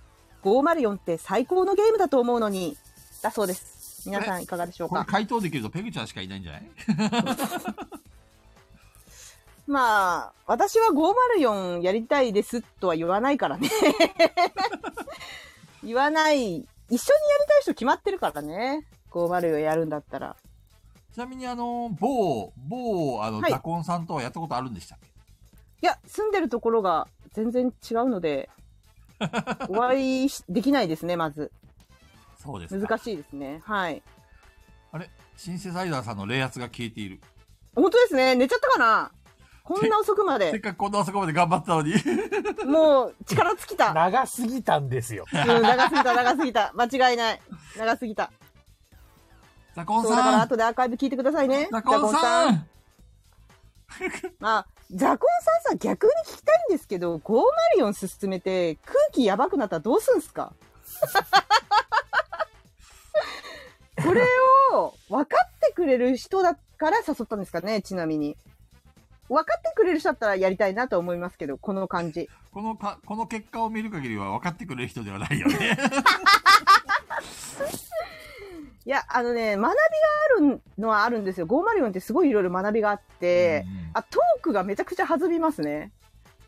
?504 って最高のゲームだと思うのに、だそうです。皆さんいかがでしょうこれか回答できるとペグちゃんしかいないんじゃないまあ、私は504やりたいですとは言わないからね。 *laughs* 言わない。一緒にやりたい人決まってるからね。504やるんだったら。ちなみにあの、某、某、あの、はいダコンさんとはやったことあるんでしたっけいや、住んでるところが全然違うの *laughs* で、お会いしできないですね、まず。そうですか。難しいですね。はい。あれシンセサイザーさんの冷圧が消えている。本当ですね。寝ちゃったかなこんな遅くませっで。かくこんなそこまで頑張ったのに。 *laughs* もう、力尽きた。長すぎたんですよ。うん、長すぎた、長すぎた。間違いない。長すぎた。ダコンそう、だからさん後でアーカイブ聞いてくださいね。ダコンザさんまあ、ザコンさんさ、逆に聞きたいんですけど、504進めて空気やばくなったらどうすんすか *laughs* これを分かってくれる人だから誘ったんですかね、ちなみに。分かってくれる人だったらやりたいなと思いますけど、この感じ。このか、この結果を見る限りは分かってくれる人ではないよ *laughs* ね。いや、あのね、学びがあるのはあるんですよ。504ってすごいいろいろ学びがあって、うんうんあ、トークがめちゃくちゃ弾みますね。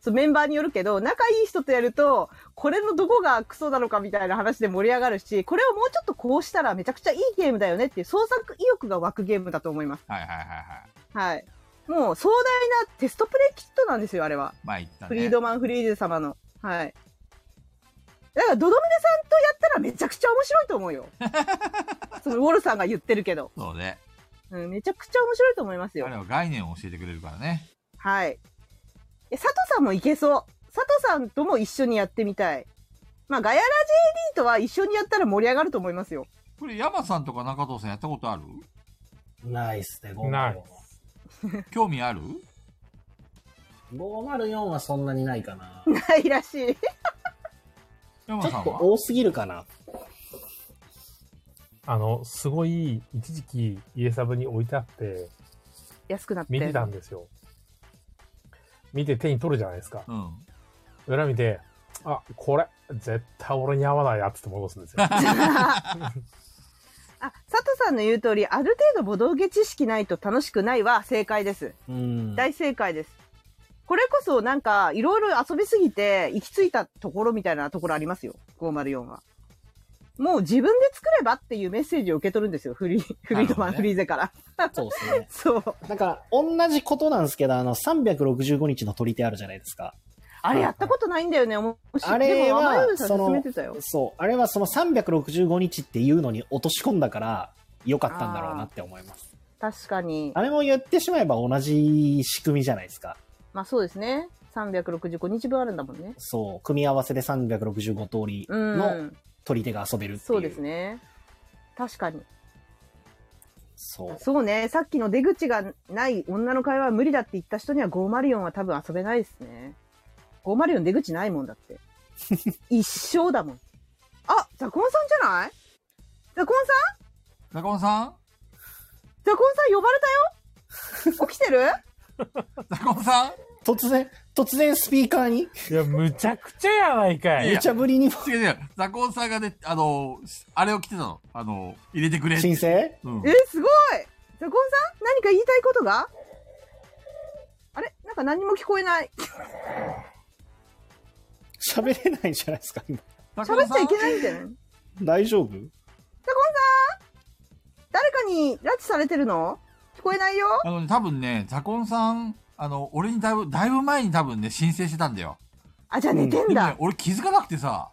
そうメンバーによるけど、仲いい人とやると、これのどこがクソなのかみたいな話で盛り上がるし、これをもうちょっとこうしたらめちゃくちゃいいゲームだよねっていう創作意欲が湧くゲームだと思います。はいはいはいはい。はい。もう壮大なテストプレイキットなんですよ、あれは。まあ言ったフリねー。ドマン・フリーゼ様の。はい。だから、ドドミネさんとやったらめちゃくちゃ面白いと思うよ。そのウォルさんが言ってるけど。そうね。うん、めちゃくちゃ面白いと思いますよ彼。は概念を教えてくれるからね。はい。え、佐藤さんもいけそう。佐藤さんとも一緒にやってみたい。まあ、ガヤラ JD とは一緒にやったら盛り上がると思いますよ。 *laughs* これ山さんとか中藤さんやったことあるナイスで504ナイは。興味ある504はそんなにないか *laughs* な。ないらしい。山ちさょっんとは多すぎるかな。あの、すごい、一時期、家サブに置いてあって、安くなって。見てた *laughs* んですよ。見て手に取るじゃないですか。うん。裏見て、あ、これ、絶対俺に合わないやつって戻すんですよ。あ、佐藤さんの言う通り、ある程度ボドゲ知識ないと楽しくないは正解です。うん。大正解です。これこそなんか、いろいろ遊びすぎて、行き着いたところみたいなところありますよ。504は。もう自分で作ればっていうメッセージを受け取るんですよ。フリー、フリードマン、フリーゼから。そうです *laughs* ね。そう。なんか、同じことなんですけど、あの、365日の取り手あるじゃないですか。あれやったことないんだよね。面白い。あれはでも、甘いさんその勧めてたよ。そう。あれはその365日っていうのに落とし込んだから、良かったんだろうなって思います。確かにあ。れも言ってしまえば同じ仕組みじゃないですか。まあそうですね。365日分あるんだもんね。そう。組み合わせで365通りうのん。取り手が遊べるっていう。そうです。ね。確かに。そう。そうね。さっきの出口がない女の会話は無理だって言った人には504は多分遊べないですね。504出口ないもんだ *laughs* って。一生だもん。あ、ザコンさんじゃないザコンさ中尾さんんザコンさん呼ばれた *laughs* よ起きてる中尾さん突然、突然スピーカーに、いや、むちゃくちゃやないかいやい。無茶ぶりに違う違う。ザコンさんがね、あの、あれを着てたの。あの、入れてくれ。申請うんえ。すごいザコンさん何か言いたいことがあれなんか何も聞こえない。喋れないじゃないですか、今。ザコ喋ンっさちゃんいけないんじゃない大丈夫誰かに拉致されてるの聞こえないよあのね、多分ね、ザコンさん、あの、俺にだいぶ、だいぶ前に多分ね、申請してたんだよ。あ、じゃあ寝てんでもだ。ね、俺気づかなくてさ、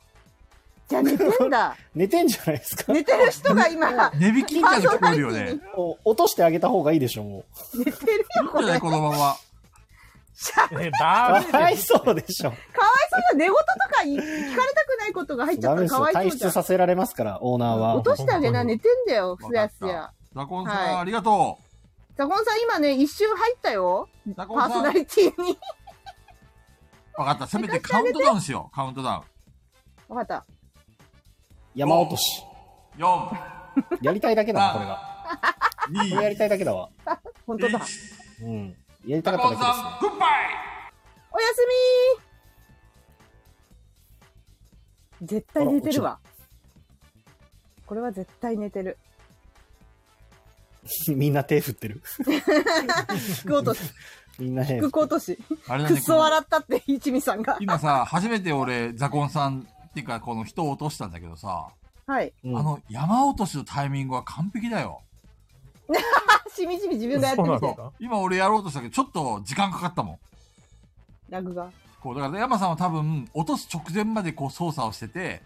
じゃあ寝てんだ。寝てんじゃないですか。寝てる人が今、値引きみたいに聞こえるよね。いいんお落としてあげた方がいいでしょ、も寝てるよ、こじゃなれ。いかこわのまま。え、う。ダかメわいそうでしょ。いそうな寝言とかい聞かれたくないことが入っちゃダっメたらですかよ。わい退そうじゃ出ん。させられますから、オーナーは。落としてあげな、寝てんだよ、すやすわかや。ザコンさん、はいありがとザコンさん今ね、一瞬入ったよ。う。ザパコンさーソん、ナわリティに。かった。せめてカウントダウンしよう。カウントダわかった。山落とし。ウン。4、やりたいだけだな、これが。これやりたいだけだわ。本当2、だ。 1。うん。やりたザかっコンただけですさん、グッバイおやすみ絶対寝てるわ。これは絶対寝て *laughs* る。ね。みんな手振ってる。福落とし、みんな手振っ福落とし。あれだくっね、そ笑ったって、一味さんが。今さ、初めて俺、ザコンさんっていうか、この人を落としたんだけどさ、はい。てる。あの、山落としのタイミングは完璧だよ。あしみじみ自分がやってそうなみんでてす。か今俺やろうとしたけど、ちょっと時間かかったもん。ラグ *laughs* が。こう、だから山さんは多分、落とす直前までこう操作をしてて、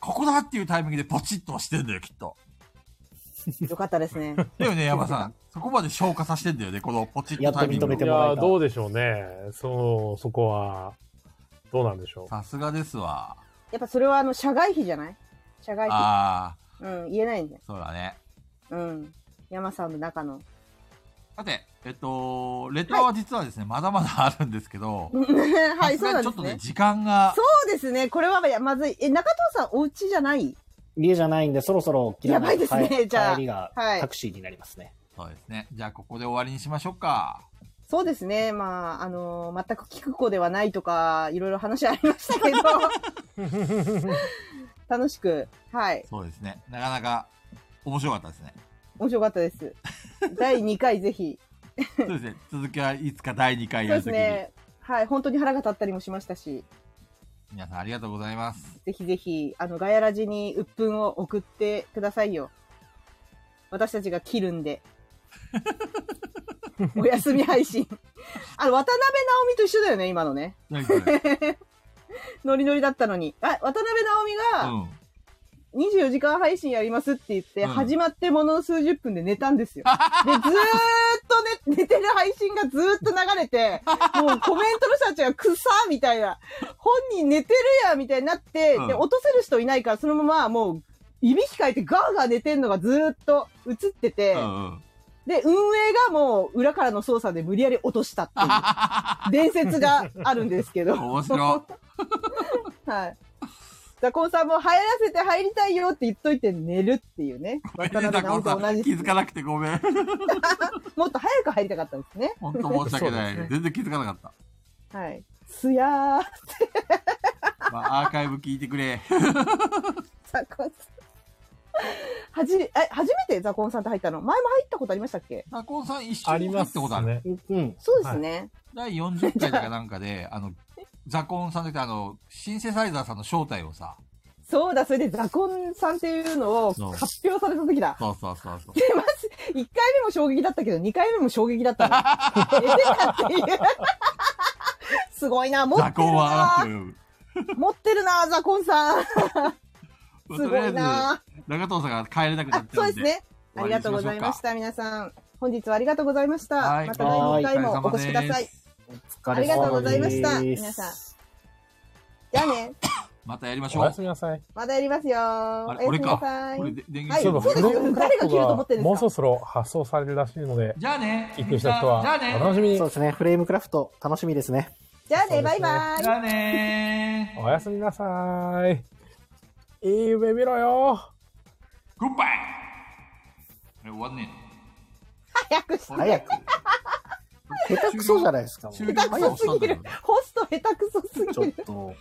ここだっていうタイミングでポチッと押してんだよ、きっと。よかったですね。だよね、山さん。そこまで消化させてんだよね、このポチッとタイミンやっと認めグていもらえや、たどうでしょうね。そう、そこは。どうなんでしょさすがですわ。やっぱそれはあの、社外費じゃない社外費。あうん、言えないんだよ。ー、そうだね。うん。山さんの中 *laughs* の。さて、えっと、レターは実はですね、まだまだあるんですけど、はい、さそすがうにちょなんでっすとね、ね。時間が、そうですね。これはまずい。え、中藤さん、お家じゃない家じゃないんで、そろそろ切らなとやばいですね帰じゃあ帰りがはいタクシーになりますね。そうですね。じゃあ、ここで終わりにしましょうか。そうですね。まあ、あのー全く聞く子ではないとか、いろいろ話ありましたけど、楽しく、はい、そうですね。なかなか、面白かったですね。面白かったです。第2回ぜひ。そうですね。続きはいつか第2回そうやるですときに。ね。はい、本当に腹が立ったりもしましたし、皆さんありがとうございます。ぜひぜひ、あの、ガヤラジに鬱憤を送ってくださいよ。私たちが切るんで。お休み配信。あの、渡辺直美と一緒だよね、今のね。何これノリノリだったのに。あ、渡う辺直ん。美が24時間配信やりますって言って、うん始まってもの数十分で寝たんで *laughs* すよ。で、ずーっと寝、寝てる配信がずーっと流れ *laughs* て、もうコメントの人たちがくさーみたいな、本人寝てるやみたいになって、うんで、落とせる人いないから、そのままもう、いびきかいてガーガー寝てんのがずーっと映ってて、うんうん。で、運営がもう裏からの操作で無理やり落としたってい *laughs* う、伝説があるんですけど。面白はい。ザコンさんも入らせて入りたいよって言っといて寝るっていうね。い。渡辺直美と同じ気づかなくてごめん。もっと早く入りたかったんですね。本当申し訳ない。そうですね全然気づかなかった。はい。すやー、まあ、アーカイブ聞いてくれ。ザコンさん。はじ、え、初めてザコンさんと入ったの前も入ったことありましたっけタコンさん一緒あにり入まっすたことある。ね。うん。そうですね。第40回とかなんかで、あの、ザコンさんであの、シンセサイザーさんの正体をさ、そうだ、それでザコンさんっていうのをそう発表された時だ。そうそうそうそう。出ます。1回目も衝撃だったけど、2回目も衝撃だったの。寝てたっていう。すごいな、持ってザるコンはな荒く持ってるな、ザコンさん。す呼ぶ。ごとりあえいず、な。中藤さんが帰れなくなあっ、ちそゃううでんで。すね。ありがとうございました、皆さん。本日はありがとうございました。はいまた第2回もお越しくだお疲れ様さでい。お疲あれ様でりすがとうございました、皆さん。じゃあね、またやりましょおやうす。みなさい。またやりますよ。あおれや俺すみなかさ。いこ。れで、電はい源切そるういえば、フロそうですよムクラップ誰が切ると思ってんでがすかもうそろそろ発送されるらしいので、じゃあね。聞く人はじゃあね。お楽しみにじそうですね。フレームクラフト、楽しみですね。じゃあそうですねね、バイバイ。ゃあねおやすみなさい。いい夢見ろよ。グッバイあれ終わんね早くして。早く。下手くそじゃないですか、もえ。う終了 *laughs* 下手くそしたんだすぎるよ。ホスト下手くそすちょぎっる。と、